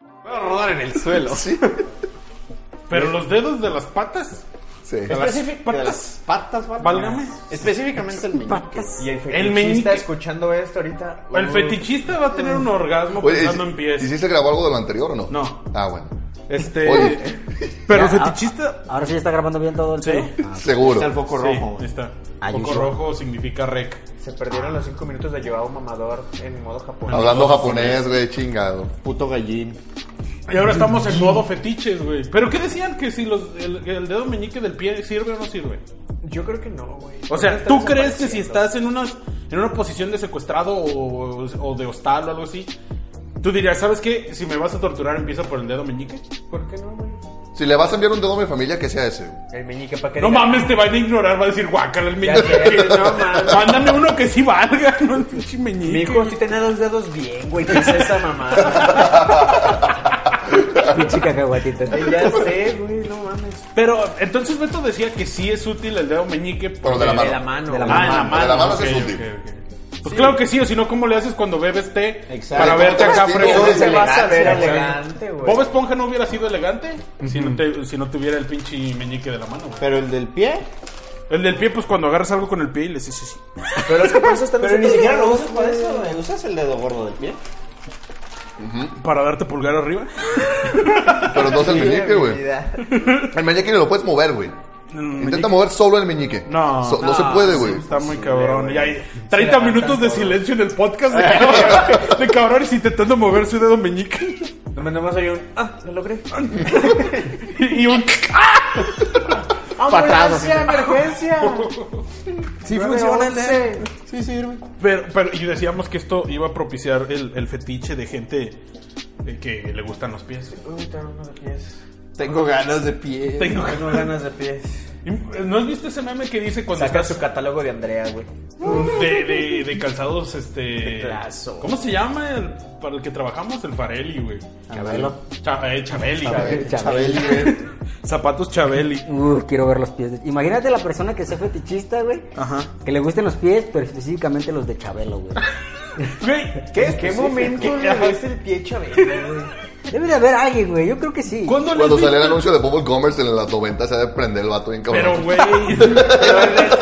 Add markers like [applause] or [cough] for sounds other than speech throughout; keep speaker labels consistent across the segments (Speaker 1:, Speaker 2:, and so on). Speaker 1: a rodar en el suelo.
Speaker 2: Sí.
Speaker 3: Pero los dedos de las patas.
Speaker 2: Sí.
Speaker 3: De las
Speaker 1: Específic-
Speaker 3: patas.
Speaker 1: de las patas, ¿vale?
Speaker 3: Válgame.
Speaker 1: Específicamente el meñique.
Speaker 4: Y el
Speaker 3: El
Speaker 4: fetichista
Speaker 3: meñique.
Speaker 4: escuchando esto ahorita.
Speaker 3: El
Speaker 4: uh,
Speaker 3: fetichista va a tener un orgasmo
Speaker 2: Oye,
Speaker 3: pensando
Speaker 2: hici-
Speaker 3: en pies.
Speaker 2: ¿Hiciste grabó algo de lo anterior o no?
Speaker 3: No.
Speaker 2: Ah, bueno.
Speaker 3: Este.
Speaker 2: Oye. Ah.
Speaker 3: Pero el
Speaker 5: Ya,
Speaker 3: fetichista.
Speaker 5: a- Ahora sí está grabando bien todo el
Speaker 3: Sí.
Speaker 5: pedo. Ah,
Speaker 2: Seguro.
Speaker 1: Está el foco
Speaker 3: Sí,
Speaker 1: rojo.
Speaker 3: ahí está.
Speaker 5: Are you
Speaker 3: Poco
Speaker 5: sure?
Speaker 3: rojo significa rec.
Speaker 4: Se perdieron los 5 minutos de Joao Mamador en modo japonés.
Speaker 2: Hablando japonés, güey, chingado.
Speaker 1: Puto gallín.
Speaker 3: Y ahora estamos en modo fetiches, güey. Pero ¿qué decían? Que si los, el, el dedo meñique del pie sirve o no sirve.
Speaker 4: Yo creo que no, güey.
Speaker 3: O sea, ¿tú crees que si estás en una, en una posición de secuestrado o, o de hostal o algo así, tú dirías, ¿sabes qué? Si me vas a torturar, empieza por el dedo meñique.
Speaker 4: ¿Por qué no, güey?
Speaker 2: Si le vas a enviar un dedo a mi familia, que sea
Speaker 3: [laughs]
Speaker 2: ese. güey.
Speaker 4: El meñique para que
Speaker 3: No
Speaker 4: diga-
Speaker 3: mames, te van a ignorar, va a decir guácala el
Speaker 4: Ya
Speaker 3: meñique.
Speaker 4: sé, no mames.
Speaker 3: Mándame uno que sí valga, [laughs] no el pinche meñique.
Speaker 4: Mi hijo sí tenía los dedos bien, güey. ¿Qué es esa mamada?
Speaker 5: [laughs]
Speaker 4: [laughs]
Speaker 5: Pinche cacahuatita.
Speaker 4: Eh, ya sé, güey. No mames.
Speaker 3: Pero entonces Beto decía que sí es útil el dedo meñique.
Speaker 2: Pero de la mano.
Speaker 4: De la mano.
Speaker 5: De la
Speaker 4: güey.
Speaker 3: Ah, en la mano.
Speaker 2: De la mano sí
Speaker 3: ok,
Speaker 2: es
Speaker 3: ok,
Speaker 2: útil.
Speaker 3: ok. Pues claro que sí, o si no, ¿cómo le haces cuando bebes té?
Speaker 1: Exacto.
Speaker 3: Para verte acá
Speaker 2: Sí,
Speaker 3: fresco.
Speaker 2: sí, sí.
Speaker 4: Se va a ver
Speaker 5: Elegancia,
Speaker 4: elegante, güey.
Speaker 3: Bob Esponja no hubiera sido elegante si, no te- si no tuviera el pinche meñique de la mano, güey.
Speaker 1: Pero el del pie.
Speaker 3: El del pie, pues cuando agarras algo con el pie y le dices sí.
Speaker 4: Pero es que por eso están
Speaker 1: Pero
Speaker 4: los
Speaker 1: ni
Speaker 4: otros
Speaker 1: siquiera lo
Speaker 4: dedos,
Speaker 1: usas para
Speaker 4: güey.
Speaker 1: eso, güey. Usas el dedo gordo del pie.
Speaker 3: Para darte pulgar arriba.
Speaker 2: Pero no es el meñique,
Speaker 4: Mi
Speaker 2: güey.
Speaker 4: vida.
Speaker 2: El meñique ni lo puedes mover, güey. Intenta mover solo el meñique.
Speaker 3: No.
Speaker 2: So- no se puede, güey.
Speaker 3: Está muy cabrón.
Speaker 4: güey.
Speaker 3: Y hay
Speaker 4: Se
Speaker 3: 30
Speaker 4: levantan
Speaker 3: minutos de
Speaker 4: todos.
Speaker 3: silencio en el
Speaker 4: [laughs]
Speaker 3: podcast de cabrones, de cabrones intentando mover su dedo meñique.
Speaker 4: Nomás nomás oí un. Ah, lo logré.
Speaker 3: [laughs] Y un. [laughs]
Speaker 1: atrás,
Speaker 4: ¡Ambulancia, emergencia!
Speaker 5: Sí
Speaker 4: ¿eh?
Speaker 1: Sí, sirve.
Speaker 3: Pero, pero- y decíamos que esto iba a propiciar el, el fetiche de gente eh, que le gustan los pies.
Speaker 4: Uy, tengo unos pies.
Speaker 1: Tengo ganas de pie.
Speaker 3: Tengo-
Speaker 4: Tengo ganas de pies.
Speaker 3: Y, eh, ¿No has visto ese meme que dice cuando
Speaker 4: Saca
Speaker 3: estás
Speaker 4: su catálogo de Andrea, güey.
Speaker 3: de, [laughs] de- de calzados, este...
Speaker 4: Plazo.
Speaker 3: ¿Cómo se llama el, para el que trabajamos? El Farelli, güey.
Speaker 1: Chabelo.
Speaker 3: Cha- eh, Chabeli.
Speaker 2: Chabeli,
Speaker 5: Chabeli.
Speaker 2: güey.
Speaker 3: Zapatos Chabeli.
Speaker 5: Uf, quiero ver los pies. de- Imagínate la persona que sea fetichista, güey.
Speaker 3: Ajá.
Speaker 5: Que le gusten los pies, pero específicamente los de Chabelo, güey.
Speaker 3: Güey,
Speaker 4: ¿Qué, ¿Qué momento le ves el pie Chabelo, güey?
Speaker 5: Debe de haber alguien, güey. Yo creo que sí.
Speaker 3: ¿Cuándo le
Speaker 2: Cuando
Speaker 3: has
Speaker 2: sale el
Speaker 3: visto?
Speaker 2: anuncio de Bubble Commerce en las 90 se ha de prender el vato bien cabrón.
Speaker 3: Pero, [laughs] güey...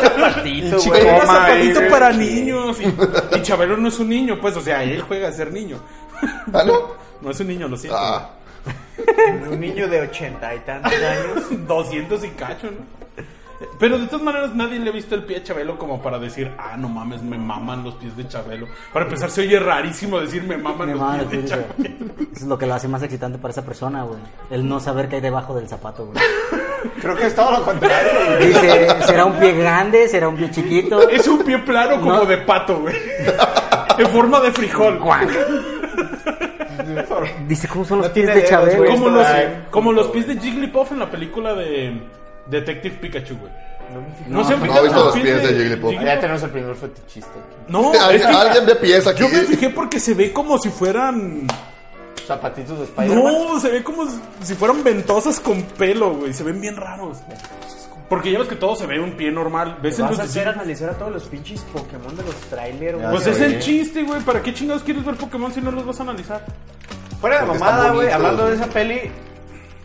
Speaker 4: Zapatito,
Speaker 3: Chico,
Speaker 4: güey.
Speaker 3: era
Speaker 4: Coma,
Speaker 3: zapatito
Speaker 4: güey.
Speaker 3: para niños. Y, y Chabelo no es un niño, pues. O sea, él juega a ser niño.
Speaker 2: ¿Ah, no?
Speaker 3: No es un niño, lo siento.
Speaker 2: Ah,
Speaker 4: Un niño de ochenta y tantos
Speaker 3: [laughs]
Speaker 4: años.
Speaker 3: 200 y cacho, ¿no? Pero de todas maneras nadie le ha visto el pie a Chabelo como para decir, ah, no mames, me maman los pies de Chabelo. Para empezar, se oye rarísimo decir, me maman
Speaker 5: Me
Speaker 3: los
Speaker 5: maman
Speaker 3: pies de
Speaker 5: los pies de-
Speaker 3: Chabelo.
Speaker 5: Eso es lo que lo hace más excitante para esa persona, güey. El no saber qué hay debajo del
Speaker 3: [laughs]
Speaker 5: zapato, güey.
Speaker 1: Creo que es todo lo contrario.
Speaker 5: [laughs]
Speaker 1: güey.
Speaker 5: Dice, ¿será un pie grande? ¿Será un pie chiquito?
Speaker 3: Es un pie plano como
Speaker 5: No.
Speaker 3: de pato, güey. En forma de frijol.
Speaker 5: Dice, ¿cómo son los
Speaker 4: No
Speaker 5: pies
Speaker 4: tiene
Speaker 5: de
Speaker 4: dedos,
Speaker 5: Chabelo?
Speaker 4: güey.
Speaker 3: Como los,
Speaker 4: Ay,
Speaker 3: como
Speaker 4: puto,
Speaker 3: los pies de Jigglypuff en la película de Detective Pikachu, güey.
Speaker 4: No me fijé.
Speaker 3: No, se han
Speaker 2: no he
Speaker 3: fijado en
Speaker 2: visto los pies de Jigglypuff.
Speaker 1: Ya tenemos el primer fetichista. aquí.
Speaker 3: No, es
Speaker 2: ¿Alguien,
Speaker 3: que
Speaker 2: alguien ve pies aquí.
Speaker 3: yo me fijé porque se ve como si fueran...
Speaker 1: Zapatitos de Spider-Man.
Speaker 3: No, se ve como si fueran ventosas con pelo, güey. Se ven bien raros. Porque ya ves que todo se ve un pie normal. ¿Ves el
Speaker 4: Vas a
Speaker 3: los
Speaker 4: hacer analizar a todos los pinches Pokémon de los trailers, güey.
Speaker 3: Pues es el chiste, güey. ¿Para qué chingados quieres ver Pokémon si no los vas a analizar?
Speaker 1: Fuera de
Speaker 2: Porque
Speaker 1: mamada,
Speaker 2: están
Speaker 1: güey.
Speaker 2: bonitos,
Speaker 1: Hablando de
Speaker 2: güey.
Speaker 1: esa peli.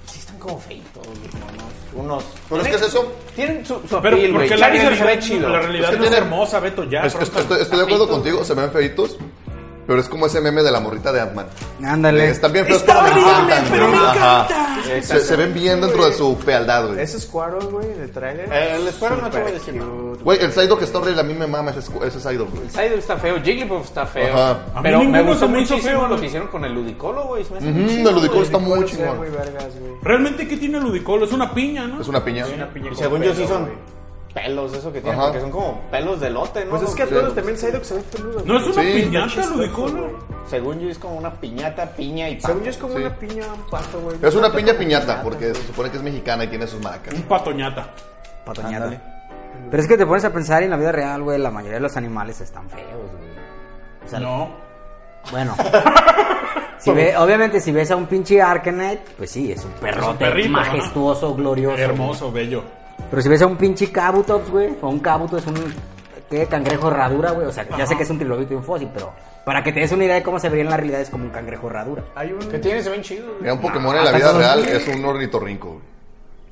Speaker 1: Sí, están como feitos los monos. Unos.
Speaker 2: ¿Pero es que es eso?
Speaker 1: Tienen su, su
Speaker 3: Pero
Speaker 1: apil, güey.
Speaker 3: porque la,
Speaker 1: Charlie
Speaker 3: realidad-
Speaker 1: se ve chido.
Speaker 3: la realidad
Speaker 2: Es que
Speaker 3: no es
Speaker 2: tiene-
Speaker 3: hermosa, Beto, ya.
Speaker 2: Es que
Speaker 3: pronto.
Speaker 2: estoy, estoy de acuerdo contigo, se me ven feitos. Pero es como ese meme de la morrita de Ant-Man.
Speaker 5: Ándale.
Speaker 2: Están bien feos, pero me encantan, güey. Ajá. Eh, Se, se ven bien dentro de su fealdad, güey.
Speaker 4: Esos cuadros, güey, de trailer.
Speaker 1: Eh, el Squirtle no te voy a
Speaker 4: Super
Speaker 1: decir nada.
Speaker 4: cute,
Speaker 2: Güey, el Psyduck está horrible, a mí me mama ese, squ- ese Psyduck, güey.
Speaker 1: Psyduck está feo, Jigglypuff está feo.
Speaker 2: Ajá.
Speaker 3: A mí
Speaker 1: Pero me
Speaker 3: ninguno se
Speaker 1: gustó
Speaker 3: me hizo
Speaker 1: muchísimo
Speaker 3: feo,
Speaker 1: lo
Speaker 3: güey.
Speaker 1: que hicieron con el Ludicolo, güey. se me hace muy
Speaker 2: Ujú,
Speaker 1: chido,
Speaker 2: Mm, el Ludicolo está
Speaker 4: güey.
Speaker 2: muy
Speaker 4: Se ve muy
Speaker 2: chingón.
Speaker 4: vergas, güey.
Speaker 3: Realmente, ¿qué tiene Ludicolo? Es una piña, ¿no?
Speaker 2: Es una piña.
Speaker 4: Una piña con
Speaker 1: Según yo sí
Speaker 4: pelo,
Speaker 1: son
Speaker 4: güey.
Speaker 1: pelos, eso que tienen,
Speaker 2: Ajá.
Speaker 1: porque son como pelos de lote, ¿no?
Speaker 4: Pues es que a
Speaker 2: Sí.
Speaker 4: todos también Psyduck se ve peludo.
Speaker 3: No es una
Speaker 2: Sí.
Speaker 3: piñata,
Speaker 4: chistoso,
Speaker 3: Ludicolo.
Speaker 4: güey.
Speaker 1: Según yo es como una piñata, piña y pato.
Speaker 4: Según yo es como
Speaker 2: Sí.
Speaker 4: una piña, un pato, güey.
Speaker 2: Es una
Speaker 4: Pato
Speaker 2: piña
Speaker 4: con
Speaker 2: piñata, porque se supone que es mexicana y tiene sus marcas.
Speaker 3: Un patoñata.
Speaker 5: Patoñata. Pero es que te pones a pensar y en la vida real, güey, la mayoría de los animales están feos, güey. O sea,
Speaker 3: No. [laughs]
Speaker 5: Bueno. Si ve- obviamente, si ves a un pinche Arcanet, pues sí, es un perrote
Speaker 3: perrito,
Speaker 5: majestuoso, glorioso.
Speaker 3: Hermoso, bello.
Speaker 5: güey. Pero si ves a un pinche Kabutops, güey, o un Kabuto es un qué cangrejo herradura, güey. O sea, ya sé que es un trilobito y un fósil, pero para que te des una idea de cómo se vería en la realidad es como un cangrejo herradura.
Speaker 4: Hay un...
Speaker 1: Que tiene, se ven chidos.
Speaker 2: Mira, un Pokémon en la vida real es un ornitorrinco. güey.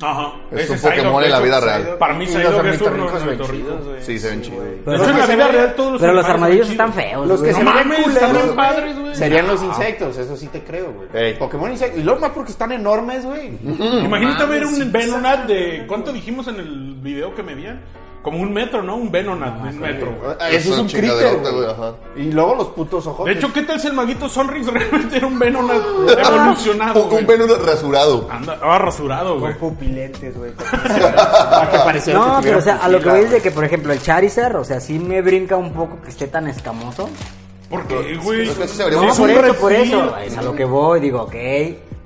Speaker 3: Ajá.
Speaker 2: Es
Speaker 3: Ese
Speaker 2: un Pokémon
Speaker 3: Psylocke,
Speaker 2: en la
Speaker 3: de
Speaker 2: vida
Speaker 3: hecho,
Speaker 2: real.
Speaker 3: Para mí,
Speaker 1: Y
Speaker 3: Psylocke es un
Speaker 1: ornitorrincos se ven
Speaker 3: ornitorrinco.
Speaker 1: chidos, güey.
Speaker 2: Sí, se ven chidos.
Speaker 5: Pero
Speaker 3: hecho,
Speaker 5: los
Speaker 3: en la
Speaker 5: que se
Speaker 3: vida
Speaker 5: ven-
Speaker 3: real todos los
Speaker 5: Pero
Speaker 3: animales
Speaker 5: los
Speaker 3: son
Speaker 5: armadillos
Speaker 3: chidos.
Speaker 5: están feos,
Speaker 1: Los que
Speaker 5: güey.
Speaker 1: se
Speaker 5: No
Speaker 1: ven
Speaker 5: mames,
Speaker 1: culeros,
Speaker 5: están-
Speaker 1: güey.
Speaker 3: padres, güey.
Speaker 1: Serían los insectos, eso sí te creo, güey.
Speaker 2: Ey.
Speaker 1: Pokémon insectos. Y lo más porque están enormes, güey.
Speaker 3: Imagínate ver
Speaker 1: sí,
Speaker 3: un Venonat de. ¿Cuánto dijimos en el video que medían? Como un metro, ¿no? Un Venonat, un metro, güey.
Speaker 1: Eso es un
Speaker 2: críter,
Speaker 1: critter, güey.
Speaker 2: ajá.
Speaker 1: Y luego los putos ojos.
Speaker 3: De hecho, ¿qué tal si el maguito Sonrix [laughs] realmente era un Venonat evolucionado?
Speaker 2: Un- Ah, Un
Speaker 3: güey?
Speaker 2: Venus rasurado.
Speaker 3: Anda, estaba rasurado, güey.
Speaker 4: Con pupilentes, güey.
Speaker 1: para que pareciera
Speaker 5: No,
Speaker 1: que
Speaker 5: pero o
Speaker 1: tuviera
Speaker 5: sea, a lo que
Speaker 1: pupila,
Speaker 5: voy es de
Speaker 1: güey.
Speaker 5: que, por ejemplo, el Charizard, o sea, sí me brinca un poco que esté tan escamoso.
Speaker 3: Porque, güey.
Speaker 2: es que sí se
Speaker 3: es
Speaker 2: vería
Speaker 5: No,
Speaker 2: Es
Speaker 3: un
Speaker 5: por eso, por
Speaker 3: reptil.
Speaker 5: eso. Es a lo que voy, digo, ok.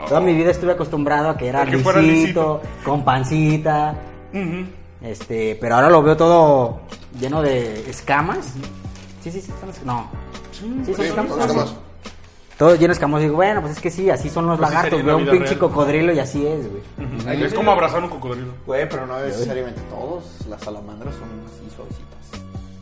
Speaker 5: Toda mi vida estuve acostumbrado a que era
Speaker 3: A que fuera
Speaker 5: lisito, con pancita.
Speaker 3: Ujú.
Speaker 5: Este, pero ahora lo veo todo lleno de escamas. Sí, sí, sí, son escamas. No.
Speaker 3: Mm,
Speaker 5: Sí, son
Speaker 2: Sí,
Speaker 5: escamas.
Speaker 2: nada más.
Speaker 5: Todo lleno de escamas. Digo, bueno, pues es que sí, así son los
Speaker 3: Pues sí
Speaker 5: lagartos.
Speaker 3: sería
Speaker 5: veo
Speaker 3: la
Speaker 5: un
Speaker 3: vida
Speaker 5: pinche
Speaker 3: real.
Speaker 5: cocodrilo y así es, güey.
Speaker 3: Ujú. Es como abrazar un cocodrilo.
Speaker 1: Güey, pero no necesariamente todos. Las salamandras son así suavecitas.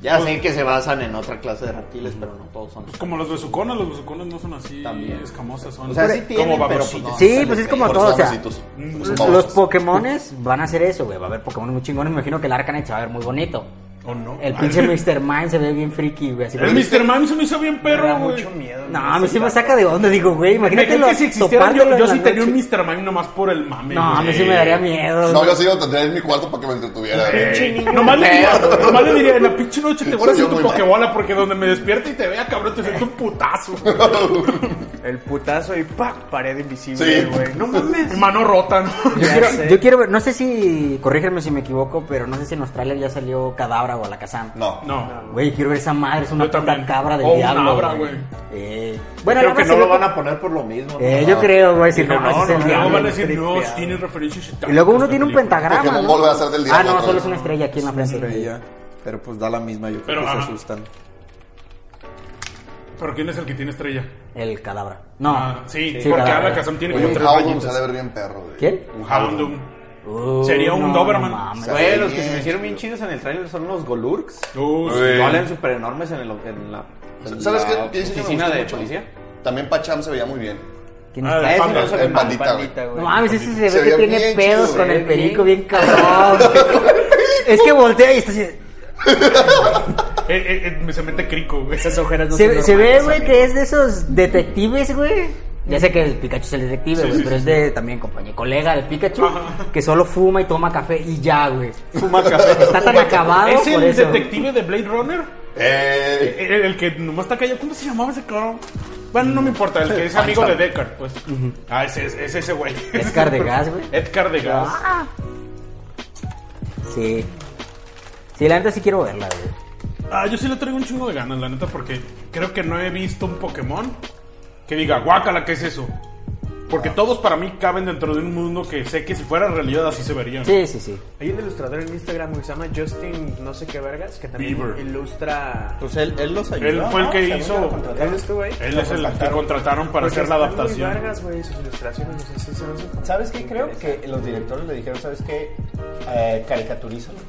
Speaker 1: Ya sé que se basan en otra clase de reptiles, pero no todos son.
Speaker 3: Como los besuconas, los besuconas no son así
Speaker 1: También.
Speaker 3: escamosas, son
Speaker 1: O sea, sí tienen,
Speaker 3: como
Speaker 1: pero
Speaker 3: babositas.
Speaker 1: pues no.
Speaker 5: Sí,
Speaker 1: sale
Speaker 5: pues es
Speaker 1: de
Speaker 5: como
Speaker 1: ahí,
Speaker 5: todo, o sea,
Speaker 2: Sabrositos.
Speaker 3: Mm,
Speaker 5: los Pokémones van a hacer eso, güey. Va a haber Pokémon muy chingones. Me imagino que el Arcanine se va a ver muy bonito.
Speaker 3: ¿O no?
Speaker 5: El pinche Mr. Mime se ve bien friki, güey. Así
Speaker 3: El
Speaker 5: como-
Speaker 3: Mr. Mime se me hizo bien
Speaker 4: Me [laughs] da
Speaker 3: perro, güey.
Speaker 4: mucho miedo.
Speaker 5: No,
Speaker 4: güey,
Speaker 5: a mí sí me
Speaker 4: ese
Speaker 5: saca de onda. Digo, güey, imagínate
Speaker 3: Imagínate que si existiera, yo, yo sí tenía un Mr. Mime nomás por el mame.
Speaker 5: No, a mí sí
Speaker 3: güey.
Speaker 5: me daría miedo.
Speaker 2: No,
Speaker 5: güey.
Speaker 2: yo sí lo tendría en mi cuarto para que me entretuviera. güey.
Speaker 3: Eh, Nomás le, diría, nomás le diría, en la pinche noche te voy a
Speaker 2: Soy
Speaker 3: hacer
Speaker 2: yo
Speaker 3: tu
Speaker 2: muy mal.
Speaker 3: pokebola porque donde me despierte y te vea, cabrón, te siento un putazo. güey.
Speaker 4: cabrón. El putazo y ¡pac! Pared
Speaker 2: Sí.
Speaker 4: invisible, güey. No
Speaker 3: Mi
Speaker 4: mames.
Speaker 3: mano rota, ¿no?
Speaker 5: Yo
Speaker 4: Ya
Speaker 5: quiero,
Speaker 4: sé.
Speaker 5: yo quiero ver, no sé si, corrígeme si me equivoco, pero no sé si en Australia ya salió Cadabra o Alakazam.
Speaker 2: [laughs] No.
Speaker 3: No.
Speaker 5: Güey, quiero ver esa madre, es una
Speaker 3: Yo
Speaker 5: puta
Speaker 3: también.
Speaker 5: cabra del
Speaker 3: O una
Speaker 5: diablo.
Speaker 3: abra, güey.
Speaker 5: Eh, bueno,
Speaker 1: Creo
Speaker 5: la
Speaker 1: que
Speaker 5: verdad
Speaker 1: no
Speaker 5: sí
Speaker 1: lo van a poner por lo mismo.
Speaker 5: Eh,
Speaker 1: ¿no?
Speaker 5: yo creo, güey, si no, ese
Speaker 3: No,
Speaker 5: es el
Speaker 3: no, no,
Speaker 5: diablo.
Speaker 3: van a decir, no,
Speaker 4: tripeado.
Speaker 3: tiene referencias y tal.
Speaker 5: Y luego uno tiene un
Speaker 2: Porque
Speaker 5: pentagrama,
Speaker 2: no
Speaker 5: ¿no?
Speaker 2: vuelve a ser del diablo,
Speaker 5: Ah, no,
Speaker 2: otra
Speaker 5: solo
Speaker 2: vez.
Speaker 5: es una estrella aquí en la frente.
Speaker 6: Estrella, pero pues da la misma, yo creo
Speaker 3: Pero,
Speaker 6: que
Speaker 3: ajá.
Speaker 6: se asustan.
Speaker 3: Pero ¿quién es el que tiene estrella?
Speaker 5: El Cadabra. No.
Speaker 3: Ah, sí,
Speaker 5: Sí,
Speaker 3: porque
Speaker 5: claro.
Speaker 3: Alakazam tiene
Speaker 2: Oye,
Speaker 3: como
Speaker 2: un
Speaker 3: tres
Speaker 2: Howdum se ha
Speaker 3: rayitas.
Speaker 2: de ver bien perro, güey.
Speaker 5: ¿Quién?
Speaker 2: Un
Speaker 3: Un
Speaker 2: Howdum.
Speaker 3: Houndoom.
Speaker 5: Uh,
Speaker 3: Sería un Doberman.
Speaker 5: mames.
Speaker 1: Güey, los que se me hicieron bien chidos en el trailer son los Golurks.
Speaker 3: Uh, sí.
Speaker 2: Güey.
Speaker 1: Lo hablan súper enormes en, el- en la, en
Speaker 2: ¿Sabes
Speaker 1: la
Speaker 2: qué? Pienso que me
Speaker 1: oficina
Speaker 2: gustó
Speaker 1: de
Speaker 2: mucho.
Speaker 1: policía.
Speaker 2: También Pacham se veía muy bien.
Speaker 5: ¿Quién
Speaker 3: Ah,
Speaker 5: está?
Speaker 3: el
Speaker 1: Eso
Speaker 3: panda.
Speaker 1: no se
Speaker 2: el
Speaker 1: ve mal,
Speaker 2: pandita, güey.
Speaker 5: No mames, ese se ve
Speaker 2: Se
Speaker 5: que
Speaker 2: veía
Speaker 5: tiene
Speaker 2: bien
Speaker 5: pedos
Speaker 2: chido,
Speaker 5: con
Speaker 2: güey.
Speaker 5: el perico bien cabrón. es que voltea y está así.
Speaker 3: Eh, eh, eh, se mete crico, güey.
Speaker 4: Esas ojeras no
Speaker 5: Se,
Speaker 4: son
Speaker 5: se ve,
Speaker 4: normales,
Speaker 5: güey,
Speaker 4: amigo.
Speaker 5: que es de esos detectives, güey. Ya sé que el Pikachu es el detective, güey,
Speaker 3: sí,
Speaker 5: pero
Speaker 3: sí,
Speaker 5: es de también compañía, colega del Pikachu,
Speaker 3: Ajá.
Speaker 5: que solo fuma y toma café y ya, güey.
Speaker 1: Fuma café.
Speaker 3: [laughs]
Speaker 5: Está tan acabado.
Speaker 3: ¿Es
Speaker 5: por
Speaker 3: el
Speaker 5: eso.
Speaker 3: detective de Blade Runner?
Speaker 2: Eh,
Speaker 3: El, el que nomás está callado. ¿Cómo se llamaba ese cabrón? Bueno, no me importa, el que es amigo de Deckard, pues. Ah, ese es, es ese güey.
Speaker 5: Edgar Degas, güey.
Speaker 3: [laughs] Edgar de Gas.
Speaker 5: Ah. Sí. Sí, la neta sí quiero verla, güey.
Speaker 3: Ah, yo sí le traigo un chingo de ganas, la neta, porque creo que no he visto un Pokémon que diga, guácala, ¿qué es eso? Porque todos para mí caben dentro de un mundo que sé que si fuera realidad así se verían.
Speaker 5: Sí, sí, sí.
Speaker 4: Hay un ilustrador en Instagram que se llama Justin no sé qué vergas, que también
Speaker 3: Bieber.
Speaker 4: ilustra...
Speaker 6: Pues él, él los ayudó.
Speaker 3: Él fue el
Speaker 6: ¿no?
Speaker 3: que
Speaker 6: Según
Speaker 3: hizo-
Speaker 6: yo lo contrataron.
Speaker 4: ¿Él estuvo ahí?
Speaker 3: Él es el que contrataron para
Speaker 4: Porque
Speaker 3: hacer la
Speaker 4: están muy
Speaker 3: adaptación.
Speaker 4: vergas, güey, sus ilustraciones, no sé si se hacen.
Speaker 6: ¿Sabes qué? Creo que los directores le dijeron, ¿sabes qué? Eh, caricaturízalo.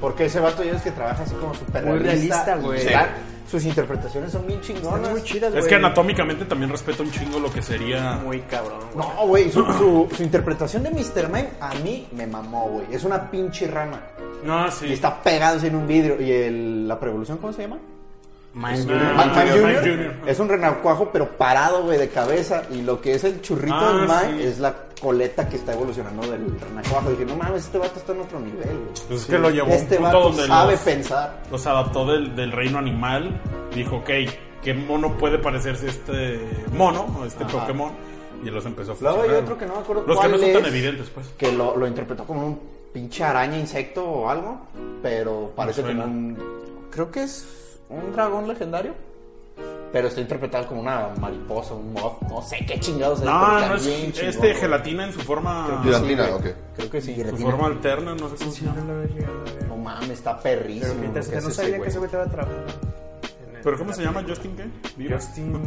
Speaker 1: Porque ese vato ya es que trabaja así como súper
Speaker 4: Muy realista,
Speaker 1: y
Speaker 4: güey.
Speaker 1: tal. Sus interpretaciones son bien chingonas.
Speaker 4: Están muy chidas, güey.
Speaker 3: Es que anatómicamente también respeto un chingo lo que sería...
Speaker 4: Muy cabrón, güey.
Speaker 1: No, güey, su, su- su interpretación de Mr. Mime a mí me mamó, güey. Es una pinche rana.
Speaker 3: No, sí.
Speaker 1: Y está pegándose en un vidrio. ¿Y el, la prevolución cómo se llama?
Speaker 4: Pues
Speaker 5: Man,
Speaker 3: Ah,
Speaker 1: Mime
Speaker 3: Mime
Speaker 1: Junior.
Speaker 3: Junior.
Speaker 1: Es un renacuajo, pero parado, güey, de cabeza. Y lo que es el churrito del
Speaker 3: Ah,
Speaker 1: Mime
Speaker 3: sí.
Speaker 1: es la coleta que está evolucionando del renacuajo. Dije, no mames, este vato está en otro nivel, güey.
Speaker 3: Pues es que lo llevó a un
Speaker 1: Este
Speaker 3: punto
Speaker 1: vato
Speaker 3: donde
Speaker 1: sabe
Speaker 3: los-
Speaker 1: pensar.
Speaker 3: Los adaptó del, del reino animal. Dijo, ok, ¿qué mono puede parecerse este mono o este Pokémon? Y los empezó a
Speaker 1: Luego hay
Speaker 3: fusionar.
Speaker 1: otro que no me acuerdo
Speaker 3: Los que
Speaker 1: cuál
Speaker 3: no son
Speaker 1: es.
Speaker 3: tan evidentes, pues.
Speaker 1: que lo, lo interpretó como un pinche araña, insecto o algo, pero parece
Speaker 3: Me
Speaker 1: como
Speaker 3: suena.
Speaker 1: un... Creo que es un dragón legendario, pero está interpretado como una mariposa, un moth, no sé qué chingados es. pero
Speaker 3: No,
Speaker 1: está
Speaker 3: no es
Speaker 1: bien chingón,
Speaker 3: este
Speaker 1: güey.
Speaker 3: gelatina en su forma
Speaker 2: Giratina, ok.
Speaker 1: güey. Creo que sí.
Speaker 3: su forma alterna, no sé cómo se llama.
Speaker 1: No mames, está perrísimo.
Speaker 4: Pero que
Speaker 1: lo
Speaker 4: te-
Speaker 1: que
Speaker 4: que
Speaker 1: es
Speaker 4: no
Speaker 1: ese
Speaker 4: sabía
Speaker 1: güey.
Speaker 4: que ese güey te iba a trabajar. en el-
Speaker 3: Pero ¿cómo se llama Justin qué? Bieber.
Speaker 4: Justin...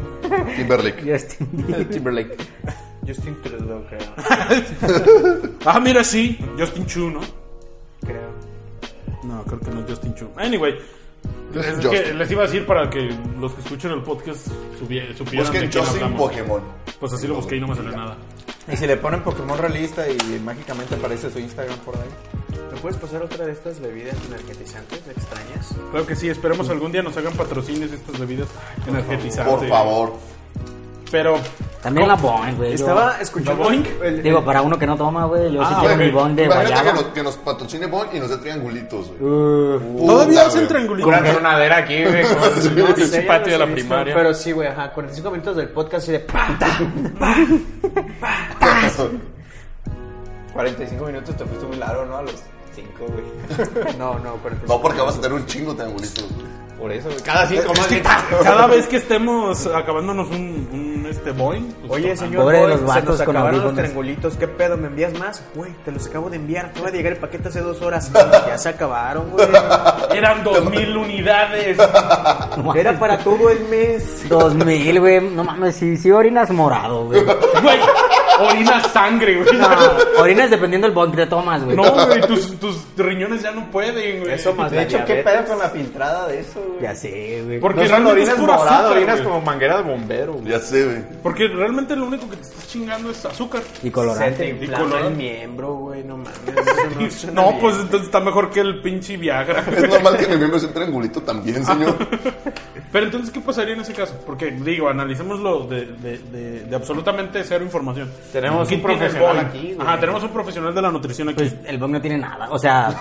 Speaker 2: Timberlake.
Speaker 5: Justin.
Speaker 1: [laughs] Timberlake.
Speaker 4: Justin Trudeau, creo.
Speaker 3: Ah, mira, sí, Justin Chu, ¿no?
Speaker 4: creo.
Speaker 3: No, creo que no es Justin Chu. Anyway,
Speaker 2: Es
Speaker 3: Es
Speaker 2: Justin.
Speaker 3: que les iba a decir para que los que escuchen el podcast subie- supieran de
Speaker 2: Busquen
Speaker 3: quién
Speaker 2: Justin
Speaker 3: hablamos.
Speaker 2: Pokémon.
Speaker 3: Pues así lo busqué y no me salió nada.
Speaker 7: Y si le ponen Pokémon realista y mágicamente aparece su Instagram por ahí.
Speaker 8: ¿Me puedes pasar otra de estas bebidas energetizantes extrañas?
Speaker 3: Claro que sí, esperemos algún día nos hagan patrocinios estas bebidas energetizantes.
Speaker 2: Por favor.
Speaker 3: Pero
Speaker 5: También la Boeing, güey. yo-
Speaker 8: Estaba escuchando.
Speaker 3: ¿La Boing?
Speaker 8: el-
Speaker 5: [laughs] Digo, para uno que no toma, güey, yo sí
Speaker 3: Ah,
Speaker 5: quiero
Speaker 3: ok.
Speaker 5: mi Boeing de
Speaker 2: Imagínate que nos,
Speaker 5: guayaba.
Speaker 2: que nos patrocine Bon y nos dé triangulitos, güey.
Speaker 5: Uh,
Speaker 2: Puta,
Speaker 3: todavía hacen
Speaker 2: güey.
Speaker 3: triangulitos.
Speaker 1: Una tronadera aquí, güey. con-
Speaker 2: Sí,
Speaker 8: No
Speaker 2: güey.
Speaker 8: sé,
Speaker 1: patio
Speaker 8: no
Speaker 1: de la
Speaker 8: sé,
Speaker 1: primaria.
Speaker 8: Pero sí, güey, ajá. 45 minutos del podcast y de ¡pam!
Speaker 1: 45 minutos te fuiste muy largo, ¿no? A los 5, güey.
Speaker 8: No, no, 45
Speaker 2: [laughs] No, porque vas a tener un chingo de triangulitos. güey.
Speaker 1: Por eso, güey. Cada 5 más. bien.
Speaker 3: Cada vez que estemos acabándonos un, un este Boeing. pues,
Speaker 8: Oye,
Speaker 3: tomando.
Speaker 8: señor,
Speaker 5: Pobre de
Speaker 8: Boy,
Speaker 5: los
Speaker 8: se
Speaker 5: vatos
Speaker 8: nos
Speaker 5: con
Speaker 8: acabaron los
Speaker 5: audífonos.
Speaker 8: triangulitos. ¿Qué pedo? ¿Me envías más? Güey, te los acabo de enviar. Acaba de llegar el paquete hace dos [laughs] horas. Ya se acabaron, [laughs] güey.
Speaker 3: Eran 2000 unidades.
Speaker 8: Era para todo el mes.
Speaker 5: 2000, güey. No mames, sí, sí orinas morado,
Speaker 3: [laughs]
Speaker 5: güey.
Speaker 3: Güey, orina sangre, güey.
Speaker 5: No, orinas dependiendo del Boeing que tomas, güey.
Speaker 3: No, güey, tus, tus riñones ya no pueden, güey.
Speaker 8: Eso más
Speaker 1: De
Speaker 8: la
Speaker 1: hecho, ¿qué
Speaker 8: diabetes.
Speaker 1: pedo con la pintrada de eso, güey?
Speaker 5: Ya sé, güey.
Speaker 3: Porque
Speaker 1: No son
Speaker 3: realmente es
Speaker 1: orinas
Speaker 3: pura
Speaker 1: moradas,
Speaker 3: azúcar,
Speaker 1: orinas
Speaker 3: güey.
Speaker 1: como manguera de bombero, güey.
Speaker 2: Ya sé, güey.
Speaker 3: Porque realmente lo único que te estás chingando es azúcar.
Speaker 5: Y
Speaker 8: Se
Speaker 5: colorante.
Speaker 8: te
Speaker 3: Y
Speaker 8: inflama
Speaker 3: colorante.
Speaker 8: el miembro, güey. No mames. eso [laughs]
Speaker 3: [laughs]
Speaker 8: no suena
Speaker 3: No,
Speaker 8: bien.
Speaker 3: pues entonces está mejor que el pinche Viagra.
Speaker 2: Es normal que mi miembro sea un triangulito también,
Speaker 5: [laughs]
Speaker 2: señor.
Speaker 3: Pero entonces, ¿qué pasaría en ese caso? Porque, digo, analicémoslo de, de, de, de absolutamente cero información.
Speaker 1: Tenemos
Speaker 3: ¿Qué
Speaker 1: un
Speaker 3: tiene el
Speaker 1: profesional
Speaker 3: Boeing?
Speaker 1: aquí, güey.
Speaker 3: Ajá, tenemos un profesional de la nutrición aquí.
Speaker 5: Pues el Boeing no tiene nada,
Speaker 3: [laughs]
Speaker 5: o sea.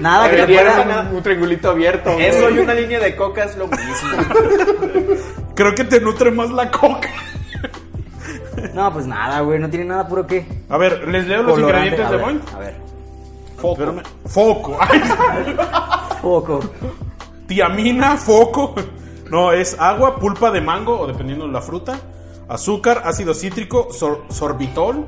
Speaker 5: nada Ah, que
Speaker 1: Le
Speaker 5: te
Speaker 1: dieron
Speaker 5: pueda.
Speaker 1: un, un triangulito abierto. güey.
Speaker 8: Eso y una línea de coca es lo mismo.
Speaker 3: Creo que te nutre más la coca.
Speaker 5: No, pues nada, güey. No tiene nada puro qué.
Speaker 3: A ver, les leo los
Speaker 5: Colorante.
Speaker 3: ingredientes
Speaker 5: A
Speaker 3: de
Speaker 5: ver,
Speaker 3: Boeing.
Speaker 5: A ver.
Speaker 3: Foco. Foco. [laughs] Ay,
Speaker 5: Poco.
Speaker 3: Tiamina, foco. No, es agua, pulpa de mango o dependiendo de la fruta, azúcar, ácido cítrico, sor- sorbitol,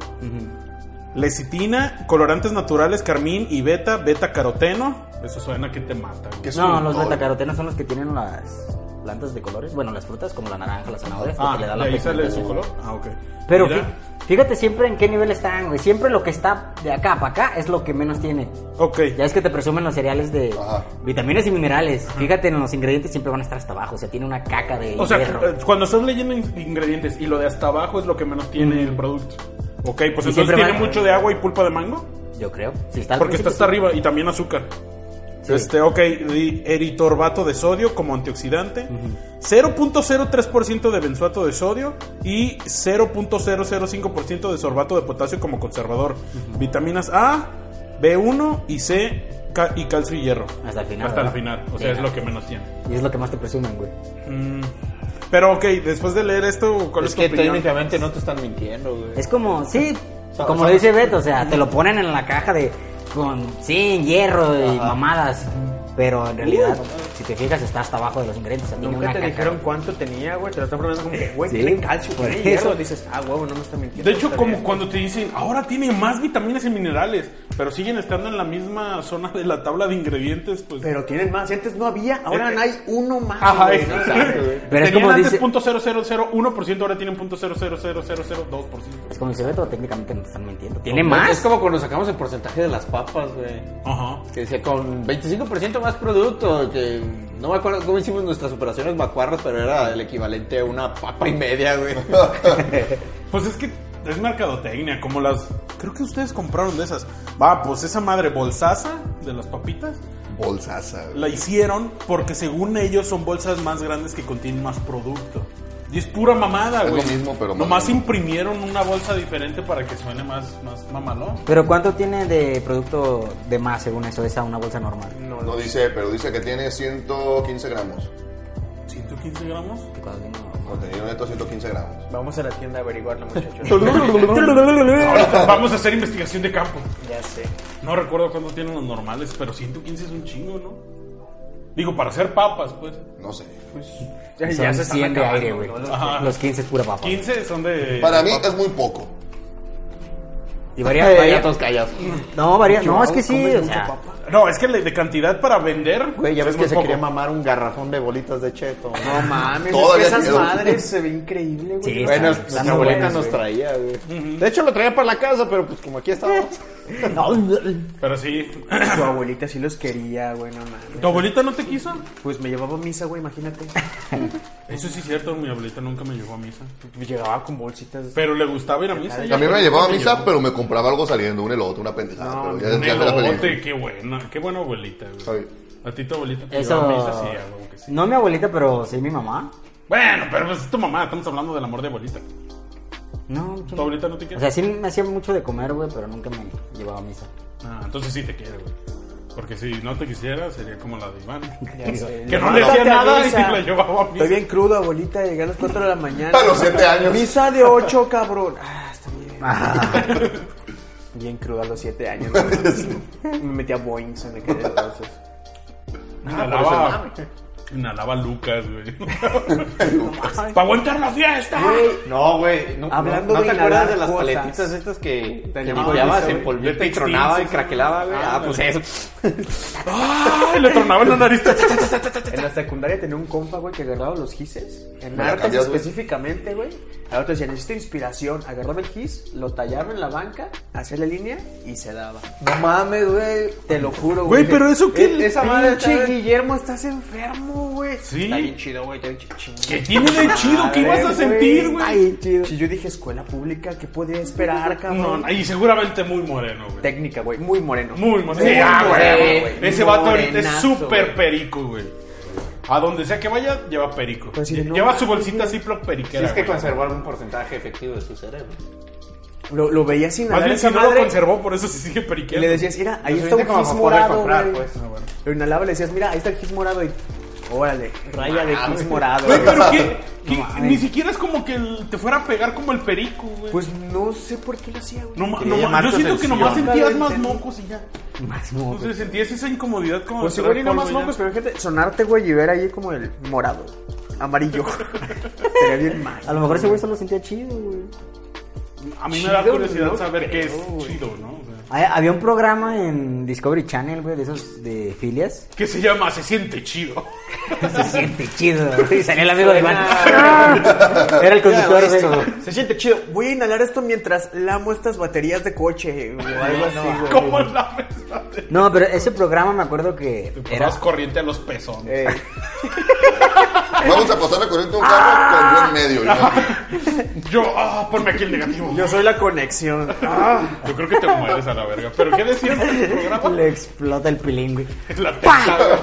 Speaker 3: lecitina, colorantes naturales, carmín y beta, beta caroteno. Eso suena que te mata. güey.
Speaker 2: Que es
Speaker 5: No,
Speaker 2: un
Speaker 5: los
Speaker 2: toro.
Speaker 5: betacarotenos son los que tienen las plantas de colores. Bueno, las frutas como la naranja, la zanahoria.
Speaker 3: Ah,
Speaker 5: porque le da
Speaker 3: de
Speaker 5: la
Speaker 3: ahí sale su
Speaker 5: pigmentación.
Speaker 3: color. Ah, ok.
Speaker 5: Pero
Speaker 3: Mira.
Speaker 5: fí- fíjate siempre en qué nivel están, güey. Siempre lo que está de acá para acá es lo que menos tiene.
Speaker 3: Ok.
Speaker 5: Ya es que te presumen los cereales de
Speaker 2: Ajá.
Speaker 5: vitaminas y minerales. Fíjate en los ingredientes siempre van a estar hasta abajo. O sea, tiene una caca de
Speaker 3: O sea,
Speaker 5: hierro.
Speaker 3: eh, cuando estás leyendo in- ingredientes y lo de hasta abajo es lo que menos tiene el producto. Ok, pues
Speaker 5: Mm. Y
Speaker 3: entonces
Speaker 5: siempre
Speaker 3: tiene
Speaker 5: va-
Speaker 3: mucho de agua y pulpa de mango.
Speaker 5: Yo creo. Si está al
Speaker 3: Porque está
Speaker 5: principio,
Speaker 3: hasta arriba y también azúcar.
Speaker 5: Sí.
Speaker 3: Este, ok, di- eritorbato de sodio como antioxidante, 0.03% de benzoato de sodio y 0.005% de sorbato de potasio como conservador. Vitaminas A, B1 y C ca- y calcio y hierro.
Speaker 5: Hasta el final,
Speaker 3: Hasta el
Speaker 5: ¿verdad?
Speaker 3: final, o sea, es
Speaker 5: Sí.
Speaker 3: lo que menos tiene.
Speaker 5: Y es lo que más te presumen, güey.
Speaker 3: Mm. Pero ok, después de leer esto, ¿cuál es,
Speaker 1: Es
Speaker 3: tu
Speaker 1: que
Speaker 3: opinión?
Speaker 1: técnicamente no te están mintiendo, güey.
Speaker 5: Es como, sí,
Speaker 1: Son-
Speaker 5: como
Speaker 1: son-
Speaker 5: lo dice Beto, o sea, te lo ponen en la caja de con sin hierro y mamadas. Pero en realidad, si te fijas, está hasta abajo de los ingredientes. o sea, tiene
Speaker 8: Nunca
Speaker 5: una
Speaker 8: te
Speaker 5: caca.
Speaker 8: dijeron cuánto tenía, güey. Te lo están preguntando como, que, güey,
Speaker 5: Sí,
Speaker 8: tiene calcio,
Speaker 5: por
Speaker 8: tiene
Speaker 5: eso.
Speaker 8: hierro. Dices, ah, huevo, no me está mintiendo.
Speaker 3: De hecho,
Speaker 8: está
Speaker 3: como
Speaker 8: bien.
Speaker 3: cuando te dicen, ahora tiene más vitaminas y minerales, pero siguen estando en la misma zona de la tabla de ingredientes, pues...
Speaker 8: Pero tienen más. y Antes no había, ahora hay uno más.
Speaker 3: Ajá,
Speaker 8: güey,
Speaker 3: es-
Speaker 8: ¿no?
Speaker 5: Pero es
Speaker 3: Tenían
Speaker 5: como
Speaker 3: antes
Speaker 5: dice-
Speaker 3: 0.0001%, ahora tienen 0.0000002%.
Speaker 5: Es como dice Beto, técnicamente no te están mintiendo. ¿Tiene
Speaker 1: Es- Es
Speaker 5: más?
Speaker 1: como cuando sacamos el porcentaje de las papas, güey.
Speaker 3: Ajá.
Speaker 1: Que decía con 25% más producto. Que no me acuerdo cómo hicimos nuestras operaciones macuarras, pero era el equivalente a una papa y media, güey.
Speaker 3: Pues es que es mercadotecnia, como las... Creo que ustedes compraron de esas. Va, pues esa madre bolsaza de las papitas,
Speaker 2: Bolsaza, güey.
Speaker 3: la hicieron porque según ellos son bolsas más grandes que contienen más producto. Y es pura mamada,
Speaker 2: Es
Speaker 3: güey.
Speaker 2: lo mismo, pero más
Speaker 3: Nomás
Speaker 2: grande.
Speaker 3: imprimieron una bolsa diferente para que suene más, más mamalón.
Speaker 5: Pero ¿cuánto tiene de producto de más, según eso, esa una bolsa normal?
Speaker 8: No,
Speaker 2: No
Speaker 8: no.
Speaker 2: dice, pero dice que tiene 115 gramos.
Speaker 3: 115
Speaker 1: [laughs]
Speaker 3: gramos.
Speaker 5: ¿Y cuánto tiene normal?
Speaker 2: Contenido neto 115 gramos.
Speaker 8: Vamos a la tienda a averiguarlo, muchachos.
Speaker 3: Ahorita vamos a hacer investigación de campo.
Speaker 8: ya sé.
Speaker 3: No recuerdo cuánto tienen los normales, pero 115 es un chingo, ¿no? Digo, para hacer papas, pues.
Speaker 2: No sé.
Speaker 8: Ya, ya
Speaker 5: Son
Speaker 8: se están
Speaker 5: 100 de
Speaker 8: acabando,
Speaker 5: aire, güey.
Speaker 8: ¿no?
Speaker 3: Ajá.
Speaker 5: Los 15 es pura papa.
Speaker 3: 15 son de.
Speaker 2: Para mí
Speaker 3: papas.
Speaker 2: es muy poco.
Speaker 5: Y
Speaker 1: Ya, [laughs]
Speaker 5: varía,
Speaker 1: ya
Speaker 5: varía-
Speaker 1: todos callados.
Speaker 5: No, varía. No, es que sí, o sea.
Speaker 3: No, es que le- de cantidad para vender.
Speaker 1: Güey, ya
Speaker 3: es
Speaker 1: ves
Speaker 3: muy
Speaker 1: que se
Speaker 3: poco.
Speaker 1: quería mamar un garrafón de bolitas de cheto. ¿no?
Speaker 8: No mames, es que
Speaker 2: Todavía
Speaker 8: esas
Speaker 2: quedó.
Speaker 8: madres se ve increíble, güey.
Speaker 5: Sí,
Speaker 1: Bueno,
Speaker 5: están-
Speaker 1: nuestra
Speaker 5: están muy
Speaker 1: abuelita
Speaker 5: buenas,
Speaker 1: nos
Speaker 5: güey.
Speaker 1: traía, güey. De hecho, lo traía para la casa, pero pues como aquí estábamos.
Speaker 3: Pero sí.
Speaker 4: [coughs] Tu abuelita sí los quería, güey, no
Speaker 3: ¿Tu
Speaker 4: mames.
Speaker 3: abuelita no te quiso?
Speaker 4: Pues me llevaba a misa,
Speaker 3: [laughs]
Speaker 4: güey, imagínate.
Speaker 3: Eso sí es cierto, mi abuelita nunca me llevó a misa.
Speaker 4: Llegaba con bolsitas.
Speaker 3: Pero le gustaba ir a misa. ella.
Speaker 2: También me llevaba a misa, pero me compraba algo saliendo, un elote, una pendejada.
Speaker 3: No,
Speaker 2: pero ya, ya me la
Speaker 3: un
Speaker 2: peleé.
Speaker 3: elote, qué buena, qué buena abuelita, güey.
Speaker 2: Está bien.
Speaker 3: A ti tu abuelita te
Speaker 5: Eso.
Speaker 3: llevaba a misa, sí, a huevo que sí.
Speaker 5: No mi abuelita, pero sí mi mamá.
Speaker 3: Bueno, pero pues es tu mamá, estamos hablando del amor de abuelita.
Speaker 5: No,
Speaker 3: ¿Tu abuelita no te quiere?
Speaker 5: O sea, sí me hacía mucho de comer, güey, pero nunca me llevaba a misa. [laughs]
Speaker 3: Ah, entonces sí te quiere, güey. Porque si no te quisiera, sería como la de Iván.
Speaker 4: sé.
Speaker 3: que no le hacía
Speaker 4: Levántate a
Speaker 3: nada y
Speaker 4: misa.
Speaker 3: la llevaba a misa.
Speaker 4: Estoy bien Ah, crudo, abuelita. Llegué a las 4 de la mañana.
Speaker 2: A los siete años.
Speaker 4: Misa de 8, cabrón. Ah, está bien.
Speaker 5: Ah.
Speaker 4: Bien crudo a los 7
Speaker 5: [laughs]
Speaker 4: años. güey. Me metí a Boings en aquel entonces.
Speaker 3: Inhalaba, inhalaba Lucas, güey. [laughs] ¡Para aguantar la fiesta!
Speaker 1: No, güey. No,
Speaker 4: Hablando
Speaker 1: no,
Speaker 4: de
Speaker 1: ¿No te acuerdas de
Speaker 4: inhalar
Speaker 1: las
Speaker 4: cosas.
Speaker 1: paletitas estas que te
Speaker 4: Ah,
Speaker 1: envolvíabas
Speaker 4: sí,
Speaker 1: en polvito
Speaker 3: De
Speaker 1: y tronaba y
Speaker 3: Textil, sí,
Speaker 1: craquelaba, güey?
Speaker 3: Ah,
Speaker 1: Ah, pues eso.
Speaker 3: ¡Ay! Le tronaba en la nariz.
Speaker 4: En la secundaria tenía un compa, güey, que agarraba los gises. En
Speaker 2: Me la
Speaker 4: artes
Speaker 2: cambias, güey.
Speaker 4: específicamente, güey. A otro decía, necesito inspiración. Agarraba el gis, lo tallaba en la banca, hacía la línea y se daba. No mames, güey. Te lo juro, güey. E
Speaker 3: Güey, pero eso qué le
Speaker 4: Esa madre,
Speaker 3: pinche
Speaker 4: pinche Guillermo, estás enfermo, güey.
Speaker 1: Está bien
Speaker 3: Sí.
Speaker 1: chido, güey. Está bien chido.
Speaker 3: ¿Qué tiene de chido? ¿Qué ibas a
Speaker 4: Güey,
Speaker 3: sentir,
Speaker 4: está
Speaker 3: güey?
Speaker 4: bien chido. Si yo dije escuela pública, ¿qué podía esperar,
Speaker 3: No,
Speaker 4: cabrón?
Speaker 3: no, y seguramente muy moreno, güey.
Speaker 4: Técnica, güey. Muy moreno.
Speaker 3: Muy moreno.
Speaker 4: Muy
Speaker 3: Sí, ah, güey.
Speaker 4: moreno, güey.
Speaker 3: Ese vato ahorita es
Speaker 4: Morenazo,
Speaker 3: súper
Speaker 4: güey.
Speaker 3: perico, güey. A donde sea que vaya, lleva perico.
Speaker 4: Pues sí, no,
Speaker 3: lleva
Speaker 4: no,
Speaker 3: su bolsita Ziploc periquera.
Speaker 1: Tienes que
Speaker 3: güey.
Speaker 1: conservar un porcentaje efectivo de tu cerebro.
Speaker 4: Lo, lo veía sin
Speaker 3: Más
Speaker 4: nada.
Speaker 3: bien si
Speaker 4: esa
Speaker 3: no lo
Speaker 4: madre.
Speaker 3: conservó, por eso se sigue
Speaker 4: Y
Speaker 3: periquera.
Speaker 4: le decías, mira, ahí
Speaker 1: Lo
Speaker 4: está un
Speaker 1: suficiente como
Speaker 4: gis
Speaker 1: para poder
Speaker 4: morado,
Speaker 1: comprar,
Speaker 4: güey.
Speaker 1: pues.
Speaker 3: Ah, bueno.
Speaker 4: Lo inhalaba y le decías, mira, ahí está el gis morado. Y, órale, raya de gis morado.
Speaker 3: Güey,
Speaker 4: güey.
Speaker 3: pero que, que
Speaker 5: mames.
Speaker 3: ni siquiera es como que el- te fuera a pegar como el perico, güey.
Speaker 4: Pues no sé por qué lo hacía, güey.
Speaker 3: No ma-
Speaker 1: Quería
Speaker 3: no ma-
Speaker 1: llamar
Speaker 3: yo
Speaker 1: tu
Speaker 3: siento que
Speaker 1: atención.
Speaker 3: nomás sentías
Speaker 4: Claro,
Speaker 3: más
Speaker 4: entendí.
Speaker 3: mocos y ya.
Speaker 5: Más no, güey.
Speaker 3: Entonces sentías esa incomodidad como
Speaker 4: Pues
Speaker 3: de
Speaker 4: igual y
Speaker 3: traer
Speaker 4: no más
Speaker 3: polvo ya.
Speaker 4: locos, pero fíjate, sonarte, güey, y ver ahí como el morado,
Speaker 3: [laughs]
Speaker 4: amarillo. Sería bien mal.
Speaker 5: A lo mejor ese güey solo sentía chido, güey.
Speaker 3: A mí me da
Speaker 4: Chido,
Speaker 3: curiosidad
Speaker 4: no
Speaker 3: saber qué es
Speaker 4: creo, güey.
Speaker 3: chido, ¿no? O sea,
Speaker 5: Ha- Había un programa en Discovery Channel, güey, de esos de
Speaker 3: [laughs]
Speaker 5: filias.
Speaker 3: ¿Qué se llama? Se siente chido.
Speaker 5: Se siente chido. güey. Y salió el amigo de Iván. [laughs] Era el conductor, güey.
Speaker 4: Se siente chido. Voy a inhalar esto mientras lamo estas baterías de coche o algo así,
Speaker 3: [laughs]
Speaker 4: güey.
Speaker 3: ¿Cómo la mesa?
Speaker 5: No, pero ese programa me acuerdo que
Speaker 3: Te
Speaker 5: era...
Speaker 3: pones corriente a los pezones.
Speaker 4: Eh,
Speaker 2: Vamos a pasar la corriente a un carro con yo en medio. ya.
Speaker 3: Yo, ah, ponme aquí el negativo. Ah.
Speaker 4: yo soy la conexión.
Speaker 3: Yo creo que te mueres a la verga. ¿Pero qué decías en el programa?
Speaker 5: ah. Le explota el pilín, güey.
Speaker 3: [laughs] La teta,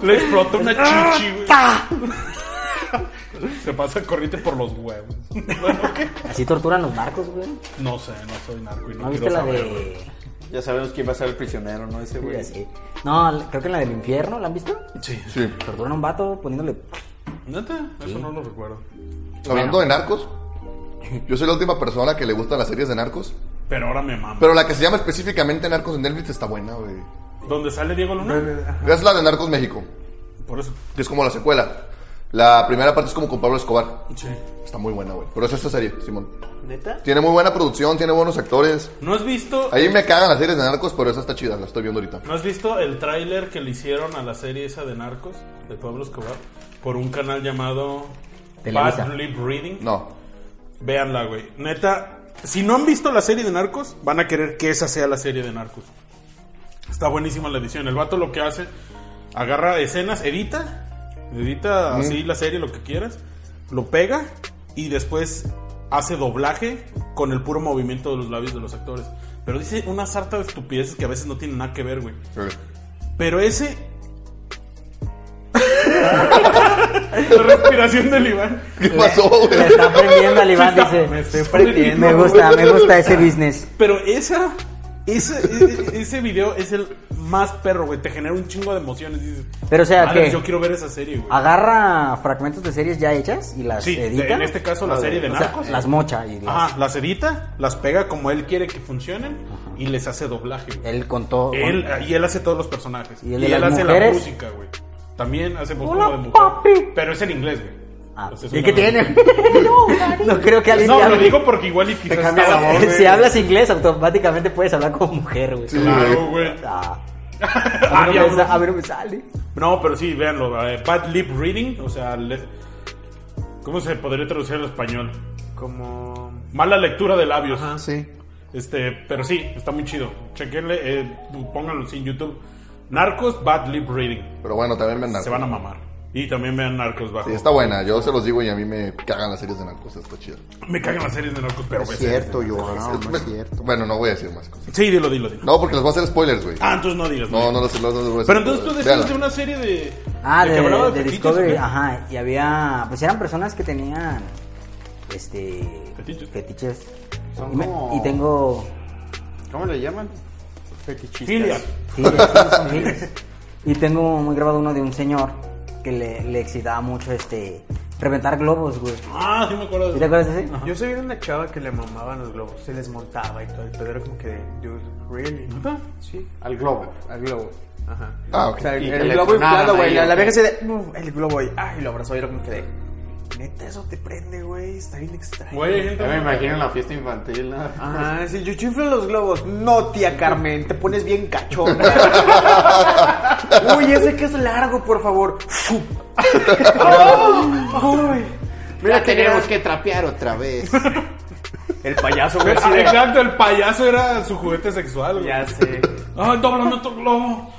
Speaker 3: güey. Le explota una
Speaker 5: Ah,
Speaker 3: chichi, güey.
Speaker 5: ¡Ta!
Speaker 3: [laughs] Se pasa corriente por los huevos. Bueno, ¿qué?
Speaker 5: Así torturan los barcos, güey.
Speaker 3: No sé, no soy narco y no,
Speaker 5: ¿No viste
Speaker 3: quiero
Speaker 5: la
Speaker 3: saber.
Speaker 5: de...?
Speaker 1: Ya sabemos quién va a ser el prisionero, ¿no? Ese güey.
Speaker 5: Sí. No, creo que en la del infierno, ¿la han visto?
Speaker 3: [laughs] Sí.
Speaker 2: Sí.
Speaker 5: Torturan a un vato poniéndole... [laughs]
Speaker 3: ¿Neta? Eso no lo recuerdo.
Speaker 2: Hablando de narcos, yo soy la última persona que le gustan las series de narcos.
Speaker 3: Pero ahora me mama.
Speaker 2: Pero la que se llama específicamente Narcos en Netflix está buena, güey.
Speaker 3: ¿Dónde sale Diego Luna?
Speaker 2: Es la de Narcos México,
Speaker 3: Por eso.
Speaker 2: que es como la secuela. La primera parte es como con Pablo Escobar.
Speaker 3: Sí.
Speaker 2: Está muy buena, güey. Pero es esta serie, Simón.
Speaker 4: ¿Neta?
Speaker 2: Tiene muy buena producción, tiene buenos actores.
Speaker 3: ¿No has visto
Speaker 2: Ahí me cagan las series de narcos, pero esa está chida, la estoy viendo ahorita.
Speaker 3: ¿No has visto el tráiler que le hicieron a la serie esa de Narcos de Pablo Escobar por un canal llamado
Speaker 5: Televisa.
Speaker 3: Bad Lip Reading?
Speaker 2: No.
Speaker 3: Véanla, güey. Neta, si no han visto la serie de Narcos, van a querer que esa sea la serie de Narcos. Está buenísima la edición. El vato lo que hace, agarra escenas, edita, edita así la serie, lo que quieras, lo pega y después hace doblaje con el puro movimiento de los labios de los actores. Pero dice una sarta de estupideces que a veces no tienen nada que ver, güey. Pero ese. la respiración del Iván.
Speaker 2: ¿Qué pasó,
Speaker 5: Le
Speaker 2: güey?
Speaker 5: está aprendiendo al Iván, dice.
Speaker 4: Me estoy prendiendo.
Speaker 5: Me gusta, me
Speaker 3: [laughs]
Speaker 5: gusta ese business.
Speaker 3: Pero esa. esa- e- e- ese video es el más perro, güey. Te genera un chingo de emociones. Dices,
Speaker 5: Pero, o sea,
Speaker 3: "Madres,
Speaker 5: ¿qué? Ah,
Speaker 3: yo quiero ver esa serie, güey.
Speaker 5: Agarra fragmentos de series ya hechas y las
Speaker 3: Sí, de-
Speaker 5: edita.
Speaker 3: en este caso la serie de
Speaker 5: O sea,
Speaker 3: Narcos.
Speaker 5: las mocha y las-
Speaker 3: Ajá, las edita, las pega como él quiere que funcionen y les hace doblaje, güey.
Speaker 5: él contó.
Speaker 3: Él, y él hace todos los personajes.
Speaker 5: ¿Y
Speaker 3: Y
Speaker 5: el
Speaker 3: él,
Speaker 5: de las
Speaker 3: hace
Speaker 5: mujeres?
Speaker 3: la música, güey. También hace voz
Speaker 5: Hola,
Speaker 3: como de mujer.
Speaker 5: papi.
Speaker 3: Pero es en inglés, güey.
Speaker 5: Ah,
Speaker 3: O sea, pues es
Speaker 5: ¿Y
Speaker 3: una-
Speaker 5: qué [laughs] tiene? no creo que alguien
Speaker 3: No,
Speaker 5: te
Speaker 3: lo [laughs]
Speaker 5: hable.
Speaker 3: digo porque igual y quizás
Speaker 2: cambia
Speaker 3: estaba-
Speaker 2: la voz. güey.
Speaker 5: Si hablas inglés, automáticamente puedes hablar como mujer, güey.
Speaker 2: Sí.
Speaker 3: Claro, güey.
Speaker 5: Ah,
Speaker 3: Ah,
Speaker 5: a, mí no me
Speaker 3: diablo.
Speaker 5: sa- a mí no me sale.
Speaker 3: No, pero sí, véanlo. eh, Bad Lip Reading, o sea, le- ¿cómo se podría traducir al español?
Speaker 4: Como...
Speaker 3: Mala lectura de labios.
Speaker 2: Sí.
Speaker 3: Este, pero sí, está muy chido. Chequenle, eh, pónganlo sí, en YouTube. Narcos Bad Lip Reading.
Speaker 2: Pero bueno, también me
Speaker 3: Se van a mamar. Y también vean Narcos bajo.
Speaker 2: Sí, está buena, yo se los digo y a mí me cagan las series de narcos, está chido.
Speaker 3: Me cagan las series de Narcos, pero ve
Speaker 2: yo, no,
Speaker 1: Pues,
Speaker 2: es cierto. Bueno, no voy a decir más cosas.
Speaker 3: series. Sí, dilo, dilo, dilo.
Speaker 2: No, porque les voy a hacer spoilers, güey.
Speaker 3: Ah, entonces no digas.
Speaker 2: No, no los, los, los voy a hacer
Speaker 3: Pero entonces tú decías
Speaker 2: Véanla.
Speaker 3: de una serie de.
Speaker 5: Ah, de,
Speaker 3: que hablaba
Speaker 5: de
Speaker 3: fetiches,
Speaker 5: Discovery,
Speaker 3: ¿o qué?
Speaker 5: ajá. Y había, pues eran personas que tenían, este,
Speaker 3: Fetiches.
Speaker 5: fetiches.
Speaker 1: Son
Speaker 5: Y, me-
Speaker 1: como-
Speaker 5: y tengo,
Speaker 1: [laughs] ¿Cómo le llaman?
Speaker 3: Filia.
Speaker 1: Fetichistas.
Speaker 5: sí, sí,
Speaker 4: [laughs]
Speaker 5: son miles. Y tengo muy grabado uno de un señor que le, le excitaba mucho, este, reventar globos, güey.
Speaker 3: Ah, sí me acuerdo.
Speaker 5: ¿Sí te
Speaker 3: De...
Speaker 5: acuerdas de ese? [laughs]
Speaker 4: Yo soy una chava que le mamaban los globos, se les montaba y todo. El pedo era como que, dude, really? Sí,
Speaker 1: Al globo.
Speaker 4: al globo. Ajá.
Speaker 2: Ah, ok.
Speaker 4: O sea, el,
Speaker 1: Y
Speaker 4: el
Speaker 1: que le
Speaker 4: globo
Speaker 1: tronaban
Speaker 4: inflado, güey.
Speaker 1: ahí,
Speaker 4: La, la
Speaker 1: ok.
Speaker 4: vieja se de. "Uf, el globo ahí. Ay, lo abrazó y era como que de. Neta, eso te prende, güey. Está bien extraño.
Speaker 3: Güey, hay gente.
Speaker 1: Ya me imagino en la fiesta infantil. ¿no?
Speaker 4: Ajá, sí, yo chiflo los globos. No, tía Carmen, te pones bien cachonda. Uy, ese que es largo, por favor. Ay,
Speaker 1: Ya
Speaker 4: mira
Speaker 1: tenemos
Speaker 4: que tenemos
Speaker 1: que trapear otra vez.
Speaker 4: El payaso, güey. así
Speaker 3: Ah, [laughs]
Speaker 4: de-
Speaker 3: Exacto, el payaso era su juguete sexual. güey.
Speaker 4: Pues
Speaker 3: Ah,
Speaker 4: Ya sé.
Speaker 3: Ay, doblame tu globo.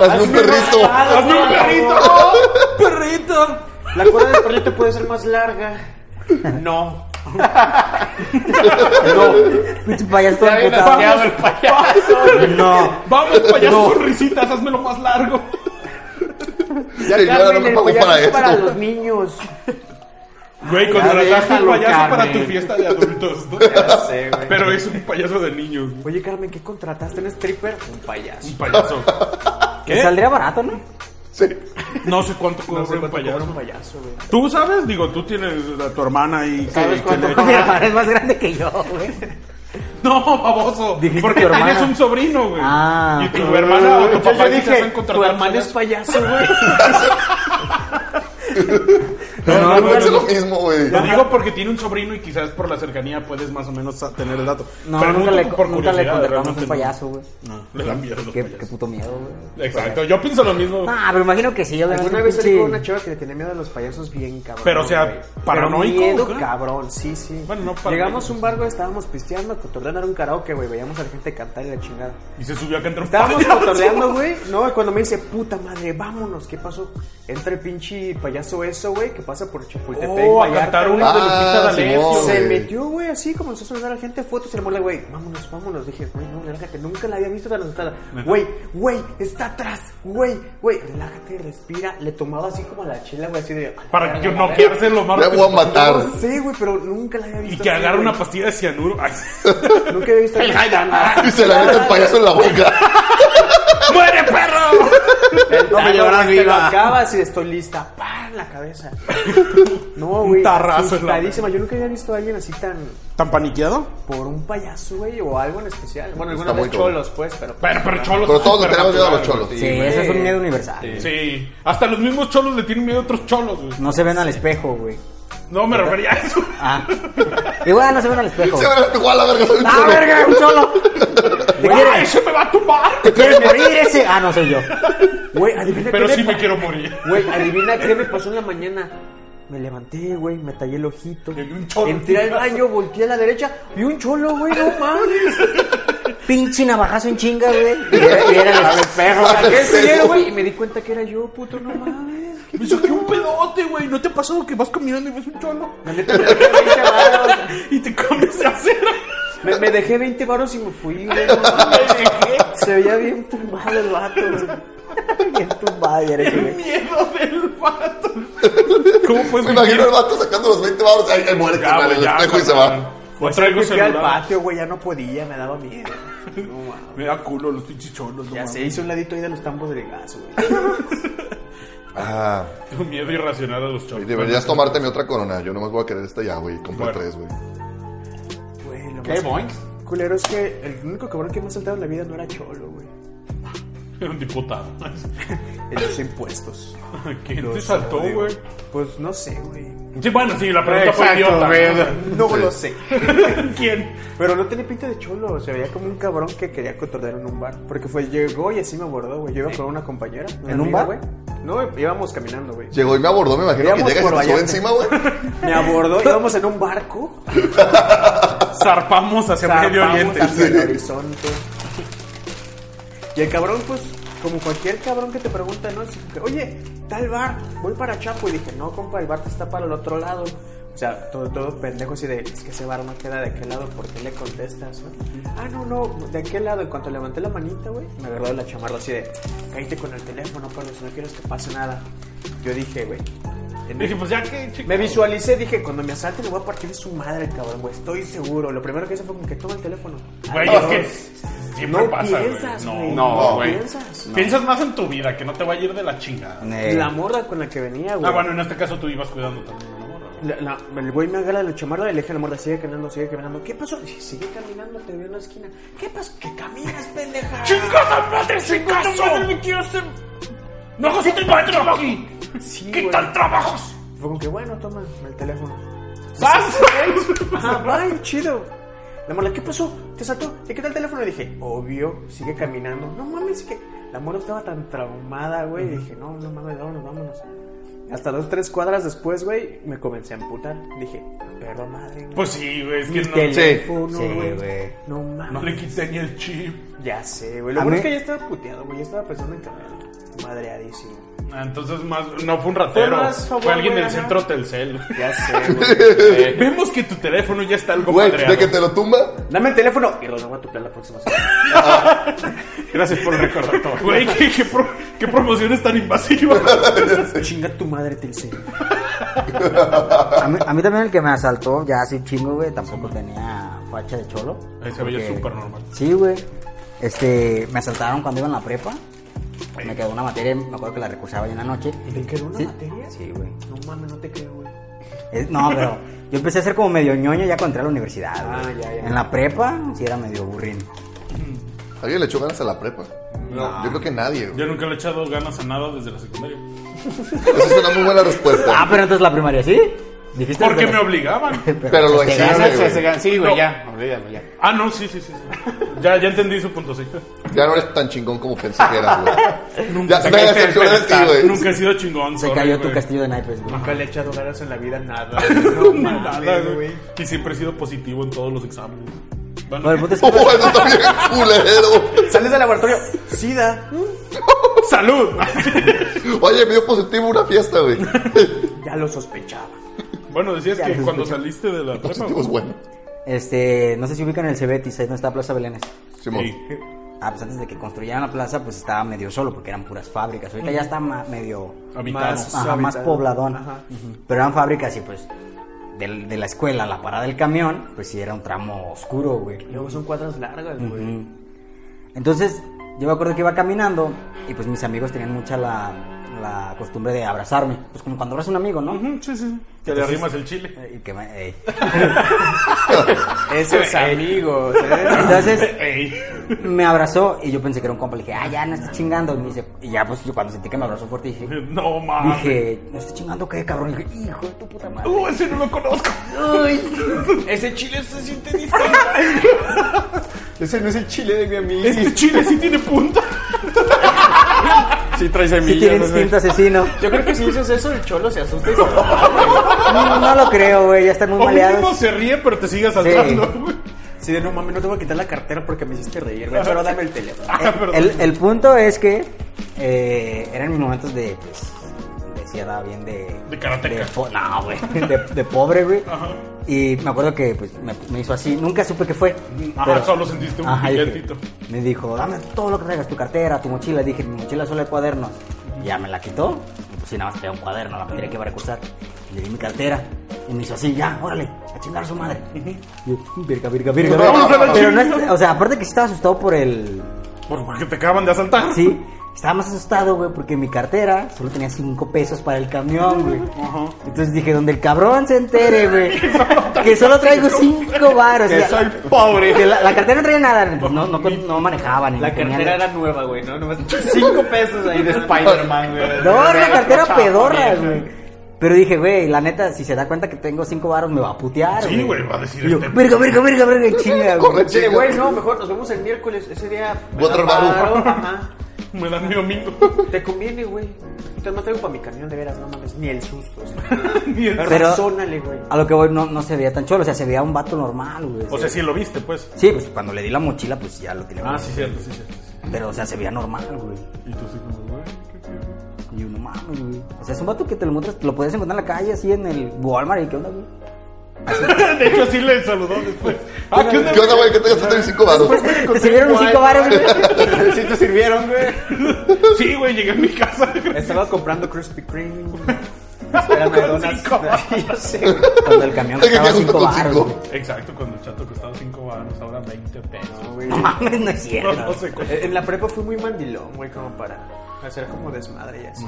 Speaker 2: Hazme un perrito.
Speaker 3: ¡Hazme un perrito!
Speaker 4: ¡Perrito! La cuerda del perrito puede ser más larga. No.
Speaker 5: Pinche payaso
Speaker 3: [laughs]
Speaker 5: todo
Speaker 1: bien
Speaker 5: emputado.
Speaker 1: asqueado el payaso.
Speaker 3: No. Vamos, payaso, con risitas, hazmelo más largo.
Speaker 2: Ya Carmen,
Speaker 4: Carmen,
Speaker 2: no me
Speaker 4: el
Speaker 2: pago
Speaker 4: payaso
Speaker 2: para
Speaker 4: es para
Speaker 2: esto.
Speaker 4: los niños.
Speaker 3: Güey, contrataste un
Speaker 1: déjalo,
Speaker 3: payaso para tu
Speaker 1: Carmen.
Speaker 3: fiesta de adultos. ¿no?
Speaker 4: sé, güey.
Speaker 3: Pero es un payaso de niños. güey.
Speaker 4: Oye, Carmen, ¿qué contrataste? ¿Un stripper? Un payaso.
Speaker 3: Un payaso.
Speaker 5: Te
Speaker 3: ¿Qué? Ah.
Speaker 5: Saldría barato, ¿no?
Speaker 2: Sí.
Speaker 3: No sé cuánto cobra
Speaker 4: No sé
Speaker 3: un
Speaker 4: cuánto
Speaker 3: payaso.
Speaker 4: cobra un payaso, güey.
Speaker 3: ¿Tú sabes? Digo, tú tienes a tu hermana ahí. que-
Speaker 1: ¿Sabes
Speaker 3: que
Speaker 1: cuánto
Speaker 3: le-
Speaker 1: cobra? [laughs]
Speaker 5: Mi hermano es más grande que yo, güey.
Speaker 3: [laughs] No, baboso.
Speaker 5: Dijiste
Speaker 3: Porque
Speaker 5: tu hermana.
Speaker 3: tienes un sobrino, güey.
Speaker 5: Ah.
Speaker 3: y tu hermana o tu
Speaker 4: Yo,
Speaker 3: papá sí
Speaker 4: yo
Speaker 3: se
Speaker 4: dije,
Speaker 3: hacen
Speaker 4: tu
Speaker 3: contratar
Speaker 4: hermano es
Speaker 3: payaso.
Speaker 4: payaso, güey.
Speaker 2: No, no,
Speaker 3: no,
Speaker 2: es
Speaker 3: no.
Speaker 2: lo mismo, güey.
Speaker 3: Lo digo porque tiene un sobrino y quizás por la cercanía puedes más o menos sa- tener el dato.
Speaker 5: No,
Speaker 3: Pero
Speaker 5: nunca, le,
Speaker 3: tú por
Speaker 5: nunca le
Speaker 3: curiosidad,
Speaker 5: contratamos
Speaker 3: realmente
Speaker 5: un
Speaker 3: no.
Speaker 5: payaso, güey.
Speaker 3: No, le dan miedo a los
Speaker 5: Qué, qué
Speaker 3: payasos.
Speaker 5: puto miedo, güey.
Speaker 3: Exacto, yo pienso lo mismo.
Speaker 5: Ah, pero imagino que sí, yo
Speaker 4: Alguna vez se dijo una chava que le tenía miedo a los payasos bien cabrón.
Speaker 3: Pero, o sea,
Speaker 4: güey.
Speaker 3: paranoico,
Speaker 4: Pero miedo
Speaker 3: ¿o qué?
Speaker 4: cabrón, sí, sí.
Speaker 3: Bueno, no paranoico.
Speaker 4: Llegamos a un bar, güey, estábamos pisteando, cotorreando, era un karaoke, güey. Veíamos a la gente cantar y
Speaker 3: [laughs]
Speaker 4: la chingada.
Speaker 3: Y se subió acá entre un
Speaker 4: Estábamos
Speaker 3: payaso. [laughs]
Speaker 4: cotorreando, güey. No, y cuando me dice, puta madre, vámonos, ¿qué pasó? Entra el pinche payaso eso, güey, que pasa por Chapultepec.
Speaker 3: Oh, a
Speaker 4: Vallarta,
Speaker 3: cantar
Speaker 4: güey.
Speaker 3: una de
Speaker 2: Ah,
Speaker 3: Lupita D'Alessio.
Speaker 2: Simón.
Speaker 4: Se
Speaker 2: güey.
Speaker 4: metió, güey, así comenzó a saludar a la gente, fotos, y el mole, güey, vámonos, vámonos. Dije, güey, no, relájate, nunca la había visto tan asustada. Güey, güey, está atrás, güey, güey, relájate, respira. Le tomaba así como a la chela, güey, así de.
Speaker 3: Para que yo no quiera hacer lo
Speaker 2: Ya
Speaker 3: malo.
Speaker 2: voy a
Speaker 4: [laughs]
Speaker 2: matar.
Speaker 4: No sé, güey, pero nunca la había visto.
Speaker 3: Y que
Speaker 4: así,
Speaker 3: agarre
Speaker 4: güey.
Speaker 3: una pastilla de cianuro.
Speaker 2: [laughs]
Speaker 3: Ay,
Speaker 4: Nunca había
Speaker 3: [laughs]
Speaker 4: visto. El
Speaker 2: Y se la mete el payaso en la boca.
Speaker 3: ¡Muere, perro!
Speaker 4: No me
Speaker 1: llevarás
Speaker 4: Lo
Speaker 1: viva.
Speaker 4: acabas y estoy lista. ¡Pah! En
Speaker 3: [laughs]
Speaker 4: la cabeza. No, güey.
Speaker 3: Un tarrazo en la-
Speaker 4: asustadísima. Yo nunca había visto a alguien así tan.
Speaker 3: ¿Tan paniqueado?
Speaker 4: Por un payaso, güey, o algo en especial. Bueno,
Speaker 2: Está
Speaker 4: algunos
Speaker 2: muy
Speaker 4: vez
Speaker 2: cabrón.
Speaker 4: cholos, pues, pero.
Speaker 3: Pero, pero cholos.
Speaker 2: Pero todos le
Speaker 3: pero
Speaker 2: tenemos miedo a los
Speaker 3: natural,
Speaker 2: cholos.
Speaker 5: Sí, ese es un miedo universal.
Speaker 3: güey. Sí, hasta los mismos cholos le tienen miedo a otros cholos, güey.
Speaker 5: No se ven al espejo, güey.
Speaker 3: No me refería a eso.
Speaker 5: Ah. [laughs] Igual no se ven al espejo.
Speaker 2: Se van a igual a la verga, soy un
Speaker 5: ¡Ah,
Speaker 2: cholo.
Speaker 5: verga! ¡Un solo! ¿Te
Speaker 3: ¡Ay,
Speaker 5: quieres?
Speaker 3: se me va a tumbar!
Speaker 5: ¿Te quieres morir ese? Ah, no, soy yo.
Speaker 4: Güey, adivina
Speaker 3: Pero
Speaker 4: qué
Speaker 3: sí
Speaker 4: me
Speaker 3: me quiero morir. [laughs]
Speaker 4: Güey, adivina qué me pasó en la mañana. Me levanté, güey, me tallé el ojito.
Speaker 3: Le vi un cholo.
Speaker 4: Entré al baño, volteé a la derecha, vi un cholo, güey, no
Speaker 3: [laughs]
Speaker 4: mames.
Speaker 5: Pinche navajazo en chinga, güey. Y era- y era el
Speaker 4: [laughs]
Speaker 5: espejo.
Speaker 4: Saqué el celular, güey, y me di cuenta que era yo, puto, no mames.
Speaker 3: Me saqué un pedote, güey. ¿No te ha pasado que vas caminando y ves un cholo?
Speaker 4: La neta, me dejé 20 varos.
Speaker 3: Y te cambias de acera.
Speaker 4: Me, me dejé 20 varos y me fui, güey. no mames. Se veía bien tumbado el vato, güey.
Speaker 5: Qué tumbada ya eres, güey.
Speaker 3: Miedo del vato. ¿Cómo puedes
Speaker 2: Me imagino
Speaker 3: vivir?
Speaker 2: el vato sacando los 20 baros. Ahí ahí muere, carnal, en el espejo y se va.
Speaker 3: O traigo
Speaker 4: Fui al
Speaker 3: celular.
Speaker 4: patio, güey, ya no podía, me daba miedo. No mames.
Speaker 3: Me da culo los pinches cholos, no
Speaker 4: Ya
Speaker 3: mames.
Speaker 4: se hizo un ladito ahí de los tambos de gas, güey.
Speaker 2: Ah,
Speaker 3: Tengo miedo irracional a los
Speaker 2: y
Speaker 3: cholos.
Speaker 2: deberías tomarte mi otra corona. Yo nomás voy a querer esta ya, güey. Compré
Speaker 3: Bueno.
Speaker 2: tres, güey.
Speaker 4: Güey, lo
Speaker 1: ¿Qué,
Speaker 4: más
Speaker 1: Boinks?
Speaker 4: culero es que el único cabrón que me ha saltado en la vida no era cholo, güey.
Speaker 3: Era [laughs] un diputado.
Speaker 4: En los impuestos.
Speaker 3: [laughs] ¿Quién te
Speaker 4: Los
Speaker 3: saltó,
Speaker 4: odio.
Speaker 3: güey?
Speaker 4: Pues no sé, güey.
Speaker 3: Sí, bueno, sí, la pregunta fue idiota.
Speaker 4: No lo sé.
Speaker 3: [laughs] ¿Quién?
Speaker 4: Pero no tenía pinta de cholo, se veía como un cabrón que quería cotorrear en un bar. Porque fue, llegó y así me abordó, güey. Yo iba con una compañera. una
Speaker 5: ¿En un
Speaker 4: amiga,
Speaker 5: bar?
Speaker 4: güey. No, íbamos caminando, güey.
Speaker 2: Llegó y me abordó, me imagino que
Speaker 3: [laughs]
Speaker 4: Veamos
Speaker 2: llega y se
Speaker 4: por
Speaker 2: me sube
Speaker 5: [laughs]
Speaker 4: Vallarta.
Speaker 2: encima, güey.
Speaker 4: Me abordó, íbamos en un barco.
Speaker 3: zarpamos hacia Medio
Speaker 4: Zarpamos
Speaker 3: Oriente.
Speaker 4: hacia el horizonte. Y el cabrón, pues, como cualquier cabrón que te pregunta, ¿no? Así que, Oye, tal bar, voy para Chapo. Y dije, no, compa, el bar está para el otro lado. O sea, todo, todo pendejo así de, es que ese bar no queda de aquel lado, ¿por qué le contestas? no? Ah, no, no, de aquel lado. En cuanto levanté la manita, güey, me agarró de la chamarra así de, cállate con el teléfono, Pablo, si no quieres que pase nada. Yo dije, güey. en
Speaker 3: Dije,
Speaker 4: mi-
Speaker 3: pues ya que. chico.
Speaker 4: me visualicé, dije, cuando me asalte le voy a partir de su madre, el cabrón, güey. Estoy seguro. Lo primero que hice fue como que toma el teléfono.
Speaker 3: Güey,
Speaker 4: Adiós.
Speaker 3: es que. Siempre
Speaker 4: no
Speaker 3: pasa, güey.
Speaker 4: piensas,
Speaker 3: No,
Speaker 4: güey.
Speaker 3: no,
Speaker 4: No
Speaker 3: güey.
Speaker 4: piensas. No.
Speaker 3: Piensas más en tu vida, que no te va a ir de la chingada.
Speaker 5: Eh,
Speaker 4: La morra con la que venía, güey.
Speaker 3: Ah, bueno, en este caso tú ibas cuidando también, ¿no?
Speaker 4: La- la- el güey me agarra la chamarra y le dije a la morra, sigue caminando, sigue caminando. ¿Qué pasó? Dije, sigue caminando, te veo en la esquina. ¿Qué pasó? ¿Qué caminas, pendeja?
Speaker 3: ¡Chingada madre, se caso! me quiero hacer! ¡No hagas este trabajo aquí!
Speaker 4: Sí, güey.
Speaker 3: ¡Quitan trabajos!
Speaker 4: Fue como que, bueno, toma el teléfono.
Speaker 3: ¡Sas!
Speaker 4: Ajá, bye, chido. La morra, ¿qué pasó? ¿Te saltó? ¿Te quita el teléfono? Y dije, obvio, sigue caminando. No mames, que la morra estaba tan traumada, güey. Dije, no, no mames, vámonos, vámonos. Hasta dos, tres cuadras después, güey, me comencé a amputar. Dije, perdón, madre.
Speaker 3: [laughs]
Speaker 4: güey.
Speaker 3: Pues sí, güey, es que no,
Speaker 4: teléfono,
Speaker 5: Sí,
Speaker 4: güey.
Speaker 5: güey.
Speaker 4: no mames.
Speaker 3: no le quité ni el chip.
Speaker 4: Ya sé, güey. Lo
Speaker 5: A
Speaker 4: bueno es
Speaker 5: mí-
Speaker 4: que ya estaba puteado, güey. Ya estaba pensando en cambiarlo. Madreadísimo.
Speaker 3: Ah, entonces más, no fue un ratero.
Speaker 4: Fue
Speaker 3: Fue,
Speaker 4: más favor,
Speaker 3: alguien
Speaker 4: güey,
Speaker 3: del
Speaker 4: ajá.
Speaker 3: centro [laughs] Telcel.
Speaker 4: Ya sé, güey.
Speaker 3: Eh, Vemos que tu teléfono ya está algo
Speaker 2: Güey,
Speaker 3: madreado.
Speaker 2: de que te lo tumba.
Speaker 4: Dame el teléfono y lo voy a tupear la próxima
Speaker 3: [laughs]
Speaker 4: semana.
Speaker 3: Gracias por el recordatorio. [laughs] Güey, ¿qué, qué, pro- qué promociones tan invasivas.
Speaker 4: Chinga tu madre, Tilce.
Speaker 5: A mí, a mí también el que me asaltó, ya así chingo, güey, tampoco tenía facha de cholo.
Speaker 3: Ahí se veía súper normal.
Speaker 5: Sí, güey. Este, me asaltaron cuando iba en la prepa. Me quedó una materia, me acuerdo que la recursaba yo en la noche.
Speaker 4: ¿Te quedó una
Speaker 5: Sí.
Speaker 4: materia?
Speaker 5: Sí, güey.
Speaker 4: No mames, no te creo, güey.
Speaker 5: Es- No, pero yo empecé a ser como medio ñoño ya cuando entré a la universidad.
Speaker 4: Ah,
Speaker 5: güey.
Speaker 4: ya, ya.
Speaker 5: En la prepa sí era medio burrín.
Speaker 2: ¿Alguien le echó ganas a la prepa? No. Yo creo que nadie. güey.
Speaker 3: Yo nunca le he echado ganas a nada desde la secundaria.
Speaker 2: Esa es una muy buena
Speaker 5: Ah,
Speaker 2: respuesta.
Speaker 5: pero entonces la primaria, ¿sí? Dijiste
Speaker 3: Porque
Speaker 5: que-
Speaker 3: me obligaban.
Speaker 2: Pero lo
Speaker 5: te
Speaker 2: hicieron,
Speaker 5: ganas,
Speaker 2: pues, güey.
Speaker 1: Sí, güey,
Speaker 3: No.
Speaker 1: ya, olvídalo, ya.
Speaker 3: Ah, no, sí, sí, sí. sí. Ya, ya entendí su punto, sí.
Speaker 2: Ya no eres tan chingón como pensé que eras, güey.
Speaker 3: Nunca,
Speaker 2: [laughs] ya, me decepcionó de ti, güey.
Speaker 3: nunca he sido chingón.
Speaker 5: Se
Speaker 3: sorry,
Speaker 5: cayó tu
Speaker 3: güey.
Speaker 5: castillo de naipes, güey.
Speaker 4: Nunca le he echado ganas en la vida nada. güey. No
Speaker 3: Nada,
Speaker 4: mames,
Speaker 3: güey.
Speaker 4: güey.
Speaker 3: Y siempre he sido positivo en todos los exámenes. Bueno,
Speaker 5: Pero el punto es que-
Speaker 2: Oh, eso está bien culero.
Speaker 4: Sales del laboratorio, SIDA.
Speaker 3: ¡Salud!
Speaker 2: Oye, me dio positivo una fiesta, güey.
Speaker 3: [laughs]
Speaker 2: [laughs]
Speaker 4: Ya lo sospechaba.
Speaker 3: [laughs] bueno, decías
Speaker 5: Ya,
Speaker 3: que
Speaker 5: pues,
Speaker 3: cuando
Speaker 5: escucha.
Speaker 3: saliste de la prepa.
Speaker 2: Positivo es bueno.
Speaker 5: Este, no sé si ubican el Cebetis, ahí donde está Plaza Belénes.
Speaker 2: Simón.
Speaker 3: güey.
Speaker 5: Ah, pues antes de que construyeran la plaza, pues estaba medio solo porque eran puras fábricas. Ahorita ya está ma- medio
Speaker 3: Habitado.
Speaker 4: Más-
Speaker 5: ajá, más
Speaker 4: habitado.
Speaker 5: pobladón.
Speaker 4: Ajá.
Speaker 5: Ujú. Pero eran fábricas y pues del- de, la escuela a la parada del camión, pues sí era un tramo oscuro, güey.
Speaker 4: Luego son cuadras largas, güey.
Speaker 5: Ujú. Entonces, yo me acuerdo que iba caminando y pues mis amigos tenían mucha la, la costumbre de abrazarme. Pues como cuando abrazas a un amigo, ¿no?
Speaker 3: Ujú, sí, sí. Te le
Speaker 5: Entonces-
Speaker 3: arrimas el chile.
Speaker 5: Eh, y que me- eh.
Speaker 4: Esos amigos, ¿eh?
Speaker 5: Entonces,
Speaker 3: [laughs] Ey.
Speaker 5: me abrazó y yo pensé que era un compa. Le dije, ah, ya, no estoy chingando. Y, me dice, y ya, pues yo cuando sentí que me abrazó fuerte, dije,
Speaker 3: No mames.
Speaker 5: dije, no estoy chingando, ¿qué, cabrón? Y dije, hijo de tu puta madre.
Speaker 3: Uh, ese no lo
Speaker 5: [laughs]
Speaker 3: conozco.
Speaker 9: Ese chile se siente distinto. Ese no es el chile de mi amigo.
Speaker 3: Este chile sí tiene punta.
Speaker 9: Sí trae
Speaker 5: [laughs] Sí tiene instinto asesino.
Speaker 4: Yo creo que si dices eso, el cholo se asusta y se
Speaker 5: No, no lo creo, güey, ya están muy
Speaker 3: O mínimo
Speaker 5: maleados.
Speaker 3: se ríe, pero te sigue saltando.
Speaker 4: Sí, de no mames, no te voy a quitar la cartera porque me hiciste reír. güey, Pero dame
Speaker 5: [laughs]
Speaker 4: el teléfono.
Speaker 3: [laughs] Ah, perdón.
Speaker 5: El, el punto es que eh, eran mis momentos de, pues, decía, daba bien de...
Speaker 3: De karateca.
Speaker 5: po- no, güey, [laughs] de, de pobre, güey.
Speaker 3: Ajá.
Speaker 5: Y me acuerdo que pues, me, me hizo así, nunca supe qué fue.
Speaker 3: Ajá, solo sentiste un
Speaker 5: dije,
Speaker 3: piquetito.
Speaker 5: me dijo, dame todo lo que traigas, tu cartera, tu mochila. Dije, mi mochila solo hay cuadernos. Y Ya me la quitó. Y pues sí, nada más traía un cuaderno, la materia que iba a recursar. Le di mi cartera. Y me hizo así, ya, órale, a chingar a su madre. Y yo, virga, virga, virga. virga.
Speaker 3: Vamos a la
Speaker 5: Pero no
Speaker 3: chinga.
Speaker 5: es- o sea, aparte que sí estaba asustado por el.
Speaker 3: Por- Porque te acaban de asaltar.
Speaker 5: Sí, estaba más asustado, güey, porque mi cartera solo tenía 5 pesos para el camión, güey. Entonces dije, donde el cabrón se entere, güey, que solo traigo 5 varos.
Speaker 9: Que
Speaker 5: O sea,
Speaker 9: soy pobre.
Speaker 5: que la, la cartera no traía nada, pues, no, no, no manejaba ni
Speaker 4: La
Speaker 5: tenía-
Speaker 4: cartera era nueva, güey, ¿no? Nomás cinco pesos ahí de Spider-Man, güey.
Speaker 5: No, era una cartera pedorra, güey. Pero dije, güey, la neta, si se da cuenta que tengo 5 varos, me va a putear,
Speaker 3: Sí, güey, va a decir
Speaker 5: Y yo,
Speaker 3: este-
Speaker 5: verga, verga, verga, verga, y chinga, güey.
Speaker 2: Corre,
Speaker 4: Sí,
Speaker 2: chinga.
Speaker 4: Eh, güey, no, mejor nos vemos el miércoles. Ese día.
Speaker 2: Voy a
Speaker 4: me
Speaker 2: trabajar.
Speaker 4: paro, Ajá.
Speaker 3: [laughs] Me dan mi domingo.
Speaker 4: Te conviene, güey. Entonces no traigo para mi camión de veras, no mames, ni el susto. O sea,
Speaker 3: Ni el-
Speaker 5: Pero-
Speaker 4: razónale, güey.
Speaker 5: A lo que voy, no, no se veía tan cholo, o sea, se veía un vato normal, güey.
Speaker 3: O sea, sí lo viste, pues.
Speaker 5: Sí, pues cuando le di la mochila, pues ya lo tiré.
Speaker 3: Ah, sí, cierto, sí, cierto. sí.
Speaker 5: Pero, o sea, se veía normal, güey.
Speaker 3: Y tú sí como, güey, qué pedo.
Speaker 5: Y uno, mames, güey. O sea, es un vato que te lo muestras, lo puedes encontrar en la calle, así en el Walmart, y qué onda, güey.
Speaker 3: [laughs] De hecho, sí le saludó [laughs] después. Ah, ¿qué onda? Ah, pues,
Speaker 2: ¿Qué onda, güey? ¿Qué te gastaste en cinco baros?
Speaker 5: Te sirvieron cinco baros, güey.
Speaker 1: Sí te sirvieron, güey.
Speaker 3: Sí, güey, llegué a mi [laughs] casa.
Speaker 4: Estaba comprando Krispy Kreme. Esperando donas. [laughs]
Speaker 3: cinco
Speaker 4: Ya sé, güey.
Speaker 5: Cuando el camión
Speaker 2: Te
Speaker 5: costaba
Speaker 2: quedas
Speaker 5: cinco
Speaker 2: con
Speaker 5: baros,
Speaker 2: cinco.
Speaker 5: güey.
Speaker 3: Exacto, cuando el chato costaba 5 baros, ahora 20 pesos.
Speaker 4: No, güey.
Speaker 5: No mames, no es
Speaker 3: No,
Speaker 5: cierto.
Speaker 3: no sé cómo.
Speaker 4: [laughs] En la prepa fui muy mandilón, güey, como para hacer como desmadre y así.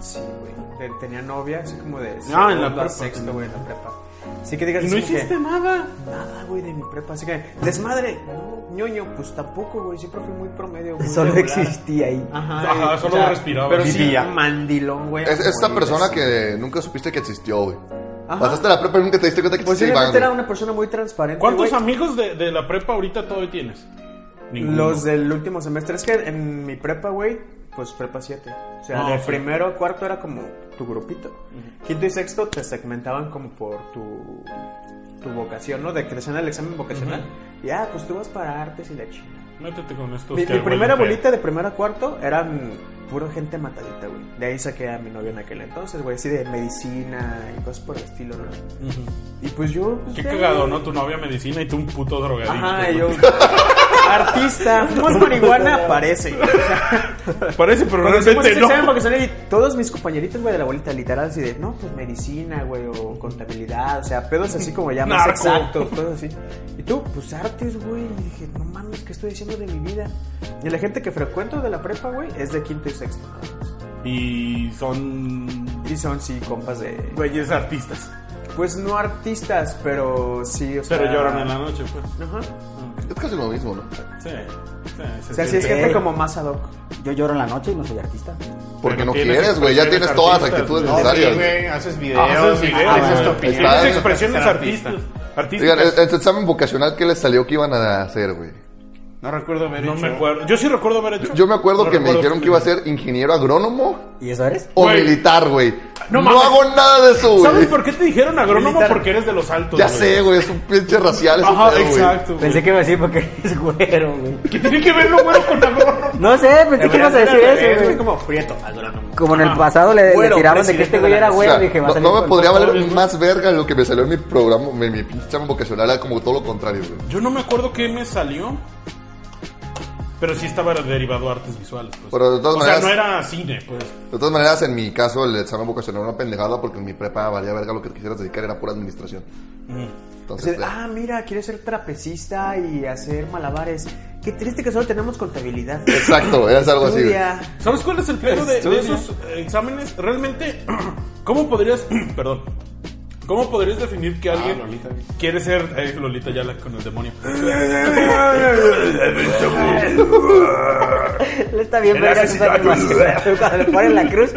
Speaker 4: Sí, güey. Te- Tenía novia, así como de.
Speaker 3: Ah, en la
Speaker 4: segundo a
Speaker 3: prepa,
Speaker 4: Sexto,
Speaker 3: tenía.
Speaker 4: güey, en la prepa. Así que digas.
Speaker 3: Y
Speaker 4: así
Speaker 3: no
Speaker 4: como que,
Speaker 3: hiciste nada.
Speaker 4: Nada, güey, de mi prepa. Así que, desmadre. No, ñoño, pues tampoco, güey. Siempre fui muy promedio, güey.
Speaker 5: Solo
Speaker 4: regular.
Speaker 5: existía ahí.
Speaker 4: Ajá,
Speaker 3: Ajá,
Speaker 4: güey,
Speaker 3: solo respiraba.
Speaker 4: Pero sí, Este
Speaker 3: Vivía.
Speaker 4: mandilón, güey.
Speaker 2: Es
Speaker 4: a
Speaker 2: esta
Speaker 4: morir,
Speaker 2: persona
Speaker 4: así.
Speaker 2: que nunca supiste que existió, güey.
Speaker 4: Ajá.
Speaker 2: Pasaste la prepa y nunca te diste cuenta que
Speaker 5: Pues
Speaker 2: existía Iván,
Speaker 4: Posiblemente
Speaker 2: güey.
Speaker 4: era una persona muy transparente.
Speaker 3: ¿Cuántos
Speaker 4: güey.
Speaker 3: amigos de, de la prepa ahorita todavía tienes?
Speaker 4: Los del último semestre. Es que en mi prepa, güey, pues prepa 7. O sea,
Speaker 3: Ah,
Speaker 4: de
Speaker 3: ok.
Speaker 4: primero a cuarto era como tu grupito. Quinto y sexto te segmentaban como por tu, tu vocación, ¿no? De que te hacían el examen vocacional. Y ah, pues tú vas para artes y la chingada.
Speaker 3: Métete con estos.
Speaker 4: Mi,
Speaker 3: que
Speaker 4: mi
Speaker 3: huelen
Speaker 4: primera
Speaker 3: feo.
Speaker 4: bolita de primero a cuarto eran puro gente matadita, güey. De ahí saqué a mi novio en aquel entonces, güey. Así de medicina y cosas por el estilo, ¿no? Y pues yo... pues,
Speaker 3: Qué
Speaker 4: ya,
Speaker 3: cagado,
Speaker 4: güey.
Speaker 3: ¿no? Tu novia medicina y tú un puto drogadicto.
Speaker 4: Ajá, y yo... [laughs] Artista,
Speaker 3: [laughs]
Speaker 4: fumas marihuana, parece.
Speaker 3: Parece, pero
Speaker 4: Cuando hicimos
Speaker 3: realmente
Speaker 4: ese
Speaker 3: no.
Speaker 4: examen vocacional y todos mis compañeritos, güey, de la bolita literal, así de, no, pues medicina, güey, o contabilidad, o sea, pedos así como ya más
Speaker 3: Narco.
Speaker 4: exactos, cosas así. Y tú, pues artes, güey, y dije, no mames, ¿qué estoy haciendo de mi vida? Y la gente que frecuento de la prepa, güey, es de quinto y sexto. nada más.
Speaker 3: Y son.
Speaker 4: Y son, sí, compas de...
Speaker 3: Güeyes artistas.
Speaker 4: Pues no artistas, pero sí, o sea...
Speaker 3: Pero lloran en la noche, pues.
Speaker 4: Ajá.
Speaker 2: Es casi lo mismo, ¿no?
Speaker 3: Sí. sí, sí,
Speaker 4: O sea,
Speaker 3: sí.
Speaker 4: sí es gente
Speaker 5: Ok.
Speaker 4: como más ad hoc.
Speaker 5: Yo lloro en la noche y no soy artista.
Speaker 2: Porque
Speaker 3: Pero
Speaker 2: no
Speaker 3: tienes
Speaker 2: quieres, güey. Ya
Speaker 3: expresiones
Speaker 2: tienes todas las
Speaker 3: artistas,
Speaker 2: actitudes
Speaker 3: güey.
Speaker 2: necesarias. güey.
Speaker 1: güey, haces videos,
Speaker 3: Haces videos,
Speaker 1: haces
Speaker 3: güey.
Speaker 1: ah, tu opinión.
Speaker 2: Está-
Speaker 3: Tienes
Speaker 2: Haces
Speaker 3: expresiones
Speaker 1: Ser artista.
Speaker 3: artistas.
Speaker 2: Digan,
Speaker 3: Artísticas.
Speaker 2: el, el examen vocacional que les salió que iban a hacer, güey.
Speaker 1: No recuerdo haber
Speaker 3: No
Speaker 1: hecho.
Speaker 3: me acuerdo. Yo sí recuerdo haber hecho.
Speaker 2: Yo me acuerdo
Speaker 3: No
Speaker 2: que me
Speaker 3: recuerdo
Speaker 2: dijeron que iba a ser ingeniero agrónomo
Speaker 5: ¿Y eso eres?
Speaker 2: o
Speaker 3: Güey.
Speaker 2: militar, güey.
Speaker 3: No
Speaker 2: No,
Speaker 3: mames.
Speaker 2: hago nada de eso,
Speaker 3: ¿Sabes
Speaker 2: güey.
Speaker 3: por qué te dijeron agrónomo?
Speaker 4: Militar.
Speaker 3: Porque eres de los altos.
Speaker 2: Ya
Speaker 3: güey.
Speaker 2: sé, güey. Es un pinche racial. ese
Speaker 3: Ajá,
Speaker 2: pedo, güey.
Speaker 3: exacto. güey.
Speaker 5: Pensé que iba a decir porque [laughs] es güero, güey.
Speaker 3: ¿Qué tiene que ver lo bueno con agrónomo?
Speaker 5: No sé, pensé que ibas a decir eso, güey.
Speaker 4: como prieto, agrónomo.
Speaker 5: Como en el pasado le, le
Speaker 4: Güero,
Speaker 5: tiraban de que
Speaker 4: presidente
Speaker 5: este güey
Speaker 4: de la
Speaker 5: era
Speaker 2: O
Speaker 5: güero,
Speaker 2: sea,
Speaker 5: dije, va a
Speaker 2: no,
Speaker 5: salir
Speaker 2: no me
Speaker 5: con-
Speaker 2: podría valer
Speaker 3: mismo.
Speaker 2: más verga lo que me salió en mi programa, mi, mi pinche examen vocacional era como todo lo contrario, güey.
Speaker 3: Yo no me acuerdo qué me salió. Pero sí estaba derivado a artes visuales. pues.
Speaker 2: Pero de todas
Speaker 3: o
Speaker 2: maneras-
Speaker 3: sea, no era cine, pues.
Speaker 2: De todas maneras, en mi caso, el examen vocacional era una pendejada porque en mi prepa valía verga lo que te quisieras dedicar era pura administración. Entonces,
Speaker 4: Entonces, ah, mira, quiere ser trapecista y hacer malabares. Qué triste que solo tenemos contabilidad.
Speaker 2: eh, exacto, era algo así, güey.
Speaker 4: Estudia.
Speaker 3: ¿Sabes cuál es el pedo de, de
Speaker 4: Estudia.
Speaker 3: esos eh, exámenes? Realmente, ¿cómo podrías, perdón, cómo podrías definir que alguien
Speaker 1: Lolita.
Speaker 3: quiere ser eh, Lolita ya la- con el demonio?
Speaker 5: Le está bien,
Speaker 3: El
Speaker 5: pero
Speaker 3: asesino
Speaker 5: Cuando le ponen la cruz,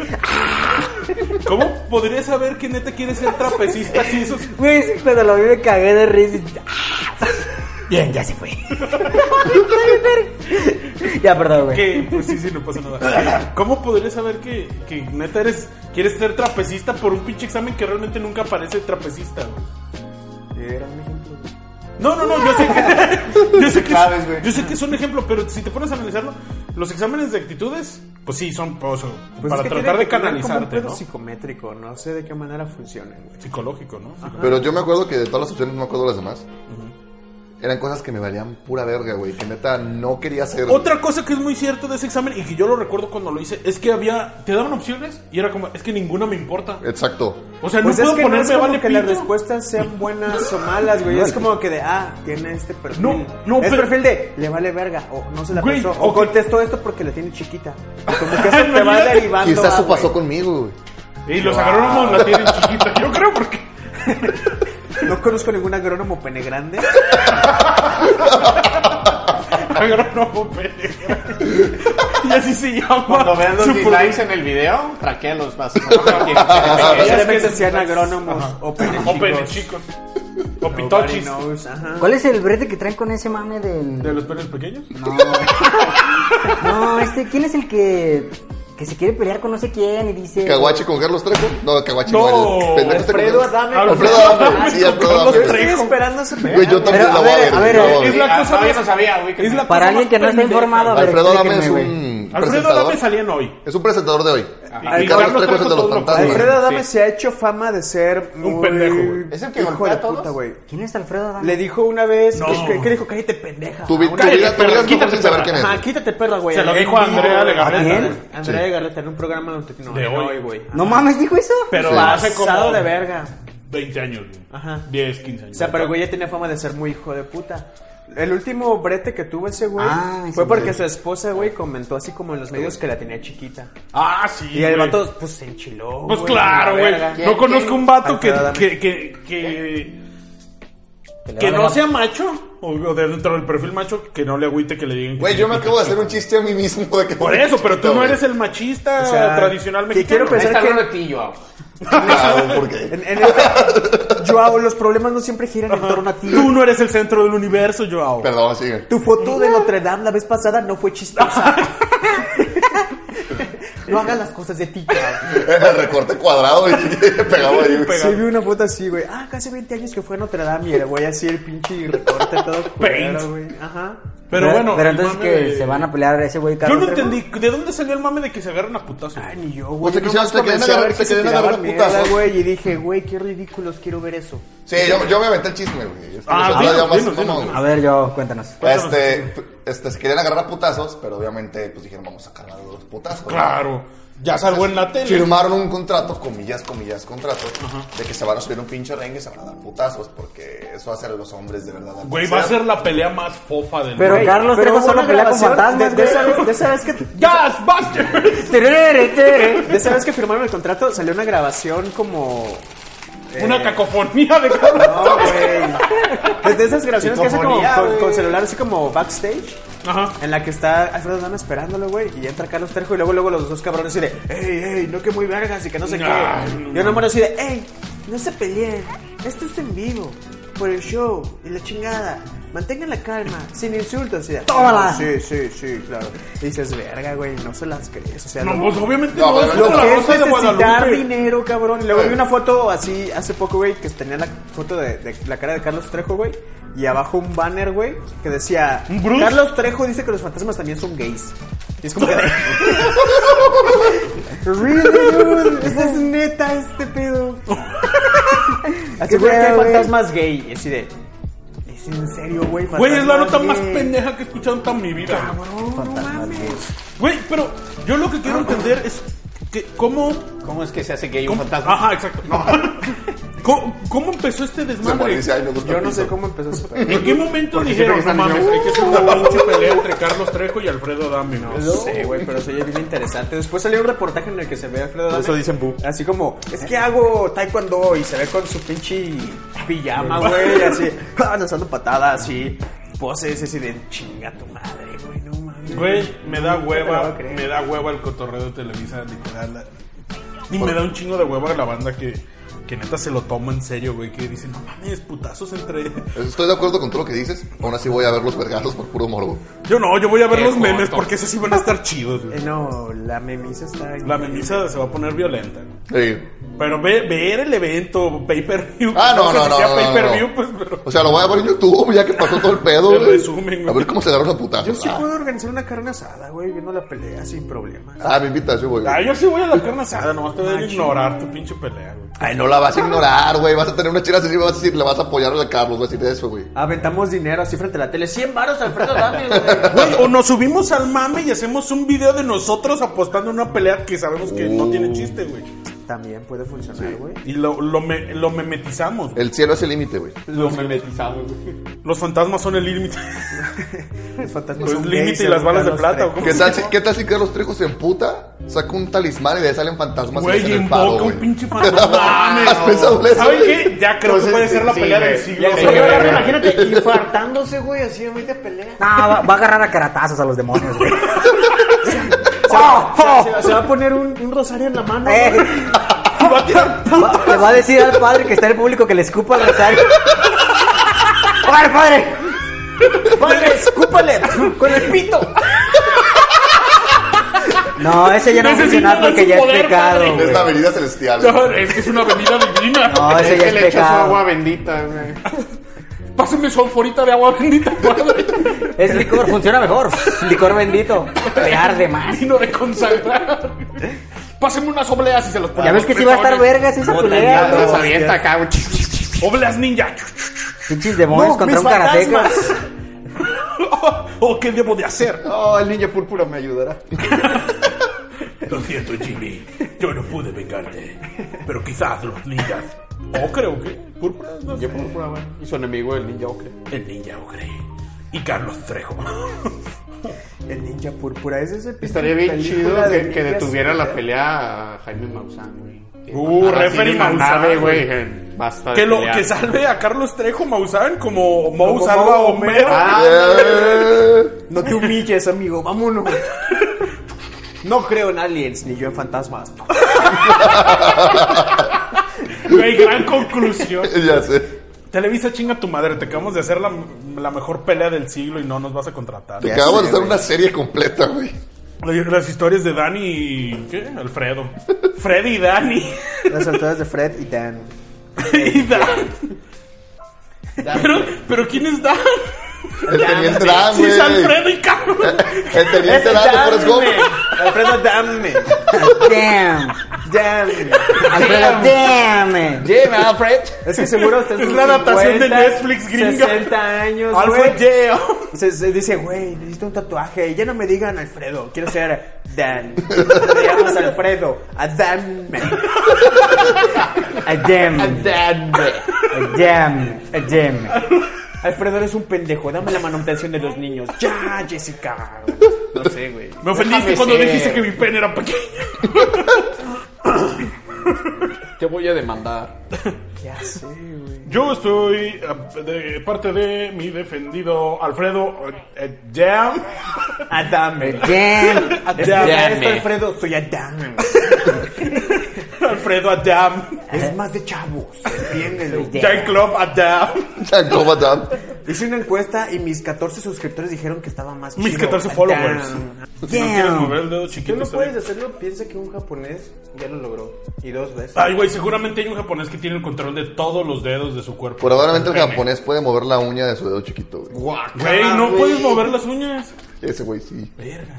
Speaker 3: ¿Cómo podrías saber que neta quiere ser trapecista si esos
Speaker 5: güey, sí, cuando lo vi me cagué de risa. y- Bien, ya se fue. [laughs] ya, perdón, güey.
Speaker 3: que pues sí, sí, no pasa
Speaker 4: [laughs]
Speaker 3: nada. ¿Cómo podrías saber que, que neta eres quieres ser trapecista por un pinche examen que realmente nunca parece trapecista? güey?
Speaker 4: Era un ejemplo.
Speaker 3: No, no, no, yo sé que, [laughs] yo sé que,
Speaker 1: Claves, güey.
Speaker 3: yo sé que es un ejemplo, pero si te pones a analizarlo, los exámenes de actitudes, pues sí, son pues, para tratar de canalizarte,
Speaker 4: Es
Speaker 3: ¿no?
Speaker 4: psicométrico, no sé de qué manera funciona, güey.
Speaker 3: Psicológico, ¿no?
Speaker 2: Pero yo me acuerdo que de todas las opciones no me acuerdo las demás. Eran cosas que me valían pura verga, güey. Que neta no quería hacer. güey.
Speaker 3: Otra cosa que es muy cierto de ese examen y que yo lo recuerdo cuando lo hice es que había, te daban opciones y era como, es que ninguna me importa.
Speaker 2: Exacto.
Speaker 3: O sea,
Speaker 4: Eh, Pues
Speaker 3: no
Speaker 4: es
Speaker 3: puedo
Speaker 4: que no es
Speaker 3: ponerme
Speaker 4: como
Speaker 3: vale
Speaker 4: que las
Speaker 3: pito.
Speaker 4: respuestas sean buenas o malas, güey. Es como que de, ah, tiene este perfil.
Speaker 3: No, no,
Speaker 4: Es
Speaker 3: pero-
Speaker 4: perfil de, le vale verga, o no se la
Speaker 3: Güey,
Speaker 4: pensó, o
Speaker 3: ok. Ah,
Speaker 4: contestó esto porque la
Speaker 3: [laughs]
Speaker 4: tiene chiquita. Como que eso te Ah, va
Speaker 3: Imagínate.
Speaker 4: derivando.
Speaker 2: Quizás
Speaker 4: a,
Speaker 2: eso pasó
Speaker 4: güey.
Speaker 2: conmigo, güey.
Speaker 3: Y los agrónomos la tienen chiquita, yo creo porque
Speaker 4: No conozco ningún agrónomo
Speaker 2: [laughs]
Speaker 4: pene grande.
Speaker 3: agrónomo
Speaker 4: [laughs]
Speaker 3: pendejo. Y así se llama.
Speaker 1: Cuando vean los
Speaker 3: su
Speaker 1: dislikes en el video, traquealos [laughs] más.
Speaker 2: Ah,
Speaker 4: Posiblemente sean agrónomos o pene
Speaker 3: pro- O pene chicos.
Speaker 4: chicos.
Speaker 3: O
Speaker 4: Nobody
Speaker 3: pitochis.
Speaker 4: knows, ajá.
Speaker 5: ¿Cuál es el brete que traen con ese mame del...? [laughs]
Speaker 3: ¿De los penes pequeños?
Speaker 5: No, no este, ¿quién es el que, que se quiere pelear con no sé quién y dice.
Speaker 2: Caguache con Carlos Trejo. No, Caguache
Speaker 3: No,
Speaker 2: con el pendejo Trejo.
Speaker 4: Alfredo Adame.
Speaker 3: Ah,
Speaker 2: Alfredo Adame. Sí, Alfredo
Speaker 3: Carlos
Speaker 2: Adame.
Speaker 3: Trejo.
Speaker 4: Estoy esperando ese
Speaker 2: Güey, yo también la
Speaker 5: Pero, a
Speaker 2: voy a
Speaker 5: ver,
Speaker 2: ver.
Speaker 5: a ver,
Speaker 2: la voy a
Speaker 3: Es
Speaker 2: ver.
Speaker 3: la cosa
Speaker 1: todavía
Speaker 3: más.
Speaker 1: no sabía, güey. que-
Speaker 3: es la cosa
Speaker 5: Para alguien
Speaker 3: más
Speaker 5: que no está
Speaker 3: pendeja.
Speaker 5: informado, a ver,
Speaker 2: Alfredo Adame
Speaker 5: explíquenme,
Speaker 2: es
Speaker 5: güey.
Speaker 2: un
Speaker 3: Alfredo Adame
Speaker 2: presentador.
Speaker 3: salían hoy.
Speaker 2: Es un presentador de hoy.
Speaker 3: Ah,
Speaker 2: Y Carlos Trejo es el de los
Speaker 3: todo lo
Speaker 2: fantasmas.
Speaker 4: Alfredo Adame
Speaker 3: Sí.
Speaker 4: se ha hecho fama de ser muy-
Speaker 3: pendejo, güey.
Speaker 1: Es el que
Speaker 4: hijo
Speaker 1: golpea
Speaker 4: de
Speaker 1: a todos.
Speaker 4: puta, güey.
Speaker 5: ¿Quién es Alfredo Adame?
Speaker 4: Le dijo una vez
Speaker 3: No.
Speaker 4: que, que- que dijo, cállate pendeja.
Speaker 2: Tu vi- tu
Speaker 3: Cállate,
Speaker 2: vida tu
Speaker 3: perra,
Speaker 2: vida es mejor
Speaker 3: quítate,
Speaker 2: sin saber
Speaker 3: perra.
Speaker 2: quién
Speaker 4: Ah,
Speaker 2: es.
Speaker 4: quítate perra, güey.
Speaker 3: Se lo
Speaker 4: En
Speaker 3: dijo a
Speaker 4: vivo.
Speaker 3: Andrea de Gabriel.
Speaker 5: quién?
Speaker 4: Andrea
Speaker 2: Sí.
Speaker 4: de Garreta en un programa de, no,
Speaker 3: De
Speaker 4: de
Speaker 3: hoy.
Speaker 4: hoy, güey.
Speaker 5: No mames, dijo eso.
Speaker 3: Pero
Speaker 2: Sí.
Speaker 3: hace como
Speaker 4: Pasado de verga.
Speaker 3: 20 años. güey.
Speaker 4: Ajá.
Speaker 3: 10, 15 años.
Speaker 4: O sea, pero el güey ya tenía fama de ser muy hijo de puta. El último brete que tuvo ese güey
Speaker 5: Ah, ese
Speaker 4: fue porque
Speaker 5: güey.
Speaker 4: su esposa, güey, comentó así como en los medios que la tenía chiquita.
Speaker 3: Ah, sí.
Speaker 4: Y el
Speaker 3: güey.
Speaker 4: vato, pues se enchiló.
Speaker 3: Pues
Speaker 4: güey,
Speaker 3: claro,
Speaker 4: la
Speaker 3: güey.
Speaker 4: verga.
Speaker 3: No conozco un vato que,
Speaker 4: Alfredo Adame.
Speaker 3: que, que, que,
Speaker 7: Que le
Speaker 3: que
Speaker 7: vale
Speaker 3: no
Speaker 7: más.
Speaker 3: sea macho, o o dentro del perfil macho, que no le agüite que le digan. que
Speaker 2: Güey,
Speaker 3: tiene
Speaker 2: yo me
Speaker 3: pito
Speaker 2: acabo de hacer
Speaker 3: chico.
Speaker 2: un chiste a mí mismo de que.
Speaker 3: Por eso, pero tú no
Speaker 2: güey.
Speaker 3: eres el machista
Speaker 4: O sea,
Speaker 3: tradicional
Speaker 4: que
Speaker 3: mexicano.
Speaker 4: quiero
Speaker 3: güey.
Speaker 4: pensar-
Speaker 1: Está
Speaker 4: que-
Speaker 1: Ronetillo, ah.
Speaker 4: [laughs]
Speaker 2: Claro, porque.
Speaker 4: En, en el- Joao, los problemas no siempre giran en torno a ti.
Speaker 3: Tú no eres el centro del universo, Joao.
Speaker 2: [laughs] Perdón, sigue.
Speaker 4: Tu foto de Notre Dame la vez pasada no fue chistosa. no hagas las cosas de ti, cabrón.
Speaker 2: El recorte cuadrado y [laughs] pegaba ahí. güey.
Speaker 4: Sí, vi una foto así, güey. Ah, casi 20 años que fue a Notre Dame y el güey así el pinche recorte todo
Speaker 3: Paint.
Speaker 4: culero, güey. Ajá.
Speaker 3: Pero bueno.
Speaker 5: Pero
Speaker 3: el
Speaker 5: entonces
Speaker 3: mame
Speaker 5: que
Speaker 3: de-
Speaker 5: se van a pelear ese güey
Speaker 3: Yo
Speaker 5: Carlos
Speaker 3: no
Speaker 5: Trejo?
Speaker 3: entendí. ¿De dónde salió el mame de que se agarran a putazos?
Speaker 4: Ay, ni yo,
Speaker 2: Pues
Speaker 4: güey.
Speaker 2: te
Speaker 4: Yo
Speaker 2: quisieron-
Speaker 4: nomás
Speaker 2: te querían
Speaker 4: comencé a
Speaker 2: agarrar-
Speaker 4: ver
Speaker 2: te
Speaker 4: que se
Speaker 2: querían agarrar
Speaker 4: tiraban
Speaker 2: a
Speaker 4: mierda,
Speaker 2: putazos.
Speaker 4: güey, y dije, güey, qué ridículos, quiero ver eso.
Speaker 2: Sí, yo, yo me aventé el chisme, güey. Es que
Speaker 3: Ah,
Speaker 2: yo
Speaker 3: dinos,
Speaker 2: todavía más
Speaker 3: dinos,
Speaker 2: mamón,
Speaker 3: dinos.
Speaker 2: güey.
Speaker 5: A ver, yo, cuéntanos.
Speaker 2: Este, este, se querían agarrar a putazos, pero obviamente pues dijeron vamos a agarrar a los putazos. ¿no?
Speaker 3: Claro. Ya salgo en la tele.
Speaker 2: Firmaron un contrato, comillas, comillas, contrato, de que se van a subir un pinche rengue y se van a dar putazos, porque eso hace a los hombres de verdad.
Speaker 3: Güey, va a ser la pelea más fofa del
Speaker 5: Pero
Speaker 3: mundo.
Speaker 5: Carlos
Speaker 4: Pero
Speaker 5: Trejo
Speaker 4: hubo
Speaker 5: solo
Speaker 4: una
Speaker 5: pelea con
Speaker 4: grabación
Speaker 5: fantasmas,
Speaker 4: de, de
Speaker 5: güey.
Speaker 4: esa vez- de esa vez que
Speaker 3: ¡Gas, Buster!
Speaker 5: [laughs] Terere, tere.
Speaker 4: De esa vez que firmaron el contrato salió una grabación como... eh,
Speaker 3: Una cacofonía de Carlos.
Speaker 4: No, güey. Desde esas grabaciones que hace como
Speaker 1: Psicofonía,
Speaker 4: con,
Speaker 1: güey.
Speaker 4: con celular así como backstage.
Speaker 3: Ajá.
Speaker 4: En la que está Alfredo Adame esperándolo, güey. Y entra Carlos Trejo y luego, luego los dos cabrones así de, ey, ey, no que muy vergas y que no sé
Speaker 3: Ay,
Speaker 4: qué.
Speaker 3: no
Speaker 4: Y una mano así de, ey, no se peleen. Esto es en vivo. Por el show y la chingada. Mantengan la calma, sin insultos. Y de,
Speaker 5: Tómala.
Speaker 4: Sí, sí, sí, claro. Y dices, verga, güey, no se las crees. O sea,
Speaker 3: No,
Speaker 4: lo-
Speaker 3: pues obviamente
Speaker 2: No,
Speaker 3: no,
Speaker 2: pero
Speaker 3: es
Speaker 2: no.
Speaker 3: como
Speaker 4: que
Speaker 3: la
Speaker 4: es
Speaker 3: rosa de
Speaker 4: necesitar
Speaker 3: Guadalupe.
Speaker 4: dinero, cabrón. Y luego
Speaker 2: Sí.
Speaker 4: vi una foto así hace poco, güey, que tenía la foto de, de la cara de Carlos Trejo, güey. Y abajo un banner, güey, que decía...
Speaker 3: ¿Un Bruce?
Speaker 4: Carlos Trejo dice que los fantasmas también son gays. Y es
Speaker 3: [laughs]
Speaker 4: como que... really, dude? ¿Esa es neta este
Speaker 3: [laughs]
Speaker 4: pedo? así, güey, que hay fantasmas gay. Y así de... ¿Es en serio, güey?
Speaker 3: Güey, es la nota
Speaker 4: fantasmas
Speaker 3: más
Speaker 4: gay?
Speaker 3: pendeja que he escuchado en toda mi vida.
Speaker 5: Fantasmas, güey.
Speaker 3: Güey, pero yo lo que quiero entender es que cómo...
Speaker 1: ¿Cómo es que se hace gay un
Speaker 3: cómo-
Speaker 1: fantasma?
Speaker 3: Ajá, exacto. No. [laughs] ¿Cómo, cómo empezó este
Speaker 2: Se muere y
Speaker 3: desmadre?
Speaker 2: dice, "Ay, me gusta
Speaker 4: Yo
Speaker 2: el
Speaker 4: no sé
Speaker 2: pito".
Speaker 4: cómo empezó ese pedo.
Speaker 3: ¿En qué momento
Speaker 2: Porque siempre
Speaker 3: dijeron,
Speaker 2: que
Speaker 3: no
Speaker 2: están
Speaker 3: mames,
Speaker 2: diciendo,
Speaker 3: hay que hacer una
Speaker 2: [laughs]
Speaker 3: pinche pelea entre Carlos Trejo y Alfredo Adame? No.
Speaker 4: Sí, güey, pero se oye bien interesante. Después salió un reportaje en el que se ve a Alfredo Adame.
Speaker 3: eso dicen bu.
Speaker 4: Así como, es que hago taekwondo y se ve con su pinche pijama, güey. Así, [laughs] ah, lanzando patadas, así, poses, así de chinga tu madre, güey, no mames.
Speaker 3: Güey, me da
Speaker 4: No te la voy
Speaker 3: hueva,
Speaker 4: a creer.
Speaker 3: me da hueva el cotorreo de Televisa Nicolás. Y me da un chingo de hueva la banda que, que neta se lo toma en serio, güey, que dicen, no mames, putazos entre...
Speaker 2: Estoy de acuerdo con todo lo que dices, aún así voy a ver los vergazos por puro morbo.
Speaker 3: Yo no, yo voy a ver
Speaker 1: Qué
Speaker 3: los memes
Speaker 1: joto.
Speaker 3: porque esos sí van a estar chidos,
Speaker 4: Eh,
Speaker 3: güey.
Speaker 4: no, la memisa está.
Speaker 3: La memisa se va a poner violenta.
Speaker 2: Sí.
Speaker 3: Pero ve- ver el evento, pay-per-view.
Speaker 2: Ah, no,
Speaker 3: sé
Speaker 2: no,
Speaker 3: si
Speaker 2: no,
Speaker 3: sea
Speaker 2: no, no,
Speaker 3: pay-per-view,
Speaker 2: no.
Speaker 3: pues, pero...
Speaker 2: O sea, lo voy a ver en YouTube ya que pasó todo el
Speaker 3: [laughs]
Speaker 2: pedo.
Speaker 3: El
Speaker 2: güey.
Speaker 3: resumen, güey.
Speaker 2: A ver cómo se agarraron a
Speaker 4: Yo
Speaker 2: putazos.
Speaker 4: sí
Speaker 2: Ah,
Speaker 4: puedo organizar una carne asada, güey, viendo la pelea sin problema.
Speaker 2: Ah, me invitas, yo voy. güey.
Speaker 3: Ah, yo sí voy a la carne asada, nomás te voy a ignorar tu pinche pelea, güey.
Speaker 2: Ay, no la vas a ignorar, güey. Vas a tener una chila así y vas a decir, le vas a apoyar a Carlos, vas a decir eso, güey.
Speaker 4: Aventamos dinero así frente a la tele. 100 varos Alfredo Adame, güey.
Speaker 2: Ah,
Speaker 3: Güey, o nos subimos al mame y hacemos un video de nosotros apostando en una pelea que sabemos que
Speaker 2: Uh.
Speaker 3: no tiene chiste, güey.
Speaker 4: También puede funcionar, güey.
Speaker 3: Y lo, lo, me- lo memetizamos. güey.
Speaker 2: El cielo es el límite, güey.
Speaker 1: Lo memetizamos, güey.
Speaker 3: Los fantasmas son el
Speaker 5: [laughs]
Speaker 3: límite.
Speaker 4: Los fantasmas
Speaker 3: Los
Speaker 4: son gays,
Speaker 3: límite y
Speaker 4: según
Speaker 3: las balas de
Speaker 4: Carlos
Speaker 3: plata. ¿o
Speaker 4: Trejo.
Speaker 3: cómo
Speaker 2: ¿Qué
Speaker 3: se
Speaker 2: tal, si,
Speaker 3: llama?
Speaker 2: ¿Qué tal si Carlos Trejo se emputa, saca un talismán y de ahí salen fantasmas y le
Speaker 3: Güey,
Speaker 2: hacen el
Speaker 3: invoca
Speaker 2: paro,
Speaker 3: un
Speaker 2: güey?
Speaker 3: pinche fantasma.
Speaker 2: ¿Has pensado en eso?
Speaker 3: ¿Saben qué? Ya creo
Speaker 2: Entonces,
Speaker 3: que puede ser la
Speaker 2: sí,
Speaker 3: pelea del
Speaker 2: güey.
Speaker 3: siglo.
Speaker 1: Ya
Speaker 3: güey.
Speaker 1: sé, güey.
Speaker 3: Güey,
Speaker 4: Imagínate infartándose, güey, así a media pelea.
Speaker 5: No, va, va a agarrar a caratazos a los demonios, güey. Oh,
Speaker 4: Se, va- se va a poner un, un rosario en la mano.
Speaker 5: Eh, va- le va a decir al padre que está en el público que le escupa al rosario. ¡Padre, padre!
Speaker 4: ¡Padre, escúpale! ¡Con el pito!
Speaker 5: No, ese ya no va
Speaker 3: Necesito
Speaker 5: a funcionar
Speaker 3: dar
Speaker 5: porque
Speaker 3: su
Speaker 5: ya es
Speaker 3: poder,
Speaker 5: pecado,
Speaker 3: padre.
Speaker 5: güey.
Speaker 2: Es la avenida celestial.
Speaker 3: No, es que es una avenida divina.
Speaker 5: No, ese ya
Speaker 7: que
Speaker 5: es
Speaker 7: le echó su agua
Speaker 5: pecado.
Speaker 7: bendita, güey.
Speaker 3: Pásenme su alforita de agua bendita, padre.
Speaker 5: Es licor, funciona mejor. Licor bendito. Te arde más.
Speaker 3: Vino de consagrar. Pásenme unas obleas y se los pongo.
Speaker 5: Ya ves que sí va a estar vergas esa pelea.
Speaker 7: Ya, las
Speaker 5: ¿no?
Speaker 7: avienta acá, güey.
Speaker 3: Obleas ninja. [laughs]
Speaker 5: Pinches demonios
Speaker 2: No,
Speaker 5: contra
Speaker 2: mis
Speaker 5: un karateca.
Speaker 3: ¿O qué debo de hacer?
Speaker 2: Oh, el ninja púrpura me ayudará.
Speaker 3: Lo siento, Jimmy. Yo no pude vengarte. Pero quizás los ninjas. Ocre, ¿o qué? Púrpura, no sé.
Speaker 7: Yo púrpura, güey. Y su enemigo, el ninja ocre.
Speaker 3: El ninja Ocre. Y Carlos Trejo.
Speaker 4: El ninja púrpura. Es ese
Speaker 7: Estaría bien
Speaker 4: película
Speaker 7: chido
Speaker 4: de
Speaker 7: que, que
Speaker 4: ninjas.
Speaker 7: detuviera la pelea a Jaime Maussan, güey.
Speaker 3: Uh,
Speaker 7: Ahora sí,
Speaker 3: referee
Speaker 7: ni mandaba,
Speaker 3: Maussan, eh,
Speaker 7: güey. que Basta de
Speaker 3: Que, lo,
Speaker 7: pelear.
Speaker 3: que salve a Carlos Trejo Maussan como Mau
Speaker 4: Como
Speaker 3: salva a
Speaker 4: Mau
Speaker 3: Homero.
Speaker 7: Ah,
Speaker 2: Eh,
Speaker 4: No te humilles, amigo. Vámonos. No creo en aliens, ni yo en fantasmas.
Speaker 3: [laughs] Güey, gran conclusión.
Speaker 2: [laughs] ya sé.
Speaker 3: Televisa, chinga tu madre. Te acabamos de hacer la, la mejor pelea del siglo y no nos vas a contratar.
Speaker 2: Te
Speaker 4: Ya
Speaker 2: acabamos de
Speaker 4: sé,
Speaker 2: hacer
Speaker 4: güey.
Speaker 2: una serie completa, güey.
Speaker 3: Oye, Las historias de Dani y... ¿Qué? Alfredo. Freddy y Dani.
Speaker 4: Las alturas de Fred y Dan.
Speaker 3: [laughs] y Dan. Pero, pero ¿quién es Dan?
Speaker 2: El teniente Dan,
Speaker 3: Si
Speaker 2: güey.
Speaker 3: es Alfredo y Carlos.
Speaker 2: El teniente Dan de Forrest [laughs] Gump.
Speaker 4: Alfredo, dame.
Speaker 5: Damn.
Speaker 4: Dame.
Speaker 5: Alfredo, damn.
Speaker 1: Lleva, Alfred. [laughs]
Speaker 4: Es que seguro usted
Speaker 3: Es la adaptación de Netflix gringa.
Speaker 4: 60 años,
Speaker 3: Alfred
Speaker 4: güey.
Speaker 3: Yeo.
Speaker 4: Se, se dice, güey, necesito un tatuaje. Ya no me digan Alfredo, quiero ser Dan. Te llamas Alfredo, Adam.
Speaker 5: A damn. A damn. A damn.
Speaker 4: Alfredo eres un pendejo, dame la manutención de los niños. Ya, Jessica. No sé, güey.
Speaker 3: Me ofendiste
Speaker 1: Déjame
Speaker 3: cuando
Speaker 1: ser.
Speaker 3: dijiste que mi pene era pequeño.
Speaker 1: Te voy a demandar.
Speaker 4: Ya sé, güey.
Speaker 3: Yo estoy eh, de parte de mi defendido Alfredo eh, eh, Jam.
Speaker 4: Adam.
Speaker 5: Damn.
Speaker 4: Adam.
Speaker 1: Dame.
Speaker 4: Alfredo, soy Adam.
Speaker 3: Alfredo Adam.
Speaker 4: Es más de chavos, entiéndelo.
Speaker 3: Jan Club Adam.
Speaker 2: Jacob Adam.
Speaker 4: Hice una encuesta y mis 14 suscriptores dijeron que estaba más
Speaker 3: Mis
Speaker 4: chido.
Speaker 3: 14 followers.
Speaker 4: Damn.
Speaker 3: pues, Si no quieres mover el dedo
Speaker 4: Tú
Speaker 3: chiquito.
Speaker 4: no
Speaker 3: está
Speaker 4: puedes
Speaker 3: bien.
Speaker 4: hacerlo, piensa que un japonés ya lo logró. Y dos veces.
Speaker 3: Ay, güey, seguramente hay un japonés que tiene el control de todos los dedos de su cuerpo.
Speaker 2: Probablemente el
Speaker 3: Pene.
Speaker 2: japonés Ah, puede mover la uña de su dedo chiquito, güey.
Speaker 3: [laughs] Güey, no puedes mover las uñas.
Speaker 2: Ese güey sí.
Speaker 3: Verga.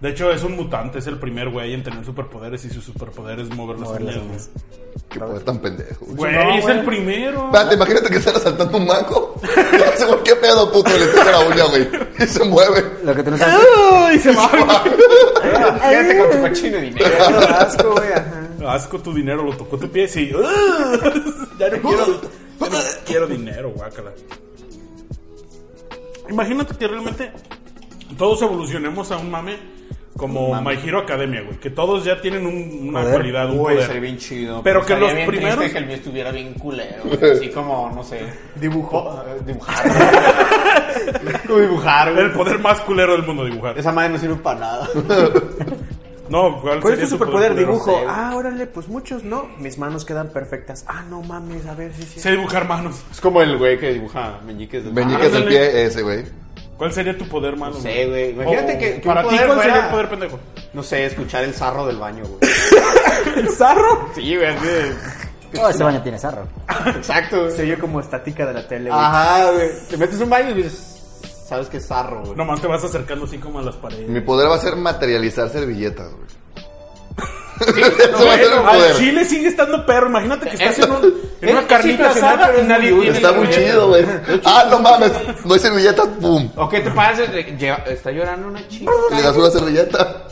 Speaker 3: De hecho, es un mutante, es el primer güey en tener superpoderes y su superpoder es mover las uñas.
Speaker 2: Qué poder tan pendejo. güey.
Speaker 3: Güey, es el primero.
Speaker 2: Espérate, imagínate que están asaltando un banco. Y ese güey, qué pedo, puto, le toca la uña, güey. Y se mueve.
Speaker 5: Lo que tú no sabes.
Speaker 3: Y se va.
Speaker 1: Quédate con tu cochino dinero.
Speaker 4: asco, güey. ajá.
Speaker 3: Asco tu dinero, lo tocó tu pie y
Speaker 2: [laughs]
Speaker 3: sí. ya no quiero, ya no quiero dinero, guácala. Imagínate que realmente todos evolucionemos a un mame como My Hero Academia, güey. Que todos ya tienen un- una
Speaker 5: Poder.
Speaker 3: cualidad, un
Speaker 1: Güey,
Speaker 3: poder.
Speaker 1: sería bien chido.
Speaker 3: Pero que
Speaker 1: estaría
Speaker 3: los
Speaker 1: bien
Speaker 3: primeros-
Speaker 1: triste que el mío estuviera bien
Speaker 7: [laughs]
Speaker 1: culero. güey. Así como, no sé. Dibujo. Dibujar. [laughs] como dibujar, güey.
Speaker 3: El poder más culero del mundo dibujar.
Speaker 1: Esa madre no sirve para nada.
Speaker 3: No, ¿cuál,
Speaker 4: ¿Cuál es
Speaker 3: sería
Speaker 4: tu
Speaker 3: su
Speaker 4: superpoder?
Speaker 3: poder culero?
Speaker 4: Dibujo. Ah, órale, pues muchos no. Mis manos quedan perfectas. Ah, no mames, a ver si sí,
Speaker 3: Sé dibujar manos.
Speaker 7: [laughs] Es como el güey que dibuja meñiques de
Speaker 2: Meñiques del
Speaker 3: Ándale.
Speaker 2: pie, ese güey.
Speaker 3: ¿Cuál sería tu poder malo?
Speaker 1: sé, güey. Imagínate
Speaker 3: O,
Speaker 1: que- que
Speaker 3: Oh, para
Speaker 1: un
Speaker 3: ti,
Speaker 1: poder
Speaker 3: ¿cuál sería
Speaker 1: fuera-
Speaker 3: el poder pendejo?
Speaker 1: No sé, escuchar el zarro del baño,
Speaker 7: [laughs]
Speaker 1: güey.
Speaker 4: ¿El zarro?
Speaker 1: Sí, güey. así de-
Speaker 5: Oh, ese baño tiene sarro.
Speaker 1: Exacto, güey.
Speaker 4: Se oye como estática de la tele, güey.
Speaker 1: Ajá, güey. Te metes un baño y dices, sabes que es zarro, güey.
Speaker 3: Nomás te vas acercando así como a las paredes.
Speaker 2: Mi poder va a ser materializar servilletas, güey. [laughs] Eso va a ser mi
Speaker 3: Al
Speaker 2: poder.
Speaker 3: Chile sigue estando perro. Imagínate que estás
Speaker 1: Eso-
Speaker 3: en, un-
Speaker 1: [laughs]
Speaker 3: en una
Speaker 1: es
Speaker 3: carnita
Speaker 1: situacional,
Speaker 3: asada
Speaker 1: pero
Speaker 3: y
Speaker 1: es
Speaker 3: nadie
Speaker 1: muy
Speaker 3: tiene.
Speaker 2: Está muy
Speaker 3: servilleta.
Speaker 2: chido, güey. Ah, no mames. No hay servilletas, pum.
Speaker 1: ¿O qué te pasa? Le- lleva- Está llorando una chica.
Speaker 2: Le das una servilleta.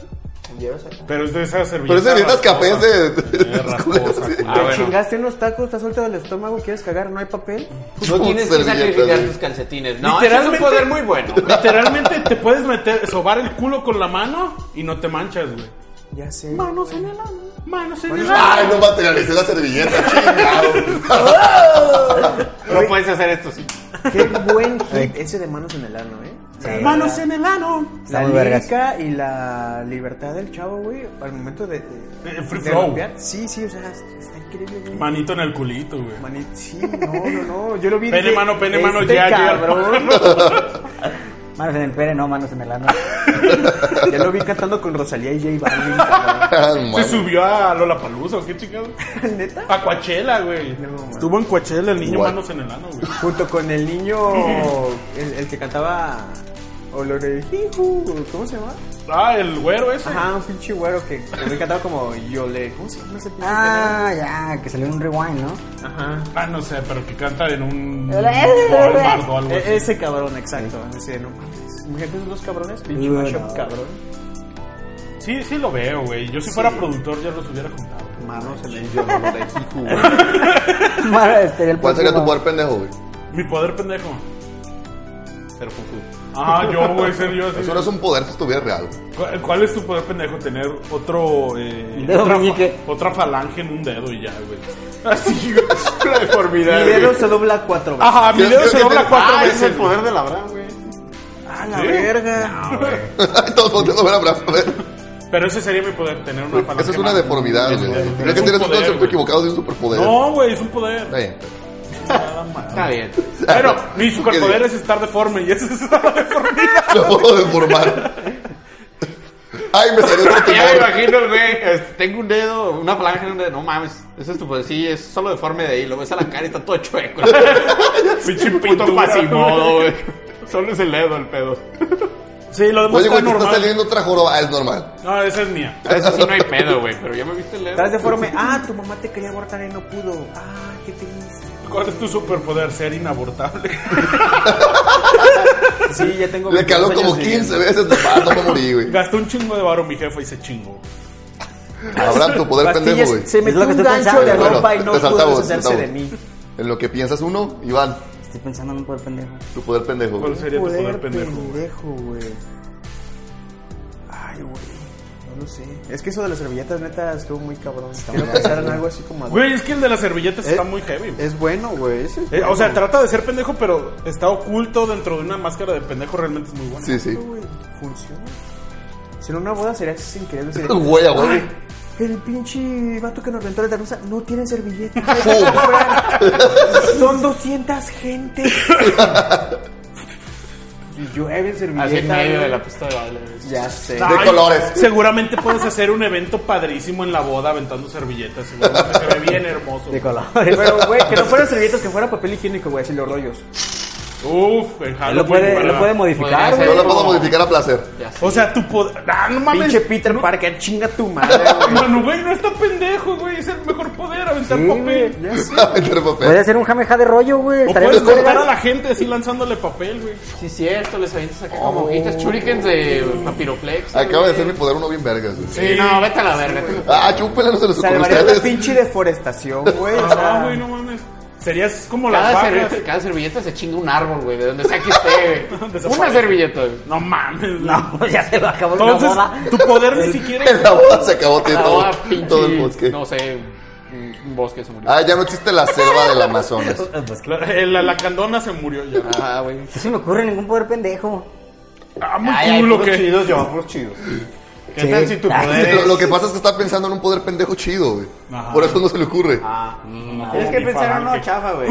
Speaker 1: Llevas acá.
Speaker 3: Pero es de esas
Speaker 2: Pero
Speaker 3: servilletas.
Speaker 2: es servilletas cafés
Speaker 3: rasposas.
Speaker 2: de.
Speaker 3: Eh, rasposa,
Speaker 2: de-
Speaker 1: Ah,
Speaker 3: culera.
Speaker 4: Chingaste unos tacos, estás suelto del estómago, quieres cagar, no hay papel. Pues,
Speaker 1: No tienes que
Speaker 2: servilletas,
Speaker 1: sacrificar
Speaker 2: güey.
Speaker 1: tus calcetines. No, ese es un
Speaker 3: Literalmente-
Speaker 1: poder muy bueno.
Speaker 3: [laughs] Literalmente te puedes meter, sobar el culo con la mano y no te manchas, güey.
Speaker 4: Ya sé.
Speaker 3: Manos en el ano. Manos en el ano.
Speaker 2: Ay, no materialicé la servilleta, [laughs] chingado.
Speaker 1: No puedes hacer esto sí.
Speaker 4: Qué buen hit ese de manos en el ano, eh.
Speaker 3: Manos en el ano.
Speaker 5: Está
Speaker 4: La
Speaker 5: muy vergas.
Speaker 4: lírica y la libertad del chavo, güey, al momento de... de-
Speaker 3: Eh, free
Speaker 4: de
Speaker 3: flow.
Speaker 4: rapear. Sí, sí, o sea, está increíble, güey.
Speaker 3: Manito en el culito, güey.
Speaker 4: Manit- sí, Este no, no, no, yo lo vi... y
Speaker 3: Pene,
Speaker 4: dije,
Speaker 3: [laughs] mano, pene, mano,
Speaker 4: este
Speaker 3: ya, ya.
Speaker 4: cabrón.
Speaker 5: Manos en el pene, no, manos en el ano.
Speaker 4: Ya lo vi cantando con Rosalía y J Balvin. cabrón. [laughs]
Speaker 2: Ah,
Speaker 3: Se
Speaker 2: mames.
Speaker 3: subió a Lollapalooza, ¿o ¿qué chingado?
Speaker 4: ¿Neta?
Speaker 3: A Coachella, güey. Estuvo en Coachella el niño
Speaker 2: What?
Speaker 3: manos en el ano, güey.
Speaker 4: Junto con
Speaker 3: [laughs]
Speaker 4: el niño, el, el que cantaba... O lo de... Hijo, ¿Cómo se llama?
Speaker 3: Ah, el güero ese.
Speaker 4: Ajá, un pinche güero que también cantaba como Yole. ¿Cómo se llama ese pinche?
Speaker 5: Ah, ya, que salió un rewind, ¿no? [laughs]
Speaker 4: Ajá.
Speaker 3: Ah, no sé, pero que canta en un Walmart o algo
Speaker 4: E-
Speaker 3: así.
Speaker 4: ese cabrón, exacto. Ese, no mames. Imagínate esos dos cabrones, pinche
Speaker 5: Bueno.
Speaker 4: mashup cabrón.
Speaker 3: Sí, sí lo veo, güey. Yo si fuera productor ya los hubiera juntado.
Speaker 4: Manos en el
Speaker 2: Yo no lo dejé, güey.
Speaker 5: Mano, este, el
Speaker 2: ¿Cuál sería tu
Speaker 5: próximo.
Speaker 2: poder pendejo, güey?
Speaker 3: Mi poder pendejo. Ah, yo, güey, ser yo así.
Speaker 2: Eso no es un poder si estuviera real. güey.
Speaker 3: ¿Cuál- ¿Cuál es tu poder pendejo? Tener otro. Eh,
Speaker 5: Dedo
Speaker 3: otra,
Speaker 5: meñique.
Speaker 3: fa- otra falange en un dedo y ya, güey. [laughs] Así, güey. Una deformidad.
Speaker 4: Mi
Speaker 3: güey.
Speaker 4: dedo se dobla cuatro veces.
Speaker 3: Ajá, mi
Speaker 2: Creo-
Speaker 3: dedo
Speaker 2: creo
Speaker 3: se
Speaker 2: que
Speaker 3: dobla
Speaker 2: te-
Speaker 3: cuatro
Speaker 2: Ah,
Speaker 3: veces.
Speaker 2: es el
Speaker 3: güey.
Speaker 1: de la brava, güey.
Speaker 4: Ah, la
Speaker 3: ¿Sí?
Speaker 4: verga.
Speaker 2: [laughs] Todos volteando a ver a Brad Pitt.
Speaker 3: Pero ese sería mi poder, tener una falange.
Speaker 2: Esa es una
Speaker 3: más.
Speaker 2: deformidad,
Speaker 3: Es
Speaker 2: güey.
Speaker 3: un
Speaker 2: Creo que tienes un
Speaker 3: poder,
Speaker 2: concepto
Speaker 3: güey.
Speaker 2: equivocado de un superpoder.
Speaker 3: No, güey, es un
Speaker 2: Está
Speaker 3: poder. Ah,
Speaker 2: bien.
Speaker 1: Está bien.
Speaker 3: [laughs]
Speaker 2: [laughs]
Speaker 3: Pero mi superpoder es estar deforme y eso es una [laughs] deformidad.
Speaker 2: [laughs] Lo puedo deformar. Ay, me salió otro
Speaker 1: Ya me
Speaker 2: temor.
Speaker 1: imagino, güey. este, Tengo un dedo, una falange en un dedo. No mames. Ese es tu poder. Sí, es solo deforme de ahí. Lo ves a la cara y está todo [laughs] chueco.
Speaker 3: Pinche
Speaker 1: Puto
Speaker 3: pintura,
Speaker 1: pasimodo, güey. Solo es el dedo el pedo.
Speaker 3: Sí, lo demás
Speaker 2: Oye,
Speaker 3: está
Speaker 2: güey, te está
Speaker 3: normal.
Speaker 2: saliendo otra joroba. Ah, es normal.
Speaker 3: No, esa es mía.
Speaker 1: Eso sí no hay pedo, güey. Pero ya me viste el dedo.
Speaker 4: Estás deforme. Ah, tu mamá te quería abortar y no pudo. Ah, qué triste.
Speaker 3: ¿Cuál es tu superpoder? Ser inabortable. [laughs]
Speaker 4: Sí, ya tengo.
Speaker 2: Le caló
Speaker 4: 22
Speaker 2: como
Speaker 4: años y-
Speaker 2: 15 veces de pato, no me morí,
Speaker 3: [laughs]
Speaker 2: güey.
Speaker 3: Gastó un chingo de varo mi jefa y se chingó.
Speaker 2: Habrá tu poder
Speaker 4: Pastillas,
Speaker 2: pendejo, güey.
Speaker 4: Se metió
Speaker 5: lo que
Speaker 4: un
Speaker 5: estoy
Speaker 4: gancho
Speaker 5: pensando.
Speaker 4: de
Speaker 2: Bueno,
Speaker 4: ropa y
Speaker 2: te
Speaker 4: no pudo
Speaker 2: saltamos,
Speaker 4: deshacerse de
Speaker 2: saltamos.
Speaker 4: mí.
Speaker 2: En lo que piensas uno, Iván,
Speaker 5: Estoy pensando en un poder pendejo.
Speaker 2: tu poder pendejo. güey.
Speaker 3: ¿Cuál sería tu poder pendejo? güey?
Speaker 4: pendejo, güey. Ay, güey. No lo sé. Es que eso de las servilletas, neta, estuvo muy cabrón. Quiero pensar en algo así como.
Speaker 3: Güey, es que el de las servilletas está
Speaker 4: Eh,
Speaker 3: muy heavy. güey.
Speaker 4: Es bueno, güey. ese es
Speaker 3: Eh, o sea,
Speaker 4: bueno,
Speaker 3: trata de ser pendejo, pero está oculto dentro de una máscara de pendejo. Realmente es muy bueno.
Speaker 2: Sí, sí.
Speaker 4: güey. Funciona. Si en una boda sería sin querer decir.
Speaker 2: Güey, a güey.
Speaker 4: El pinche vato que nos rentó la terraza no tiene servilletas.
Speaker 2: ¡Pum!
Speaker 4: [laughs] Son 200 gente. y llueve servilletas.
Speaker 1: Así en medio
Speaker 4: güey. Ah,
Speaker 1: de la pista de baile.
Speaker 4: Ya sé.
Speaker 2: De
Speaker 3: Ay,
Speaker 2: colores.
Speaker 3: Seguramente puedes hacer un evento padrísimo en la boda aventando servilletas. Seguramente se ve bien hermoso.
Speaker 4: De colores. Pero, güey, que no fueran servilletas, que fuera papel higiénico, güey, así los rollos.
Speaker 3: Uf, en Halloween.
Speaker 5: Lo puede,
Speaker 3: para-
Speaker 5: lo puede modificar,
Speaker 1: Podría ser.
Speaker 2: No
Speaker 5: güey.
Speaker 2: lo puedo modificar a placer. [laughs]
Speaker 3: O sea, tu poder. ¡Ah, no mames!
Speaker 4: Pinche Peter Parker, chinga tu madre, güey.
Speaker 3: Manu, güey, no está pendejo, güey. Es el mejor poder, aventar papel.
Speaker 4: Ya sé.
Speaker 2: Meter
Speaker 5: Puede
Speaker 2: papel.
Speaker 5: hacer un jameja de rollo, güey.
Speaker 3: O
Speaker 5: Estaría ¿eh?
Speaker 3: puedes
Speaker 5: bien
Speaker 3: cortar
Speaker 5: vergas.
Speaker 3: a la gente así lanzándole papel, güey.
Speaker 1: Sí, cierto. Les avientas acá como hojitas churikens de papiroflex.
Speaker 2: Acaba de ser mi poder uno bien vergas. güey.
Speaker 1: Sí, no, vete a la verga. tú.
Speaker 2: Ah, chúpela, no se les ocurre a
Speaker 4: Salvaría la
Speaker 2: ustedes.
Speaker 4: pinche deforestación,
Speaker 1: [laughs]
Speaker 4: güey. o sea,
Speaker 3: Ah, güey, no mames. Serías como las
Speaker 1: Cada
Speaker 3: vacas.
Speaker 1: servilleta, cada servilleta se chinga un árbol, güey, de donde sea que esté, [laughs] güey.
Speaker 3: Desaparece.
Speaker 1: Una servilleta, güey.
Speaker 3: No mames.
Speaker 5: No, pues [laughs] ya se lo acabó la
Speaker 3: Entonces,
Speaker 5: boda.
Speaker 3: tu poder ni siquiera.
Speaker 2: En la boda se acabó
Speaker 1: La
Speaker 2: todo,
Speaker 1: boda, pinche,
Speaker 2: todo el bosque.
Speaker 1: No sé, un un bosque se murió.
Speaker 2: Ah, ya no existe la selva del Amazonas.
Speaker 3: La, eh, la lacandona se murió ya.
Speaker 1: Ah, güey.
Speaker 5: No se me ocurre ningún poder pendejo.
Speaker 3: Ah, muy
Speaker 1: Ay, ay,
Speaker 3: cool lo
Speaker 1: puros
Speaker 3: que.
Speaker 1: chidos, yo, puros chidos.
Speaker 5: ¿Qué tal si tu [laughs] poder
Speaker 2: Lo, lo que pasa es que está pensando en un poder pendejo chido, güey.
Speaker 3: Ajá.
Speaker 2: Por eso no se le ocurre.
Speaker 1: Tienes que
Speaker 3: mi
Speaker 1: pensar en
Speaker 3: falange.
Speaker 1: una chafa, güey.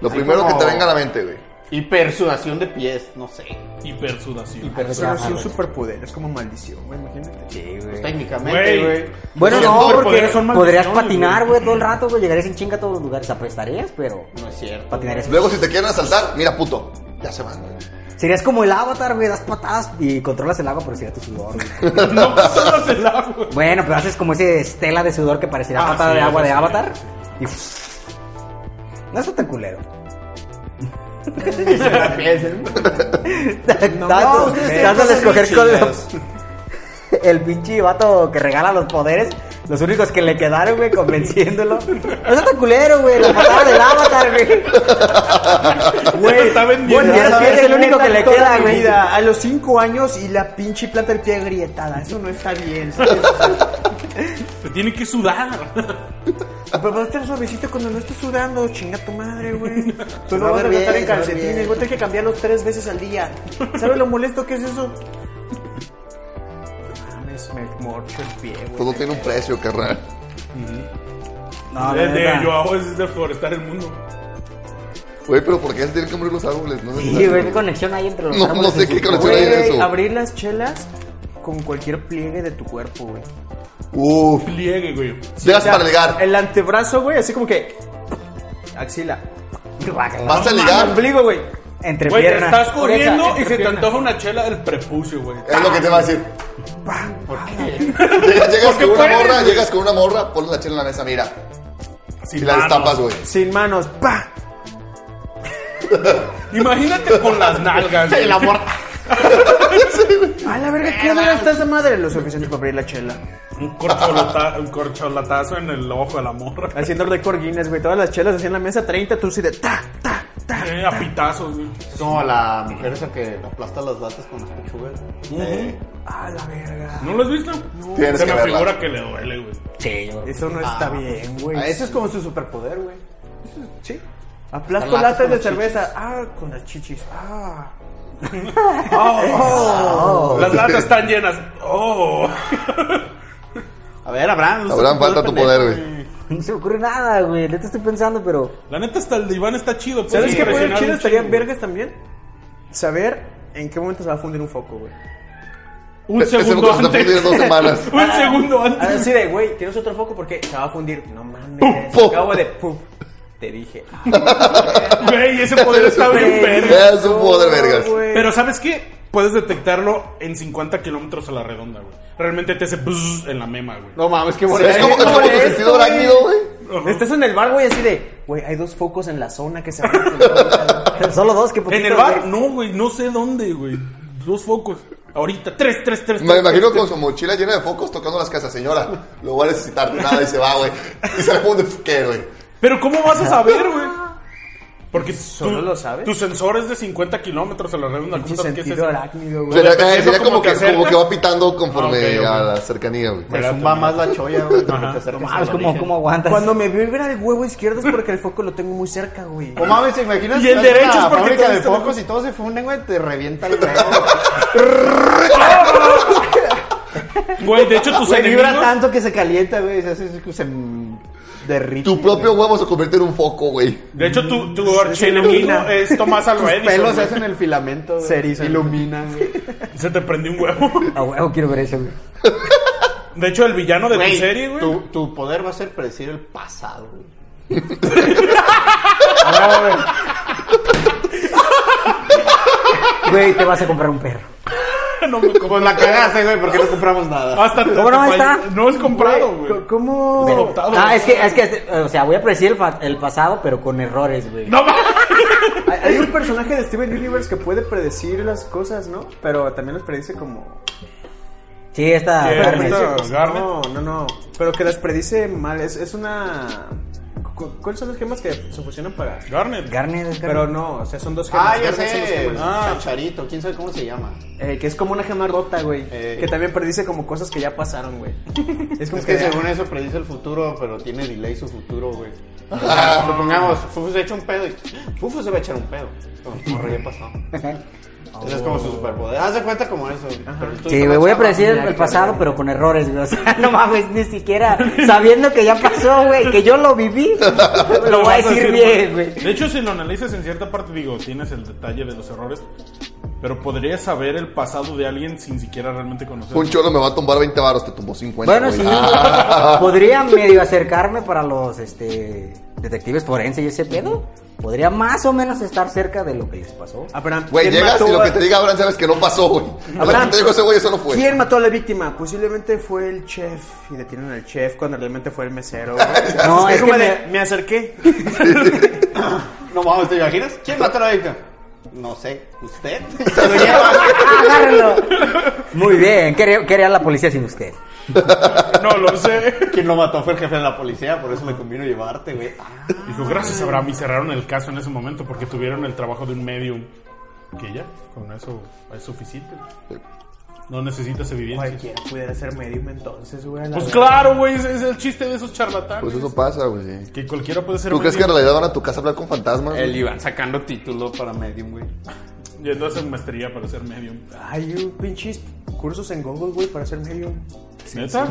Speaker 2: Lo primero que
Speaker 1: como-
Speaker 2: te venga a la mente, güey.
Speaker 1: Y persuasión de pies, no sé.
Speaker 3: Hipersudación.
Speaker 4: Pero sí, un superpoder, es como maldición, güey, imagínate.
Speaker 5: Sí, güey.
Speaker 1: Pues, Técnicamente,
Speaker 3: Güey.
Speaker 1: güey.
Speaker 5: Bueno,
Speaker 3: Los
Speaker 5: no, porque
Speaker 3: superpoderes son
Speaker 5: podrías
Speaker 3: maldiciones,
Speaker 5: patinar,
Speaker 3: güey.
Speaker 5: güey, todo el rato, güey. Llegarías en chinga a todos los lugares. Apestarías, pero
Speaker 1: No es cierto.
Speaker 5: patinarías.
Speaker 2: Luego, si te quieren asaltar, mira, puto. Ya se van, güey.
Speaker 5: Serías como el avatar, güey. Das patadas y controlas el agua, pero sería tu sudor, güey.
Speaker 3: No controlas el agua.
Speaker 5: Bueno, pero haces como ese estela de sudor que parecería
Speaker 3: Ah,
Speaker 5: patada
Speaker 3: sí,
Speaker 5: de agua
Speaker 3: eso
Speaker 5: de
Speaker 3: sí.
Speaker 5: avatar. Y... No está tan culero.
Speaker 4: No,
Speaker 5: Dando-
Speaker 4: ustedes tienen
Speaker 5: Dándole a
Speaker 4: cosas bien
Speaker 5: escoger con
Speaker 4: chidas.
Speaker 5: el pinche vato que regala los poderes. Los únicos que le quedaron, güey, convenciéndolo. No está tan culero, güey. La patada del avatar, güey.
Speaker 3: Güey, está vendiendo.
Speaker 5: bueno,
Speaker 4: Ya
Speaker 5: es
Speaker 4: sabes,
Speaker 5: el único que le
Speaker 4: toda
Speaker 5: queda,
Speaker 4: mi
Speaker 5: güey.
Speaker 4: vida, A los 5 años y la pinche planta del pie agrietada. Eso no está
Speaker 5: [laughs]
Speaker 4: bien.
Speaker 3: Se tiene que sudar.
Speaker 4: Pero vas a estar suavecito cuando no estés sudando. Chinga tu
Speaker 5: [laughs]
Speaker 4: madre, güey.
Speaker 5: va
Speaker 4: Tú no vas a
Speaker 5: bien,
Speaker 4: gastar en
Speaker 5: se va
Speaker 4: calcetines.
Speaker 5: bien.
Speaker 4: Voy a tener que cambiarlos tres veces al día. ¿Sabes lo molesto que es eso? No mames, me morcho el pie, güey.
Speaker 2: Todo tiene un precio, carnal.
Speaker 5: No, la
Speaker 3: Desde
Speaker 5: neta.
Speaker 3: yo hago es deforestar el mundo.
Speaker 2: Güey, pero ¿por qué se tienen que morir los árboles? No sé
Speaker 5: Sí, güey, qué conexión hay entre los
Speaker 2: No,
Speaker 5: árboles
Speaker 2: no
Speaker 5: y
Speaker 2: sé
Speaker 5: sus
Speaker 2: qué conexión hay en
Speaker 4: Güey,
Speaker 2: eso.
Speaker 4: abrir las chelas con cualquier pliegue de tu cuerpo, güey.
Speaker 2: Uf,
Speaker 3: Pliegue, güey.
Speaker 2: ya es para ligar.
Speaker 4: El antebrazo, güey, así como que. Axila.
Speaker 5: Guácala.
Speaker 2: Vas a ligar.
Speaker 4: Ombligo, güey. Entre
Speaker 3: Güey, te
Speaker 4: piernas.
Speaker 3: estás
Speaker 4: oreja,
Speaker 3: corriendo y
Speaker 4: entre
Speaker 3: se te
Speaker 4: piernas.
Speaker 3: antoja una chela del prepucio, güey.
Speaker 2: Es lo que te va a decir. [laughs] Llegas, llegas
Speaker 3: Porque
Speaker 2: con una
Speaker 3: puedes,
Speaker 2: morra,
Speaker 3: güey.
Speaker 2: llegas con una morra, pones la chela en la mesa, mira. Y la destapas, güey.
Speaker 4: Sin manos. ¡Pa!
Speaker 3: Imagínate con las nalgas,
Speaker 2: [laughs]
Speaker 3: güey.
Speaker 4: A la verga, ¿qué hora está esa madre? Lo suficiente para abrir la chela.
Speaker 3: Un, corcholata- un corcholatazo en el ojo de la morra.
Speaker 5: [laughs]
Speaker 4: Haciendo récord Guinness, güey. Todas las chelas así en la mesa, 30, tú sí de ta, ta, ta.
Speaker 3: Eh, A pitazos, güey.
Speaker 1: Es como la mujer esa que aplasta las latas con las pechugas.
Speaker 4: A la verga.
Speaker 3: ¿No lo has visto?
Speaker 2: Tienes
Speaker 3: se
Speaker 2: que
Speaker 3: me
Speaker 2: verla.
Speaker 3: figura que le duele, güey.
Speaker 5: Sí, yo.
Speaker 4: Eso no está bien, güey.
Speaker 1: Ah, Eso es como su superpoder, güey.
Speaker 4: Sí. Aplasto
Speaker 1: Con latas
Speaker 4: latas de
Speaker 1: con las
Speaker 4: cerveza. Ah, con las chichis. Ah. Oh.
Speaker 3: Las latas están llenas. Oh.
Speaker 1: A ver, Abraham. usa
Speaker 2: Abraham, falta tu poder,
Speaker 1: pendejo,
Speaker 2: güey.
Speaker 5: [laughs] No se me ocurre nada, güey. Neta estoy pensando, pero.
Speaker 3: La neta, hasta el diván está chido. pues.
Speaker 4: ¿Sabes
Speaker 3: puedes
Speaker 4: qué poder
Speaker 3: presionar
Speaker 4: chido
Speaker 3: un
Speaker 4: estaría
Speaker 3: chingo, güey.
Speaker 4: vergas también? Saber en qué momento se va a fundir un foco,
Speaker 1: [laughs]
Speaker 4: güey.
Speaker 3: Un
Speaker 2: Ese
Speaker 3: segundo
Speaker 2: foco se está
Speaker 3: antes.
Speaker 2: fundiendo dos semanas.
Speaker 3: [laughs] Un segundo
Speaker 4: A
Speaker 3: antes.
Speaker 4: decir, güey, ¿tienes otro foco? Porque se va a fundir. No mames,
Speaker 2: Puf,
Speaker 4: acabo
Speaker 2: puf.
Speaker 4: de puf. Te
Speaker 1: [laughs]
Speaker 4: dije. Ah.
Speaker 3: Güey, ese poder está bien verga.
Speaker 2: Es un poder, vergas.
Speaker 3: Pero ¿sabes qué? Puedes detectarlo en 50 kilómetros a la redonda, güey. Realmente te hace bzz en la mema, güey.
Speaker 1: No mames, qué
Speaker 2: Es
Speaker 1: bonito.
Speaker 2: como, es como tu
Speaker 4: esto,
Speaker 2: sentido
Speaker 4: güey.
Speaker 2: arácnido, güey.
Speaker 3: Ajá.
Speaker 4: Estás en el bar, güey, así de, güey, hay dos focos en la zona que se van a fundir.
Speaker 5: Solo dos que poquito,
Speaker 3: ¿En el bar?
Speaker 5: güey.
Speaker 3: No, güey, no sé dónde, güey. Dos focos. Ahorita, tres, tres, tres.
Speaker 2: Me
Speaker 3: tres,
Speaker 2: imagino
Speaker 3: tres,
Speaker 2: con su mochila llena de focos tocando las casas. Señora, lo voy a necesitar de nada y se va, güey. Y se le pone ¿qué, güey.
Speaker 3: tres. Pero ¿cómo vas a saber, güey?
Speaker 4: [laughs]
Speaker 3: Porque
Speaker 4: ¿Solo
Speaker 3: tú-
Speaker 4: lo sabes?
Speaker 3: Tu sensor es de 50 kilómetros a la redonda. ¿Cómo
Speaker 4: Pinche
Speaker 3: sabes qué es
Speaker 4: sentido
Speaker 3: eso?
Speaker 4: arácnido, güey.
Speaker 2: Sería,
Speaker 3: dependiendo
Speaker 2: sería como,
Speaker 3: cómo
Speaker 2: que,
Speaker 3: te
Speaker 2: como que
Speaker 3: acercas.
Speaker 2: va pitando conforme
Speaker 3: Ah, ok, ok.
Speaker 2: a la cercanía, güey.
Speaker 5: Pues
Speaker 1: Me zumba más la cholla, güey. cuando te acercas
Speaker 5: No
Speaker 1: a
Speaker 5: mames,
Speaker 1: la
Speaker 5: Ah, ¿cómo,
Speaker 1: orilla.
Speaker 5: ¿cómo aguantas?
Speaker 4: Cuando me vibra el huevo izquierdo es porque el foco lo tengo muy cerca, güey.
Speaker 1: No mames, ¿te imaginas?
Speaker 3: Y el
Speaker 1: que
Speaker 3: derecho
Speaker 1: una
Speaker 3: es porque
Speaker 1: fábrica
Speaker 3: todo
Speaker 1: de
Speaker 3: está-
Speaker 1: focos y todos se funden, güey, te revienta el huevo. [laughs]
Speaker 3: Güey, de hecho, tus
Speaker 1: Güey, vibra
Speaker 3: enemigos...
Speaker 1: tanto que se calienta, güey. Se hace que se mm, derrite.
Speaker 2: Tu propio huevo se convierte en un foco, güey.
Speaker 3: De hecho, tu, tu archienemigo
Speaker 4: ilumina.
Speaker 3: es
Speaker 5: [laughs]
Speaker 3: Tomás Alva
Speaker 1: Tus
Speaker 3: Edison,
Speaker 1: pelos se
Speaker 3: güey.
Speaker 1: hacen el filamento, güey.
Speaker 4: Se erizan.
Speaker 1: Iluminan, güey.
Speaker 3: Se te prendió un huevo.
Speaker 5: A huevo quiero ver eso, güey.
Speaker 3: De hecho, el villano de tu
Speaker 1: Güey,
Speaker 3: serie, güey.
Speaker 1: Tu, tu poder va a ser predecir el pasado, güey.
Speaker 5: Güey, te vas a comprar un [laughs] perro.
Speaker 3: [laughs] No me
Speaker 1: Como la cagaste, güey, porque no compramos nada.
Speaker 3: Hasta
Speaker 5: ¿Cómo no
Speaker 3: te-
Speaker 5: está?
Speaker 3: No es comprado, güey.
Speaker 4: ¿Cómo?
Speaker 3: Es adoptado.
Speaker 5: Ah,
Speaker 3: güey.
Speaker 5: es que, es que, este, o sea, voy a predecir el, fa- el pasado, pero con errores, güey.
Speaker 3: No mames.
Speaker 4: Hay, hay un personaje de Steven Universe que puede predecir las cosas, ¿no? Pero también las predice como...
Speaker 5: Sí, esta.
Speaker 1: Eh,
Speaker 3: Sí,
Speaker 5: Carmen.
Speaker 3: esta- Ah, Garnet.
Speaker 4: No, no, no. Pero que las predice mal. Es, es una... cu- ¿Cuáles son los gemas que se fusionan para...?
Speaker 3: Garnet.
Speaker 5: Garnet, Garnet.
Speaker 4: Pero no, o sea, son dos gemas.
Speaker 1: Ah, ya
Speaker 4: Garnet son dos
Speaker 1: sé.
Speaker 4: gemas.
Speaker 1: Ah, Charito, quién sabe cómo se llama.
Speaker 4: Eh, que es como una gema rota, güey.
Speaker 1: Eh.
Speaker 4: Que también predice como cosas que ya pasaron, güey. Es como
Speaker 1: Es que
Speaker 4: que...
Speaker 1: según eso predice el futuro, pero tiene delay su futuro, güey. O sea, Supongamos, Fufu se echa un pedo y Fufu se va a echar un pedo. Como morro ya pasó. [laughs] Ese es como su superpoder. Haz de cuenta como eso. pero tú
Speaker 5: Sí,
Speaker 1: te
Speaker 5: güey,
Speaker 1: vas
Speaker 5: voy a
Speaker 1: abajo.
Speaker 5: predecir el, el pasado, pero con errores, güey. O sea, [laughs] no mames, ni [laughs] siquiera sabiendo que ya pasó, güey, que yo lo viví, [laughs] lo voy a
Speaker 3: vas
Speaker 5: decir bien, güey.
Speaker 3: De hecho, si lo analizas en cierta parte, digo, tienes el detalle de los errores. Pero podrías saber el pasado de alguien sin siquiera realmente conocerlo.
Speaker 2: Un cholo me va a tumbar 20 varos, te tumbó 50.
Speaker 5: Bueno,
Speaker 2: güey.
Speaker 5: sí,
Speaker 2: [laughs] Ah.
Speaker 5: podría medio acercarme para los este, detectives forenses y ese pedo. Podría más o menos estar cerca de lo que les pasó.
Speaker 4: Abraham,
Speaker 2: Güey,
Speaker 4: ¿quién
Speaker 2: llegas
Speaker 4: mató
Speaker 2: y lo
Speaker 4: a-
Speaker 2: que te diga Abraham sabes que no pasó, güey. Lo que
Speaker 4: Abraham,
Speaker 2: te dijo ese güey, eso no fue.
Speaker 4: ¿Quién mató a la víctima? Posiblemente fue el chef. Y detienen al chef cuando realmente fue el mesero. güey.
Speaker 5: No, es
Speaker 4: como
Speaker 5: que
Speaker 4: de,
Speaker 5: me-
Speaker 4: me... acerqué.
Speaker 1: No mames, ¿te imaginas? ¿Quién mató a la víctima? No sé, ¿usted? [laughs]
Speaker 5: [laughs] Agárrenlo. Muy bien, ¿qué haría- qué haría la policía sin usted?
Speaker 3: No lo sé.
Speaker 1: Quien lo mató fue el jefe de la policía, por eso me convino llevarte, güey. Ah,
Speaker 3: Dijo, gracias, Abraham. Y cerraron el caso en ese momento porque tuvieron el trabajo de un medium. Que ya, con eso es suficiente. No necesitas evidencia.
Speaker 4: Cualquiera pudiera ser medium entonces, güey. a la
Speaker 3: Pues
Speaker 4: vez.
Speaker 3: claro, güey, ese es el chiste de esos charlatanes.
Speaker 2: Pues eso pasa, güey.
Speaker 3: Que cualquiera puede ser
Speaker 2: ¿Tú crees que en
Speaker 3: medium.
Speaker 2: realidad van a tu casa a hablar con fantasmas?
Speaker 1: El Iván sacando título para Medium, güey.
Speaker 3: Yendo a hacer maestría para ser medium.
Speaker 4: Hay un pinches cursos en Google, güey, para ser medium.
Speaker 3: ¿Neta?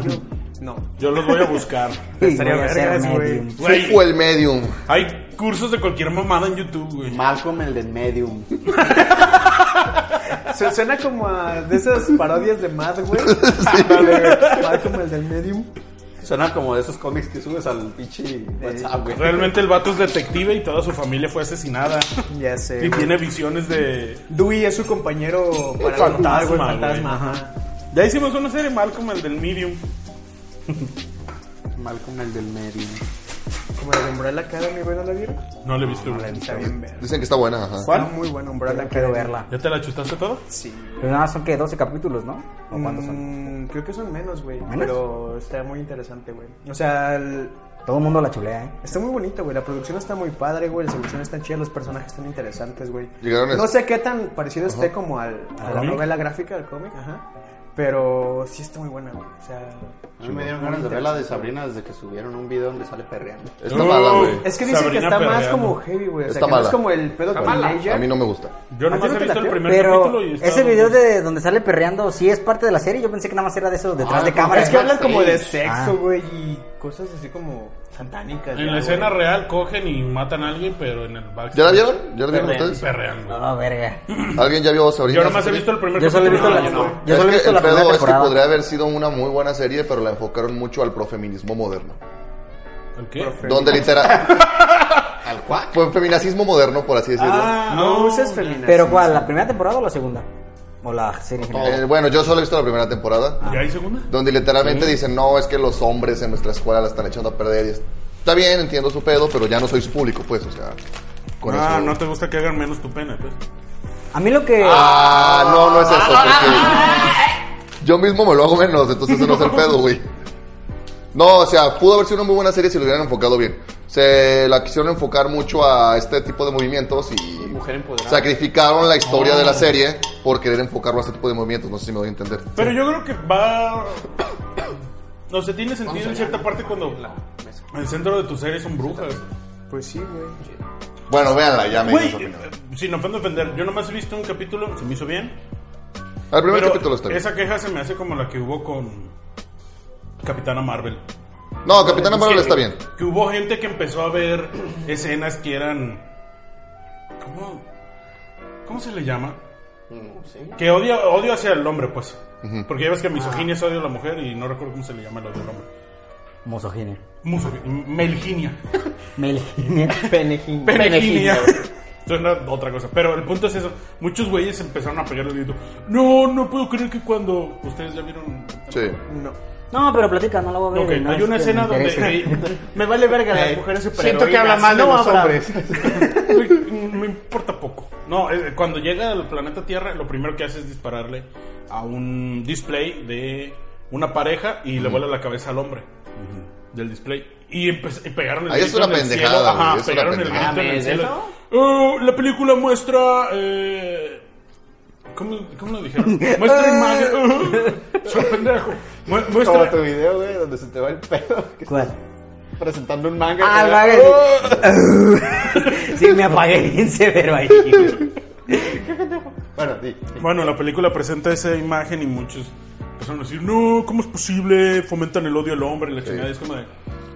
Speaker 4: No.
Speaker 3: Yo los voy a buscar.
Speaker 5: Sí,
Speaker 4: Estaría
Speaker 5: voy a ser
Speaker 4: vergas, güey.
Speaker 5: medium.
Speaker 2: Fue
Speaker 3: Güey,
Speaker 2: el medium.
Speaker 3: hay cursos de cualquier mamada en YouTube, güey.
Speaker 7: Malcolm, el de Medium.
Speaker 4: Se suena como a de esas parodias de Mad, güey. Mad como el del Medium.
Speaker 7: Suena como de esos cómics que subes al pinche WhatsApp, güey.
Speaker 3: Realmente el vato es detective y toda su familia fue asesinada.
Speaker 4: Ya sé.
Speaker 3: Y tiene visiones de...
Speaker 4: Dewey es su compañero para
Speaker 3: Fantasma,
Speaker 4: contar, güey,
Speaker 3: güey.
Speaker 4: fantasma. ajá.
Speaker 3: Ya hicimos una serie mal como el del Medium.
Speaker 7: Malcolm, el del Medium.
Speaker 4: Como el de Umbrella Academy, güey, ¿no la vieron?
Speaker 3: No le he visto.
Speaker 2: Ah,
Speaker 3: güey.
Speaker 4: Está bien ver.
Speaker 2: Dicen que está buena, ajá.
Speaker 4: ¿Cuál? muy buena Umbrella
Speaker 5: No quiero
Speaker 4: Academy.
Speaker 5: verla.
Speaker 3: ¿Ya te la chutaste todo?
Speaker 4: Sí.
Speaker 5: Pero nada, son que 12 capítulos, ¿no? ¿O cuántos son?
Speaker 4: Mm, creo que son menos, güey.
Speaker 5: ¿Menos?
Speaker 4: Pero está muy interesante, güey. O sea, el-
Speaker 5: Todo el mundo la chulea, ¿eh?
Speaker 4: está muy bonito, güey. La producción está muy padre, güey. Las evoluciones están chidas, los personajes están interesantes, güey.
Speaker 2: Llegaron a-
Speaker 4: No sé qué tan parecido esté como al, a la
Speaker 3: cómic?
Speaker 4: novela gráfica del cómic, ajá. Pero sí está muy buena, güey. O sea,
Speaker 7: A mí me dieron ganas de ver la de Sabrina desde que subieron un video donde sale perreando.
Speaker 2: Está mala, güey.
Speaker 4: es que dicen que
Speaker 3: Sabrina
Speaker 4: está más
Speaker 3: perreando.
Speaker 4: como heavy, güey. O sea,
Speaker 2: Está
Speaker 4: que no es
Speaker 2: mala.
Speaker 4: como el pedo teenager.
Speaker 2: A mí no me gusta.
Speaker 3: Yo
Speaker 4: ¿A ti
Speaker 3: nomás
Speaker 4: no
Speaker 3: he
Speaker 4: te
Speaker 3: visto el
Speaker 4: latió?
Speaker 3: primer
Speaker 5: Pero
Speaker 3: capítulo y está-
Speaker 5: ese video de donde sale perreando, ¿sí es parte de la serie? Yo pensé que nada más era de eso detrás
Speaker 7: Ah,
Speaker 5: de
Speaker 7: no,
Speaker 5: cámara.
Speaker 4: Es que hablan
Speaker 7: Sí.
Speaker 4: como de
Speaker 5: Ah.
Speaker 4: sexo, güey, y cosas así como satánicas.
Speaker 3: En
Speaker 4: ya,
Speaker 3: la escena
Speaker 4: güey.
Speaker 3: real cogen y matan a alguien, pero en el backstage...
Speaker 2: ¿Ya la vieron? ¿Ya la vieron
Speaker 3: Perrean,
Speaker 2: ustedes?
Speaker 3: perrean, güey.
Speaker 5: No, verga.
Speaker 2: ¿Alguien ya vio Sabrina?
Speaker 3: Yo nomás he visto el primer
Speaker 5: Yo solo he visto
Speaker 3: capítulo. No,
Speaker 5: la, yo
Speaker 3: no.
Speaker 2: es
Speaker 5: solo he
Speaker 2: que
Speaker 5: visto
Speaker 2: el
Speaker 5: la primera
Speaker 2: pedo es que
Speaker 5: temporada.
Speaker 2: podría haber sido una muy buena serie, pero la enfocaron mucho al profeminismo moderno.
Speaker 3: ¿El qué? [laughs]
Speaker 2: Donde literal.
Speaker 7: ¿Al cuac?
Speaker 2: Fue feminacismo moderno, por así decirlo.
Speaker 4: Ah, no,
Speaker 3: No,
Speaker 4: uses feminazi.
Speaker 5: ¿Pero cuál? ¿La primera temporada o la segunda? ¿O la serie en general?
Speaker 2: Eh, bueno, yo solo he visto la primera temporada.
Speaker 3: ¿Ya hay segunda?
Speaker 2: Donde
Speaker 3: Mm.
Speaker 2: literalmente dicen, no, es que los hombres en nuestra escuela la están echando a perder. Y es- está bien, entiendo su pedo, pero ya no soy su público, pues, o sea. Con
Speaker 3: ah,
Speaker 2: eso.
Speaker 3: no te gusta que hagan menos tu pene, pues.
Speaker 5: A mí lo que...
Speaker 2: Ah, no, no es eso, porque yo mismo me lo hago menos, entonces eso no es el pedo, güey. No, o sea, pudo haber sido una muy buena serie si lo hubieran enfocado bien. Se la quisieron enfocar mucho a este tipo de movimientos y
Speaker 7: Mujer empoderada.
Speaker 2: sacrificaron la historia
Speaker 3: Ah.
Speaker 2: de la serie por querer enfocarlo a este tipo de movimientos. No sé si me doy a entender.
Speaker 3: Pero yo creo que va... [coughs] No sé, tiene sentido en cierta parte cuando el centro de tu serie son brujas.
Speaker 4: Pues sí, güey.
Speaker 2: Bueno, véanla, ya me
Speaker 3: Güey,
Speaker 2: dices
Speaker 3: eh, sin ofender, ofender, yo nomás he visto un capítulo, se me hizo bien.
Speaker 2: Al primer
Speaker 3: pero
Speaker 2: capítulo está bien.
Speaker 3: esa queja se me hace como la que hubo con Capitana Marvel.
Speaker 2: No, Capitana Marvel
Speaker 3: Que-
Speaker 2: está bien.
Speaker 3: Que hubo gente que empezó a ver escenas que eran... ¿Cómo, ¿Cómo se le llama?
Speaker 7: No sé.
Speaker 3: Que odio, odio hacia el hombre, pues. Porque ya ves que misoginia es odio a la mujer y no recuerdo cómo se le llama el odio al hombre.
Speaker 5: Misoginia.
Speaker 3: Muso-
Speaker 7: [laughs]
Speaker 3: melginia.
Speaker 5: Melginia.
Speaker 4: Penejín.
Speaker 3: Peneginia. Suena otra cosa. Pero el punto es eso. Muchos güeyes empezaron a pegar el grito. No, no puedo creer que cuando ustedes ya vieron...
Speaker 2: Sí.
Speaker 4: No.
Speaker 5: [laughs] No, pero platica, no la voy a ver.
Speaker 3: Ok,
Speaker 5: no
Speaker 3: hay
Speaker 5: es
Speaker 3: una
Speaker 5: que
Speaker 3: escena
Speaker 5: me interese.
Speaker 3: [laughs] donde...
Speaker 4: Me vale verga las
Speaker 7: Eh,
Speaker 4: mujeres super
Speaker 7: Siento que habla mal de los hombres.
Speaker 3: [laughs] me importa poco. No, eh, cuando llega al planeta Tierra, lo primero que hace es dispararle a un display de una pareja y le vuela la cabeza al hombre del display. Y, empe- y pegaron el
Speaker 2: Ahí es
Speaker 3: grito
Speaker 2: una
Speaker 3: en el
Speaker 2: pendejada,
Speaker 3: cielo.
Speaker 2: güey,
Speaker 3: Ajá,
Speaker 2: es una
Speaker 3: pegaron el
Speaker 2: pendejada.
Speaker 3: grito en el
Speaker 7: Mames,
Speaker 3: cielo.
Speaker 7: ¿eso?
Speaker 3: Oh, la película muestra... eh, ¿Cómo, ¿Cómo lo dijeron?
Speaker 2: [laughs]
Speaker 3: Muestra imagen. [laughs] Soy pendejo. Mu-
Speaker 7: Como
Speaker 3: Muestra,
Speaker 7: tu video, güey, donde se te va el pedo. que
Speaker 5: [laughs] ¿Cuál?
Speaker 7: estás presentando un manga.
Speaker 5: Ah,
Speaker 7: que-
Speaker 5: el vague- [laughs] Sí, me apagué bien
Speaker 2: [laughs]
Speaker 5: severo ahí.
Speaker 7: Bueno, sí.
Speaker 4: Este,
Speaker 3: Bueno, la película presenta esa imagen y muchos empezaron a decir, no, ¿cómo es posible? Fomentan el odio al hombre, la chingada. Y es como de,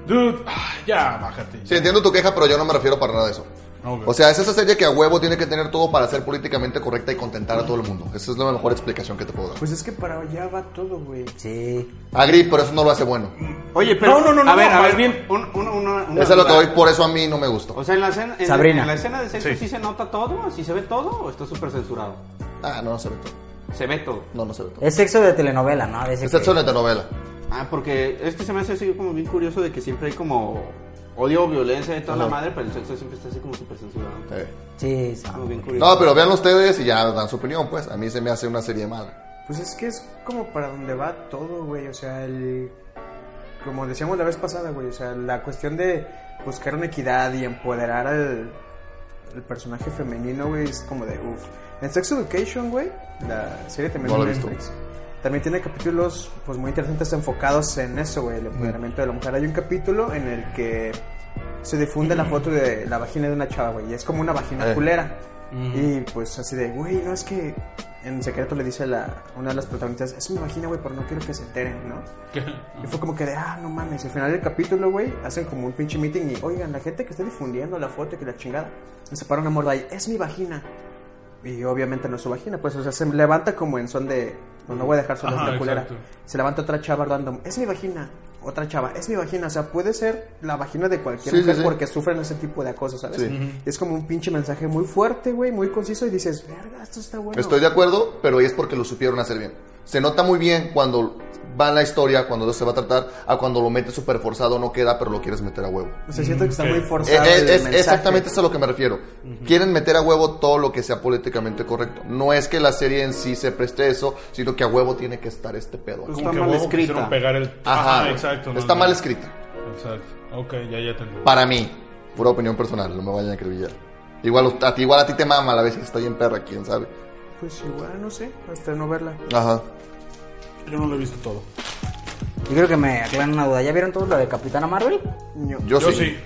Speaker 3: dude, ah, ya, bájate.
Speaker 2: Sí, entiendo tu queja, pero yo no me refiero para nada a eso.
Speaker 3: No, güey.
Speaker 2: O sea, es esa serie que a huevo tiene que tener todo para ser políticamente correcta y contentar a todo el mundo. Esa es la mejor explicación que te puedo dar.
Speaker 4: Pues es que para allá va todo, güey.
Speaker 5: Sí.
Speaker 2: Agri, pero eso no lo hace bueno.
Speaker 7: Oye, pero.
Speaker 3: No, no, no, no,
Speaker 7: A ver,
Speaker 3: no,
Speaker 7: a
Speaker 3: más
Speaker 7: ver.
Speaker 3: bien-
Speaker 7: un- un- una- una
Speaker 2: Eso es lo que
Speaker 7: duda.
Speaker 2: hoy, por eso a mí no me gustó.
Speaker 7: O sea, en la escena, en,
Speaker 5: Sabrina.
Speaker 7: en la escena de sexo
Speaker 3: Sí.
Speaker 7: sí. se nota todo, sí se ve todo o está súper censurado.
Speaker 2: Ah, no, no se ve todo.
Speaker 7: Se ve todo.
Speaker 2: No, no se ve todo.
Speaker 5: Es sexo de telenovela, ¿no? De ese
Speaker 2: Es
Speaker 5: que-
Speaker 2: sexo de telenovela.
Speaker 7: Ah, porque es que se me hace así como bien curioso de que siempre hay como odio o violencia y toda la
Speaker 2: Ajá.
Speaker 7: madre, pero el sexo siempre está así como súper censurado.
Speaker 2: Eh.
Speaker 5: Sí, sí.
Speaker 7: Como bien curioso.
Speaker 2: No, pero vean ustedes y ya dan su opinión, pues. A mí se me hace una serie mala.
Speaker 4: Pues es que es como para donde va todo, güey. O sea, el. Como decíamos la vez pasada, güey. O sea, la cuestión de buscar una equidad y empoderar al. al personaje femenino, güey, es como de uff. En Sex Education, güey, la serie también
Speaker 2: No
Speaker 4: de
Speaker 2: la he visto.
Speaker 4: Netflix. También tiene capítulos pues muy interesantes enfocados en eso, güey,
Speaker 2: Mm.
Speaker 4: el empoderamiento de la mujer. Hay un capítulo en el que se difunde la foto de la vagina de una chava, güey, y es como una vagina
Speaker 2: Eh.
Speaker 4: culera. Y pues así de, güey, no es que en secreto le dice a la, una de las protagonistas, eso me imagino, güey, pero no quiero que se enteren, ¿no? Y fue como que de, ah, no mames, al final del capítulo, güey, hacen como un pinche meeting y, oigan, la gente que está difundiendo la foto y que la chingada, me separa una morda ahí, es mi vagina. Y obviamente no es su vagina, pues, o sea, se levanta como en son de, no, no voy a dejar sola
Speaker 3: Ajá,
Speaker 4: esta culera.
Speaker 3: exacto.
Speaker 4: Se levanta otra chava random, es mi vagina. Otra chava, es mi vagina, o sea, puede ser la vagina de cualquier
Speaker 2: Sí, sí,
Speaker 4: mujer
Speaker 2: sí.
Speaker 4: porque sufren ese tipo de acoso, ¿sabes?
Speaker 2: Sí.
Speaker 4: Es como un pinche mensaje muy fuerte, güey, muy conciso y dices, verga, esto está bueno.
Speaker 2: Estoy de acuerdo, pero ahí es porque lo supieron hacer bien. Se nota muy bien cuando va la historia, cuando se va a tratar, a cuando lo metes súper forzado, no queda, pero lo quieres meter a huevo.
Speaker 4: O sea, siento que está muy
Speaker 2: Eh,
Speaker 4: forzado.
Speaker 2: eh,
Speaker 4: el
Speaker 2: es-
Speaker 4: mensaje.
Speaker 2: exactamente es a lo que me refiero. Quieren meter a huevo todo lo que sea políticamente correcto. No es que la serie en sí se preste eso, sino que a huevo tiene que estar este pedo.
Speaker 1: Pues
Speaker 3: Como
Speaker 1: está
Speaker 3: que
Speaker 1: mal
Speaker 3: huevo
Speaker 1: escrita.
Speaker 3: quisieron pegar el...
Speaker 2: Ajá,
Speaker 3: Ajá, exacto. no,
Speaker 2: Está
Speaker 3: no.
Speaker 2: mal escrita.
Speaker 3: Exacto. Ok, ya, ya te entendí.
Speaker 2: Para mí, pura opinión personal, no me vayan a acribillar. Igual a ti, igual a ti te mama la vez que está bien perra, quién sabe.
Speaker 4: Pues igual, no sé, hasta no verla.
Speaker 2: Ajá. Ah.
Speaker 3: Yo no lo he visto todo.
Speaker 5: Yo creo que me aclaran una duda. ¿Ya vieron todos lo de Capitana Marvel?
Speaker 4: Ño.
Speaker 2: Yo,
Speaker 3: Yo
Speaker 2: sí.
Speaker 3: sí.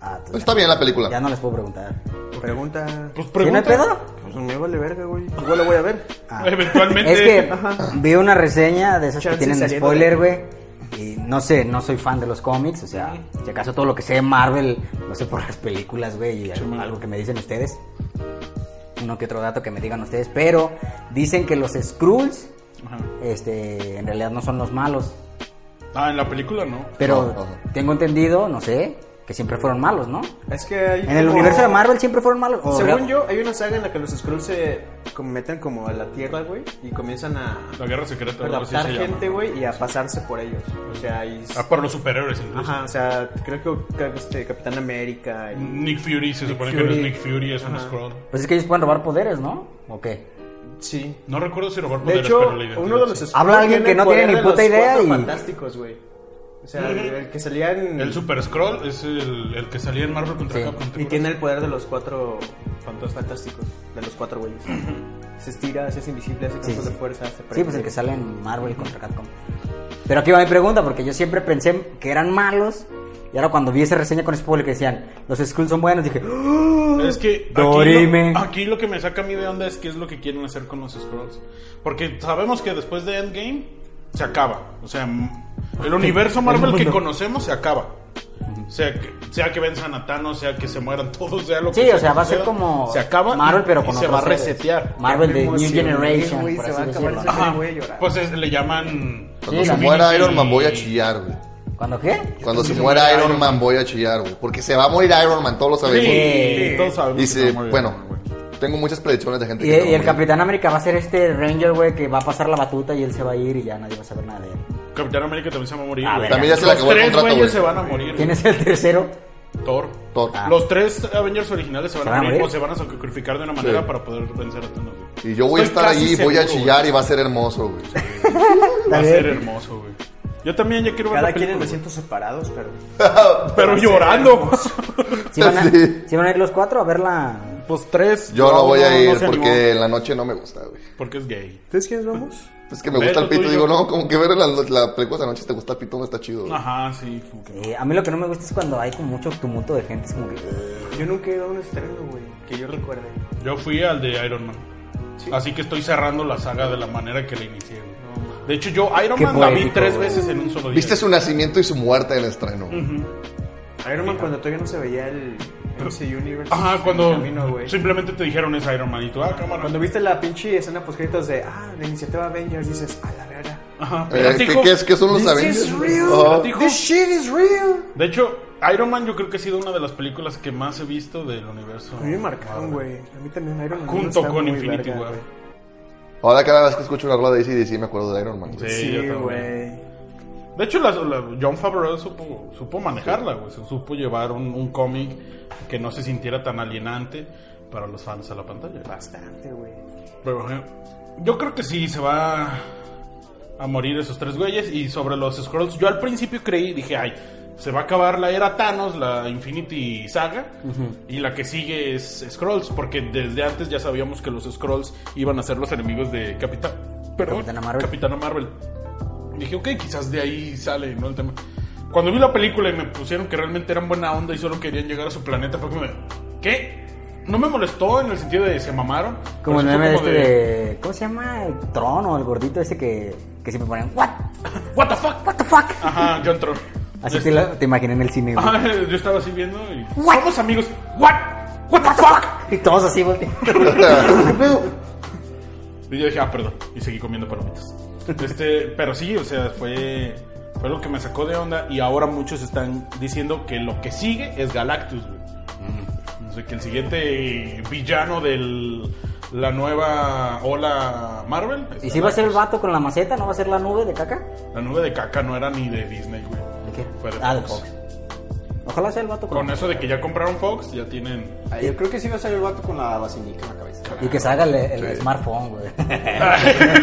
Speaker 5: Ah, entonces
Speaker 2: Está bien la película.
Speaker 5: Ya no les puedo preguntar.
Speaker 4: Pregunta.
Speaker 3: Pues
Speaker 5: ¿Sí no
Speaker 3: pregunta.
Speaker 5: hay pedo?
Speaker 4: Pues me vale verga, güey. Igual la voy a ver.
Speaker 5: Ah.
Speaker 3: Eventualmente.
Speaker 5: Es que
Speaker 4: [laughs]
Speaker 5: vi una reseña de esas
Speaker 4: Chance
Speaker 5: que tienen
Speaker 4: saliendo
Speaker 5: spoiler,
Speaker 4: de-
Speaker 5: güey. Y no sé, no soy fan de los cómics, o sea, si acaso todo lo que sé de Marvel, lo sé por las películas, güey, y algo, algo que me dicen ustedes. Uno que otro dato que me digan ustedes, pero dicen que los Skrulls, este, en realidad no son los malos.
Speaker 3: Ah, en la película no.
Speaker 5: Pero
Speaker 2: No, ajá.
Speaker 5: tengo entendido, no sé, que siempre fueron malos, ¿no?
Speaker 4: Es que hay.
Speaker 5: En el
Speaker 4: como-
Speaker 5: universo de Marvel siempre fueron malos. ¿O
Speaker 4: Según
Speaker 5: real-
Speaker 4: yo, hay una saga en la que los Skrulls se como meten como a la tierra, güey, y comienzan a
Speaker 3: La guerra secreta. algo así
Speaker 4: adaptar
Speaker 3: se llama,
Speaker 4: gente,
Speaker 3: ¿no?
Speaker 4: güey, y a pasarse por ellos. O sea, hay.
Speaker 3: Ah, para los superhéroes incluso.
Speaker 4: Ajá, o sea, creo que, creo que este Capitán América y.
Speaker 3: Nick Fury, se supone que
Speaker 4: Fury.
Speaker 3: no es Nick Fury, es un Skrull.
Speaker 5: Pues es que ellos pueden robar poderes, ¿no? ¿O qué?
Speaker 3: Mm,
Speaker 4: Sí.
Speaker 3: No recuerdo si robar
Speaker 4: De
Speaker 3: poderes,
Speaker 4: hecho,
Speaker 3: pero la identidad
Speaker 4: uno de los
Speaker 3: sí.
Speaker 4: Skrulls
Speaker 5: Habla alguien que no
Speaker 4: el
Speaker 5: tiene ni
Speaker 4: poder de
Speaker 5: puta
Speaker 4: los
Speaker 5: idea
Speaker 4: Cuatro
Speaker 5: y-
Speaker 4: fantásticos, güey. O sea, el que salía en...
Speaker 3: El Super Scroll es el, el que salía en Marvel contra
Speaker 5: Sí.
Speaker 3: Capcom. ¿te
Speaker 4: Y
Speaker 3: acuerdas?
Speaker 4: tiene el poder de los cuatro fantas- fantásticos, de los cuatro güeyes. se estira, se hace invisible, hace campos
Speaker 5: sí.
Speaker 4: de fuerza, se
Speaker 5: Sí,
Speaker 4: prende.
Speaker 5: pues el que sale en Marvel contra Capcom. Pero aquí va mi pregunta, porque yo siempre pensé que eran malos. Y ahora cuando vi esa reseña con spoiler que decían, los Skrulls son buenos, dije, "¡Ah!".
Speaker 3: Es que aquí
Speaker 5: Dorime.
Speaker 3: lo, aquí lo que me saca a mí de onda es qué es lo que quieren hacer con los Scrolls. Porque sabemos que después de Endgame se acaba. O sea, m- el universo Marvel que conocemos se acaba. Sea que, sea que venzan a Thanos, sea que se mueran todos, sea lo que
Speaker 5: Sí, o sea,
Speaker 3: que
Speaker 5: va a ser
Speaker 3: suceda,
Speaker 5: como
Speaker 3: Se acaba y-
Speaker 5: Marvel, pero
Speaker 3: y
Speaker 5: con
Speaker 3: se va a
Speaker 5: otros seres.
Speaker 3: resetear.
Speaker 5: Marvel de
Speaker 4: Me
Speaker 5: New
Speaker 4: emocioné,
Speaker 5: Generation,
Speaker 4: güey,
Speaker 5: por
Speaker 4: se
Speaker 5: así
Speaker 4: va a acabar
Speaker 5: decirlo.
Speaker 4: esa serie,
Speaker 5: Ajá.
Speaker 4: voy a llorar.
Speaker 3: Pues es- le llaman...
Speaker 2: Cuando
Speaker 5: Sí,
Speaker 2: se
Speaker 5: la
Speaker 2: muera
Speaker 3: Infinity-
Speaker 2: Iron Man voy a chillar, güey.
Speaker 5: ¿Cuando qué?
Speaker 2: Cuando se muera Iron Man voy a chillar, güey. Porque se va a morir Iron Man, todos lo
Speaker 3: Sí,
Speaker 2: sabemos.
Speaker 5: Sí.
Speaker 3: todos sabemos
Speaker 2: Y
Speaker 3: que se va
Speaker 2: se,
Speaker 3: a morir
Speaker 2: bueno,
Speaker 3: Iron Man, güey.
Speaker 2: tengo muchas predicciones de gente
Speaker 5: Y,
Speaker 2: que... se va a
Speaker 5: y el
Speaker 2: morir.
Speaker 5: Capitán América va a ser este Ranger, güey, que va a pasar la batuta y él se va a ir y ya nadie va a saber nada de él.
Speaker 3: Capitán América también se va a morir.
Speaker 5: A
Speaker 3: güey.
Speaker 5: ver,
Speaker 2: Ah, También ya se le
Speaker 3: Los
Speaker 2: acabó el
Speaker 3: tres
Speaker 2: contrato, güey.
Speaker 3: güeyes se van a morir.
Speaker 5: ¿Quién es el tercero?
Speaker 3: Thor.
Speaker 2: Thor.
Speaker 5: Ah.
Speaker 3: Los tres Avengers originales se van,
Speaker 5: ¿Se van
Speaker 3: a
Speaker 5: a
Speaker 3: morir,
Speaker 5: morir?
Speaker 3: o se van a sacrificar de una manera
Speaker 2: Sí.
Speaker 3: para poder vencer a Thanos. güey.
Speaker 2: Y yo voy a
Speaker 3: Estoy
Speaker 2: estar
Speaker 3: casi
Speaker 2: ahí, voy a
Speaker 3: seguro,
Speaker 2: chillar
Speaker 3: güey.
Speaker 2: y va a ser hermoso, güey.
Speaker 3: Va a
Speaker 5: Está
Speaker 3: ser
Speaker 5: bien.
Speaker 3: hermoso, güey. Yo también ya quiero ver
Speaker 4: Cada
Speaker 3: la
Speaker 4: quien en
Speaker 3: película,
Speaker 4: asientos separados, pero...
Speaker 3: güey. Pero
Speaker 5: [laughs]
Speaker 3: llorando.
Speaker 5: ¿Sí
Speaker 4: [laughs]
Speaker 5: van, a,
Speaker 2: Sí.
Speaker 5: sí van a ir los cuatro a verla?
Speaker 3: pues tres.
Speaker 2: Yo no voy a ir
Speaker 3: se
Speaker 2: porque en la noche no me gusta, güey.
Speaker 3: animó, porque es gay.
Speaker 4: ¿Ustedes quiénes vamos?
Speaker 2: Es que me
Speaker 3: Ve
Speaker 2: gusta el
Speaker 3: lo
Speaker 2: pito.
Speaker 3: tuyo.
Speaker 2: Digo, no, como que ver la, la película de la noche si te gusta el pito, no está chido. güey.
Speaker 3: Ajá, sí. como que-
Speaker 5: Eh, a mí lo que no me gusta es cuando hay como mucho tumulto de gente, es como que...
Speaker 4: Yo nunca he ido a un estreno, güey, que yo recuerde.
Speaker 3: Yo fui al de Iron Man. Así que estoy cerrando la saga de la manera que la inicié, güey. De hecho, yo Iron
Speaker 5: Qué
Speaker 3: Man la vi
Speaker 5: poético,
Speaker 3: tres
Speaker 5: güey.
Speaker 3: veces en un solo día.
Speaker 2: Viste su nacimiento y su muerte en el estreno. Eh,
Speaker 4: Iron Man cuando todavía no se veía el MC Universe.
Speaker 3: Ajá,
Speaker 4: en
Speaker 3: cuando
Speaker 4: el camino, güey.
Speaker 3: simplemente te dijeron es Iron Man y tú, ah, cámara.
Speaker 4: Cuando viste la pinche escena poscritos de, ah, la iniciativa Avengers, dices, a la verga.
Speaker 3: Ajá,
Speaker 2: Eh, ¿qué,
Speaker 3: piratico.
Speaker 2: qué es, Oh. ¿Qué son los Avengers? Ajá.
Speaker 3: Piratico.
Speaker 4: This shit is real.
Speaker 3: De hecho, Iron Man yo creo que ha sido una de las películas que más he visto del universo.
Speaker 4: A mí me marcaron, güey. A mí también Iron Man.
Speaker 3: Junto
Speaker 4: está
Speaker 3: con
Speaker 4: muy
Speaker 3: Infinity
Speaker 4: verga,
Speaker 3: War.
Speaker 2: Ahora cada vez que escucho una rola de ACDC me acuerdo de Iron Man. güey.
Speaker 3: Sí, yo
Speaker 4: Sí,
Speaker 3: también.
Speaker 4: güey.
Speaker 3: De hecho, la, la- John Favreau supo, supo manejarla, güey. Su- Supo llevar un, un cómic que no se sintiera tan alienante para los fans a la pantalla.
Speaker 4: Bastante, güey.
Speaker 3: Pero eh, yo creo que sí, se va a morir esos tres güeyes. Y sobre los Scrolls, yo al principio creí, dije, ay, se va a acabar la era Thanos, la Infinity Saga. Y la que sigue es Scrolls, porque desde antes ya sabíamos que los Scrolls iban a ser los enemigos de Capitán. Perdón,
Speaker 5: Capitana Marvel.
Speaker 3: Capitana Marvel. Dije, ok, quizás de ahí sale, ¿no? El tema. Cuando vi la película y me pusieron que realmente eran buena onda y solo querían llegar a su planeta, fue como, de, ¿qué? no me molestó en el sentido de se mamaron.
Speaker 5: Como el
Speaker 3: pero sí
Speaker 5: meme
Speaker 3: fue
Speaker 5: este de... ¿Cómo se llama? El trono, el gordito ese que, que siempre ponen... ¿What?
Speaker 3: What the fuck?
Speaker 5: ¿What the fuck?
Speaker 3: Ajá, John Tron.
Speaker 5: Así te, la- te imaginé en el cine, güey.
Speaker 3: Ajá, yo estaba así viendo y...
Speaker 5: What?
Speaker 3: Somos amigos. What? What the fuck?
Speaker 5: Y todos así, volteando.
Speaker 2: ¿Qué pedo?
Speaker 3: Y yo dije, ah, perdón. Y seguí comiendo
Speaker 5: [laughs]
Speaker 3: palomitas. Este, pero sí, o sea, fue, fue lo que me sacó de onda. Y ahora muchos están diciendo que lo que sigue es Galactus, güey. O sea, que el siguiente villano de la nueva ola Marvel. es
Speaker 5: ¿Y si va a ser el
Speaker 3: Galactus.
Speaker 5: vato con la maceta? ¿No va a ser la nube de caca?
Speaker 3: La nube de caca no era ni de Disney, güey.
Speaker 5: ¿De qué?
Speaker 3: Fue de
Speaker 5: Ah, de
Speaker 3: Fox.
Speaker 5: Fox. Ojalá sea el vato con,
Speaker 3: Con eso de que ya compraron Fox, ya tienen.
Speaker 1: Ah, Yo creo que sí va a ser el vato con la vacinica en la cabeza.
Speaker 5: Y que salga el, el smartphone, güey. [laughs] Eh.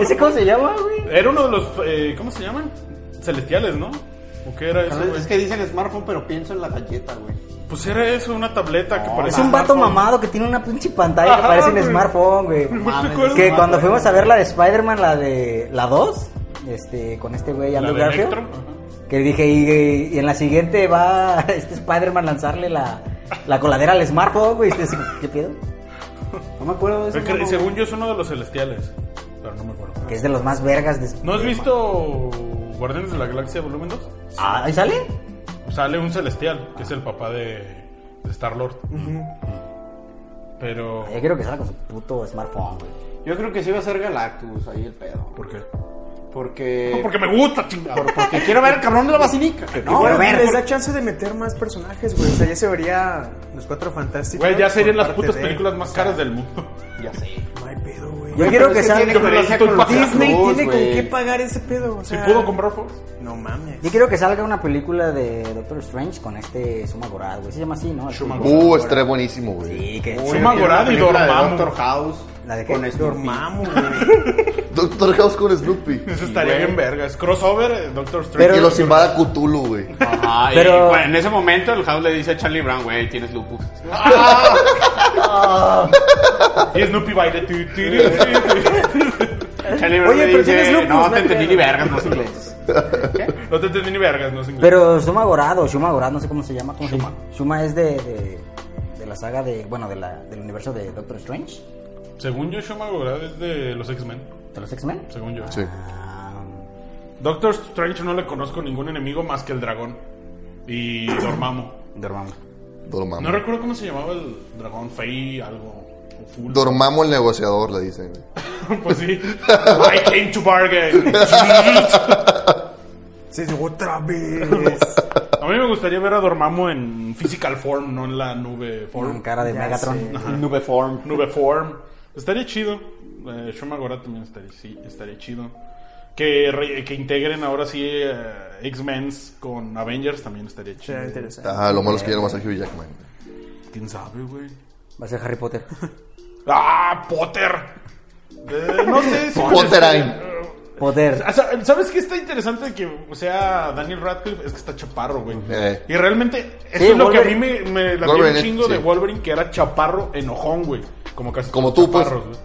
Speaker 3: [laughs]
Speaker 5: ¿Ese cómo se llama, güey?
Speaker 3: Era uno de los. eh, ¿Cómo se llaman? Celestiales, ¿no? ¿O qué era eso,
Speaker 1: Carnal,
Speaker 3: güey?
Speaker 1: Es que dicen smartphone, pero pienso en la galleta, güey.
Speaker 3: Pues era eso, una tableta que
Speaker 5: Es
Speaker 3: parecía.
Speaker 5: un vato
Speaker 3: smartphone.
Speaker 5: mamado que tiene una pinche pantalla que
Speaker 3: Ajá,
Speaker 5: parece un
Speaker 3: güey.
Speaker 5: smartphone, güey.
Speaker 3: ¿No te
Speaker 5: Es que
Speaker 3: acuerdas?
Speaker 5: cuando fuimos a ver la de Spider-Man, la de la 2, este, con este güey
Speaker 3: La
Speaker 5: Andrew
Speaker 3: de
Speaker 5: Garfield,
Speaker 3: Electro, ajá.
Speaker 5: que dije, y, y en la siguiente va [laughs] este Spider-Man a lanzarle la, la coladera al smartphone, güey. Y estoy así, ¿Qué pedo?
Speaker 1: No me acuerdo de eso.
Speaker 3: Es que,
Speaker 1: mamá,
Speaker 3: según
Speaker 1: güey.
Speaker 3: yo es uno de los celestiales. Pero no me acuerdo.
Speaker 5: Que es de los más vergas de este
Speaker 3: ¿No has visto Guardianes de la Galaxia Volumen 2?
Speaker 5: Ah, ¿ahí sale?
Speaker 3: Sale un celestial, que es el papá de, Star Lord. Pero.
Speaker 5: Yo quiero que salga con su puto smartphone, güey.
Speaker 1: Yo creo que sí va a ser Galactus, ahí el pedo.
Speaker 3: ¿Por qué?
Speaker 1: Porque.
Speaker 3: Porque me gusta, chingado.
Speaker 1: Eh, por- porque quiero ver el cabrón de la vacinica.
Speaker 4: No,
Speaker 5: quiero ver,
Speaker 4: les
Speaker 5: por-
Speaker 4: da chance de meter más personajes, güey. O sea, ya se vería los cuatro fantásticos.
Speaker 3: Güey, ya serían las
Speaker 4: por parte
Speaker 3: putas
Speaker 4: de-
Speaker 3: películas más caras del mundo. [laughs]
Speaker 1: Ya sé.
Speaker 4: No hay pedo, güey.
Speaker 5: Yo quiero
Speaker 1: pero
Speaker 5: que
Speaker 1: es que
Speaker 5: salga.
Speaker 1: tiene que-
Speaker 3: Pero
Speaker 1: con
Speaker 3: las
Speaker 1: Disney.
Speaker 4: Disney
Speaker 1: Cruz,
Speaker 4: tiene
Speaker 1: güey.
Speaker 4: con qué pagar ese pedo, o
Speaker 3: Si
Speaker 4: sea.
Speaker 3: pudo comprar Fox.
Speaker 4: No mames.
Speaker 5: Yo quiero que salga una película de Doctor Strange con este Suma Gorad, güey. Se llama así, ¿no?
Speaker 3: Shuma Gorad.
Speaker 2: [laughs] Uh, estaría buenísimo, güey.
Speaker 5: Sí, que.
Speaker 3: Suma
Speaker 1: Uy, yo quiero una
Speaker 3: Gorad y
Speaker 1: película de
Speaker 3: Dormammu.
Speaker 1: Doctor House.
Speaker 5: ¿La de qué?
Speaker 1: Con este Snoopy.
Speaker 4: Dormamo, güey.
Speaker 2: Doctor House con Snoopy.
Speaker 3: Eso estaría bien verga. Es crossover, eh, Doctor Strange.
Speaker 2: Y que los invada Cthulhu, güey.
Speaker 3: Ah.
Speaker 1: Ajá, y,
Speaker 5: Pero-
Speaker 1: bueno, en ese momento el House le dice a Charlie Brown, güey, tienes lupus.
Speaker 3: Y
Speaker 2: [laughs]
Speaker 3: Snoopy baile. tu, tu, tu, tu, tu.
Speaker 1: Charlie Brown
Speaker 4: Oye,
Speaker 1: le
Speaker 4: pero
Speaker 1: dice,
Speaker 4: tienes lupus,
Speaker 1: no
Speaker 4: no
Speaker 1: te entendí
Speaker 4: creo".
Speaker 1: ni vergas, no sé inglés.
Speaker 3: No te entendí ni vergas, no sé inglés.
Speaker 5: Pero Suma Gorad o Shuma Gorad, no sé cómo se llama. ¿cómo se llama? Shuma es de, de, de la saga de. Bueno, de la, del universo de Doctor Strange,
Speaker 3: Según yo, Shuma Gorad es de los X-Men.
Speaker 5: de los X-Men.
Speaker 3: Según yo.
Speaker 2: Sí.
Speaker 5: Ah,
Speaker 3: Doctor Strange no le conozco ningún enemigo más que el dragón. Y Dormammu.
Speaker 5: Dormammu.
Speaker 2: Dormammu.
Speaker 3: No recuerdo cómo se llamaba el dragón. Fey, algo. o Full.
Speaker 2: Dormamo el negociador, le dicen. güey.
Speaker 3: [laughs] pues sí. I came to
Speaker 2: [laughs]
Speaker 3: bargain.
Speaker 4: Se dice, otra vez.
Speaker 3: A mí me gustaría ver a Dormammu en physical form, no en la nube form.
Speaker 5: Con cara de
Speaker 4: Ya
Speaker 5: Megatron.
Speaker 4: sé.
Speaker 1: Nubeform.
Speaker 3: Nube form. Estaría chido. Eh, Shoma Gorat también estaría, sí, estaría chido. Que, re- que integren ahora sí eh, X-Men con Avengers también estaría chido.
Speaker 4: Será interesante.
Speaker 2: Ajá, Ah, lo malo es que ya no va a ser Hugh Jackman.
Speaker 3: ¿Quién sabe, güey?
Speaker 5: Va a ser Harry Potter. [laughs]
Speaker 3: ¡Ah, Potter! Eh, no sé si...
Speaker 2: Potterine.
Speaker 3: [laughs]
Speaker 5: Poder.
Speaker 3: O sea, ¿Sabes qué está interesante que o sea Daniel Radcliffe? Es que está chaparro, güey.
Speaker 2: Eh.
Speaker 3: Y realmente, eso
Speaker 5: Sí,
Speaker 3: es lo que a mí me,
Speaker 5: Wolverine.
Speaker 3: me la un
Speaker 2: Wolverine,
Speaker 3: chingo de
Speaker 2: sí.
Speaker 3: Wolverine, que era chaparro enojón, güey. Como casi
Speaker 2: Como
Speaker 3: todos
Speaker 2: tú, pues.
Speaker 3: chaparros, güey.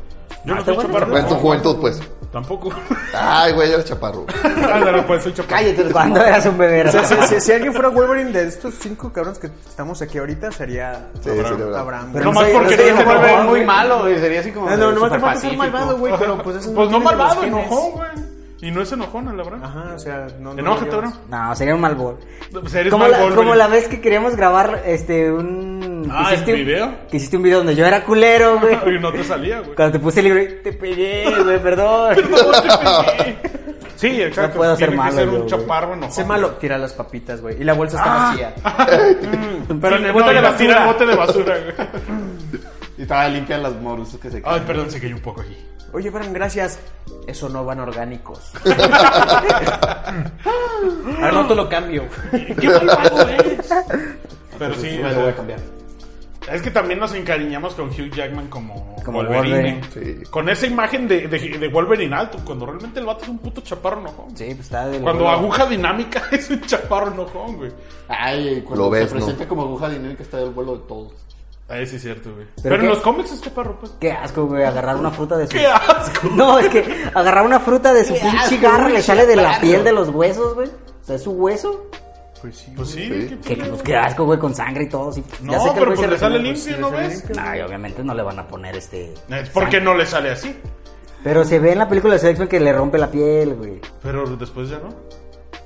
Speaker 3: Yo no
Speaker 5: Ah, está
Speaker 3: soy
Speaker 5: bueno,
Speaker 3: chaparro.
Speaker 2: Fue en tu
Speaker 3: no,
Speaker 2: juventud, pues.
Speaker 3: Tampoco. [laughs]
Speaker 2: Ay, güey, ya eres chaparro.
Speaker 3: Ándale, pues, soy chaparro.
Speaker 5: Cuando eras un bebé,
Speaker 4: O sea, si,
Speaker 5: ¿verdad?
Speaker 4: si- si alguien fuera Wolverine de estos cinco cabrones que estamos aquí ahorita, sería
Speaker 2: Sí, sí, de verdad.
Speaker 4: Abraham.
Speaker 5: Pero
Speaker 3: No
Speaker 5: no
Speaker 3: más
Speaker 5: soy-
Speaker 3: porque
Speaker 5: no soy
Speaker 3: se
Speaker 5: enojón,
Speaker 3: vuelve
Speaker 5: güey.
Speaker 1: muy malo, güey, sería así como.
Speaker 4: Ah, No, no, nomás te falta
Speaker 1: superpacífico.
Speaker 4: ser malvado, güey, pero pues eso
Speaker 3: Pues no
Speaker 4: tiene
Speaker 3: malvado,
Speaker 4: los genes.
Speaker 3: enojón, güey. Y no es enojón, la verdad.
Speaker 4: Ajá, o sea, no. no
Speaker 3: Enójate,
Speaker 4: lo llevas.
Speaker 3: bro.
Speaker 5: No, sería un mal bol.
Speaker 3: O sea, eres
Speaker 5: Como
Speaker 3: mal
Speaker 5: la,
Speaker 3: Wolverine.
Speaker 5: como la vez que queríamos grabar este un
Speaker 3: Ah,
Speaker 5: que
Speaker 3: ¿el
Speaker 5: un-
Speaker 3: video?
Speaker 5: que hiciste un video donde yo era culero, güey.
Speaker 3: [laughs] [laughs] Y no te salía, güey.
Speaker 5: Cuando te puse el libro, y te pegué, güey,
Speaker 3: [laughs]
Speaker 5: perdón.
Speaker 3: Sí, exacto.
Speaker 5: puedo ser
Speaker 3: Tiene que
Speaker 5: malo
Speaker 3: ser
Speaker 5: yo,
Speaker 3: un
Speaker 5: güey.
Speaker 3: chaparro enojón.
Speaker 4: Sé malo, tira las papitas, güey. Y la bolsa está
Speaker 3: Ah.
Speaker 4: vacía.
Speaker 3: Pero
Speaker 4: en
Speaker 3: en
Speaker 4: el bote de basura.
Speaker 3: el bote de basura, güey.
Speaker 1: Y estaba limpia las morus que se
Speaker 3: Ay, perdón, se cayó un poco aquí.
Speaker 4: Oye, Bran, gracias. Eso no
Speaker 2: [laughs]
Speaker 4: van orgánicos. A ver, no te lo cambio.
Speaker 3: ¡Qué mal pago es! [laughs] Pero sí,
Speaker 1: me lo voy a cambiar.
Speaker 3: es que también nos encariñamos con Hugh Jackman como,
Speaker 5: Como
Speaker 3: Wolverine. ¿eh?
Speaker 2: Wolverine. Sí.
Speaker 3: Con esa imagen de, de- de Wolverine alto, cuando realmente el vato es un puto chaparro enojón.
Speaker 5: Sí, pues está del
Speaker 3: Cuando
Speaker 5: culo.
Speaker 3: aguja dinámica [laughs] es un chaparro enojón, güey.
Speaker 1: Ay, cuando
Speaker 2: Lo ves,
Speaker 1: se
Speaker 2: ¿no?
Speaker 1: presenta como aguja dinámica está del vuelo de todos.
Speaker 3: Ah, sí es cierto, güey. Pero,
Speaker 5: ¿Pero
Speaker 3: en
Speaker 5: qué?
Speaker 3: los cómics es chaparro, pues.
Speaker 5: Qué asco, güey, agarrar una fruta de su
Speaker 3: ¡Qué asco!
Speaker 5: [laughs] No, es que agarrar una fruta de su
Speaker 1: Qué
Speaker 5: pinche
Speaker 1: asco,
Speaker 5: garra
Speaker 1: güey,
Speaker 5: le sale de la
Speaker 1: chaparro.
Speaker 5: piel de los huesos, güey. O sea, es su hueso.
Speaker 3: Pues sí.
Speaker 2: Pues sí.
Speaker 3: güey, ¿qué
Speaker 5: Que,
Speaker 3: pedo?
Speaker 5: pues, qué asco, güey, con sangre y todo. sí. Ya
Speaker 3: No,
Speaker 5: sé que el
Speaker 3: pero
Speaker 5: güey
Speaker 3: pues
Speaker 5: se
Speaker 3: le sale
Speaker 5: refiere-
Speaker 3: limpio, ¿no ves?
Speaker 5: Nah, y obviamente no le van a poner este.
Speaker 3: Es porque no le sale así.
Speaker 5: Pero se ve en la película de Sexman que le rompe la piel, güey.
Speaker 3: Pero después ya no.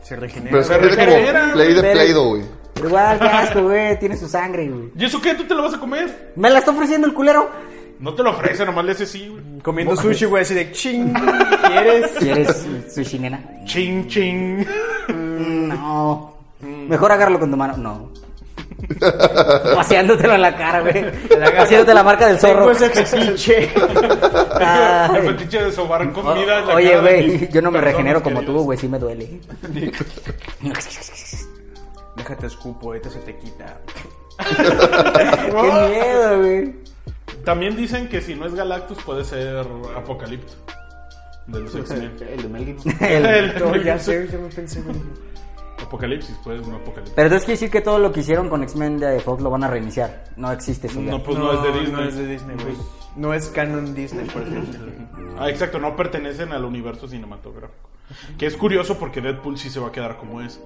Speaker 4: Se regenera.
Speaker 2: Pero es que
Speaker 3: Pero
Speaker 2: tiene
Speaker 3: que era,
Speaker 2: como play de
Speaker 5: pero-
Speaker 2: Play-Doh, güey.
Speaker 5: Pero igual, qué asco, güey. Tiene su sangre, güey.
Speaker 3: ¿Y eso qué? ¿Tú te lo vas a comer?
Speaker 5: Me la está ofreciendo el culero.
Speaker 3: No te lo ofrece, nomás le hace así, güey.
Speaker 4: Comiendo sushi, güey, así de ching. ¿Quieres?
Speaker 5: Si eres sushi nena.
Speaker 3: Ching, ching.
Speaker 5: No. Mejor agárralo con tu mano. No. Paseándotelo en la cara, güey. Haciéndote la marca del zorro. Ay.
Speaker 3: [laughs] El fetiche de sobar
Speaker 5: O-
Speaker 3: comida en la
Speaker 5: Oye,
Speaker 3: cara de
Speaker 5: güey,
Speaker 3: mis
Speaker 5: yo no me
Speaker 3: personas
Speaker 5: regenero como
Speaker 3: queridas.
Speaker 5: tú, güey. Sí me duele.
Speaker 4: Déjate escupo, este se te quita.
Speaker 5: Qué miedo, güey.
Speaker 3: También dicen que si no es Galactus puede ser Apocalipto. De los X-Men.
Speaker 5: [laughs]
Speaker 1: El de Mel Gibson.
Speaker 5: El-
Speaker 3: El-
Speaker 4: ya sé, yo no pensé, güey.
Speaker 3: Apocalipsis, pues, un apocalipsis.
Speaker 5: Pero entonces quiere decir que todo lo que hicieron con X-Men de Fox lo van a reiniciar. No existe eso. ya.
Speaker 3: No, pues no, es de Disney.
Speaker 4: No es de Disney, güey. No es canon Disney, por ejemplo.
Speaker 3: Ah, exacto, no pertenecen al universo cinematográfico. Que es curioso porque Deadpool sí se va a quedar como es.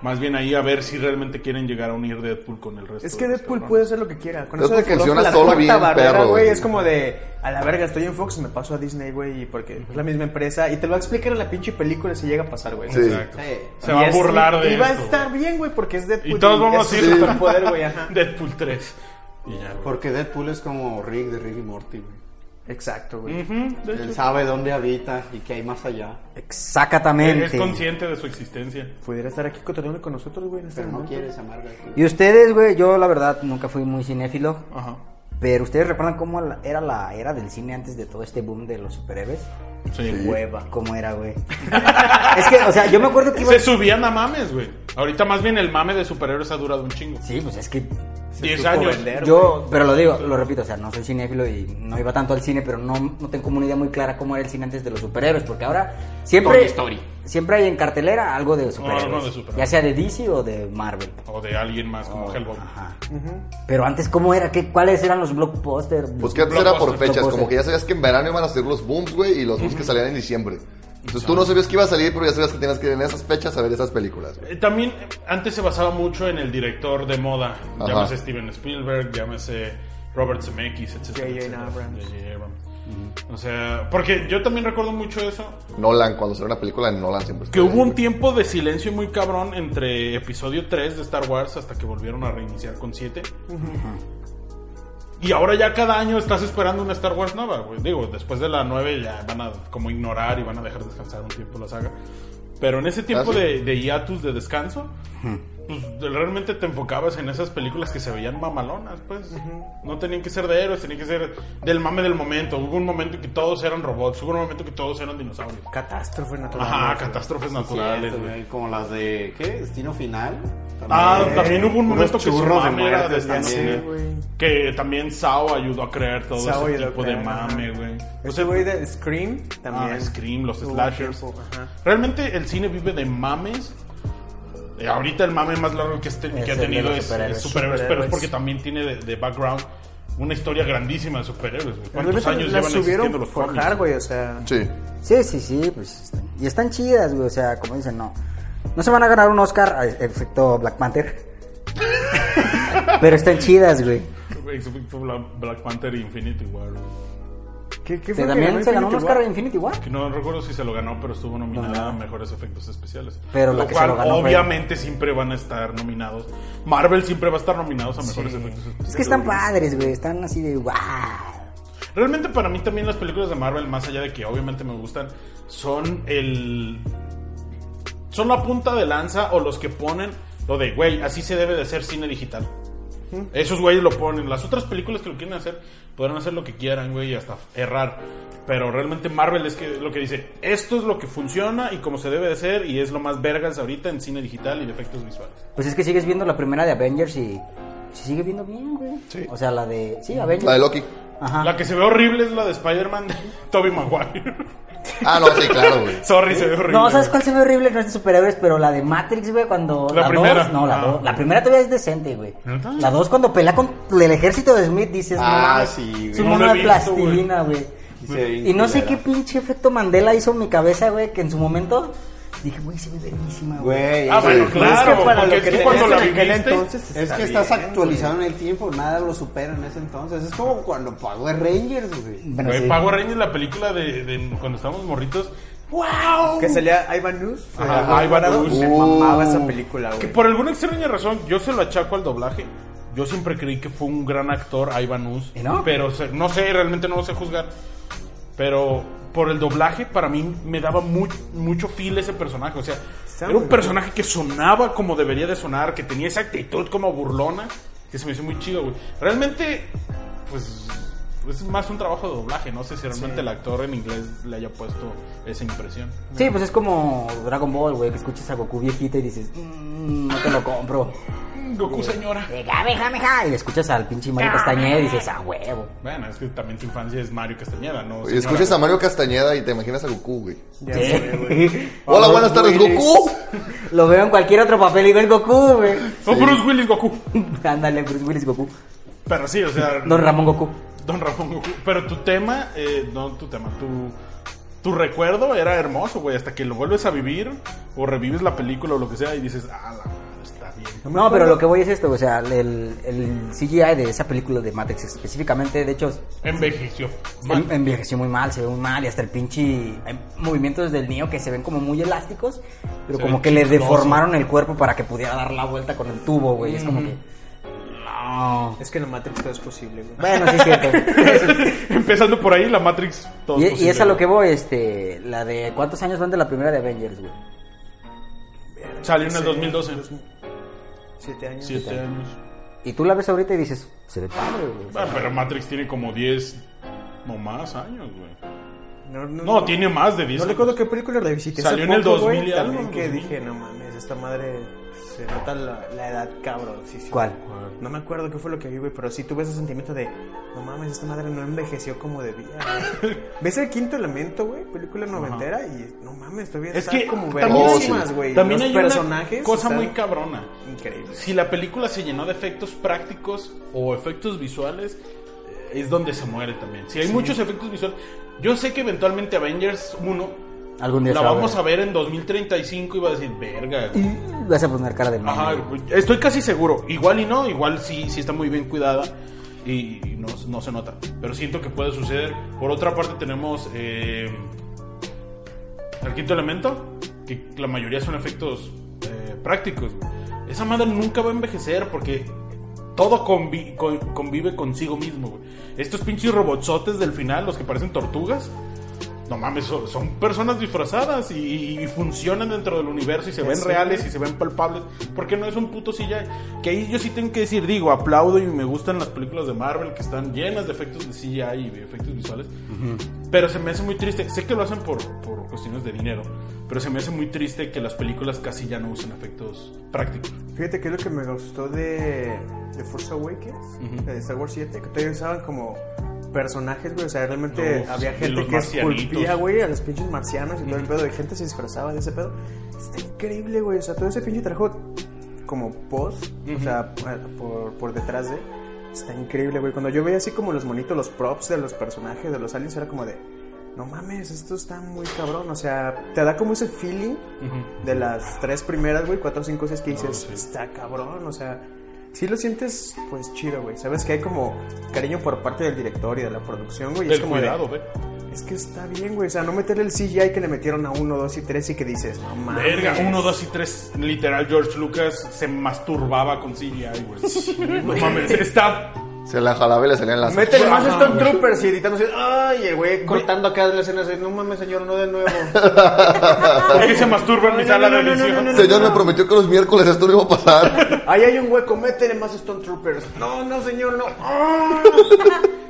Speaker 3: Más bien ahí a ver si realmente quieren llegar a unir Deadpool con el resto.
Speaker 4: Es que
Speaker 3: de los
Speaker 4: Deadpool
Speaker 3: cabrones.
Speaker 4: puede hacer lo que quiera. Con
Speaker 2: Creo
Speaker 4: eso
Speaker 2: que
Speaker 4: de que
Speaker 2: funciona
Speaker 4: rompe la
Speaker 2: solo
Speaker 4: cuarta
Speaker 2: bien,
Speaker 4: barrera,
Speaker 2: perro,
Speaker 4: güey.
Speaker 2: güey.
Speaker 4: Es como de, a la verga, estoy en Fox, me paso a Disney, güey, porque es la misma empresa. Y te lo va a explicar en la pinche película si llega a pasar, güey.
Speaker 2: Sí.
Speaker 3: Exacto.
Speaker 1: Eh,
Speaker 3: Se
Speaker 4: Y
Speaker 3: va a
Speaker 4: es-
Speaker 3: burlar de
Speaker 4: Y va a
Speaker 3: esto,
Speaker 4: estar bien, güey, porque es Deadpool.
Speaker 3: Y todos vamos
Speaker 4: es
Speaker 3: a ir
Speaker 4: su
Speaker 3: sí.
Speaker 4: superpoder, güey, ajá.
Speaker 3: [laughs] Deadpool 3. Y ya, güey.
Speaker 1: Porque Deadpool es como Rick de Rick y Morty, güey.
Speaker 4: Exacto, güey.
Speaker 3: Ujú, de hecho,
Speaker 1: Él sabe dónde habita y qué hay más allá.
Speaker 5: Exactamente.
Speaker 3: Es consciente de su existencia.
Speaker 4: Pudiera estar aquí cotorreando con nosotros, güey, en este
Speaker 1: Pero no
Speaker 4: momento.
Speaker 1: quieres amarga.
Speaker 5: Y ustedes, güey, yo la verdad nunca fui muy cinéfilo.
Speaker 3: Ajá.
Speaker 5: Pero ustedes recuerdan cómo la- era la era del cine antes de todo este boom de los superhéroes.
Speaker 3: Sí.
Speaker 5: Hueva. ¿Cómo era, güey? [laughs] es que, o sea, yo me acuerdo que iba.
Speaker 3: Se subían a mames, güey. Ahorita más bien el mame de superhéroes ha durado un chingo.
Speaker 5: Sí, pues es que
Speaker 3: 10 años.
Speaker 5: Yo, pero lo digo, lo repito, o sea, no soy cinéfilo y no iba tanto al cine, pero no, no tengo como una idea muy clara cómo era el cine antes de los superhéroes, porque ahora siempre,
Speaker 7: Toy Story.
Speaker 5: siempre hay en cartelera algo de superhéroes,
Speaker 3: algo de superhéroes.
Speaker 5: ya sea de DC o de Marvel.
Speaker 3: O de alguien más como Hellboy.
Speaker 5: Ajá. Pero antes, ¿cómo era? ¿Qué, ¿Cuáles eran los blockbusters?
Speaker 2: Pues que antes era por
Speaker 3: Blockbuster,
Speaker 2: fechas, como
Speaker 5: blockbuster.
Speaker 2: que ya sabías que en verano iban a salir los booms, güey, y los booms que salían en diciembre. Entonces tú no sabías que iba a salir, pero ya sabías que tenías que ir en esas fechas a ver esas películas. güey.
Speaker 3: Eh, También eh, antes se basaba mucho en el director de moda,
Speaker 2: Ajá.
Speaker 3: llámese Steven Spielberg, llámese Robert Zemeckis, etcétera.
Speaker 4: J.J.
Speaker 3: etcétera.
Speaker 4: Abrams.
Speaker 3: J.J. Abrams. O sea, porque yo también recuerdo mucho eso,
Speaker 2: Nolan, cuando salió una película de Nolan siempre.
Speaker 3: que
Speaker 2: estaba
Speaker 3: hubo
Speaker 2: ahí,
Speaker 3: un
Speaker 2: güey.
Speaker 3: tiempo de silencio muy cabrón entre episodio 3 de Star Wars hasta que volvieron a reiniciar con 7. Y ahora ya cada año estás esperando una Star Wars nueva, güey. Digo, después de la 9 ya van a como ignorar y van a dejar descansar un tiempo la saga. Pero en ese tiempo
Speaker 2: Ah, sí.
Speaker 3: de, de hiatus, de descanso, pues, de- realmente te enfocabas en esas películas que se veían mamalonas, pues. No tenían que ser de héroes, tenían que ser del mame del momento. Hubo un momento en que todos eran robots, hubo un momento en que todos eran dinosaurios.
Speaker 4: Catástrofe natural.
Speaker 3: Ajá,
Speaker 4: güey.
Speaker 3: catástrofes naturales,
Speaker 1: Naturales,
Speaker 3: güey.
Speaker 1: Como las de, ¿qué? Destino Final.
Speaker 3: Ah, también hubo un
Speaker 1: Unos
Speaker 3: momento que su
Speaker 1: churros de
Speaker 3: mame era de
Speaker 1: muertes
Speaker 3: esta
Speaker 1: también,
Speaker 3: cine, Que también Sao ayudó a crear todo
Speaker 4: Sao
Speaker 3: ese
Speaker 4: ayudó a
Speaker 3: tipo de
Speaker 4: crear, ajá.
Speaker 3: mame, güey. O
Speaker 4: Ese
Speaker 3: sea,
Speaker 4: güey de Scream
Speaker 3: Ah,
Speaker 4: también.
Speaker 3: Scream, los
Speaker 4: Hubo un
Speaker 3: slashers.
Speaker 4: tiempo, ajá.
Speaker 3: Realmente el cine vive de mames. Eh, ahorita el mame más largo que, este-
Speaker 5: Es
Speaker 3: que ha
Speaker 5: el de
Speaker 3: tenido
Speaker 5: los
Speaker 3: es,
Speaker 5: superhéroes.
Speaker 3: es superhéroes, pero es
Speaker 4: Superhéroes.
Speaker 3: porque también tiene de, de background una historia grandísima de superhéroes. güey. ¿Cuántos
Speaker 4: Realmente
Speaker 3: años
Speaker 4: las
Speaker 3: llevan existiendo
Speaker 4: subieron
Speaker 3: los
Speaker 4: por
Speaker 3: cómics?
Speaker 4: hard, güey, o sea...
Speaker 2: Sí.
Speaker 5: Sí, sí, sí, pues están- y están chidas, güey, o sea, como dicen, no. No se van a ganar un Oscar, a- excepto Black Panther. [laughs] pero están chidas, güey.
Speaker 3: Excepto Bla- Black Panther y Infinity War. güey.
Speaker 4: ¿Qué, qué fue
Speaker 5: Que
Speaker 4: que
Speaker 5: También se ganó un
Speaker 4: Infinity
Speaker 5: Oscar
Speaker 4: War?
Speaker 5: de Infinity War.
Speaker 3: Que no recuerdo si se lo ganó, pero estuvo nominada a mejores efectos especiales.
Speaker 5: Pero la
Speaker 3: lo
Speaker 5: que se
Speaker 3: cual,
Speaker 5: lo ganó fue-
Speaker 3: obviamente, siempre van a estar nominados. Marvel siempre va a estar nominados a mejores efectos especiales.
Speaker 5: Es que están
Speaker 3: güey.
Speaker 5: padres, güey. Están así de wow.
Speaker 3: Realmente para mí también las películas de Marvel, más allá de que obviamente me gustan, son el... Son la punta de lanza o los que ponen lo de, güey, así se debe de hacer cine digital. Esos güeyes lo ponen. Las otras películas que lo quieren hacer, podrán hacer lo que quieran, güey, y hasta errar. Pero realmente Marvel es que lo que dice, esto es lo que funciona y como se debe de hacer y es lo más vergas ahorita en cine digital y de efectos visuales.
Speaker 5: Pues es que sigues viendo la primera de Avengers y se sigue viendo bien, güey. O sea, la de. Sí, Avengers.
Speaker 2: La de Loki.
Speaker 5: Ajá.
Speaker 3: La que se ve horrible es la de Spider-Man de [laughs] Tobey Maguire. [laughs]
Speaker 2: Ah, no, sí, claro, güey.
Speaker 3: Sorry, se ve horrible.
Speaker 5: No, ¿sabes
Speaker 3: güey.
Speaker 5: cuál se ve horrible? No es de superhéroes, pero la de Matrix, güey, cuando...
Speaker 3: La primera.
Speaker 5: Dos, no, la
Speaker 3: Ah.
Speaker 5: dos. La primera todavía es decente, güey.
Speaker 3: ¿Neta?
Speaker 5: La dos cuando pelea con el ejército de Smith, dices... no
Speaker 1: Ah,
Speaker 5: mames,
Speaker 1: sí, güey.
Speaker 5: Es un
Speaker 3: No lo
Speaker 5: mono
Speaker 3: he
Speaker 5: de
Speaker 3: visto, güey.
Speaker 5: plastilina, güey.
Speaker 1: Sí, se ve bien
Speaker 5: Y no sé qué
Speaker 1: culera.
Speaker 5: pinche efecto Mandela hizo en mi cabeza, güey, que en su momento... Dije, güey, se ve verguísima, güey.
Speaker 1: Güey.
Speaker 3: Ah,
Speaker 1: es-
Speaker 3: bueno, claro,
Speaker 4: para lo
Speaker 3: porque
Speaker 4: que
Speaker 3: tú
Speaker 4: tenías
Speaker 3: cuando la
Speaker 4: en aquel
Speaker 3: viviste,
Speaker 4: entonces,
Speaker 1: Es
Speaker 4: está
Speaker 1: que estás
Speaker 4: bien,
Speaker 1: actualizado en el tiempo, nada lo supera en ese entonces. Es como cuando Power Rangers, güey.
Speaker 5: Bueno,
Speaker 3: Güey,
Speaker 5: sí.
Speaker 3: Eh, Power Rangers, la película de, de cuando estábamos morritos. ¡Wow!
Speaker 4: Que salía Ivan News.
Speaker 3: Ajá,
Speaker 4: Eduardo
Speaker 3: Ivan
Speaker 4: Alvarado.
Speaker 3: News.
Speaker 4: Me mamaba esa película,
Speaker 3: Que
Speaker 4: güey.
Speaker 3: por alguna extraña razón, yo se lo achaco al doblaje. Yo siempre creí que fue un gran actor, Ivan Us.
Speaker 5: ¿Y no?
Speaker 3: Pero se- no sé, realmente no lo sé juzgar. Pero por el doblaje, para mí me daba muy, mucho feel ese personaje. O sea,
Speaker 4: Está
Speaker 3: era
Speaker 4: muy
Speaker 3: un personaje que sonaba como debería de sonar, que tenía esa actitud como burlona, que se me hizo muy chido, güey. Realmente, pues. Es más un trabajo de doblaje, no sé si realmente el actor en inglés le haya puesto esa impresión.
Speaker 5: Sí, pues es como Dragon Ball, güey, que escuchas a Goku viejita y dices, "Mm, no te lo compro.
Speaker 3: Goku, señora.
Speaker 5: De Gabe, jame, ja. Y escuchas al pinche Mario Castañeda y dices, a huevo.
Speaker 3: Bueno, es que también tu infancia es Mario Castañeda, ¿no?
Speaker 2: Y escuchas a Mario Castañeda y te imaginas a Goku, güey.
Speaker 4: Ya
Speaker 5: Sí.
Speaker 4: sé, güey.
Speaker 2: [laughs] Hola, buenas tardes,
Speaker 4: Willis.
Speaker 2: Goku.
Speaker 5: Lo veo en cualquier otro papel y veo el Goku, güey. [laughs]
Speaker 3: O Bruce Willis Goku.
Speaker 5: Ándale, Bruce Willis Goku.
Speaker 3: Pero sí, o sea,
Speaker 5: Don Ramón Goku.
Speaker 3: Don Ramón Goku. Pero tu tema, eh, no tu tema, tu, tu recuerdo era hermoso, güey. Hasta que lo vuelves a vivir o revives la película o lo que sea y dices, ah, la madre, está bien.
Speaker 5: No, pero lo que voy es esto, o sea, el, el CGI de esa película de Matrix específicamente, de hecho,
Speaker 3: Envejeció.
Speaker 5: en- envejeció muy mal, se ve muy mal y hasta el pinche... Hay movimientos del niño que se ven como muy elásticos, pero
Speaker 3: Se
Speaker 5: como
Speaker 3: ve
Speaker 5: que le
Speaker 3: chistoso.
Speaker 5: deformaron el cuerpo para que pudiera dar la vuelta con el tubo, güey. Es como que... No.
Speaker 4: Es que en la Matrix todo es posible, güey.
Speaker 5: Bueno, sí
Speaker 2: [laughs]
Speaker 5: es cierto.
Speaker 3: [laughs] Empezando por ahí, la Matrix. todo
Speaker 5: y, y
Speaker 3: posible,
Speaker 5: es a lo que
Speaker 3: güey.
Speaker 5: voy, este... La de... ¿Cuántos años van de la primera de Avengers, güey?
Speaker 3: Salió en el
Speaker 4: Sí,
Speaker 3: 2012.
Speaker 4: Siete años.
Speaker 3: Siete años.
Speaker 5: Y tú la ves ahorita y dices, se ve padre, güey.
Speaker 3: Ah, pero Matrix tiene como 10 o más años, güey.
Speaker 4: No,
Speaker 3: No, tiene más de 10.
Speaker 4: No recuerdo qué película revisité.
Speaker 3: pues, Salió en el 2000 y algo,
Speaker 4: También que
Speaker 3: 2000.
Speaker 4: dije, no mames, esta madre se nota la, la edad cabrón. Sí, sí.
Speaker 5: ¿Cuál?
Speaker 4: No me acuerdo qué fue lo que vi, güey, pero sí tuve ese sentimiento de, no mames, esta madre no envejeció
Speaker 3: [laughs]
Speaker 4: como debía. güey. ¿Ves el quinto elemento, güey? Película noventera y no mames, todavía
Speaker 3: Es
Speaker 4: están
Speaker 3: que
Speaker 4: como
Speaker 3: también,
Speaker 4: verguísimas, güey.
Speaker 3: también
Speaker 4: Los
Speaker 3: hay
Speaker 4: personajes
Speaker 3: una cosa
Speaker 4: están
Speaker 3: muy cabrona.
Speaker 4: increíbles.
Speaker 3: Si la película se llenó de efectos prácticos o efectos visuales, eh, es donde se muere también. Si hay muchos efectos visuales, yo sé que eventualmente Avengers 1
Speaker 5: Algún día
Speaker 3: la
Speaker 5: se va a
Speaker 3: vamos
Speaker 5: ver.
Speaker 3: a ver en 2035 y va a decir, verga.
Speaker 5: Vas a poner cara de meme,
Speaker 3: Ajá,
Speaker 5: güey.
Speaker 3: estoy casi seguro. Igual y no, igual sí, sí está muy bien cuidada y no, no se nota. Pero siento que puede suceder. Por otra parte tenemos eh, el quinto elemento, que la mayoría son efectos eh, prácticos. Esa madre nunca va a envejecer porque todo convi- con- convive consigo mismo. güey. Estos pinches robotsotes del final, los que parecen tortugas. No mames, son, son personas disfrazadas y, y funcionan dentro del universo y se ven reales y se ven palpables. Porque no es un puto CGI. Que ahí yo sí tengo que decir, digo, aplaudo y me gustan las películas de Marvel que están llenas de efectos de CGI y de efectos visuales. Pero se me hace muy triste. Sé que lo hacen por, por cuestiones de dinero. Pero se me hace muy triste que las películas casi ya no usen efectos prácticos.
Speaker 4: Fíjate que es lo que me gustó de, de Force Awakens, de Star Wars 7, que todavía usaban como personajes, güey. O sea, realmente
Speaker 3: Uf,
Speaker 4: había
Speaker 3: y
Speaker 4: gente
Speaker 3: los
Speaker 4: que
Speaker 3: marcianitos.
Speaker 4: esculpía, güey, a los pinches marcianos y todo el pedo. Y gente se disfrazaba de ese pedo. Está increíble, güey. O sea, todo ese pinche trabajo como post, o sea, por, por detrás de. Está increíble, güey. Cuando yo veía así como los monitos, los props de los personajes, de los aliens, era como de. No mames, esto está muy cabrón. O sea, te da como ese feeling de las tres primeras, güey, cuatro, cinco, seis que dices, está cabrón, o sea, si lo sientes, pues chido, güey. Sabes que hay como cariño por parte del director y de la producción, güey. y Es
Speaker 3: Del
Speaker 4: como de,
Speaker 3: cuidado, ve.
Speaker 4: es que está bien, güey. O sea, no meterle el CGI que le metieron a uno, dos y tres y que dices, no mames.
Speaker 3: Verga, uno, dos y tres. Literal, George Lucas se masturbaba con CGI, güey. No mames, está
Speaker 2: Se la jalaba y le salían las.
Speaker 1: Métele más
Speaker 3: Ajá,
Speaker 1: Stormtroopers y editando así. Ay, el güey cortando acá de la escena. así, No mames, señor, no de nuevo.
Speaker 4: [laughs]
Speaker 3: ¿Por qué se masturba en mi sala de
Speaker 1: no, no, no, no,
Speaker 3: edición?
Speaker 1: no.
Speaker 2: Señor, me prometió que los miércoles esto no iba a pasar.
Speaker 1: Ahí hay un hueco, métele más Stormtroopers. No, no, señor,
Speaker 4: [laughs]
Speaker 1: no. Ah,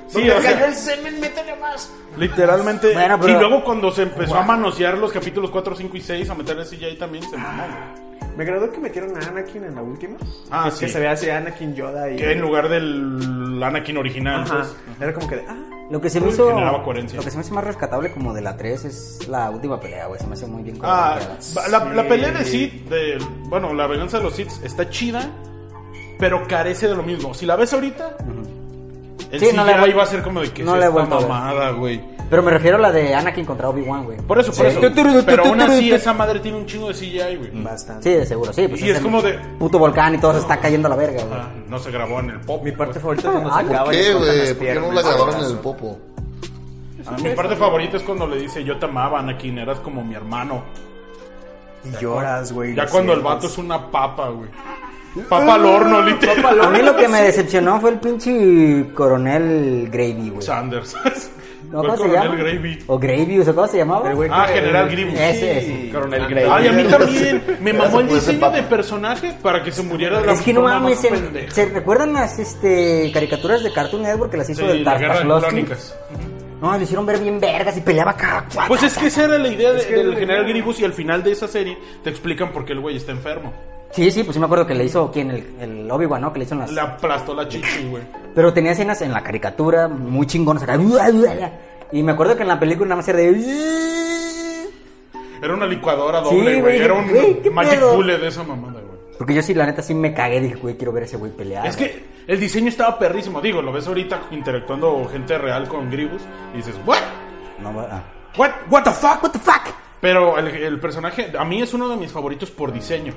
Speaker 3: Sí,
Speaker 1: donde
Speaker 3: o sea,
Speaker 1: cayó el semen, métele más.
Speaker 3: literalmente.
Speaker 5: Bueno, pero-
Speaker 3: Y luego cuando se empezó a manosear los capítulos 4, 5 y 6, a meterle CGI también se mamó. güey.
Speaker 4: Me agradó que metieron a Anakin en la última.
Speaker 3: Ah,
Speaker 4: Que
Speaker 3: sí.
Speaker 4: se vea así Anakin Yoda y.
Speaker 3: Que en lugar del Anakin original,
Speaker 4: Ajá.
Speaker 3: pues.
Speaker 4: Era como que de, ah,
Speaker 5: Lo que se me
Speaker 3: Pues,
Speaker 5: hizo.
Speaker 3: generaba coherencia.
Speaker 5: Lo que se me hizo más rescatable como de la 3 es la última pelea, güey. Se me hace muy bien
Speaker 3: Ah,
Speaker 5: coreografiada.
Speaker 3: la, la pelea de Sith, de, bueno, la venganza de los Sith está chida, pero carece de lo mismo. Si la ves ahorita, El
Speaker 5: Sí,
Speaker 3: sí,
Speaker 5: no le he vuelto-
Speaker 3: iba a ser como de que
Speaker 5: no
Speaker 3: es
Speaker 5: le he
Speaker 3: esta
Speaker 5: vuelto a ver.
Speaker 3: mamada, güey.
Speaker 5: Pero me refiero a la de Anakin contra Obi-Wan, güey.
Speaker 3: Por eso, por eso. Pero aún así, esa madre tiene un chingo de CGI, güey.
Speaker 4: Bastante.
Speaker 5: Sí, de seguro, sí.
Speaker 3: Y es
Speaker 5: ese
Speaker 3: como de-
Speaker 5: Puto volcán y todo se está cayendo a la verga, güey.
Speaker 3: Ah, No se grabó en el pop.
Speaker 8: Mi parte
Speaker 3: pues.
Speaker 8: favorita es cuando
Speaker 5: Ah,
Speaker 8: se
Speaker 5: ¿por
Speaker 8: acaba y
Speaker 5: [laughs]
Speaker 2: ¿Qué,
Speaker 8: le cortan
Speaker 2: güey?
Speaker 8: las
Speaker 2: ¿Por qué no la
Speaker 8: piernas.
Speaker 2: grabaron en el popo?
Speaker 3: Ah, mi parte favorita es cuando le dice, yo te amaba, Anakin, eras como mi hermano.
Speaker 4: Y lloras, güey.
Speaker 3: Ya
Speaker 4: lo
Speaker 3: cuando el
Speaker 4: sientes.
Speaker 3: vato es una papa, güey. Papa al horno,
Speaker 5: Ah,
Speaker 3: literal.
Speaker 5: A mí lo que me decepcionó fue el pinche coronel Gravy,
Speaker 3: [laughs]
Speaker 5: güey.
Speaker 3: Sanders.
Speaker 5: ¿No,
Speaker 3: Fue
Speaker 5: ¿Cómo se
Speaker 3: Coronel
Speaker 5: llama? Eh,
Speaker 3: Gravy.
Speaker 5: O Gravy, o sea, ¿cómo se llamaba?
Speaker 4: El güey
Speaker 3: Ah,
Speaker 4: que-
Speaker 3: General Grievous.
Speaker 5: Ese, ese.
Speaker 1: Coronel Grey.
Speaker 3: Ay, a mí
Speaker 1: [laughs]
Speaker 3: también. Me
Speaker 2: Ya
Speaker 3: mamó
Speaker 2: se
Speaker 3: el
Speaker 2: puede ser
Speaker 3: diseño de
Speaker 2: papa.
Speaker 3: personaje para que se muriera de la
Speaker 5: Es que no
Speaker 3: forma más
Speaker 5: mames, se,
Speaker 3: pendeja.
Speaker 5: ¿se recuerdan las este, caricaturas de Cartoon Network que las hizo
Speaker 3: Sí,
Speaker 5: del
Speaker 3: la guerra de
Speaker 5: Tartakovsky?
Speaker 3: crónicas.
Speaker 5: No, le hicieron ver bien vergas y peleaba cada cuatro.
Speaker 3: Pues es que esa era la idea de- del general Gribus y al final de esa serie te explican por qué el güey está enfermo.
Speaker 5: Sí, sí, pues sí me acuerdo que le hizo quién, el, el Obi-Wan, ¿no? Que le hizo en las...
Speaker 3: Le aplastó la chichi, güey.
Speaker 5: Pero tenía escenas en la caricatura muy chingonas acá. ¡Ua, ua, ua! Y me acuerdo que en la película nada más era de...
Speaker 3: Era una licuadora
Speaker 5: Sí,
Speaker 3: doble, güey.
Speaker 5: güey,
Speaker 3: Era un
Speaker 5: güey, ¿qué
Speaker 3: Magic
Speaker 5: pedo?
Speaker 3: Bullet de esa mamada, güey.
Speaker 5: Porque yo sí, la neta, sí me cagué. Dije, güey, quiero ver a ese güey pelear.
Speaker 3: Es que el diseño estaba perrísimo. Digo, lo ves ahorita interactuando gente real con Gribus y dices, ¿what?
Speaker 5: No, va- ah.
Speaker 3: ¿What? ¿What the fuck?
Speaker 5: What the fuck?
Speaker 3: Pero el, el personaje, a mí es uno de mis favoritos por diseño.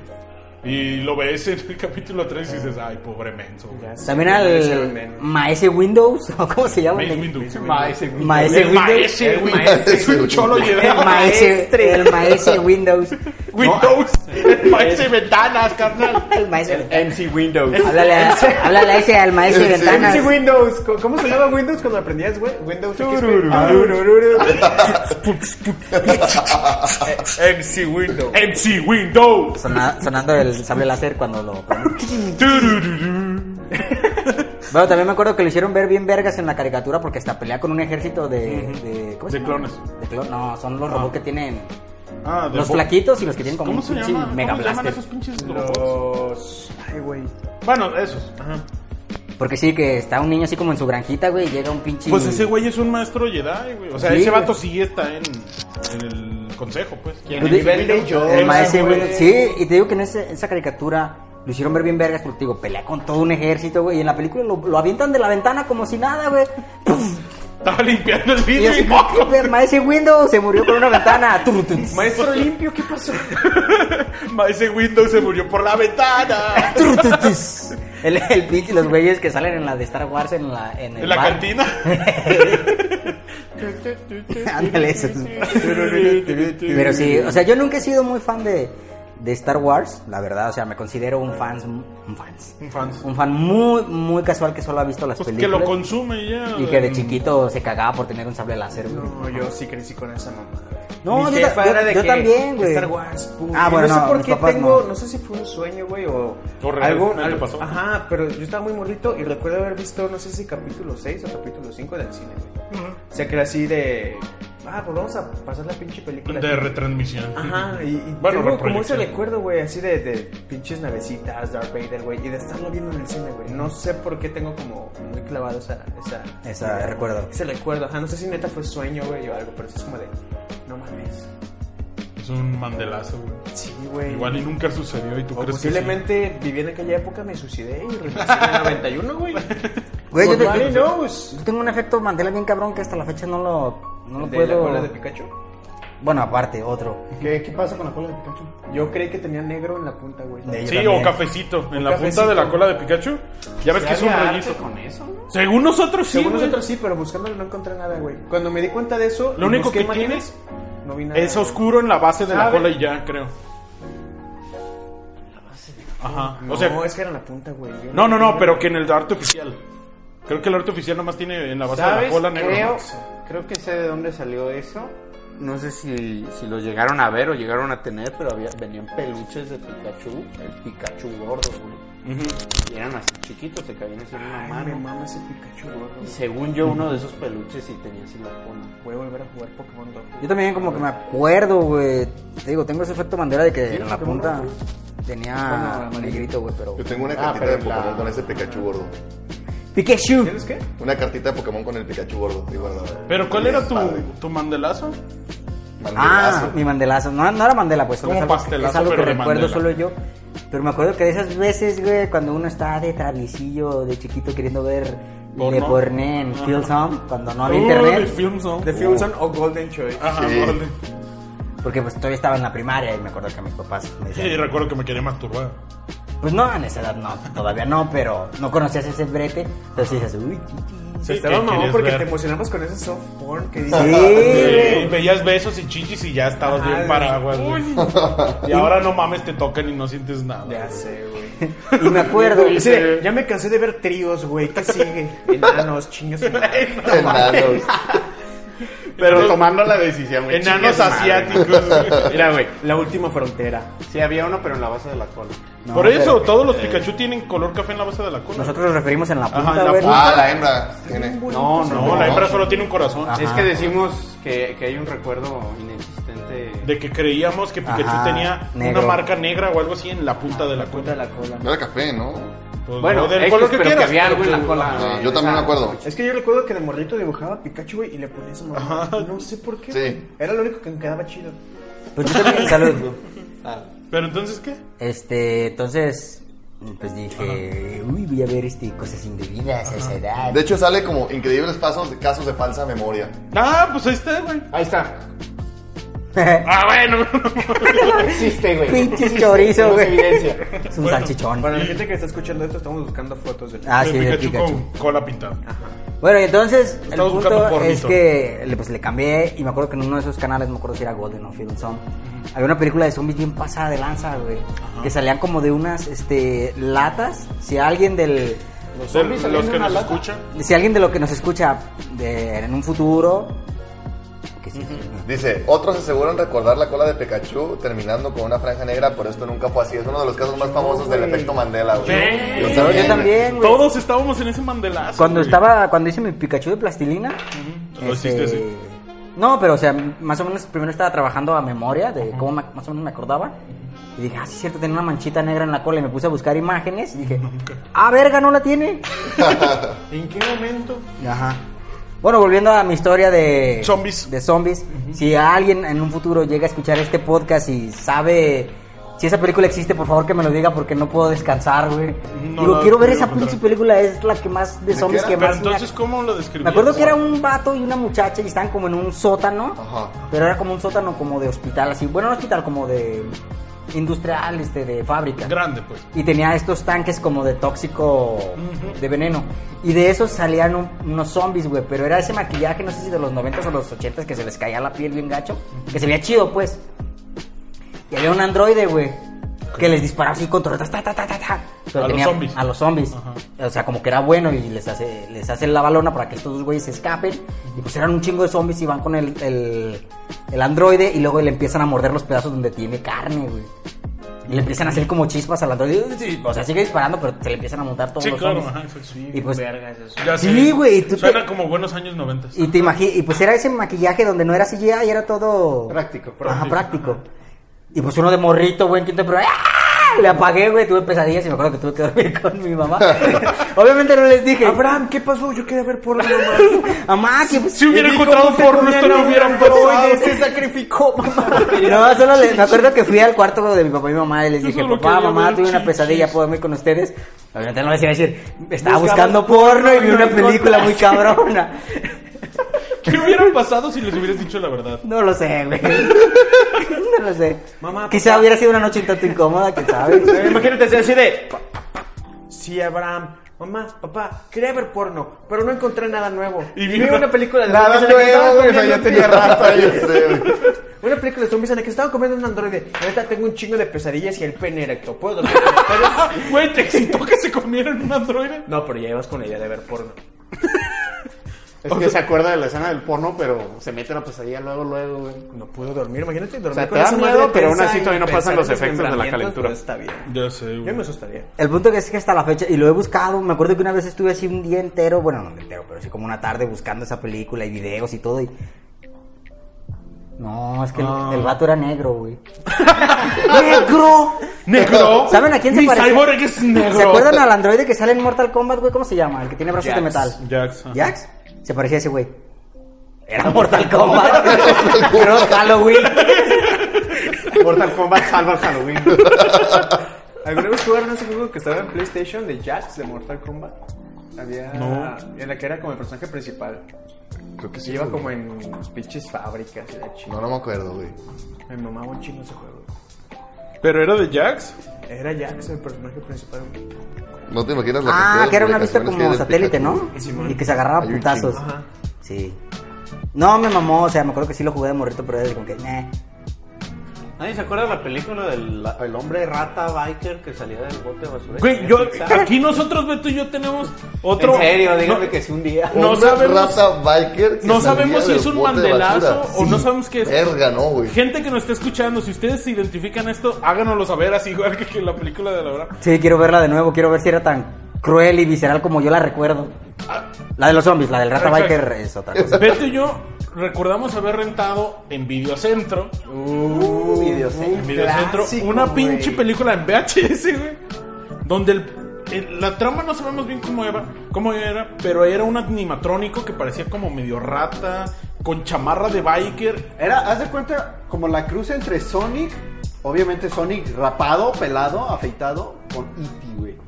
Speaker 3: Y lo ves en el [laughs] capítulo 3 y dices, ay, pobre menso. güey".
Speaker 5: También
Speaker 4: Merecieron
Speaker 5: al...
Speaker 4: menos.
Speaker 5: Maese Windows, [laughs] ¿o cómo se llama?
Speaker 3: Mace
Speaker 5: El-
Speaker 3: Windu.
Speaker 1: Maese, güey.
Speaker 5: Maese
Speaker 3: El
Speaker 5: Windows.
Speaker 3: maese, güey.
Speaker 2: maese.
Speaker 3: Es un cholo
Speaker 5: El
Speaker 3: Jedi.
Speaker 5: maese, el maese Windows.
Speaker 3: Windows. El maese ventanas, carnal.
Speaker 5: El
Speaker 3: Eh,
Speaker 5: maese.
Speaker 1: MC Windows.
Speaker 5: Háblale a, háblale a ese, al maese
Speaker 2: Sí.
Speaker 5: ventanas.
Speaker 4: Sí, Windows. ¿Cómo- ¿Cómo se llamaba Windows cuando aprendías, güey? Windows. XP.
Speaker 1: Turururu.
Speaker 4: Turururu.
Speaker 1: MC Windows.
Speaker 3: MC Windows.
Speaker 5: Sona- sonando el sable láser cuando lo
Speaker 3: Turururú.
Speaker 5: Bueno, también me acuerdo que lo hicieron ver bien vergas en la caricatura porque hasta pelea con un ejército de... de ¿cómo se
Speaker 3: De
Speaker 5: llama?
Speaker 3: clones.
Speaker 5: De clon- no, son los robots que tienen...
Speaker 3: Ah, de
Speaker 5: Los
Speaker 3: bo-
Speaker 5: flaquitos y los que tienen como
Speaker 3: ¿Cómo
Speaker 5: un
Speaker 3: se
Speaker 5: pinche
Speaker 3: llama?
Speaker 5: mega
Speaker 3: ¿Cómo se llaman
Speaker 5: blaster.
Speaker 3: esos pinches robots?
Speaker 4: Los. Ay, güey.
Speaker 3: Bueno, esos.
Speaker 5: Porque sí, que está un niño así como en su granjita, güey, y llega un pinche...
Speaker 3: Pues ese güey es un maestro Jedi, güey. O sea,
Speaker 5: Sí,
Speaker 3: ese
Speaker 5: güey.
Speaker 3: vato sí está en, en el consejo, pues.
Speaker 5: Pues di-
Speaker 1: nivel de yo.
Speaker 5: El
Speaker 1: Ese
Speaker 5: maese,
Speaker 1: güey.
Speaker 5: güey. Sí, y te digo que en ese- esa caricatura lo hicieron ver bien vergas porque, te digo, pelea con todo un ejército, güey, y en la película lo, lo avientan de la ventana como si nada, güey. Puf,
Speaker 3: Estaba limpiando el
Speaker 5: Y
Speaker 3: vidrio y,
Speaker 5: así,
Speaker 3: moco.
Speaker 5: el maese Windows se murió por una ventana. Tum, tum,
Speaker 4: Maestro limpio, ¿qué pasó?
Speaker 3: Ma, Ese Windows se murió por la ventana.
Speaker 5: tum, tum, tum. [laughs] El, el pinche, los güeyes que salen en la de Star Wars en la... En, el
Speaker 3: En la
Speaker 5: bar.
Speaker 3: cantina.
Speaker 5: [laughs] Ándale, esos. Pero sí, o sea, yo nunca he sido muy fan de, de Star Wars, la verdad, o sea, me considero un fans, un fans,
Speaker 3: Un fans.
Speaker 5: un fan muy, muy casual que solo ha visto las
Speaker 3: Pues que
Speaker 5: películas.
Speaker 3: lo consume y ya.
Speaker 5: y que de chiquito se cagaba por tener un sable láser, güey.
Speaker 4: No, eh. yo sí crecí con esa mamada.
Speaker 5: No,
Speaker 4: Mi
Speaker 5: yo ta-
Speaker 4: jefa
Speaker 5: yo-
Speaker 4: era de
Speaker 5: yo
Speaker 4: que
Speaker 5: también, güey.
Speaker 4: Star Wars, pum.
Speaker 5: Ah,
Speaker 4: Y
Speaker 5: bueno,
Speaker 4: no sé
Speaker 5: no,
Speaker 4: por
Speaker 5: mis
Speaker 4: qué
Speaker 5: papás
Speaker 4: tengo,
Speaker 5: no.
Speaker 4: no. sé si fue un sueño, güey, o
Speaker 3: O realmente
Speaker 4: algo.
Speaker 3: te
Speaker 4: algo-
Speaker 3: pasó.
Speaker 4: Ajá, pero yo estaba muy morrito y recuerdo haber visto, no sé si capítulo 6 o capítulo 5 del cine, güey. O sea, que era así de, ah, pues vamos a pasar la pinche película.
Speaker 3: De
Speaker 4: aquí.
Speaker 3: retransmisión.
Speaker 4: Ajá, y, y
Speaker 3: Bueno,
Speaker 4: tengo como ese
Speaker 3: reproyección.
Speaker 4: recuerdo, güey, así de, de pinches navecitas, Darth Vader, güey, y de estarlo viendo en el cine, güey. No sé por qué tengo como muy clavado esa... Esa,
Speaker 5: Esa,
Speaker 4: eh,
Speaker 5: recuerdo.
Speaker 4: Ese recuerdo, ajá, no sé si neta fue sueño, güey, o algo, pero sí es como de, no mames.
Speaker 3: Es un mandelazo, güey.
Speaker 4: Sí, güey.
Speaker 3: Igual y nunca sucedió y tú
Speaker 4: O
Speaker 3: crees
Speaker 4: posiblemente viví en aquella época, me suicidé y regresé en el
Speaker 1: [laughs]
Speaker 4: 91, güey.
Speaker 5: Güey, yo,
Speaker 4: Nobody
Speaker 5: te-
Speaker 4: knows.
Speaker 5: yo tengo un efecto Mandela bien cabrón que hasta la fecha no lo, no lo
Speaker 4: Pues, ¿De la
Speaker 5: puedo.
Speaker 4: cola de Pikachu?
Speaker 5: Bueno, aparte otro.
Speaker 1: ¿Qué, ¿Qué pasa con la cola de Pikachu?
Speaker 4: Yo creí que tenía negro en la punta, güey.
Speaker 5: De-
Speaker 3: que
Speaker 5: yo
Speaker 3: sí. Sí,
Speaker 5: también.
Speaker 3: o cafecito. En la
Speaker 4: cafecito.
Speaker 3: punta de la cola de Pikachu. Ya ves que es un
Speaker 1: ¿Había
Speaker 3: rollito.
Speaker 1: arte con eso? no?
Speaker 3: Según nosotros, sí,
Speaker 4: Según
Speaker 3: güey.
Speaker 4: nosotros sí, pero buscándolo no encontré nada, güey. Cuando me di cuenta de eso,
Speaker 3: Lo único
Speaker 4: busqué
Speaker 3: que
Speaker 4: imágenes, no vi nada.
Speaker 3: Es oscuro en la base de la
Speaker 1: ¿Sabe?
Speaker 3: cola y ya, creo. Ajá.
Speaker 4: No,
Speaker 3: O sea,
Speaker 4: es que era en la punta, güey. Yo
Speaker 3: no, no, no, pero que en el arte oficial. Creo que el arte oficial nomás tiene en la base de la
Speaker 1: ¿Sabes?
Speaker 3: cola negro.
Speaker 1: creo,
Speaker 3: ¿no?
Speaker 1: creo que sé de dónde salió eso. No sé si, si lo llegaron a ver o llegaron a tener, pero había, venían peluches de Pikachu, el Pikachu gordo, güey. Y eran así chiquitos, te cabían así en una
Speaker 4: Ay, me
Speaker 1: mano.
Speaker 4: mama ese Pikachu, gordo.
Speaker 1: Y según yo, uno de esos peluches sí tenía así la cola.
Speaker 4: Voy a volver a jugar Pokémon Go.
Speaker 5: Yo también como que me acuerdo, güey. Te digo, tengo ese efecto bandera de que en la punta tenía negrito, güey, pero...
Speaker 2: Yo tengo una
Speaker 1: Ah,
Speaker 2: cartita
Speaker 1: pero
Speaker 2: de
Speaker 1: la-
Speaker 2: Pokémon con ese Pikachu gordo.
Speaker 5: ¡Pikachu!
Speaker 4: ¿Tienes qué?
Speaker 2: Una cartita de Pokémon con el Pikachu gordo. estoy guardado.
Speaker 3: Pero ¿cuál
Speaker 2: Y
Speaker 3: era
Speaker 2: es
Speaker 3: tu,
Speaker 2: padre.
Speaker 3: tu mandelazo?
Speaker 5: Ah,
Speaker 2: Mandelazo.
Speaker 5: mi mandelazo. No, no era mandela, pues.
Speaker 3: Como
Speaker 5: es algo-
Speaker 3: pastelazo,
Speaker 5: Es algo que
Speaker 3: pero de
Speaker 5: recuerdo
Speaker 3: Mandela.
Speaker 5: solo yo. Pero me acuerdo que de esas veces, güey, cuando uno está de traviesillo, de chiquito, queriendo ver Le
Speaker 3: Porno.
Speaker 5: ponen Feel Some cuando no había
Speaker 3: Uy,
Speaker 5: internet.
Speaker 3: Film Zone.
Speaker 4: The Fuel Zone o Golden Choice.
Speaker 3: Ajá,
Speaker 2: Sí.
Speaker 3: órale.
Speaker 5: Porque pues todavía estaba en la primaria y me acuerdo que mis papás me
Speaker 3: Sí,
Speaker 5: decían,
Speaker 3: recuerdo que me quería masturbar.
Speaker 5: pues no, en esa edad no, todavía no, pero no conocías ese brete. Entonces dices, uy,
Speaker 3: Sí,
Speaker 4: Te
Speaker 3: que
Speaker 4: lo mamó
Speaker 3: querías
Speaker 4: porque
Speaker 3: ver.
Speaker 4: te emocionabas con ese soft porn que
Speaker 5: sí,
Speaker 4: dices.
Speaker 3: Sí, veías besos y chichis y ya estabas
Speaker 4: Ajá,
Speaker 3: bien
Speaker 4: güey.
Speaker 3: paraguas, güey. Y ahora no mames, te tocan y no sientes nada.
Speaker 4: "Ah, Ya sé, güey.
Speaker 5: Y me acuerdo,
Speaker 4: Sí, de, ya me cansé de ver tríos, güey.
Speaker 5: [laughs]
Speaker 4: ¿Qué sigue? Enanos, chingas.
Speaker 2: Enanos.
Speaker 1: Pero tomando la decisión, güey.
Speaker 3: Enanos
Speaker 1: chingue su madre,
Speaker 3: asiáticos.
Speaker 1: güey. [laughs] Mira, güey.
Speaker 4: La última frontera.
Speaker 1: Sí, había uno, pero en la base de la cola.
Speaker 3: Por eso, todos los Pikachu tienen color café en la base de la cola.
Speaker 5: nosotros nos referimos en la punta,
Speaker 3: Ajá, en la
Speaker 5: güey.
Speaker 2: Ah, la hembra. Tiene.
Speaker 1: No,
Speaker 3: No, la hembra solo tiene un corazón.
Speaker 5: Ah.
Speaker 1: Es que decimos que, que hay un recuerdo inexistente.
Speaker 3: De que creíamos que Pikachu
Speaker 5: Ajá,
Speaker 3: tenía
Speaker 5: negro.
Speaker 3: una marca negra o algo así en la punta de la cola.
Speaker 4: La cola.
Speaker 2: Era café, ¿no?
Speaker 3: Pues,
Speaker 1: Bueno,
Speaker 3: no, del
Speaker 1: X,
Speaker 3: color que
Speaker 1: pero
Speaker 3: quieras.
Speaker 1: que había algo en la
Speaker 3: pero-
Speaker 1: cola. Eh,
Speaker 2: Sí, ah.
Speaker 1: güey.
Speaker 2: yo también me acuerdo.
Speaker 4: Es que yo recuerdo que de morrito dibujaba a Pikachu, güey, y le ponía su mamá. No sé por qué.
Speaker 2: Sí.
Speaker 4: Era lo único que me quedaba chido.
Speaker 5: Pues yo también, salud.
Speaker 3: Pero entonces, ¿qué?
Speaker 5: Este, entonces, pues dije, uy, voy a ver este, cosas indebidas a esa edad.
Speaker 2: De hecho, sale como increíbles pasos de casos de falsa memoria.
Speaker 3: Ah, pues ahí está, güey.
Speaker 1: [laughs] Ahí está.
Speaker 3: Ah, bueno.
Speaker 1: Existe, güey.
Speaker 5: [laughs] Pinches
Speaker 1: Existe,
Speaker 5: chorizo,
Speaker 1: tenemos
Speaker 5: güey.
Speaker 1: evidencia.
Speaker 5: Es un
Speaker 3: Bueno,
Speaker 5: salchichón.
Speaker 4: Para la gente que está escuchando esto, estamos buscando fotos de
Speaker 5: ah,
Speaker 3: El
Speaker 5: sí, de
Speaker 3: Pikachu,
Speaker 5: Pikachu.
Speaker 3: con cola pintada.
Speaker 5: Bueno, y entonces, el
Speaker 3: Estamos buscando
Speaker 5: punto es
Speaker 3: pornito.
Speaker 5: que le- pues, le cambié y me acuerdo que en uno de esos canales, no me acuerdo si era Golden o Film Zone, había una película de zombies bien pasada de lanza, güey. Que salían como de unas, este, latas. Si alguien del...
Speaker 3: Los, los que nos escuchan.
Speaker 5: Si alguien de lo que nos escucha de- en un futuro... Que sí,
Speaker 2: Dice, otros aseguran recordar la cola de Pikachu terminando con una franja negra, pero esto nunca fue así. Es uno de los casos más famosos del efecto Mandela, güey.
Speaker 3: Sí.
Speaker 2: Yo
Speaker 5: Yo
Speaker 2: también.
Speaker 5: también, güey.
Speaker 3: Todos estábamos en ese mandelazo.
Speaker 5: Cuando
Speaker 3: güey.
Speaker 5: estaba, cuando hice mi Pikachu de plastilina, este,
Speaker 3: Lo hiciste así.
Speaker 5: no, pero o sea, más o menos primero estaba trabajando a memoria de cómo ma- más o menos me acordaba. Y dije, ah, sí, es cierto, tenía una manchita negra en la cola y me puse a buscar imágenes. Y dije, ah, verga, no la tiene.
Speaker 4: ¿En qué momento?
Speaker 5: Ajá. Bueno, volviendo a mi historia de
Speaker 3: Zombies.
Speaker 5: de zombies, si alguien en un futuro llega a escuchar este podcast y sabe si esa película existe, por favor que me lo diga porque no puedo descansar, güey.
Speaker 3: No
Speaker 5: Digo,
Speaker 3: la
Speaker 5: quiero ver
Speaker 3: quiero
Speaker 5: esa
Speaker 3: encontrar.
Speaker 5: pinche película, es la que más de zombies
Speaker 2: era?
Speaker 5: que
Speaker 3: Pero
Speaker 5: más me
Speaker 3: entonces, ¿cómo lo describías?
Speaker 5: Me acuerdo que era un vato y una muchacha y estaban como en un sótano.
Speaker 2: [laughs] Ajá. [laughs]
Speaker 5: Pero era como un sótano como de hospital, así. Bueno, no hospital, como de industrial, este, de fábrica.
Speaker 3: Grande, pues.
Speaker 5: y tenía estos tanques como de tóxico, de veneno. Y de esos salían un- unos zombies, güey. Pero era ese maquillaje, no sé si de los 90s o los 80s, que se les caía la piel bien gacho. Que se veía chido, pues. Y había un androide, güey. Que les disparaba así con torretas, ta, ta, ta, ta, ta. Pero
Speaker 3: A los
Speaker 5: tenía-
Speaker 3: zombies.
Speaker 5: A los zombies. O sea, como que era bueno y les hace, les hace la balona para que estos dos güeyes se escapen. Y pues eran un chingo de zombies y van con el, el, el androide y luego le empiezan a morder los pedazos donde tiene carne, güey. Y le empiezan a hacer como chispas al androide. O sea, sigue disparando, pero se le empiezan a montar todos
Speaker 3: Sí,
Speaker 5: los
Speaker 3: claro.
Speaker 5: zombies.
Speaker 3: ajá, exacto.
Speaker 5: Y pues,
Speaker 3: Ya
Speaker 5: Sí,
Speaker 3: sé.
Speaker 5: güey, tú te-
Speaker 3: Suena como buenos años noventas.
Speaker 5: y te imagi- y pues era ese maquillaje donde no era CGI, era todo
Speaker 1: Práctico,
Speaker 5: práctico. Ajá, práctico. Y pues uno de morrito, güey, en quinto de primaria, ¡ah! Le apagué, güey, tuve pesadillas y me acuerdo que tuve que dormir [laughs] con mi
Speaker 3: [laughs]
Speaker 5: mamá. Obviamente no les dije.
Speaker 4: Abraham, ¿qué pasó? Yo quería ver porno, mamá.
Speaker 5: [laughs] Mamá, que pues,
Speaker 3: Si hubiera
Speaker 5: vi
Speaker 3: encontrado
Speaker 5: cómo se
Speaker 3: porno,
Speaker 5: comían
Speaker 3: esto no
Speaker 5: los
Speaker 3: hubiera
Speaker 5: androides.
Speaker 3: pasado.
Speaker 4: Se sacrificó, mamá.
Speaker 3: [laughs]
Speaker 5: No, solo le- me acuerdo que fui al cuarto de mi papá y mi mamá y les
Speaker 3: Yo
Speaker 5: dije,
Speaker 3: solo
Speaker 5: papá,
Speaker 3: quería
Speaker 5: mamá,
Speaker 3: ver
Speaker 5: tuve una
Speaker 3: chichis".
Speaker 5: pesadilla, ¿puedo dormir con ustedes? Obviamente no les iba a decir, estaba
Speaker 4: Buscabas
Speaker 5: buscando
Speaker 4: porno
Speaker 5: porno y
Speaker 4: y
Speaker 5: vi
Speaker 4: no
Speaker 5: una película muy cabrona.
Speaker 3: ¿Qué hubiera pasado si les hubieras dicho la verdad?
Speaker 5: No lo sé, güey. No lo sé.
Speaker 4: Mamá,
Speaker 5: Quizá
Speaker 4: papá.
Speaker 5: hubiera sido una noche un tanto incómoda, quién sabe.
Speaker 4: Imagínate ser así de. "Pa- pa- pa". Sí, Abraham. Mamá, papá, quería ver porno, pero no encontré nada nuevo.
Speaker 3: Y
Speaker 4: Y
Speaker 3: vi
Speaker 4: vi
Speaker 3: una-
Speaker 4: una película de
Speaker 2: Nada
Speaker 4: zombies en la que
Speaker 2: nuevo,
Speaker 4: estaban
Speaker 2: güey. o sea, Ya
Speaker 4: comiendo un
Speaker 2: tenía
Speaker 4: perro.
Speaker 2: rato. ya sé, güey.
Speaker 4: [laughs] Una película de zombies en la que estaban comiendo un androide. Ahorita tengo un chingo de pesadillas y el pene erecto. ¿Puedo dormir con
Speaker 3: [laughs]
Speaker 4: ustedes?
Speaker 3: Güey, ¿te excitó que se comieran un androide?
Speaker 4: No, pero ya ibas con la idea de ver porno.
Speaker 1: Es que se acuerda de la escena del porno, pero se mete la pesadilla luego, luego, güey.
Speaker 4: No puedo dormir, imagínate dormir
Speaker 1: O sea,
Speaker 4: con
Speaker 1: te da
Speaker 4: esa
Speaker 1: miedo,
Speaker 4: madre
Speaker 1: pero aún
Speaker 4: tensa
Speaker 1: así
Speaker 4: y
Speaker 1: todavía no pasan
Speaker 4: pensar
Speaker 1: los
Speaker 4: en
Speaker 1: efectos de la
Speaker 4: desmembramientos,
Speaker 1: calentura.
Speaker 4: pero Está bien.
Speaker 3: Ya sé,
Speaker 4: Yo me
Speaker 3: güey.
Speaker 4: asustaría.
Speaker 5: El punto que es que hasta la fecha, y lo he buscado, me acuerdo que una vez estuve así un día entero, bueno, no entero, pero sí como una tarde buscando esa película y videos y todo, y... No, es que el- el, vato era negro, güey. ¡Negro!
Speaker 3: ¿Negro?
Speaker 5: ¿Saben a quién se
Speaker 3: Mi
Speaker 5: parece?
Speaker 3: cyborg es negro.
Speaker 5: ¿Se acuerdan al androide que sale en Mortal Kombat, güey? ¿Cómo se llama? El que tiene brazos de
Speaker 4: Jax.
Speaker 5: metal.
Speaker 3: Jax. ajá.
Speaker 5: ¿Jax? Se parecía a ese güey. Era Mortal Kombat. Pero Halloween.
Speaker 1: Mortal Kombat salva
Speaker 3: [laughs]
Speaker 1: el Halloween.
Speaker 4: ¿Alguna vez jugaron ese juego que estaba en PlayStation de Jax de Mortal Kombat? Había.
Speaker 3: No.
Speaker 4: En la que era como el personaje principal.
Speaker 2: Creo que
Speaker 4: Se
Speaker 2: sí.
Speaker 4: iba
Speaker 2: güey.
Speaker 4: como en pinches fábricas y la
Speaker 2: No,
Speaker 4: chingada.
Speaker 2: no me acuerdo, güey.
Speaker 4: Me mamaba un chingo ese juego.
Speaker 3: ¿Pero era de Jax?
Speaker 4: Era Jax el personaje principal. güey.
Speaker 2: No te imaginas la
Speaker 5: Ah,
Speaker 2: cantidad de
Speaker 5: que era una
Speaker 2: publicaciones que
Speaker 5: vista
Speaker 2: hay
Speaker 5: como
Speaker 2: del
Speaker 5: satélite,
Speaker 2: Pikachu.
Speaker 5: ¿no? Y que se agarraba
Speaker 2: Hay un
Speaker 5: putazos.
Speaker 2: chingo.
Speaker 4: Ajá.
Speaker 5: Sí. No, me mamó, o sea, me acuerdo que sí lo jugué de morrito, pero era como que, nah.
Speaker 1: ¿Nadie se acuerda de la película del la- el hombre rata biker que salía del bote de basura?
Speaker 3: Güey, yo, aquí nosotros, Beto y yo, tenemos otro.
Speaker 1: En serio, dígame
Speaker 3: No,
Speaker 1: que sí un día.
Speaker 3: No
Speaker 2: Una
Speaker 3: sabemos-
Speaker 2: rata biker que
Speaker 3: no
Speaker 2: salía
Speaker 3: sabemos si
Speaker 2: del
Speaker 3: es un
Speaker 2: bote de
Speaker 3: mandelazo
Speaker 2: basura.
Speaker 3: o no
Speaker 2: Sí.
Speaker 3: sabemos qué es.
Speaker 2: Verga, no, güey.
Speaker 3: Gente que nos está escuchando, si ustedes se identifican esto, háganoslo saber, así igual que, que la película de la hora.
Speaker 5: Sí, quiero verla de nuevo, quiero ver si era tan cruel y visceral como yo la recuerdo. La de los zombies, la del rata
Speaker 3: Exacto.
Speaker 5: biker es otra cosa.
Speaker 3: Beto y yo recordamos haber rentado en Videocentro.
Speaker 4: Uh,
Speaker 1: videocentro.
Speaker 3: En Videocentro,
Speaker 4: clásico,
Speaker 3: una
Speaker 4: güey.
Speaker 3: pinche película en VHS, güey. Donde el- el- la trama no sabemos bien cómo era, cómo era, pero era un animatrónico que parecía como medio rata, con chamarra de biker.
Speaker 1: Era, haz de cuenta, como la cruz entre Sonic, obviamente Sonic rapado, pelado, afeitado, con E.T., güey.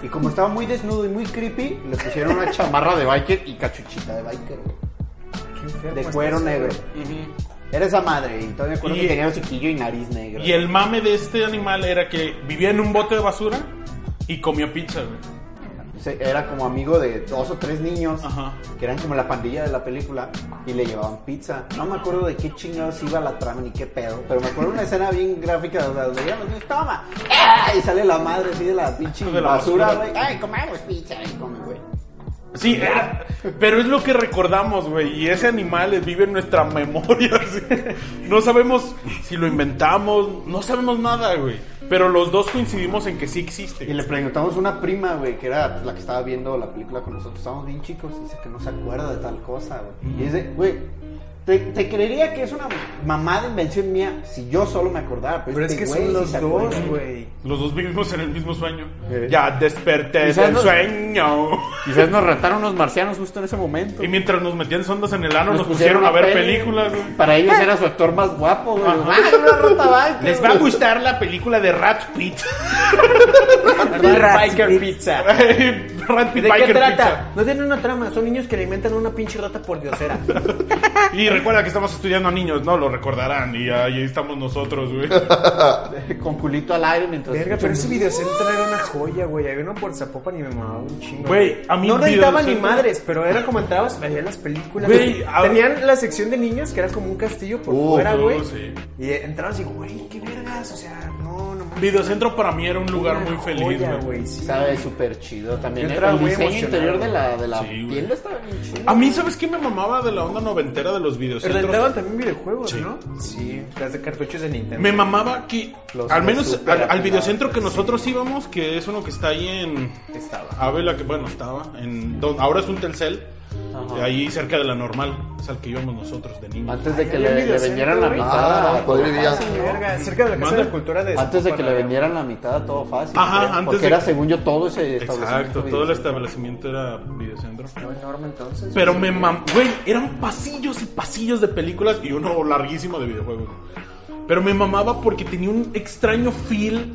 Speaker 1: Y como estaba muy desnudo y muy creepy, le pusieron una chamarra de biker y cachuchita de biker, güey. De cuero negro. Era esa madre, y todavía me acuerdo
Speaker 3: Y-
Speaker 1: que tenía un chiquillo y nariz negra.
Speaker 3: Y el mame de este animal era que vivía en un bote de basura y comía pizza, güey.
Speaker 1: Se- Era como amigo de dos o tres niños
Speaker 3: Ajá.
Speaker 1: que eran como la pandilla de la película y le llevaban pizza. No me acuerdo de qué chingados iba la trama ni qué pedo, pero me acuerdo de una escena bien gráfica donde los niños, toma, ¡Ah! y sale la madre así de la pinche
Speaker 3: De la
Speaker 1: basura,
Speaker 3: basura.
Speaker 1: güey. Ay, comamos pizza, y come, güey.
Speaker 3: Sí, era- pero es lo que recordamos, güey. Y ese animal vive en nuestra memoria. [laughs] así. No sabemos si lo inventamos, no sabemos nada, güey. Pero los dos coincidimos en que sí existe.
Speaker 1: Y le preguntamos a una prima, güey, que era pues, la que estaba viendo la película con nosotros. Estábamos bien chicos, dice que no se acuerda de tal cosa, güey. Y dice, güey, te, te creería que es una mamada invención mía si yo solo me acordara. Pero,
Speaker 4: Pero es
Speaker 1: este
Speaker 4: que
Speaker 1: güey sí
Speaker 4: son los
Speaker 1: se acuerda.
Speaker 4: dos, güey.
Speaker 3: Los dos vivimos en el mismo sueño.
Speaker 1: Eh.
Speaker 3: Ya desperté
Speaker 1: Quizás
Speaker 3: del
Speaker 1: no-
Speaker 3: sueño.
Speaker 1: Quizás nos rentaron unos marcianos justo en ese momento.
Speaker 3: Y mientras nos metían sondas en el ano, nos, pusieron, a ver
Speaker 1: peli.
Speaker 3: películas. güey.
Speaker 1: Para ellos era su actor más guapo, güey.
Speaker 3: Ajá.
Speaker 1: Ah, una rata bike,
Speaker 3: Les va
Speaker 1: güey.
Speaker 3: a gustar la película de Rat Pit.
Speaker 5: Rats,
Speaker 4: Biker
Speaker 5: güey.
Speaker 3: [laughs]
Speaker 4: Pizza.
Speaker 3: Rat Pit
Speaker 4: ¿De qué
Speaker 3: Biker
Speaker 4: trata? No tiene una trama, son niños que le inventan una pinche rata por diosera.
Speaker 3: Pizza. Y recuerda que estamos estudiando a niños, ¿no? Lo recordarán. Y ahí estamos nosotros, güey.
Speaker 1: Con culito al aire mientras.
Speaker 4: Verga, pero ese videocentro era una joya, güey. Había uno por Zapopan y me mamaba un chingo.
Speaker 3: Güey, a mí
Speaker 4: No
Speaker 3: un
Speaker 4: necesitaba ni
Speaker 3: videocentro-
Speaker 4: madres, pero era como entrabas, veías las películas.
Speaker 3: Güey, a-
Speaker 4: Tenían la sección de niños que era como un castillo por
Speaker 2: Uh,
Speaker 4: fuera,
Speaker 3: uh,
Speaker 4: güey.
Speaker 3: sí.
Speaker 4: Y eh, entrabas y, güey, qué vergas. O sea, no, no mames.
Speaker 3: Videocentro para mí era un lugar
Speaker 4: Una
Speaker 3: muy feliz,
Speaker 4: joya,
Speaker 3: güey.
Speaker 4: güey. sí.
Speaker 1: Sabe súper chido también. ¿eh?
Speaker 4: Yo
Speaker 1: El,
Speaker 4: entraba muy
Speaker 1: diseño
Speaker 4: emocionado. Ah,
Speaker 1: interior de la, de la
Speaker 3: Sí, güey.
Speaker 1: piel estaba bien chido.
Speaker 3: A mí, ¿sabes qué me mamaba de la onda noventera de los
Speaker 4: Pero rentaban
Speaker 3: videocentros?
Speaker 4: también videojuegos,
Speaker 3: Sí.
Speaker 4: ¿no? Sí, las de cartuchos de Nintendo.
Speaker 3: Me mamaba que,
Speaker 1: Los
Speaker 3: al menos
Speaker 1: super
Speaker 3: al, al
Speaker 1: afilados,
Speaker 3: videocentro que
Speaker 1: sí.
Speaker 3: nosotros íbamos, que es uno que está ahí en...
Speaker 4: Estaba.
Speaker 3: Ávila, que bueno, estaba en... don- ahora es un Telcel, ahí cerca de la normal, es al que íbamos nosotros de niños.
Speaker 1: Antes de que
Speaker 4: Ay,
Speaker 1: le,
Speaker 4: había
Speaker 1: le
Speaker 4: videocentro,
Speaker 1: vendieran la
Speaker 4: güey.
Speaker 1: mitad.
Speaker 2: Ah,
Speaker 1: a-
Speaker 2: podría vivir ya.
Speaker 4: Verga, cerca de la Casa
Speaker 3: Manda.
Speaker 4: de la Cultura de
Speaker 1: Antes de que
Speaker 4: Zapopan
Speaker 1: le
Speaker 4: había
Speaker 1: vendieran la mitad a todo fácil.
Speaker 3: Ajá,
Speaker 1: güey,
Speaker 3: antes
Speaker 1: Porque
Speaker 3: de-
Speaker 1: era según yo todo ese establecimiento.
Speaker 3: Exacto, todo el
Speaker 1: videocentro.
Speaker 3: establecimiento era videocentro.
Speaker 4: uno enorme entonces.
Speaker 3: Pero me mam... Güey, eran pasillos y pasillos de películas y uno larguísimo de videojuegos. Pero me mamaba porque tenía un extraño feel.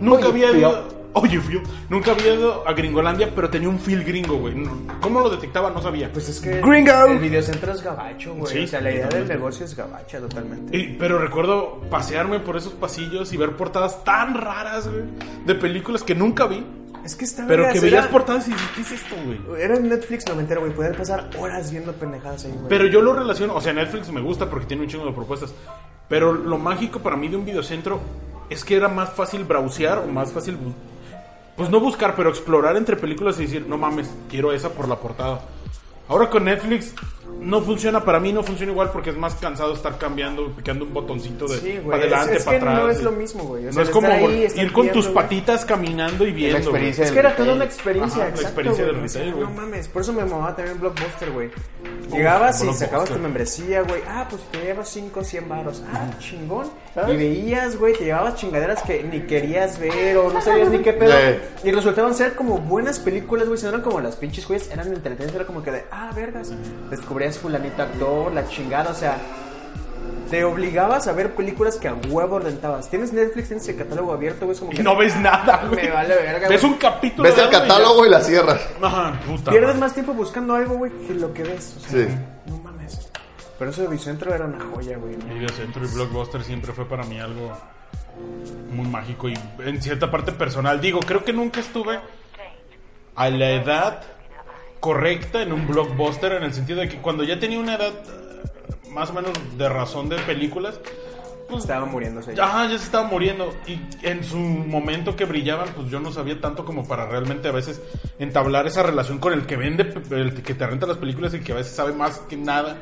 Speaker 3: Nunca
Speaker 1: Oye,
Speaker 3: había
Speaker 1: fío.
Speaker 3: ido... Oye, fío. Nunca había ido a Gringolandia, pero tenía un feel gringo, güey. No- ¿Cómo lo detectaba? No sabía.
Speaker 4: Pues es que
Speaker 5: Gringo.
Speaker 4: el videocentro es gabacho, güey.
Speaker 3: Sí,
Speaker 4: o sea, la idea del
Speaker 3: totalmente.
Speaker 4: negocio es gabacha totalmente.
Speaker 3: Y- pero recuerdo pasearme por esos pasillos y ver portadas tan raras, güey, de películas que nunca vi,
Speaker 4: Es que está
Speaker 3: pero
Speaker 4: vergas,
Speaker 3: que veías
Speaker 4: era-
Speaker 3: portadas y dices, ¿qué es esto, güey?
Speaker 4: Era en Netflix noventero, güey. Poder pasar horas viendo pendejadas ahí, güey.
Speaker 3: Pero yo lo relaciono, o sea, Netflix me gusta porque tiene un chingo de propuestas, pero lo mágico para mí de un videocentro es que era más fácil browsear o más fácil, bu- pues no buscar, pero explorar entre películas y decir, no mames, quiero esa por la portada. Ahora con Netflix no funciona, para mí no funciona igual porque es más cansado estar cambiando, picando un botoncito de
Speaker 4: Sí, güey,
Speaker 3: para adelante,
Speaker 4: es- es
Speaker 3: para
Speaker 4: que
Speaker 3: atrás.
Speaker 4: no es
Speaker 3: güey.
Speaker 4: lo mismo, güey, o
Speaker 3: no
Speaker 4: sea,
Speaker 3: es
Speaker 4: el
Speaker 3: como
Speaker 4: estar ahí,
Speaker 3: vol-
Speaker 4: estar
Speaker 3: ir con tus
Speaker 4: viendo, güey.
Speaker 3: patitas caminando y viendo.
Speaker 1: La
Speaker 3: güey.
Speaker 1: experiencia
Speaker 4: Es que era
Speaker 1: del
Speaker 4: toda una
Speaker 1: retail.
Speaker 4: experiencia,
Speaker 3: Ajá, la
Speaker 4: exacto,
Speaker 3: experiencia
Speaker 4: güey.
Speaker 3: del
Speaker 4: O sea,
Speaker 3: retail,
Speaker 4: No
Speaker 3: güey.
Speaker 4: mames, por eso me mamaba también Blockbuster, güey. Llegabas y sacabas
Speaker 3: Blockbuster.
Speaker 4: tu membresía, güey. Ah, pues te llevas 5, 100 baros. Ah, chingón. Y veías, güey, te llevabas chingaderas que ni querías ver o no sabías ni qué pedo.
Speaker 2: Sí.
Speaker 4: Y resultaban ser como buenas películas, güey. Si no eran como las pinches güeyes, eran entretenidas. Era como que de, ah, vergas. Descubrías fulanito actor, la chingada, o sea. Te obligabas a ver películas que a huevo rentabas. Tienes Netflix, tienes el catálogo abierto, güey. Es como
Speaker 3: [laughs] Y
Speaker 4: que
Speaker 3: no ves nada, güey.
Speaker 4: [laughs] Me vale verga,
Speaker 3: Ves
Speaker 4: güey.
Speaker 3: un capítulo.
Speaker 2: Ves
Speaker 3: de
Speaker 2: el
Speaker 3: algo y ya.
Speaker 2: catálogo y la cierras.
Speaker 3: Ajá, puta.
Speaker 4: Pierdes
Speaker 3: madre.
Speaker 4: más tiempo buscando algo, güey, que lo que ves. O sea,
Speaker 2: Sí.
Speaker 4: No mames. Pero eso de Bicentro era una joya, güey. ¿no?
Speaker 3: Videocentro y Blockbuster siempre fue para mí algo muy mágico y en cierta parte personal. Digo, creo que nunca estuve a la edad correcta en un Blockbuster en el sentido de que cuando ya tenía una edad eh, más o menos de razón de películas, pues
Speaker 4: Estaba muriéndose.
Speaker 3: Ajá, ya se estaba muriendo. Y en su momento que brillaban, pues yo no sabía tanto como para realmente a veces entablar esa relación con el que vende, el que te renta las películas y que a veces sabe más que nada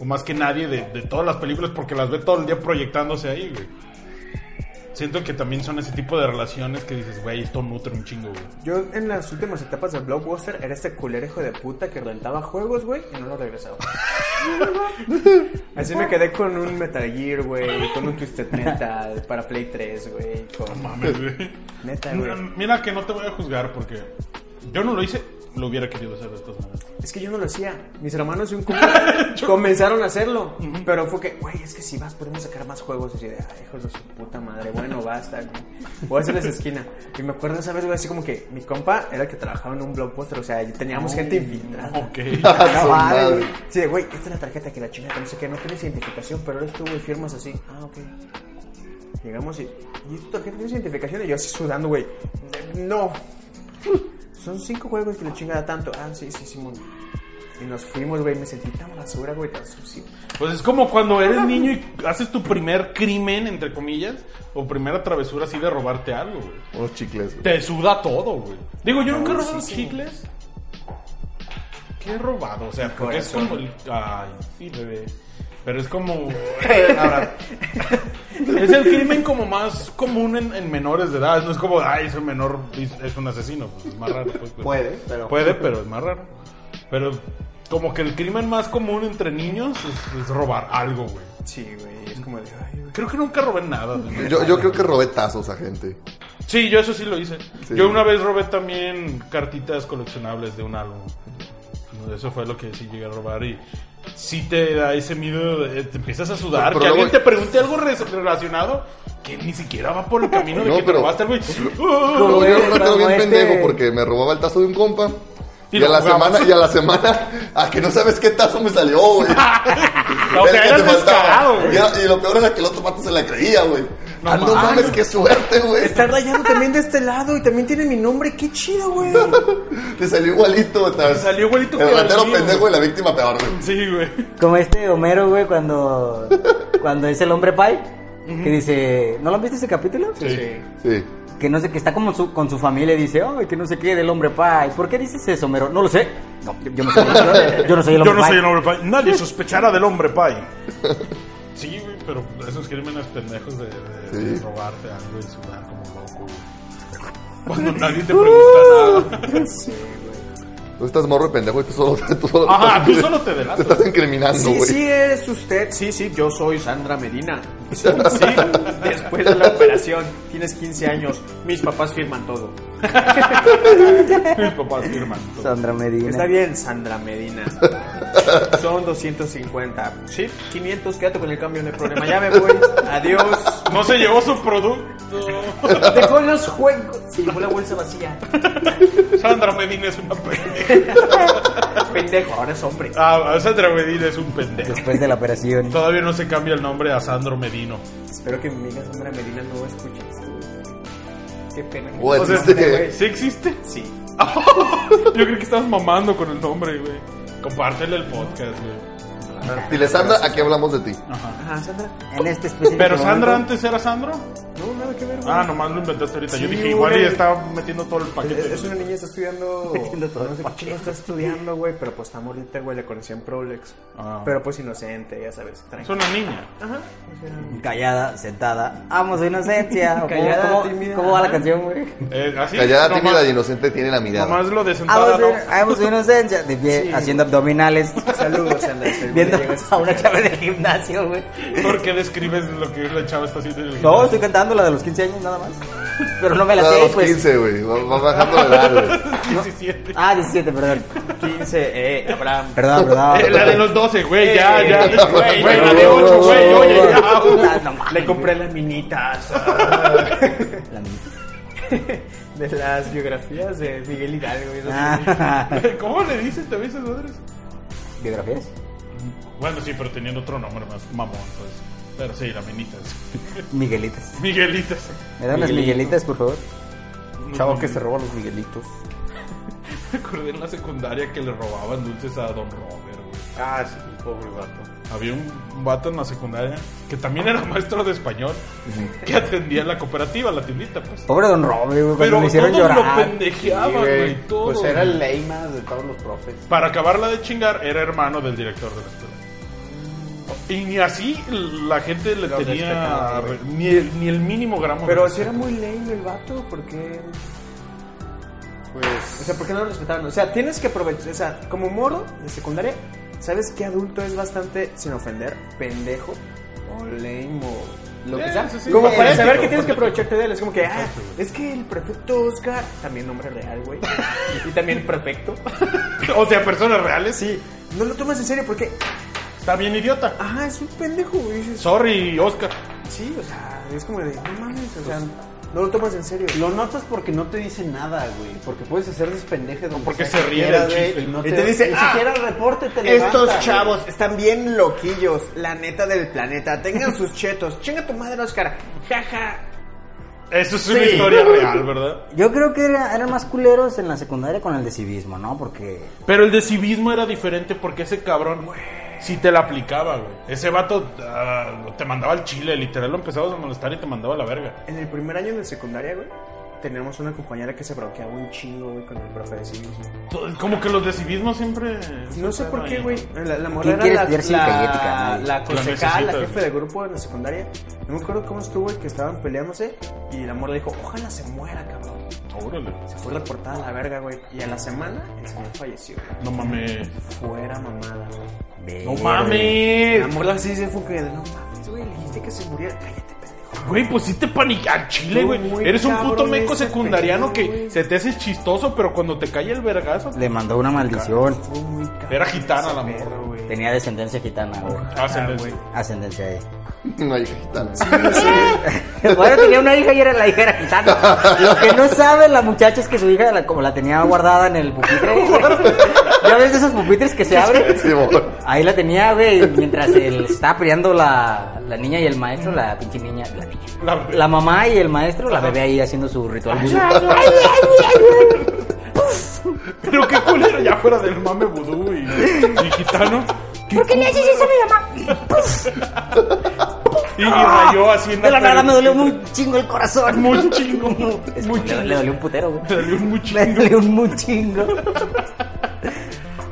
Speaker 3: o más que nadie de, de todas las películas porque las ve todo el día proyectándose ahí, güey. Siento que también son ese tipo de relaciones que dices, güey, esto nutre un chingo, güey.
Speaker 4: Yo en las últimas etapas de Blockbuster era este culero hijo de puta que rentaba juegos, güey, y no lo regresaba. Así me quedé con un Metal Gear, güey, con un Twisted Metal para Play 3, güey, con...
Speaker 3: Mames, güey.
Speaker 4: Neta, güey.
Speaker 3: Mira que no te voy a juzgar porque yo no lo hice, lo hubiera querido hacer de todas maneras.
Speaker 4: Es que yo no lo hacía. Mis hermanos y un compa comenzaron a hacerlo. Pero fue que, güey, es que si vas podemos sacar más juegos. Y así de, ay, hijos de su puta madre. Bueno, basta, güey. Voy a hacerles esquina. Y me acuerdo esa vez, güey, así como que mi compa era el que trabajaba en un blockbuster. O sea, y teníamos gente
Speaker 3: [laughs]
Speaker 4: infiltrada.
Speaker 3: Ok.
Speaker 2: [laughs] A su
Speaker 4: No, madre,
Speaker 2: madre.
Speaker 4: güey. Sí, de, güey, esta es la tarjeta que la chingada, no sé qué, no tienes identificación, pero eres tú, güey, firmas así. Ah, ok. Llegamos y, ¿y tu tarjeta tienes identificación? Y yo así sudando, güey. No. Son cinco juegos que la chingada tanto. Ah, sí, sí, Simón. Y nos fuimos, güey, me sentí tan basura, güey, tan sucio.
Speaker 3: Pues es como cuando eres niño y haces tu primer crimen, entre comillas, o primera travesura así de robarte algo, güey.
Speaker 2: Unos chicles, güey.
Speaker 3: Te suda todo, güey. Digo, yo nunca he robado
Speaker 4: sí, sí.
Speaker 3: chicles. ¿Qué he robado? O sea, porque es como el... Ay, sí, bebé. Pero es como... Ahora, es el crimen como más común en, en menores de edad. No es como, ay, ese menor es es un asesino. Pues es más raro. pues, pero-
Speaker 1: Puede, pero-
Speaker 3: Puede, pero es más raro. Pero como que el crimen más común entre niños es, es robar algo, güey.
Speaker 4: Sí, güey, es como de, ay, güey.
Speaker 3: Creo que nunca robé nada. de neta.
Speaker 2: Yo, yo creo que robé tazos a gente.
Speaker 3: Sí, yo eso sí lo hice.
Speaker 2: Sí.
Speaker 3: Yo una vez robé también cartitas coleccionables de un álbum. Eso fue lo que sí llegué a robar y sí te da ese miedo, de- te empiezas a sudar.
Speaker 2: Pero
Speaker 3: que
Speaker 2: luego-
Speaker 3: alguien te pregunte algo re- relacionado que ni siquiera va por el camino de
Speaker 2: No,
Speaker 3: que te
Speaker 2: pero-
Speaker 3: robaste algo y... "Uh,
Speaker 2: Pero
Speaker 4: güey,
Speaker 2: yo era un ratero
Speaker 4: como
Speaker 2: bien
Speaker 4: este-
Speaker 2: pendejo porque me robaba el tazo de un compa.
Speaker 3: Y
Speaker 2: Y,
Speaker 3: lo
Speaker 2: a la
Speaker 3: jugabas.
Speaker 2: semana, y a la semana, [laughs] a que no sabes qué tazo me salió,
Speaker 3: [laughs]
Speaker 2: güey.
Speaker 3: o sea,
Speaker 2: El que
Speaker 3: eras
Speaker 2: te faltaba.
Speaker 3: descarado, güey.
Speaker 2: Y era- Y, lo peor era que el otro pato se la creía, güey.
Speaker 3: No
Speaker 2: ah, no
Speaker 3: mames.
Speaker 2: mames, qué suerte, güey.
Speaker 4: Está rayado también de este lado y también tiene mi nombre, qué chido, güey.
Speaker 2: Te salió igualito, güey. Te
Speaker 3: uh, salió igualito que
Speaker 2: El
Speaker 3: el
Speaker 2: ratero
Speaker 3: mío,
Speaker 2: pendejo y la víctima peor, güey.
Speaker 3: Sí, güey.
Speaker 5: Como este Homero, güey, cuando, cuando es el hombre pie, que dice, ¿no lo han visto ese capítulo?
Speaker 3: Sí.
Speaker 2: Sí.
Speaker 5: Que no sé, que está como su- con su familia y dice, ay, que no sé qué del hombre pie. ¿Por qué dices eso, Homero? No lo sé. No, yo, no soy, yo no soy el
Speaker 3: Yo no
Speaker 5: hombre pie.
Speaker 3: soy el hombre pay.
Speaker 5: [laughs]
Speaker 3: Nadie sospechará del hombre pay. Sí, güey, pero esos crímenes pendejos de, de- de
Speaker 2: Sí.
Speaker 3: robarte algo y sudar como loco, güey. [laughs] Cuando nadie te pregunta nada.
Speaker 2: Tú estás morro y pendejo y tú solo. [laughs] Tú solo
Speaker 3: Ajá, tú [laughs] solo te delatas.
Speaker 2: [laughs] Te estás incriminando,
Speaker 4: Sí,
Speaker 2: güey.
Speaker 4: sí, es usted. Sí, sí, yo soy Sandra Medina. Sí, después de la operación, tienes 15 años, mis papás firman todo.
Speaker 3: Mis papás firman. todo.
Speaker 5: Sandra Medina.
Speaker 4: Está bien, Sandra Medina. Son 250. Sí, 500, quédate con el cambio, no hay problema. Ya me voy. Adiós.
Speaker 3: No se llevó su producto.
Speaker 4: Dejó los juegos. Se llevó la bolsa vacía.
Speaker 3: Sandra Medina es una pendeja.
Speaker 4: Pendejo, ahora es hombre.
Speaker 3: Ah, Sandra Medina es un pendejo.
Speaker 5: Después de la operación.
Speaker 3: Todavía no se cambia el nombre a Sandro Medino.
Speaker 4: Espero que mi amiga Sandra Medina no escuche esto. Qué pena. que-
Speaker 2: Güey,
Speaker 3: O sea,
Speaker 2: existe este que-
Speaker 3: ¿Sí existe?
Speaker 4: Sí.
Speaker 3: Yo creo que estás mamando con el nombre, güey. Compártele el podcast, güey.
Speaker 2: Dile, Sandra, aquí hablamos de ti.
Speaker 4: Ajá, Ah, Sandra.
Speaker 5: En este específico
Speaker 3: Pero Sandra
Speaker 5: momento,
Speaker 3: antes era Sandro.
Speaker 4: No, nada que ver. güey.
Speaker 3: Ah, nomás lo inventaste ahorita. Yo
Speaker 4: Sí,
Speaker 3: dije, igual
Speaker 4: güey.
Speaker 3: ella estaba metiendo todo el
Speaker 4: Es
Speaker 3: paquete.
Speaker 4: es una niña que está
Speaker 1: [laughs]
Speaker 4: estudiando.
Speaker 5: Metiendo todo
Speaker 4: no sé
Speaker 5: el
Speaker 4: qué chingo está estudiando, güey. Pero pues está morrita, güey. Le conocían Prolex.
Speaker 3: Ah.
Speaker 4: Pero pues inocente, ya sabes. Tranquilo.
Speaker 3: Es una niña.
Speaker 4: Ajá. O sea,
Speaker 5: Callada, sentada. Amo su inocencia. ¿Cómo-
Speaker 4: Callada,
Speaker 5: ¿Cómo,
Speaker 4: tímida.
Speaker 5: cómo va la canción, güey?
Speaker 3: Eh, así.
Speaker 2: Callada,
Speaker 3: nomás-
Speaker 2: tímida y inocente tiene la mirada.
Speaker 4: Ah,
Speaker 3: Nomás lo de
Speaker 5: Amo
Speaker 3: sentada,
Speaker 5: su,
Speaker 3: ¿no?
Speaker 5: amo su inocencia. De pie, haciendo abdominales. [laughs]
Speaker 4: saludos, Sandra.
Speaker 5: Viendo a una chava en el gimnasio, güey.
Speaker 3: ¿Por qué describes lo que la chava está haciendo en el
Speaker 5: No, estoy cantando la de los 15 años nada más. Pero no me la
Speaker 2: Está a
Speaker 5: sé,
Speaker 2: los
Speaker 5: pues.
Speaker 2: 15, güey. Va, va bajando la edad, güey.
Speaker 3: [laughs]
Speaker 2: [laughs]
Speaker 3: 17.
Speaker 5: Ah, 17, perdón.
Speaker 1: 15,
Speaker 4: [laughs]
Speaker 1: eh, Abraham.
Speaker 5: Perdón,
Speaker 4: Ah,
Speaker 5: perdón.
Speaker 3: Eh, [laughs] la de los 12, güey, ya,
Speaker 1: Eh,
Speaker 3: ya.
Speaker 1: eh,
Speaker 4: [laughs]
Speaker 3: Güey,
Speaker 1: güey,
Speaker 3: la de 8, güey, oye, ya.
Speaker 5: Ah, no mames.
Speaker 1: Le compré las
Speaker 4: [laughs]
Speaker 1: minitas.
Speaker 5: La misma.
Speaker 1: De las biografías de Miguel Hidalgo. y esas
Speaker 5: Ah,
Speaker 3: [laughs] ¿Cómo le dicen también esas madres?
Speaker 5: [laughs] ¿Biografías?
Speaker 3: Bueno, sí, pero teniendo otro nombre más mamón, pues. Pero sí, las minitas.
Speaker 5: Miguelitas.
Speaker 3: Miguelitas.
Speaker 5: ¿Me dan las Miguelitas, por favor?
Speaker 10: Chavo que se roba los Miguelitos.
Speaker 3: Me acordé en la secundaria que le robaban dulces a Don Robert, güey.
Speaker 1: Ah, sí, pobre vato.
Speaker 3: Había un vato en la secundaria que también era [laughs] maestro de español que atendía la cooperativa, la tiendita, pues.
Speaker 5: Pobre Don Robbie, güey, cuando
Speaker 3: Pero
Speaker 5: Oh, me
Speaker 3: todos
Speaker 5: hicieron
Speaker 3: lo
Speaker 5: llorar.
Speaker 3: pendejeaban, güey, todo.
Speaker 1: Pues era el Leima de todos los profes.
Speaker 3: Para acabarla de chingar, era hermano del director de la escuela. Y ni así la gente le tenía
Speaker 1: respetaba, güey.
Speaker 3: ni el, ni el mínimo gramo
Speaker 4: Pero
Speaker 3: de
Speaker 4: si era muy lame el vato, ¿por qué?
Speaker 1: Pues.
Speaker 4: O sea, ¿por qué no lo respetaron? O sea, tienes que aprovechar. O sea, como moro de secundaria, ¿sabes qué adulto es bastante, sin ofender, pendejo? O lame o lo que
Speaker 3: Eh,
Speaker 4: sea.
Speaker 3: sí, sí,
Speaker 4: como
Speaker 3: sí,
Speaker 4: para
Speaker 3: sí,
Speaker 4: saber
Speaker 3: sí,
Speaker 4: que
Speaker 3: sí,
Speaker 4: tienes
Speaker 3: sí,
Speaker 4: que
Speaker 3: sí.
Speaker 4: aprovecharte de él. Es como que, ah, es que el prefecto Oscar, también nombre real, [laughs] güey. y también prefecto.
Speaker 3: [laughs] O sea, personas reales, sí.
Speaker 4: Sí, no lo tomas en serio porque,
Speaker 3: Está bien idiota.
Speaker 4: ah, es un pendejo, güey. dices,
Speaker 3: Sorry, Oscar.
Speaker 4: Sí, o sea, es como de, no mames, o sea, no lo tomas en serio.
Speaker 1: Lo notas porque no te dice nada, güey. Porque puedes hacer despendeje donde
Speaker 3: porque
Speaker 1: sea
Speaker 3: se
Speaker 1: que
Speaker 3: ríe
Speaker 1: quieras,
Speaker 3: del
Speaker 1: güey,
Speaker 3: chiste.
Speaker 1: Y, no
Speaker 4: Y te dice,
Speaker 1: ni
Speaker 4: "Ah,
Speaker 1: siquiera el reporte te levanta,
Speaker 4: Estos
Speaker 1: güey".
Speaker 4: chavos están bien loquillos, la neta del planeta. Tengan sus chetos. Chinga tu madre, Oscar. Jaja.
Speaker 3: Eso es una historia real, ¿verdad?
Speaker 5: Yo creo que era- eran más culeros en la secundaria con el de civismo, ¿no? Porque
Speaker 3: Pero el de civismo era diferente porque ese cabrón, güey, sí te la aplicaba, güey. Ese vato ah, te mandaba al chile, literal, lo empezabas a molestar y te mandaba a la verga.
Speaker 4: En el primer año de secundaria, güey, teníamos una compañera que se broqueaba un chingo, güey, con el profe de sí mismo.
Speaker 3: Todo- Pues, Como que los de civismo siempre...
Speaker 4: No sé por qué, güey. La, la
Speaker 5: ¿Quién
Speaker 4: morra
Speaker 5: quiere
Speaker 4: era la,
Speaker 5: estudiar ciencia y ética,
Speaker 4: la,
Speaker 5: güey?
Speaker 4: la
Speaker 3: necesitas,
Speaker 4: concejal, la jefe
Speaker 3: güey.
Speaker 4: de grupo en la secundaria. No me acuerdo cómo estuvo, güey, que estaban peleándose. Y la morra dijo, ojalá se muera, cabrón.
Speaker 3: Órale.
Speaker 4: Se fue reportada a la verga, güey. Y a la semana, el señor falleció.
Speaker 3: No mames.
Speaker 4: Fuera mamada, güey.
Speaker 3: No
Speaker 5: Verde.
Speaker 4: La
Speaker 3: mames.
Speaker 4: morra sí se fue que de no mames, güey, le dijiste que se muriera. Cállate, pendejo.
Speaker 3: Güey, pues sí te panica al chile,
Speaker 4: Tú
Speaker 3: güey.
Speaker 4: muy
Speaker 3: Eres un puto
Speaker 4: cabrón
Speaker 3: meco
Speaker 4: ese
Speaker 3: secundariano
Speaker 4: pendejo,
Speaker 3: que
Speaker 4: güey.
Speaker 3: se te hace chistoso, pero cuando te cae el vergazo...
Speaker 5: Le mandó una maldición.
Speaker 4: Estuvo muy cabrón
Speaker 3: Era gitana
Speaker 4: ese
Speaker 3: la
Speaker 4: pedo,
Speaker 3: morra.
Speaker 4: güey.
Speaker 5: Tenía descendencia gitana, güey.
Speaker 3: Hacen
Speaker 4: Ah,
Speaker 3: eso.
Speaker 4: güey.
Speaker 5: Ascendencia E. ahí.
Speaker 2: Una hija gitana.
Speaker 5: [laughs] Bueno, tenía una hija y era la hija era gitana. Lo que no sabe la muchacha es que su hija, la- como la tenía guardada en el [laughs] pupitre, güey. ¿Ya ves esos pupitres que se abren?
Speaker 2: Sí, amor.
Speaker 5: Ahí la tenía, güey, mientras él estaba peleando la, la niña y el maestro, la pinche niña, la niña.
Speaker 3: La-
Speaker 5: La,
Speaker 4: [laughs]
Speaker 5: mamá y el maestro, la bebé ahí haciendo su ritual.
Speaker 3: Pero qué culero, ya fuera del mame vudú y, y
Speaker 4: [laughs]
Speaker 3: gitano.
Speaker 5: ¿Por qué le haces eso a mi mamá?
Speaker 3: Y rayó así en
Speaker 5: De la nada me dolió
Speaker 3: muy
Speaker 5: un chingo el corazón.
Speaker 3: Muy
Speaker 5: [laughs]
Speaker 3: chingo.
Speaker 5: Es que
Speaker 3: Muy
Speaker 5: le-
Speaker 3: chingo.
Speaker 5: Le dolió un putero, güey.
Speaker 3: Me dolió muy
Speaker 5: [laughs] Le
Speaker 3: chingo.
Speaker 5: dolió un
Speaker 3: [laughs]
Speaker 5: muy chingo.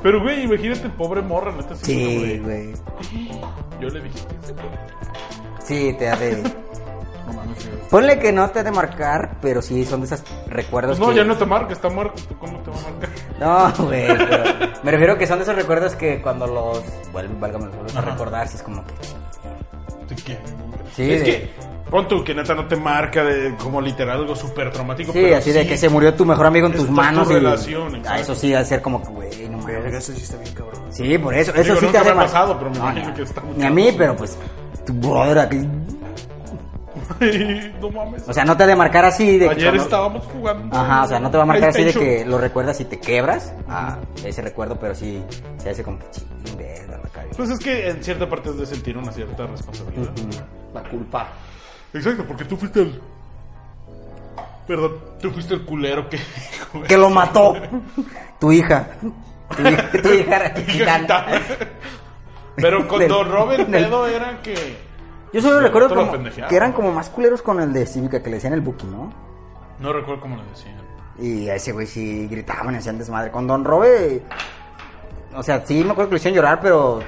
Speaker 3: Pero, güey, imagínate, pobre morra, neta.
Speaker 5: Sí,
Speaker 3: güey.
Speaker 5: güey.
Speaker 3: Yo le dije. "Pues,
Speaker 5: Sí, te ha de. Ponle que no te ha de marcar, pero sí son de esas recuerdos.
Speaker 3: Pues no,
Speaker 5: que...
Speaker 3: ya no te marca, está muerto. ¿Tú cómo te va a marcar?
Speaker 5: No, güey, pero me refiero que son de esos recuerdos que cuando los vuelven, válgame, los vuelves a recordar, si es como que.
Speaker 3: ¿De qué?
Speaker 5: Sí,
Speaker 3: es
Speaker 5: de-
Speaker 3: que, pon tú, que neta no te marca de, como literal algo súper traumático.
Speaker 5: Sí,
Speaker 3: pero
Speaker 5: así de que se
Speaker 3: [laughs]
Speaker 5: murió tu mejor amigo en
Speaker 3: Está
Speaker 5: tus
Speaker 3: tu
Speaker 5: manos. y-
Speaker 3: relación, exacto.
Speaker 5: Ah, eso sí, a ser como que, güey, no
Speaker 4: Verga,
Speaker 5: mames.
Speaker 4: eso sí está bien cabrón.
Speaker 5: Sí, por eso, eso
Speaker 3: Digo,
Speaker 5: sí
Speaker 3: nunca
Speaker 5: te hace
Speaker 3: me ha
Speaker 5: más-
Speaker 3: pasado, pero me
Speaker 5: No,
Speaker 3: imagino
Speaker 5: ni-
Speaker 3: que está muy
Speaker 5: Ni a mí,
Speaker 3: cabrón.
Speaker 5: pero pues, tu brother aquí.
Speaker 3: no mames.
Speaker 5: O sea, no te ha de marcar así de que
Speaker 3: Ayer
Speaker 5: cuando-
Speaker 3: estábamos jugando.
Speaker 5: Ajá, o sea, no te va a marcar así de
Speaker 3: PlayStation.
Speaker 5: que lo recuerdas y te quebras a ese recuerdo, pero sí se hace como que ching, verga, la cagué.
Speaker 3: Pues es que en cierta parte es de sentir una cierta responsabilidad.
Speaker 7: La culpa.
Speaker 3: Exacto, porque tú fuiste el. Perdón, tú fuiste el culero que. [laughs]
Speaker 5: Que lo mató tu hija. Tu hija, tu hija era gitana.
Speaker 3: gitana. Pero cuando
Speaker 5: [laughs] Del-
Speaker 3: Robert el
Speaker 5: del-
Speaker 3: pedo era que.
Speaker 5: Yo solo
Speaker 3: Del
Speaker 5: recuerdo
Speaker 3: otro lo
Speaker 5: como
Speaker 3: pendejeaba.
Speaker 5: que eran como más culeros con el de Cívica, que le decían el Buki, ¿no?
Speaker 3: No recuerdo cómo le decían.
Speaker 5: Y a ese güey sí gritaban, hacían desmadre. Con Don Robe, o sea, sí me acuerdo que lo hicieron llorar, pero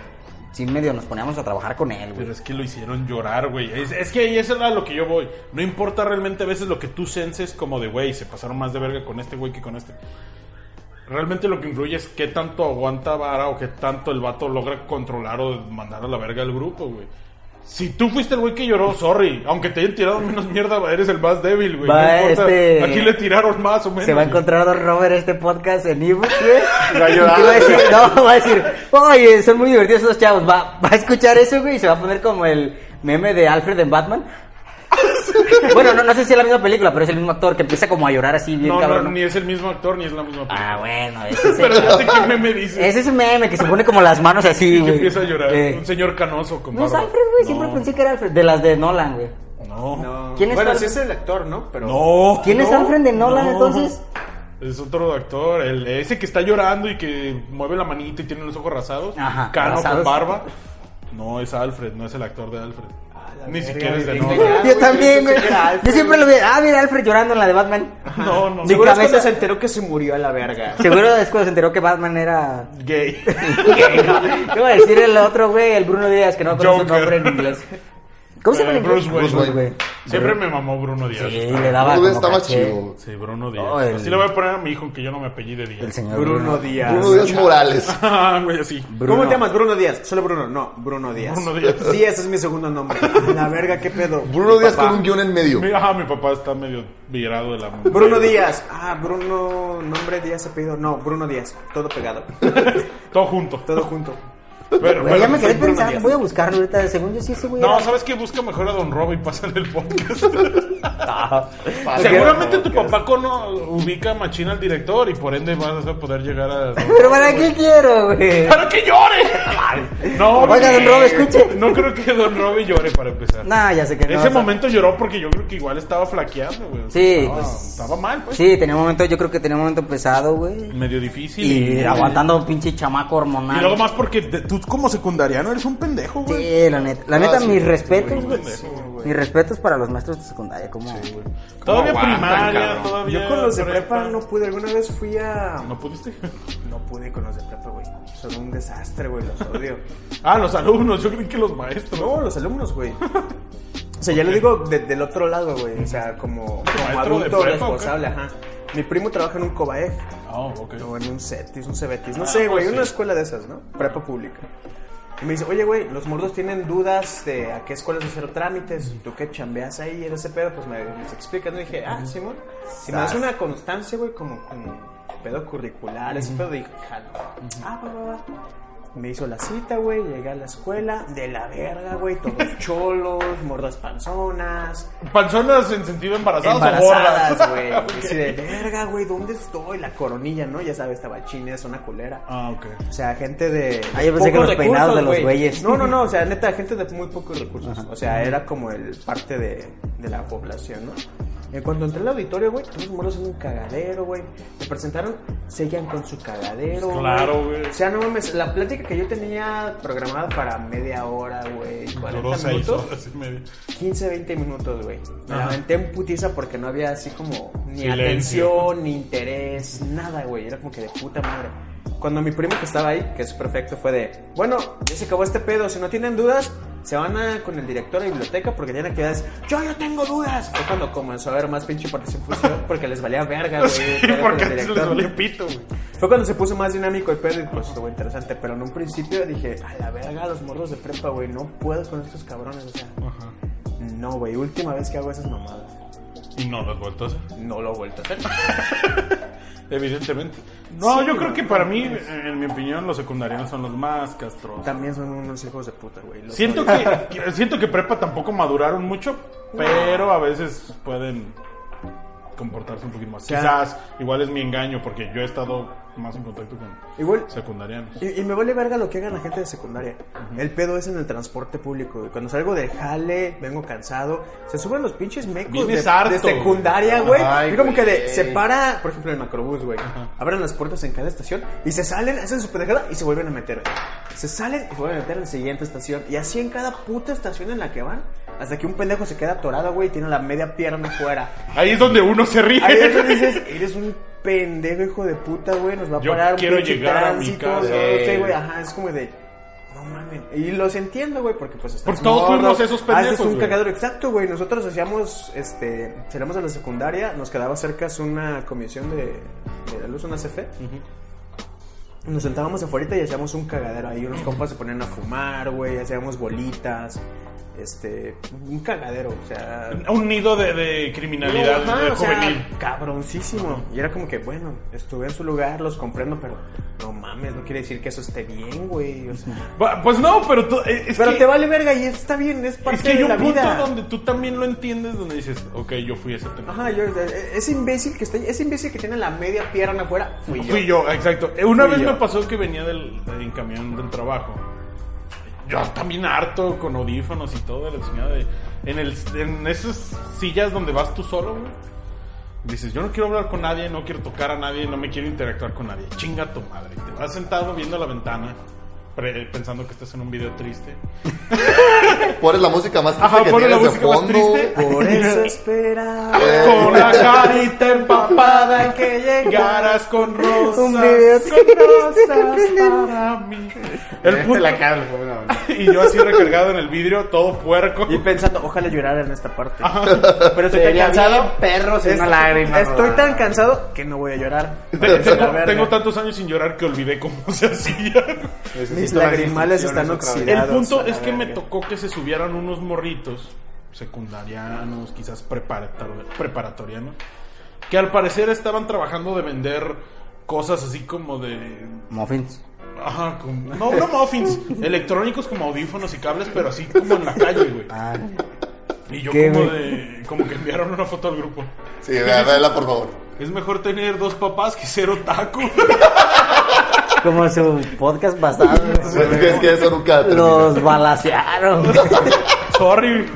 Speaker 5: sí medio nos poníamos a trabajar con él, güey.
Speaker 3: Pero es que lo hicieron llorar, güey. Es, es que ahí eso era lo que yo voy. No importa realmente a veces lo que tú senses como de, güey, se pasaron más de verga con este güey que con este. Realmente lo que influye es qué tanto aguanta vara o qué tanto el vato logra controlar o mandar a la verga al grupo, güey. Si tú fuiste el güey que lloró, sorry. Aunque te hayan tirado menos mierda, eres el más débil, güey.
Speaker 5: Va,
Speaker 3: no importa.
Speaker 5: este-
Speaker 3: Aquí le tiraron más o menos.
Speaker 5: Se va a
Speaker 3: güey.
Speaker 5: encontrar Don Robert este podcast en ebooks,
Speaker 3: [laughs]
Speaker 5: güey.
Speaker 1: Va a llorar.
Speaker 5: Y va a decir, no, va a decir, oye, son muy divertidos esos chavos. Va, va a escuchar eso, güey, y se va a poner como el meme de Alfred en Batman.
Speaker 3: [laughs]
Speaker 5: bueno, no, no sé si es la misma película, pero es el mismo actor que empieza como a llorar así bien
Speaker 3: No, no,
Speaker 5: cabrón. ¿no?
Speaker 3: ni es el mismo actor ni es la misma persona. [laughs]
Speaker 5: Ah, bueno, ese es
Speaker 3: Pero
Speaker 5: el...
Speaker 3: ya sé qué meme dice.
Speaker 5: Ese es un meme que se pone como las manos así,
Speaker 3: que
Speaker 5: güey.
Speaker 3: empieza a llorar.
Speaker 5: Eh,
Speaker 3: Un señor canoso con
Speaker 5: No es
Speaker 3: barba.
Speaker 5: Alfred, güey, siempre pensé que era Alfred. De las de Nolan, güey.
Speaker 3: No. No.
Speaker 5: ¿Quién es
Speaker 4: bueno, sí
Speaker 5: Alfred?
Speaker 4: es el actor, ¿no? Pero
Speaker 3: No.
Speaker 5: ¿Quién es Alfred de Nolan
Speaker 3: No.
Speaker 5: entonces?
Speaker 3: Es otro actor, el, ese que está llorando y que mueve la manita y tiene los ojos rasados,
Speaker 5: Ajá,
Speaker 3: cano con
Speaker 5: rasados.
Speaker 3: barba. No es Alfred, no es el actor de Alfred. Ni siquiera es de
Speaker 4: verga,
Speaker 3: Nolan.
Speaker 5: Yo también, güey.
Speaker 4: era Alfred,
Speaker 5: Yo siempre lo vi. Ah, mira, Alfred llorando en la de Batman.
Speaker 3: No, no,
Speaker 5: Sin
Speaker 3: no.
Speaker 4: Seguro es cuando
Speaker 5: cabeza.
Speaker 4: se enteró que se murió a la verga.
Speaker 5: Seguro es cuando se enteró que Batman era.
Speaker 3: Gay.
Speaker 5: ¿Qué va a decir el otro, güey? El Bruno Díaz, que no conoce su
Speaker 3: Joker.
Speaker 5: nombre en inglés. ¿Cómo se llama en
Speaker 3: Eh,
Speaker 5: inglés?
Speaker 3: Bruce Wayne.
Speaker 2: Bruce Wayne.
Speaker 3: Siempre me mamó Bruno Díaz.
Speaker 5: Sí, le daba.
Speaker 2: Bruno
Speaker 5: como
Speaker 2: estaba
Speaker 5: caché.
Speaker 2: chido. güey.
Speaker 3: Sí, Bruno Díaz.
Speaker 5: Oh, el-
Speaker 3: Así le voy a poner a mi hijo que yo no me apellide Díaz.
Speaker 5: El señor
Speaker 4: Bruno
Speaker 5: Bruno.
Speaker 4: Díaz.
Speaker 2: Bruno Díaz Morales.
Speaker 3: [laughs] Ah, güey, así.
Speaker 4: ¿Cómo te llamas? Bruno Díaz. Solo Bruno. No, Bruno Díaz.
Speaker 3: Bruno Díaz.
Speaker 4: Sí, ese es mi segundo
Speaker 2: [laughs]
Speaker 4: nombre. La verga, qué pedo.
Speaker 2: Bruno
Speaker 4: Mi
Speaker 2: Díaz
Speaker 4: papá.
Speaker 2: con un guión en medio.
Speaker 3: Mi, ajá, mi papá está medio virado de la
Speaker 4: Bruno Díaz. Ah, Bruno. Nombre Díaz, apellido. No, Bruno Díaz. Todo pegado.
Speaker 3: [laughs] Todo junto.
Speaker 4: Todo junto.
Speaker 3: Pero,
Speaker 5: Güey, ya
Speaker 3: pero-
Speaker 5: me quedé
Speaker 4: Bruno
Speaker 5: pensando.
Speaker 4: Díaz.
Speaker 5: Voy a buscarlo ahorita. Según yo, sí, ese güey.
Speaker 3: no,
Speaker 5: era-
Speaker 3: ¿sabes qué? Busca mejor a Don Robo y pasa en el podcast.
Speaker 5: [laughs] Ah,
Speaker 3: Seguramente tu papá cono, ubica machina al director y por ende vas a poder llegar a...
Speaker 5: [laughs] Pero ¿para qué
Speaker 3: [laughs]
Speaker 5: quiero, güey?
Speaker 3: ¡Claro que llore! No,
Speaker 5: Oiga,
Speaker 3: güey.
Speaker 5: don Rob, escuche.
Speaker 3: No creo que Don Rob llore para empezar.
Speaker 5: Nah, ya sé que no.
Speaker 3: Ese
Speaker 5: o sea,
Speaker 3: momento lloró porque yo creo que igual estaba flaqueando, güey.
Speaker 5: Sí,
Speaker 3: Estaba,
Speaker 5: pues.
Speaker 3: estaba mal, pues.
Speaker 5: Sí, tenía un momento. Yo creo que tenía un momento pesado, güey.
Speaker 3: Medio difícil.
Speaker 5: Y aguantando un pinche chamaco hormonal.
Speaker 3: Y luego más porque de- tú como secundariano eres un pendejo, güey.
Speaker 5: Sí, la neta. La neta,
Speaker 2: sí,
Speaker 5: mis
Speaker 2: güey,
Speaker 5: respetos, güey.
Speaker 3: sí, güey.
Speaker 5: Mis respetos para los maestros de secundaria. ¿Cómo?
Speaker 3: Todavía
Speaker 1: aguantan,
Speaker 3: primaria,
Speaker 1: cabrón?
Speaker 3: todavía...
Speaker 4: Yo con los de prepa no pude. Alguna vez fui a.
Speaker 3: ¿No pudiste? [laughs]
Speaker 4: No pude con los de prepa, güey. Son un desastre, güey. Los odio.
Speaker 3: Ah, los alumnos, yo creo que los maestros.
Speaker 4: No, los alumnos, güey. O sea, ya lo digo de- del otro lado, güey. O sea, como, como
Speaker 3: Maestro de
Speaker 4: adulto
Speaker 3: prepa, ¿o qué?
Speaker 4: responsable, ajá. Mi primo trabaja en un cobae
Speaker 3: Ah, ok.
Speaker 4: o en un CETIS, un CEBETIS. No
Speaker 3: Ah,
Speaker 4: sé, güey,
Speaker 3: pues sí.
Speaker 4: una escuela de esas, ¿no? Prepa pública. Y me dice, oye, güey, los mordos tienen dudas de a qué escuelas hacer trámites. ¿Y tú qué chambeas ahí en ese pedo? Pues me les explicas, ¿no? Y dije, ah, Simón, si me das una constancia, güey, como con pedo curricular, ese pedo, dije, jalo. Ah, va, va, va. Me hizo la cita, güey, llegué a la escuela, de la verga,
Speaker 3: [laughs]
Speaker 4: güey, todos cholos, mordas panzonas,
Speaker 3: ¿Panzonas en sentido embarazadas, o
Speaker 4: embarazadas,
Speaker 3: gordas? [laughs]
Speaker 4: güey. Así de verga, güey, ¿dónde estoy? La coronilla, ¿no? Ya sabes, tabachines, zona culera.
Speaker 3: Ah, ok.
Speaker 4: O sea, gente de.
Speaker 5: Ah, yo pensé que
Speaker 4: pocos
Speaker 5: los peinados de los
Speaker 4: güey.
Speaker 5: güeyes.
Speaker 4: No, no, no, o sea, neta, gente de muy pocos recursos. O sea, era como el parte de, de la población, ¿no? En cuando entré al auditorio, güey, todos los moros en un cagadero, güey. Me presentaron, seguían con su cagadero.
Speaker 3: Pues claro, güey.
Speaker 4: O sea, no mames, la plática que yo tenía programada para media hora, güey, 40
Speaker 3: Duró seis
Speaker 4: minutos.
Speaker 3: horas y media.
Speaker 4: 15, 20 minutos, güey. Me
Speaker 3: Ajá.
Speaker 4: la aventé en putiza porque no había así como ni
Speaker 3: Silencio.
Speaker 4: atención, ni interés, nada, güey. Era como que de puta madre. Cuando mi primo que estaba ahí, que es perfecto, fue de, bueno, ya se acabó este pedo, si no tienen dudas, se van a- con el director de biblioteca porque tienen actividades. Yo no tengo dudas. Fue cuando comenzó a haber más pinche
Speaker 3: [laughs]
Speaker 4: participación porque les valía verga, Ah, güey.
Speaker 3: Sí,
Speaker 4: pedo con
Speaker 3: porque
Speaker 4: el
Speaker 3: se les
Speaker 4: director.
Speaker 3: duele pito, güey.
Speaker 4: Fue cuando se puso más dinámico el pedo y pues estuvo interesante. Pero en un principio dije, a la verga, los morros de prepa, güey, no puedo con estos cabrones, o sea. No, güey, última vez que hago esas mamadas.
Speaker 3: Y no las vuelto a hacer.
Speaker 4: No lo he vuelto a hacer.
Speaker 3: Evidentemente. No, yo creo que para mí, en mi opinión, los secundarianos son los más castros.
Speaker 4: También son unos hijos de puta, güey. los
Speaker 3: Siento
Speaker 4: odio.
Speaker 3: que, que- [laughs] siento que prepa tampoco maduraron mucho, pero a veces pueden comportarse un poquito más. Quizás, igual es mi engaño, porque yo he estado más en contacto con
Speaker 4: Igual,
Speaker 3: secundarianos.
Speaker 4: y, y me vale verga lo que hagan la gente de secundaria. El pedo es en el transporte público, güey. Cuando salgo del jale, vengo cansado. Se suben los pinches mecos de,
Speaker 3: Vienes harto,
Speaker 4: de secundaria,
Speaker 2: güey.
Speaker 4: güey.
Speaker 2: Ay,
Speaker 4: Y como que de,
Speaker 2: güey.
Speaker 4: se para, por ejemplo, el macrobús, güey. Abren las puertas en cada estación y se salen, hacen su pendejada y se vuelven a meter. Se salen y se vuelven a meter en la siguiente estación. Y así en cada puta estación en la que van. Hasta que un pendejo se queda atorado, güey, y tiene la media pierna fuera.
Speaker 3: Ahí es donde uno se ríe.
Speaker 4: Ahí es donde dices, eres un pendejo, hijo de puta, güey. Nos va a
Speaker 3: Yo
Speaker 4: parar un
Speaker 3: quiero
Speaker 4: pinche
Speaker 3: llegar a mi
Speaker 4: tránsito,
Speaker 3: casa.
Speaker 4: No sé, güey. Ajá, es como de. No mames. Y los entiendo, güey, porque pues estás
Speaker 3: Porque todos
Speaker 4: morro,
Speaker 3: fuimos esos pendejos,
Speaker 4: Haces un
Speaker 3: güey.
Speaker 4: cagadero, exacto, güey. Nosotros hacíamos, este, salíamos a la secundaria, nos quedaba cerca una comisión de de la luz, una CFE. Nos sentábamos afuera y hacíamos un cagadero ahí. Unos compas se ponían a fumar, güey. Hacíamos bolitas. Este, un cagadero, o sea.
Speaker 3: Un nido de, de criminalidad
Speaker 4: Ajá,
Speaker 3: de
Speaker 4: o sea,
Speaker 3: eh, juvenil.
Speaker 4: cabroncísimo. Y era como que, bueno, estuve en su lugar, los comprendo, pero no mames, no quiere decir que eso esté bien, güey. o sea.
Speaker 3: Va- Pues no, pero tú, eh, es
Speaker 4: pero
Speaker 3: que,
Speaker 4: te vale verga y está bien, es parte
Speaker 3: es que hay
Speaker 4: de
Speaker 3: un
Speaker 4: la
Speaker 3: punto
Speaker 4: vida.
Speaker 3: donde tú también lo entiendes, donde dices, ok, yo fui ese tema.
Speaker 4: Ajá, yo, eh, ese imbécil que está, ese imbécil que tiene la media pierna afuera, fui yo.
Speaker 3: Fui yo, exacto. Eh, Una
Speaker 4: Fui
Speaker 3: vez
Speaker 4: yo.
Speaker 3: me pasó que venía del, de- en camión del trabajo. Yo también harto, con audífonos y todo, de la chingada de- en, el, en esas sillas donde vas tú solo, güey. Dices, yo no quiero hablar con nadie, no quiero tocar a nadie, no me quiero interactuar con nadie. Chinga tu madre. Y Te vas sentado viendo la ventana, pre- pensando que estás en un video triste.
Speaker 2: Pones la música más triste
Speaker 3: Ajá,
Speaker 2: que
Speaker 3: pones la
Speaker 2: tienes
Speaker 3: música
Speaker 2: de
Speaker 3: más
Speaker 2: fondo.
Speaker 3: triste. [laughs]
Speaker 4: Por eso espera.
Speaker 3: Con la
Speaker 4: [laughs]
Speaker 3: carita empapada que llegaras con rosas.
Speaker 5: Un video
Speaker 3: con
Speaker 4: [laughs]
Speaker 3: rosas para mí. El
Speaker 1: [laughs]
Speaker 3: punto-
Speaker 1: la cara le fue una ventana.
Speaker 3: y yo así recargado en el vidrio, todo puerco.
Speaker 4: Y pensando, ojalá llorara en esta parte.
Speaker 1: Pero
Speaker 4: estoy tan cansado.
Speaker 1: perro sin una
Speaker 4: Es-
Speaker 1: lágrima.
Speaker 4: Estoy
Speaker 1: rodando.
Speaker 4: tan cansado que no voy a llorar.
Speaker 3: Te- [laughs]
Speaker 4: La
Speaker 3: tengo,
Speaker 4: verga.
Speaker 3: tengo tantos años sin llorar que olvidé cómo se hacía.
Speaker 1: Necesito
Speaker 4: Mis
Speaker 1: las
Speaker 4: lagrimales
Speaker 1: instrucciones
Speaker 4: están
Speaker 1: otra vez.
Speaker 3: El
Speaker 4: oxidados.
Speaker 3: punto
Speaker 4: a la
Speaker 3: es que me
Speaker 4: verga.
Speaker 3: tocó que se subieran unos morritos secundarianos, quizás preparator- preparatorianos, que al parecer estaban trabajando de vender cosas así como de
Speaker 5: Muffins.
Speaker 3: Ajá, con- no,
Speaker 5: [laughs]
Speaker 3: no muffins, electrónicos como audífonos y cables, pero así como en la calle, güey.
Speaker 5: Ah,
Speaker 3: Y yo
Speaker 5: ¿Qué,
Speaker 3: como
Speaker 5: güey?
Speaker 3: de, como que enviaron una foto al grupo.
Speaker 2: Sí, vea, véala, por favor.
Speaker 3: Es mejor tener dos papás que ser otaku.
Speaker 5: como su podcast pasado.
Speaker 2: [laughs] Es que eso nunca termina.
Speaker 5: Los balacearon.
Speaker 3: [laughs] Sorry.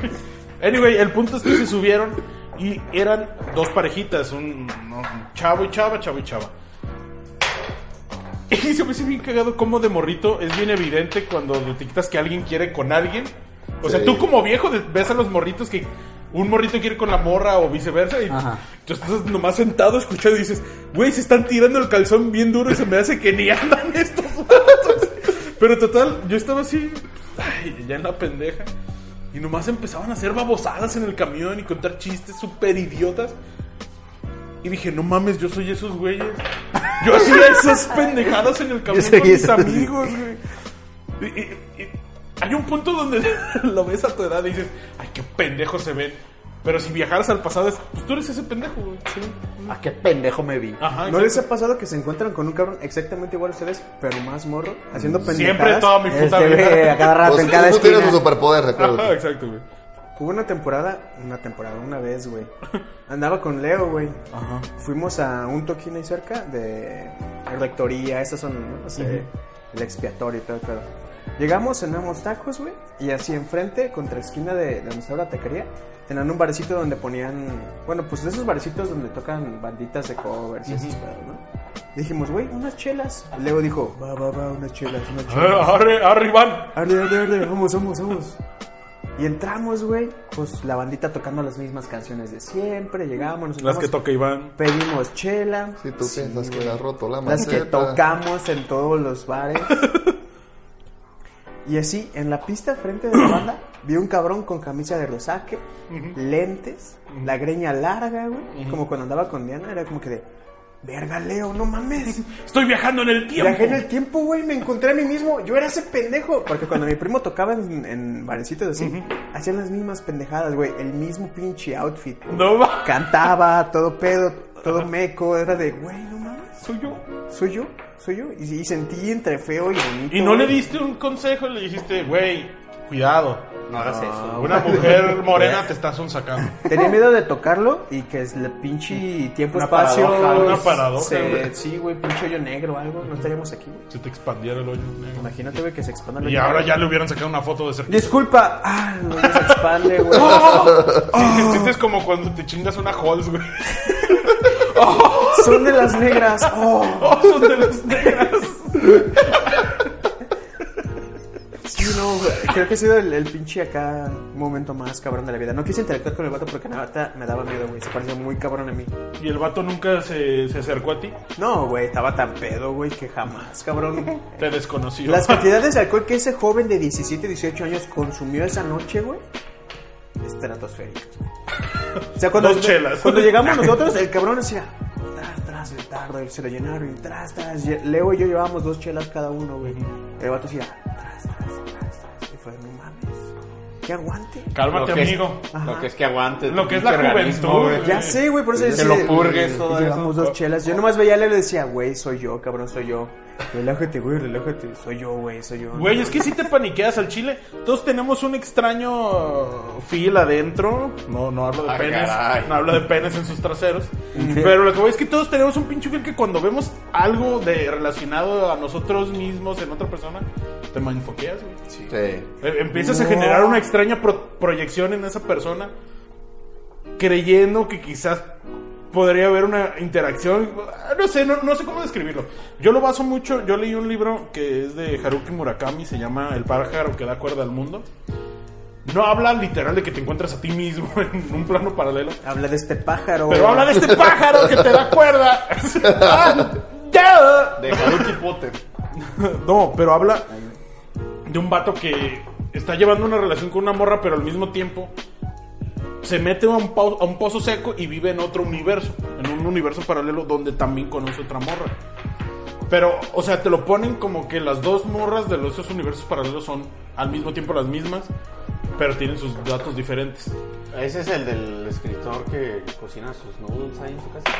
Speaker 3: Anyway, el punto es que se subieron y eran dos parejitas, un, un chavo y chava, chavo y chava. Y se me hace bien cagado como de morrito es bien evidente cuando detectas que alguien quiere con alguien. O sea,
Speaker 2: Sí.
Speaker 3: tú como viejo de- ves a los morritos que un morrito quiere con la morra o viceversa. Y
Speaker 5: Ajá.
Speaker 3: tú estás nomás sentado escuchando y dices, güey, se están tirando el calzón bien duro y se me hace que ni [laughs] andan estos vatos". Pero total, yo estaba así, ay, ya en la pendeja. Y nomás empezaban a hacer babosadas en el camión y contar chistes súper idiotas. Y dije, no mames, yo soy esos güeyes.
Speaker 4: [laughs]
Speaker 3: Yo hacía esas pendejadas en el camión
Speaker 5: soy
Speaker 3: con mis
Speaker 5: esos.
Speaker 3: amigos, güey. Y- y- y- hay un punto donde [laughs] lo ves a tu edad y dices, ay, qué pendejo se ven. Pero si viajaras al pasado, es, pues tú eres ese pendejo, güey.
Speaker 1: Ah, qué pendejo me vi.
Speaker 3: Ajá,
Speaker 4: ¿No
Speaker 3: exacto.
Speaker 4: les ha pasado que se encuentran con un cabrón exactamente igual a ustedes, pero más morro, haciendo
Speaker 3: Mm,
Speaker 4: pendejadas?
Speaker 3: Siempre toda mi puta
Speaker 5: Este, güey, a
Speaker 3: vida.
Speaker 5: cada rato,
Speaker 2: Pues,
Speaker 5: en cada
Speaker 2: tú tienes
Speaker 5: esquina.
Speaker 2: tu superpoder,
Speaker 3: Ajá,
Speaker 2: recuerda.
Speaker 3: exacto, güey.
Speaker 4: Hubo una temporada, una temporada, una vez, güey. Andaba con Leo, güey.
Speaker 3: Ajá.
Speaker 4: Fuimos a un toquín ahí cerca de rectoría, esas son, no sé, el expiatorio y todo, pero. Llegamos, cenamos tacos, güey, y así enfrente, contra esquina de, de donde estaba la taquería, tenían un barecito donde ponían, bueno, pues de esos barecitos donde tocan banditas de covers y esos pedos, ¿no? Dijimos, güey, unas chelas. Leo dijo, va, va, va, unas chelas, unas chelas.
Speaker 3: Arre, arre, Iván.
Speaker 4: Arde, arde, arde, vamos, vamos, vamos. Y entramos, güey, pues la bandita tocando las mismas canciones de siempre, llegamos, nos
Speaker 3: Las que
Speaker 4: sentamos,
Speaker 3: toca Iván.
Speaker 4: pedimos chela,
Speaker 2: Si tú piensas que le has roto la
Speaker 4: las que
Speaker 2: maceta.
Speaker 4: tocamos en todos los bares. Y así, en la pista frente de la banda,
Speaker 3: [coughs]
Speaker 4: vi un cabrón con camisa de rosaque, lentes, la greña larga, güey, como cuando andaba con Diana, era como que de, verga, Leo, no mames.
Speaker 3: Estoy viajando en el tiempo.
Speaker 4: Viajé en el tiempo, güey, me encontré a mí mismo. Yo era ese pendejo. Porque cuando mi primo tocaba en, en barecitos así, hacían las mismas pendejadas, güey. El mismo pinche outfit.
Speaker 3: No va.
Speaker 4: Cantaba, todo pedo, todo meco. Era de, güey, no mames.
Speaker 3: Soy yo.
Speaker 4: Soy yo, soy yo. Y, y sentí entre feo y bonito.
Speaker 3: Y no le
Speaker 4: güey.
Speaker 3: diste un consejo, le dijiste, güey, cuidado.
Speaker 1: No
Speaker 3: Ah.
Speaker 1: hagas eso.
Speaker 4: [laughs]
Speaker 3: Una mujer morena te está sonsacando.
Speaker 4: Tenía miedo de tocarlo y que es el pinche tiempo-espacio.
Speaker 3: paradoja, una paradoja,
Speaker 4: se-
Speaker 3: güey.
Speaker 4: Sí, güey, pinche hoyo negro o algo. No estaríamos aquí, güey.
Speaker 3: Se te expandiera el hoyo. negro.
Speaker 4: Imagínate, güey, que se expanda el
Speaker 3: Y
Speaker 4: hoyo
Speaker 3: ahora
Speaker 4: negro.
Speaker 3: ya le hubieran sacado una foto de cerca.
Speaker 4: Disculpa. Ah, no, se
Speaker 3: [laughs]
Speaker 4: expande, güey.
Speaker 3: Sí,
Speaker 4: ah.
Speaker 3: te [laughs] sientes como cuando te chingas una Halls, güey. [laughs]
Speaker 4: Son de las negras. Oh,
Speaker 3: Oh, son de las negras.
Speaker 4: sí, no, güey. creo que ha sido el, el pinche acá momento más cabrón de la vida. No quise interactuar con el vato porque la verdad me daba miedo, güey. Se parecía muy cabrón a mí.
Speaker 3: Y el vato nunca se, se acercó a ti.
Speaker 4: No, güey, estaba tan pedo, güey, que jamás, cabrón.
Speaker 3: Te desconoció.
Speaker 4: Las cantidades de alcohol que ese joven de 17, 18 años consumió esa noche, güey, estratosféricas. O sea, cuando,
Speaker 3: Dos chelas.
Speaker 4: cuando llegamos nosotros, el cabrón decía, tras, tras, güey. petardo, y se lo llenaron, y tras, tras. y Leo y yo llevábamos dos chelas cada uno, güey. El vato decía, tras, tras, tras, tras. Y fue, no mames, que aguante.
Speaker 3: Cálmate,
Speaker 1: Lo que es-
Speaker 3: amigo.
Speaker 1: Lo que es que aguantes.
Speaker 3: Lo que es la
Speaker 1: pinche organismo,
Speaker 3: juventud,
Speaker 1: güey.
Speaker 4: Ya sé, güey, por eso
Speaker 1: Que
Speaker 4: decía-
Speaker 1: lo purgues todo
Speaker 4: Llevamos
Speaker 1: eso.
Speaker 4: dos chelas. Yo nomás veía a Leo y le decía, güey, soy yo, cabrón, soy yo. Relájate, güey, relájate. Soy yo, güey, soy yo.
Speaker 3: Güey, es que si te paniqueas al chile. Todos tenemos un extraño fil adentro. No, no hablo de
Speaker 1: Ah,
Speaker 3: penes.
Speaker 1: caray.
Speaker 3: No hablo de penes en sus traseros. Pero lo que voy es que todos tenemos un pinche fil que cuando vemos algo de relacionado a nosotros mismos en otra persona, te manifoqueas, güey.
Speaker 2: Sí.
Speaker 3: Eh, Empiezas a generar una extraña pro- proyección en esa persona, creyendo que quizás podría haber una interacción. Ah, No sé, no, no sé cómo describirlo. Yo lo baso mucho. Yo leí un libro que es de Haruki Murakami, se llama El pájaro que da cuerda al mundo. No habla literal de que te encuentras a ti mismo [laughs] en un plano paralelo,
Speaker 4: Habla de este pájaro.
Speaker 3: pero habla de este pájaro que te da cuerda. Ah, ya.
Speaker 1: De Haruki Potter.
Speaker 3: No, pero habla de un vato que está llevando una relación con una morra, pero al mismo tiempo se mete a un, pau- a un pozo seco y vive en otro universo, en un universo paralelo donde también conoce otra morra. Pero, o sea, te lo ponen como que las dos morras de los esos universos paralelos son al mismo tiempo las mismas, pero tienen sus datos diferentes.
Speaker 1: Ese es el del escritor que cocina sus noodles ahí en su casa.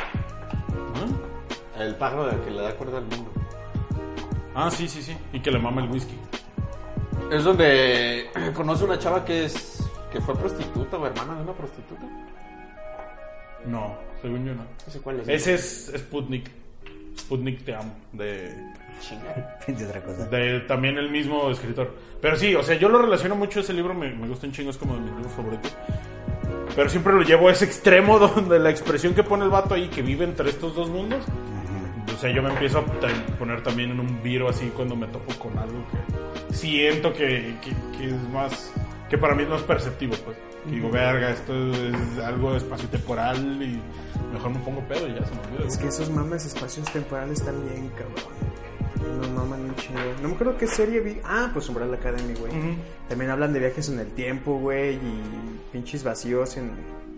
Speaker 3: ¿Ah?
Speaker 1: El pájaro del que le da cuerda al mundo.
Speaker 3: Ah, sí, sí, sí. Y que le mama el whisky.
Speaker 1: Es donde conoce una chava que es. que fue prostituta o hermana de una prostituta.
Speaker 3: No, según yo no.
Speaker 1: No sé cuál es.
Speaker 3: Ese es Sputnik. Sputnik te amo, de
Speaker 1: Chinga.
Speaker 5: Pinche otra cosa.
Speaker 3: De también el mismo escritor. Pero sí, o sea, yo lo relaciono mucho ese libro, me, me gusta un chingo, es como de mis libros favoritos. Pero siempre lo llevo a ese extremo [laughs] donde la expresión que pone el vato ahí, que vive entre estos dos mundos. O sea, yo me empiezo a ta- poner también en un viro así cuando me topo con algo que siento que, que- que es más. que para mí es más perceptivo, pues. Que digo, verga, esto es algo espaciotemporal y mejor me pongo pedo y ya se me olvida.
Speaker 4: Es que esos mames espacios temporales también, cabrón. No maman un chido. No me acuerdo qué serie vi. Ah, pues Umbral Academy, güey.
Speaker 3: Ujú.
Speaker 4: También hablan de viajes en el tiempo, güey. Y pinches vacíos en.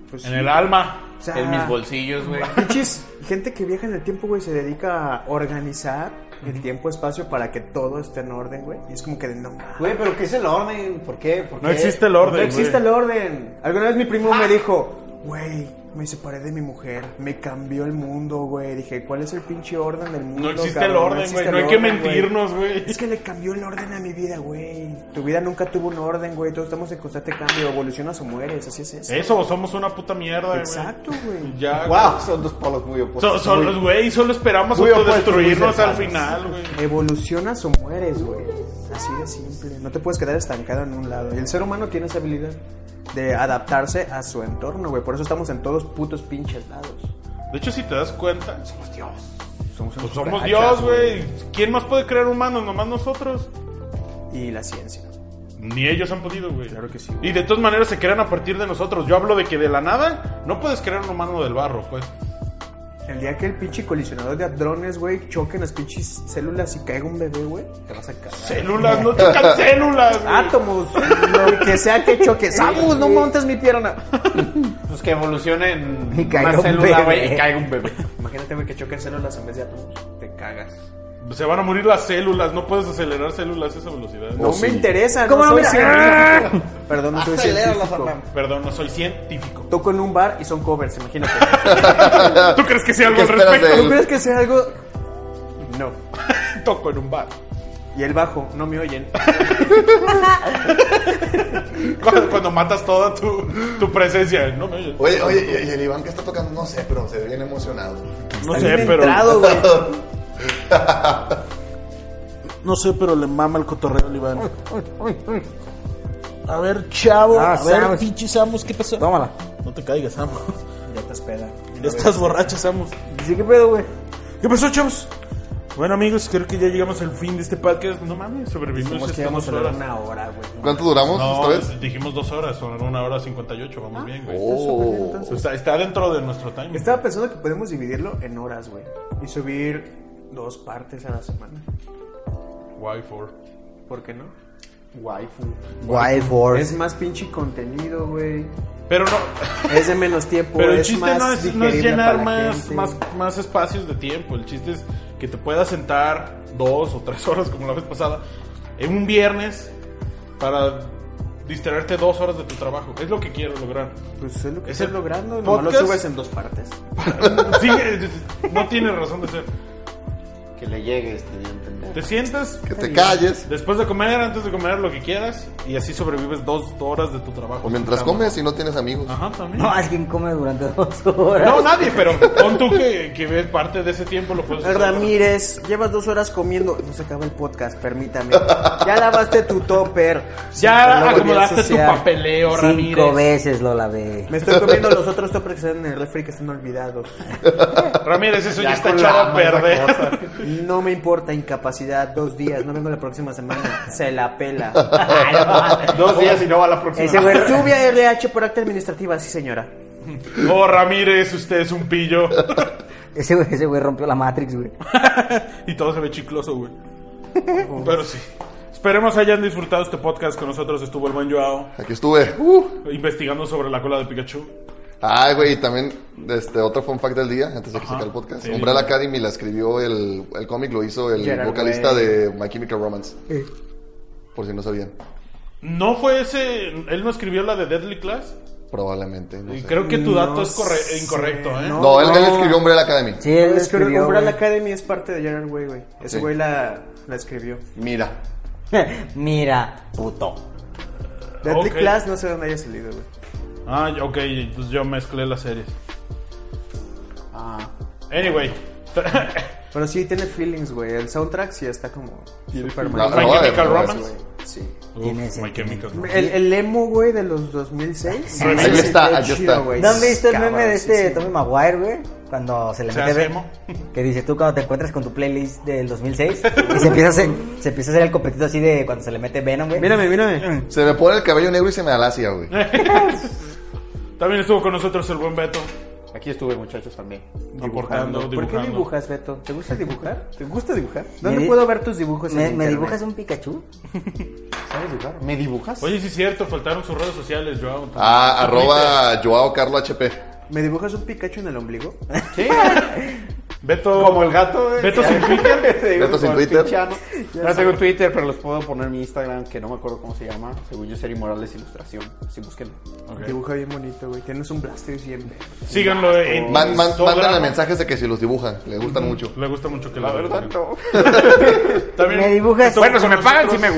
Speaker 4: Pues,
Speaker 3: En el alma.
Speaker 4: o sea,
Speaker 1: En mis bolsillos, güey.
Speaker 4: Pinches, gente que viaja en el tiempo, güey, se dedica a organizar el tiempo-espacio para que todo esté en orden, güey. Y es como que de no mames.
Speaker 1: Güey, pero ¿qué es el orden? ¿Por qué? ¿Por
Speaker 3: No
Speaker 1: qué?
Speaker 3: existe el orden.
Speaker 4: No existe
Speaker 3: güey.
Speaker 4: el orden. Alguna vez mi primo me dijo, güey, me separé de mi mujer, me cambió el mundo, güey. Dije, ¿cuál es el pinche orden del mundo?
Speaker 3: No existe
Speaker 4: cabrón?
Speaker 3: el orden,
Speaker 4: existe
Speaker 3: güey.
Speaker 4: el
Speaker 3: No hay que
Speaker 4: orden, güey.
Speaker 3: mentirnos, güey.
Speaker 4: Es que le cambió el orden a mi vida, güey. Tu vida nunca tuvo un orden, güey. Todos estamos en constante cambio. Evolucionas o mueres, así es eso.
Speaker 3: Eso, somos una puta mierda, güey.
Speaker 4: Exacto, Pues, güey.
Speaker 3: Ya.
Speaker 1: Wow, son dos polos muy opuestos.
Speaker 3: So- son los güey, solo esperamos
Speaker 1: Muy opuestos,
Speaker 3: autodestruirnos
Speaker 1: muy
Speaker 3: al
Speaker 1: cercanos.
Speaker 3: final, güey.
Speaker 4: Evolucionas o mueres, güey. Así de simple. No te puedes quedar estancado en un lado. Y el ser humano tiene esa habilidad de adaptarse a su entorno, güey. Por eso estamos en todos putos pinches lados.
Speaker 3: De hecho, si te das cuenta, somos Dios.
Speaker 4: Somos,
Speaker 3: Pues
Speaker 4: unos
Speaker 3: somos
Speaker 4: rachas,
Speaker 3: Dios, güey. ¿Quién más puede crear humanos? Nomás nosotros.
Speaker 4: Y la ciencia.
Speaker 3: Ni ellos han podido, güey.
Speaker 4: Claro que sí, güey.
Speaker 3: Y de todas maneras se crean a partir de nosotros. Yo hablo de que de la nada no puedes crear un humano del barro, pues.
Speaker 4: El día que el pinche colisionador de hadrones, güey, choquen las pinches células y caiga un bebé, güey, te vas a cagar.
Speaker 3: Células, no
Speaker 4: [laughs]
Speaker 3: chocan células, güey.
Speaker 4: Átomos, lo que sea que choque. ¡Samus, no montes mi pierna!
Speaker 1: Pues que evolucionen
Speaker 5: Y caiga
Speaker 1: una
Speaker 5: un
Speaker 1: célula,
Speaker 5: bebé.
Speaker 1: güey, y caiga un bebé.
Speaker 4: Imagínate, güey, que choquen células en vez de átomos. Te cagas.
Speaker 3: Se van a morir las células. No puedes acelerar células a esa velocidad.
Speaker 4: No me interesa,
Speaker 5: ¿Cómo
Speaker 4: no
Speaker 5: no?
Speaker 4: soy
Speaker 5: Mira.
Speaker 4: científico.
Speaker 1: [laughs]
Speaker 4: Perdón, no soy científico.
Speaker 3: Perdón, no soy científico.
Speaker 4: Toco en un bar y son covers, imagínate.
Speaker 3: ¿Tú crees que sea algo
Speaker 2: ¿Qué
Speaker 3: al
Speaker 2: esperas de
Speaker 3: respecto?
Speaker 4: ¿Tú crees que sea algo...? No.
Speaker 3: Toco en un bar.
Speaker 4: Y el bajo, no me oyen.
Speaker 3: Cuando, cuando matas toda tu, tu presencia. No me oyes.
Speaker 2: Oye, oye, y- y el Iván que está tocando, no sé, pero se ve bien emocionado.
Speaker 3: No
Speaker 4: Está
Speaker 3: sé,
Speaker 4: bien
Speaker 3: pero.
Speaker 4: entrado, güey.
Speaker 3: No sé, pero le mama el cotorreo al Iván. A ver, chavo.
Speaker 5: Ah,
Speaker 3: a ver,
Speaker 5: Samus.
Speaker 3: pinche Samus, ¿qué pasó?
Speaker 5: Tómala.
Speaker 3: No te caigas, Samus.
Speaker 4: Ya te espera.
Speaker 3: Ya estás borracho, Samus.
Speaker 5: Sí, ¿qué pedo, güey?
Speaker 3: ¿Qué pasó, chavos? Bueno, amigos, creo que ya llegamos al fin de este podcast. No mames, sobrevivimos
Speaker 4: Dijimos que
Speaker 3: estas
Speaker 4: íbamos
Speaker 3: dos
Speaker 4: a durar
Speaker 3: horas.
Speaker 4: una hora, güey.
Speaker 2: ¿Cuánto duramos
Speaker 3: No,
Speaker 2: esta vez?
Speaker 3: dijimos dos horas, son una hora cincuenta y ocho, vamos bien, güey.
Speaker 2: Oh.
Speaker 3: O sea, está dentro de nuestro time.
Speaker 4: Estaba pensando que podemos dividirlo en horas, güey. Y subir dos partes a la semana.
Speaker 3: Why for?
Speaker 4: ¿Por qué no?
Speaker 1: Waifu.
Speaker 5: Wild Force.
Speaker 4: Es más pinche contenido, güey.
Speaker 3: Pero no,
Speaker 4: Es de menos tiempo.
Speaker 3: pero el
Speaker 4: es
Speaker 3: chiste
Speaker 4: más
Speaker 3: no es, no es
Speaker 4: digerible
Speaker 3: llenar
Speaker 4: para la
Speaker 3: más,
Speaker 4: gente.
Speaker 3: más, más espacios de tiempo. El chiste es que te puedas sentar dos o tres [laughs] horas, como la vez pasada, en un viernes para distraerte dos horas de tu trabajo. Es lo que quiero lograr.
Speaker 4: [laughs] Pues es lo que
Speaker 3: Es
Speaker 4: estás
Speaker 3: el
Speaker 4: logrando. Nomás lo
Speaker 3: podcast. Pues
Speaker 4: subes en dos partes.
Speaker 3: Sí, no tiene razón de ser.
Speaker 1: Que le llegue este día
Speaker 3: [laughs]
Speaker 1: a entender.
Speaker 3: Te sientas
Speaker 2: Que te calles.
Speaker 3: después de comer, antes de comer, lo que quieras, y así sobrevives dos horas de tu trabajo.
Speaker 2: O mientras
Speaker 3: sentado.
Speaker 2: comes y no tienes amigos.
Speaker 3: Ajá, también.
Speaker 5: No, es quien come durante dos horas.
Speaker 3: No, nadie, pero pon tú que, que ves parte de ese tiempo lo puedes hacer.
Speaker 4: Ramírez, llevas dos horas comiendo. No se acaba el podcast, permítame. [laughs] Ya lavaste tu topper.
Speaker 3: Ya
Speaker 4: Luego
Speaker 3: acomodaste
Speaker 4: bien
Speaker 3: tu
Speaker 4: social.
Speaker 3: papeleo,
Speaker 5: Cinco
Speaker 3: Ramírez.
Speaker 5: veces lo lavé.
Speaker 4: Me estoy comiendo los otros toppers que están en el refri que están olvidados.
Speaker 3: Ramírez, eso ya, está
Speaker 1: con
Speaker 3: echado
Speaker 1: la
Speaker 3: a perder.
Speaker 1: otra
Speaker 4: No me importa incapacidad, dos días, no vengo la próxima semana. Se la
Speaker 2: [laughs]
Speaker 4: pela.
Speaker 1: cosa. Dos días y no va la próxima.
Speaker 4: Ese güey, sube a RH por acta administrativa, sí señora.
Speaker 3: Oh, Ramírez, usted es un pillo. [laughs]
Speaker 5: Ese güey, ese güey rompió la Matrix, güey.
Speaker 3: y todo se ve chicloso, güey. Pero sí. Esperemos hayan disfrutado este podcast. Con nosotros estuvo el buen Joao
Speaker 2: Aquí estuve. Uh.
Speaker 3: investigando sobre la cola de Pikachu.
Speaker 2: Ay, güey, y también este, otro fun fact del día, antes de que se acabe el podcast.
Speaker 3: sí.
Speaker 2: Umbrella Academy la escribió el, el cómic, lo hizo el
Speaker 4: Gerard
Speaker 2: vocalista
Speaker 4: Way.
Speaker 2: de My Chemical Romance. Por si no sabían.
Speaker 3: No fue ese. Él no escribió la de Deadly Class.
Speaker 2: Probablemente. No,
Speaker 3: Y
Speaker 2: sé.
Speaker 3: creo que tu
Speaker 4: No
Speaker 3: dato es corre-
Speaker 4: sé,
Speaker 3: incorrecto, ¿eh?
Speaker 4: no.
Speaker 2: no, él, él
Speaker 4: No.
Speaker 2: escribió Umbrella Academy.
Speaker 5: Sí, él
Speaker 4: Es que
Speaker 5: escribió.
Speaker 4: Umbrella
Speaker 5: güey.
Speaker 4: Academy es parte de Gerard Way, güey. Ese
Speaker 2: Sí.
Speaker 4: güey la, la escribió.
Speaker 2: Mira.
Speaker 5: [laughs] Mira, puto.
Speaker 4: Deadly
Speaker 3: Ok.
Speaker 4: Class no sé dónde haya salido, güey.
Speaker 3: Ah, y- ok, entonces yo mezclé las series. Anyway.
Speaker 4: Pero sí tiene feelings, güey. El soundtrack sí está como
Speaker 2: No,
Speaker 4: super
Speaker 3: My
Speaker 2: no, vale,
Speaker 3: Chemical
Speaker 2: pues,
Speaker 3: Romance.
Speaker 4: Sí.
Speaker 5: Tiene
Speaker 3: Uf, My
Speaker 5: sentido.
Speaker 3: Chemical Romance.
Speaker 4: El, el emo, güey, de los 2006.
Speaker 3: Ahí
Speaker 4: Ese
Speaker 2: está, ahí
Speaker 4: chido,
Speaker 2: está.
Speaker 4: güey.
Speaker 5: ¿No han visto el
Speaker 4: Pues, Cabrón,
Speaker 5: meme de
Speaker 4: sí,
Speaker 5: este
Speaker 4: sí.
Speaker 5: Tommy Maguire, güey? Cuando se le
Speaker 3: ¿Se
Speaker 5: mete
Speaker 3: hace
Speaker 5: ver-
Speaker 3: emo?
Speaker 5: Que dice tú cuando te encuentras con tu playlist del 2006 y se empieza a hacer, se empieza a hacer el copetito así de cuando se le mete Venom, güey.
Speaker 4: Mírame, mírame.
Speaker 2: Se me pone el cabello negro y se me alacia, güey.
Speaker 3: También estuvo con nosotros el buen Beto.
Speaker 1: Aquí estuve, muchachos, también.
Speaker 3: Aportando,
Speaker 4: ¿Por qué
Speaker 3: dibujando.
Speaker 4: dibujas, Beto? ¿Te gusta dibujar? ¿Te gusta dibujar? ¿Dónde
Speaker 5: di-
Speaker 4: puedo ver tus dibujos?
Speaker 5: ¿Me,
Speaker 4: en
Speaker 5: me
Speaker 4: internet?
Speaker 5: dibujas un Pikachu?
Speaker 1: ¿Sabes dibujar? ¿Me dibujas?
Speaker 3: Oye, sí es cierto, faltaron sus redes sociales, Joao.
Speaker 2: Ah, arroba Joao Carlo HP.
Speaker 4: ¿Me dibujas un Pikachu en el ombligo?
Speaker 1: sí.
Speaker 3: Beto.
Speaker 1: Como el gato, güey.
Speaker 3: Beto sin
Speaker 1: Twitter.
Speaker 2: Beto sin Twitter.
Speaker 1: No tengo Twitter, pero los puedo poner en mi Instagram, que no me acuerdo cómo se llama. Según yo, Seri Morales Ilustración. Si busquen.
Speaker 3: Ok.
Speaker 4: Dibuja bien bonito, güey. Tienes un Blastoise bien verde.
Speaker 3: Síganlo en
Speaker 2: Man, man-
Speaker 3: Instagram.
Speaker 2: mándale mensajes de que si los dibuja, le gustan mucho.
Speaker 3: Le gusta mucho que
Speaker 1: La
Speaker 3: le
Speaker 1: verdad,
Speaker 3: dibujen.
Speaker 1: no.
Speaker 3: [laughs] También
Speaker 5: Me dibujas.
Speaker 3: estuvo
Speaker 1: Bueno, si
Speaker 3: con
Speaker 1: me pagan, sí
Speaker 3: nosotros-
Speaker 1: me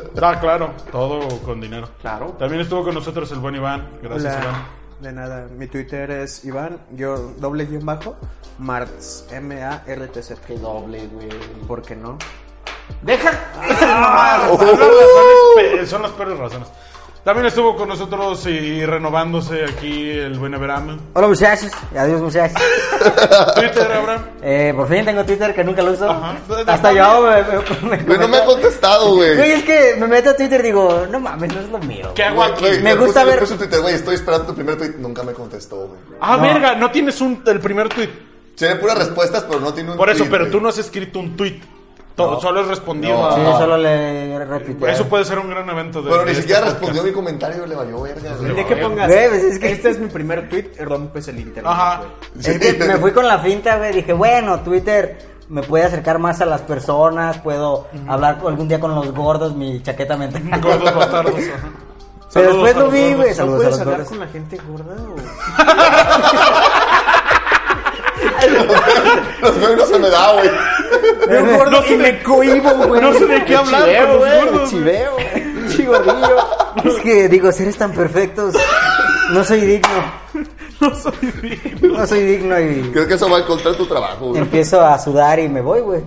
Speaker 1: gusta.
Speaker 3: Ah, claro, todo con dinero.
Speaker 1: Claro.
Speaker 3: También estuvo con nosotros el buen Iván. Gracias,
Speaker 4: Hola.
Speaker 3: Iván.
Speaker 4: De nada. Mi Twitter es Iván, yo doble guión bajo, Martz, M-A-R-T-Z.
Speaker 1: Qué doble, güey.
Speaker 4: ¿Por qué no?
Speaker 1: Deja.
Speaker 3: Ah, Son las razones pe- Son las peores razones. También estuvo con nosotros y renovándose aquí el buen Abraham.
Speaker 5: Hola muchachos, adiós muchachos.
Speaker 3: Twitter, Abraham.
Speaker 5: Eh, por fin tengo Twitter que nunca lo uso.
Speaker 3: Ajá.
Speaker 5: Hasta yo me, me- me
Speaker 2: Güey, no me ha
Speaker 5: comentó-
Speaker 2: contestado,
Speaker 5: Güey,
Speaker 2: güey.
Speaker 5: es que me meto a Twitter y digo, no mames, no es lo mío.
Speaker 3: ¿Qué hago aquí?
Speaker 2: Güey,
Speaker 5: Me
Speaker 2: le
Speaker 5: gusta
Speaker 2: puse- le
Speaker 5: ver-
Speaker 2: puse en Twitter, güey, estoy esperando tu primer tweet. Nunca me contestó, güey.
Speaker 3: Ah,
Speaker 5: No.
Speaker 3: verga, no tienes un, el primer tweet.
Speaker 2: Tiene puras respuestas, pero no tiene un
Speaker 3: Por eso,
Speaker 2: tweet,
Speaker 3: pero
Speaker 2: güey.
Speaker 3: tú no has escrito un tweet. To- Solo has respondido.
Speaker 2: No.
Speaker 5: Sí,
Speaker 3: a-
Speaker 2: Ah.
Speaker 5: solo le repito.
Speaker 3: Eso puede ser un gran evento. De,
Speaker 2: Pero
Speaker 3: de
Speaker 2: ni
Speaker 3: este
Speaker 2: siquiera
Speaker 3: podcast.
Speaker 2: respondió mi comentario, le valió verga, güey.
Speaker 4: ¿De qué pongas?
Speaker 5: Güey, pues es que-
Speaker 4: Este es mi primer tweet, rompes el internet.
Speaker 3: este. Ajá.
Speaker 4: güey.
Speaker 5: Es que me fui con la finta, güey. Dije, bueno, Twitter me puede acercar más a las personas. Puedo hablar algún día con los gordos, mi chaqueta mental.
Speaker 3: Gordos bastardos. ajá.
Speaker 5: Pero
Speaker 3: Saludos
Speaker 5: después
Speaker 3: a
Speaker 5: lo
Speaker 3: los
Speaker 5: vi,
Speaker 3: gordos.
Speaker 5: güey.
Speaker 4: ¿No
Speaker 5: Saludos a
Speaker 4: puedes
Speaker 5: los
Speaker 4: hablar
Speaker 5: gordos.
Speaker 4: con la gente gorda o...?
Speaker 2: [laughs] Los veo y no se me da, güey.
Speaker 4: [laughs] Veo gordo
Speaker 3: No sé
Speaker 4: y
Speaker 3: de-
Speaker 4: me [laughs] cohibo, güey.
Speaker 3: No sé de qué hablar con los
Speaker 1: é?
Speaker 3: gordos, güey.
Speaker 4: Chiveo, chigordillo.
Speaker 5: Es que digo, seres tan perfectos. No soy digno.
Speaker 3: No soy bien.
Speaker 5: No soy digno y
Speaker 2: Creo que eso va a encontrar tu trabajo, güey.
Speaker 5: empiezo a sudar y me voy, güey.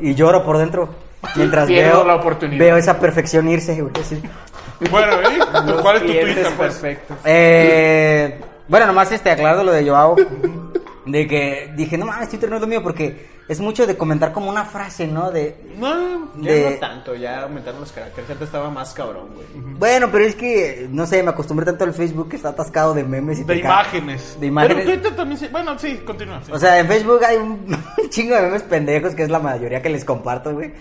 Speaker 5: Y lloro por dentro. Mientras
Speaker 1: Pierdo
Speaker 5: veo,
Speaker 1: la oportunidad.
Speaker 5: veo esa perfección irse, güey. así.
Speaker 3: Bueno, ¿eh? ¿Cuál es tu
Speaker 4: Clientes
Speaker 3: Twitter? Pues?
Speaker 4: perfectos.
Speaker 5: Eh, bueno, nomás este, aclarando lo de Joao. De que dije, no mames, Twitter no es lo mío porque es mucho de comentar como una frase, ¿no? De,
Speaker 3: No.
Speaker 4: Ya
Speaker 5: de-
Speaker 4: no tanto, ya aumentaron los caracteres. Antes estaba más cabrón, güey.
Speaker 5: Bueno, pero es que, no sé, me acostumbré tanto al Facebook que está atascado de memes y
Speaker 3: De
Speaker 5: te ca-
Speaker 3: imágenes.
Speaker 5: De imágenes.
Speaker 3: Pero Twitter también sí. Bueno, sí, continúa. sí.
Speaker 5: [laughs] O sea, en Facebook hay un chingo de memes pendejos que es la mayoría que les comparto, güey.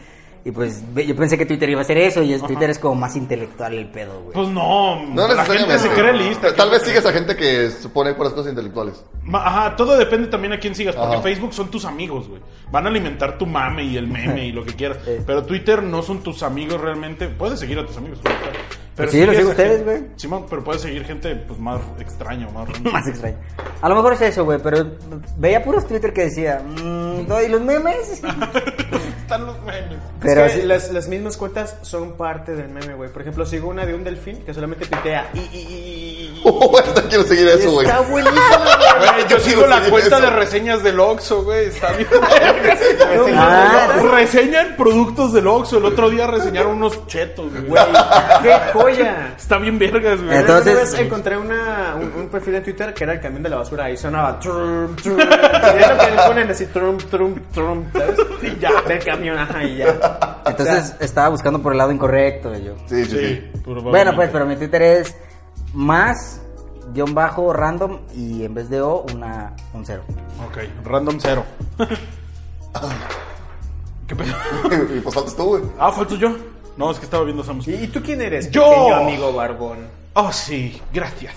Speaker 5: Y pues ve- yo pensé que Twitter iba a hacer eso y es- Twitter es como más intelectual el pedo, güey.
Speaker 3: Pues no,
Speaker 2: No
Speaker 3: la gente
Speaker 2: necesariamente.
Speaker 3: se cree lista.
Speaker 2: Tal vez sigues a gente que se pone por las cosas intelectuales. [laughs]
Speaker 3: Ma- Ajá, todo depende también a quién sigas, porque
Speaker 2: Ajá.
Speaker 3: Facebook son tus amigos, güey. Van a alimentar tu mame y el meme y lo que quieras. Pero Twitter no son tus amigos realmente. Puedes seguir a tus amigos, claro.
Speaker 5: Sí, los
Speaker 3: sigues
Speaker 5: sigo
Speaker 3: a
Speaker 5: ustedes,
Speaker 3: gente-
Speaker 5: güey.
Speaker 3: Simón, pero puedes seguir gente pues más extraña, o más random.
Speaker 5: [laughs] más extraño. A lo mejor es eso, güey, pero veía puros Twitter que decía, mmm, ¿y los memes?
Speaker 3: [laughs] Están los memes.
Speaker 5: Pero
Speaker 4: es que
Speaker 5: sí-
Speaker 4: las, las mismas cuentas son parte del meme, güey. Por ejemplo, sigo una de un delfín que solamente tuitea.
Speaker 5: [laughs]
Speaker 4: Y, y, y, y, y".
Speaker 2: Oh, hasta quiero seguir eso, güey.
Speaker 4: Está buenísimo,
Speaker 3: Güey, yo sigo la
Speaker 2: Sí,
Speaker 3: cuenta
Speaker 2: eso.
Speaker 3: de reseñas del Oxxo, güey. Está bien.
Speaker 4: güey.
Speaker 5: [laughs] Ah.
Speaker 3: Reseñan productos del Oxxo. El otro día reseñaron unos chetos, güey.
Speaker 4: ¡Qué joya!
Speaker 3: Está bien vergas, güey.
Speaker 5: Entonces-
Speaker 4: Entonces encontré una, un, un perfil en Twitter que era el camión de la basura y sonaba
Speaker 5: [laughs]
Speaker 4: trum, trum. Y es lo que le ponen así trum, trum, trum. ¿sabes? Y ya, del camión, ajá, y ya.
Speaker 5: [laughs] Entonces estaba buscando por el lado incorrecto, y yo.
Speaker 2: Sí, sí,
Speaker 3: Sí,
Speaker 2: sí.
Speaker 3: probablemente.
Speaker 5: Bueno, pues, pero mi Twitter es más guión bajo random y en vez de O, una, un cero.
Speaker 3: Ok, random cero. ¿Qué pedo?
Speaker 2: [laughs] Y pues faltas tú, güey.
Speaker 3: Ah, falto yo. No, es que estaba viendo Samus.
Speaker 4: ¿Y, y tú quién eres?
Speaker 3: Yo.
Speaker 4: pequeño amigo barbón.
Speaker 3: Oh, sí, gracias.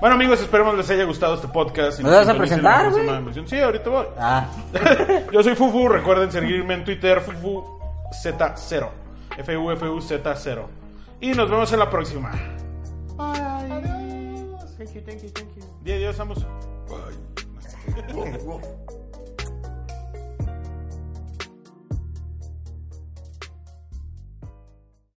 Speaker 3: Bueno, amigos, esperemos les haya gustado este podcast. y nos
Speaker 5: ¿Nos vas a
Speaker 3: sintonicen
Speaker 5: presentar,
Speaker 3: la
Speaker 5: güey?
Speaker 3: próxima versión. Sí, ahorita voy.
Speaker 5: Ah,
Speaker 3: [laughs] Yo soy Fufu, recuerden seguirme en Twitter, FufuZ0. F-U-F-U-Z0. Y nos vemos en la próxima. Bye. Thank you, thank you, thank you. Di adiós, Samus. Bye.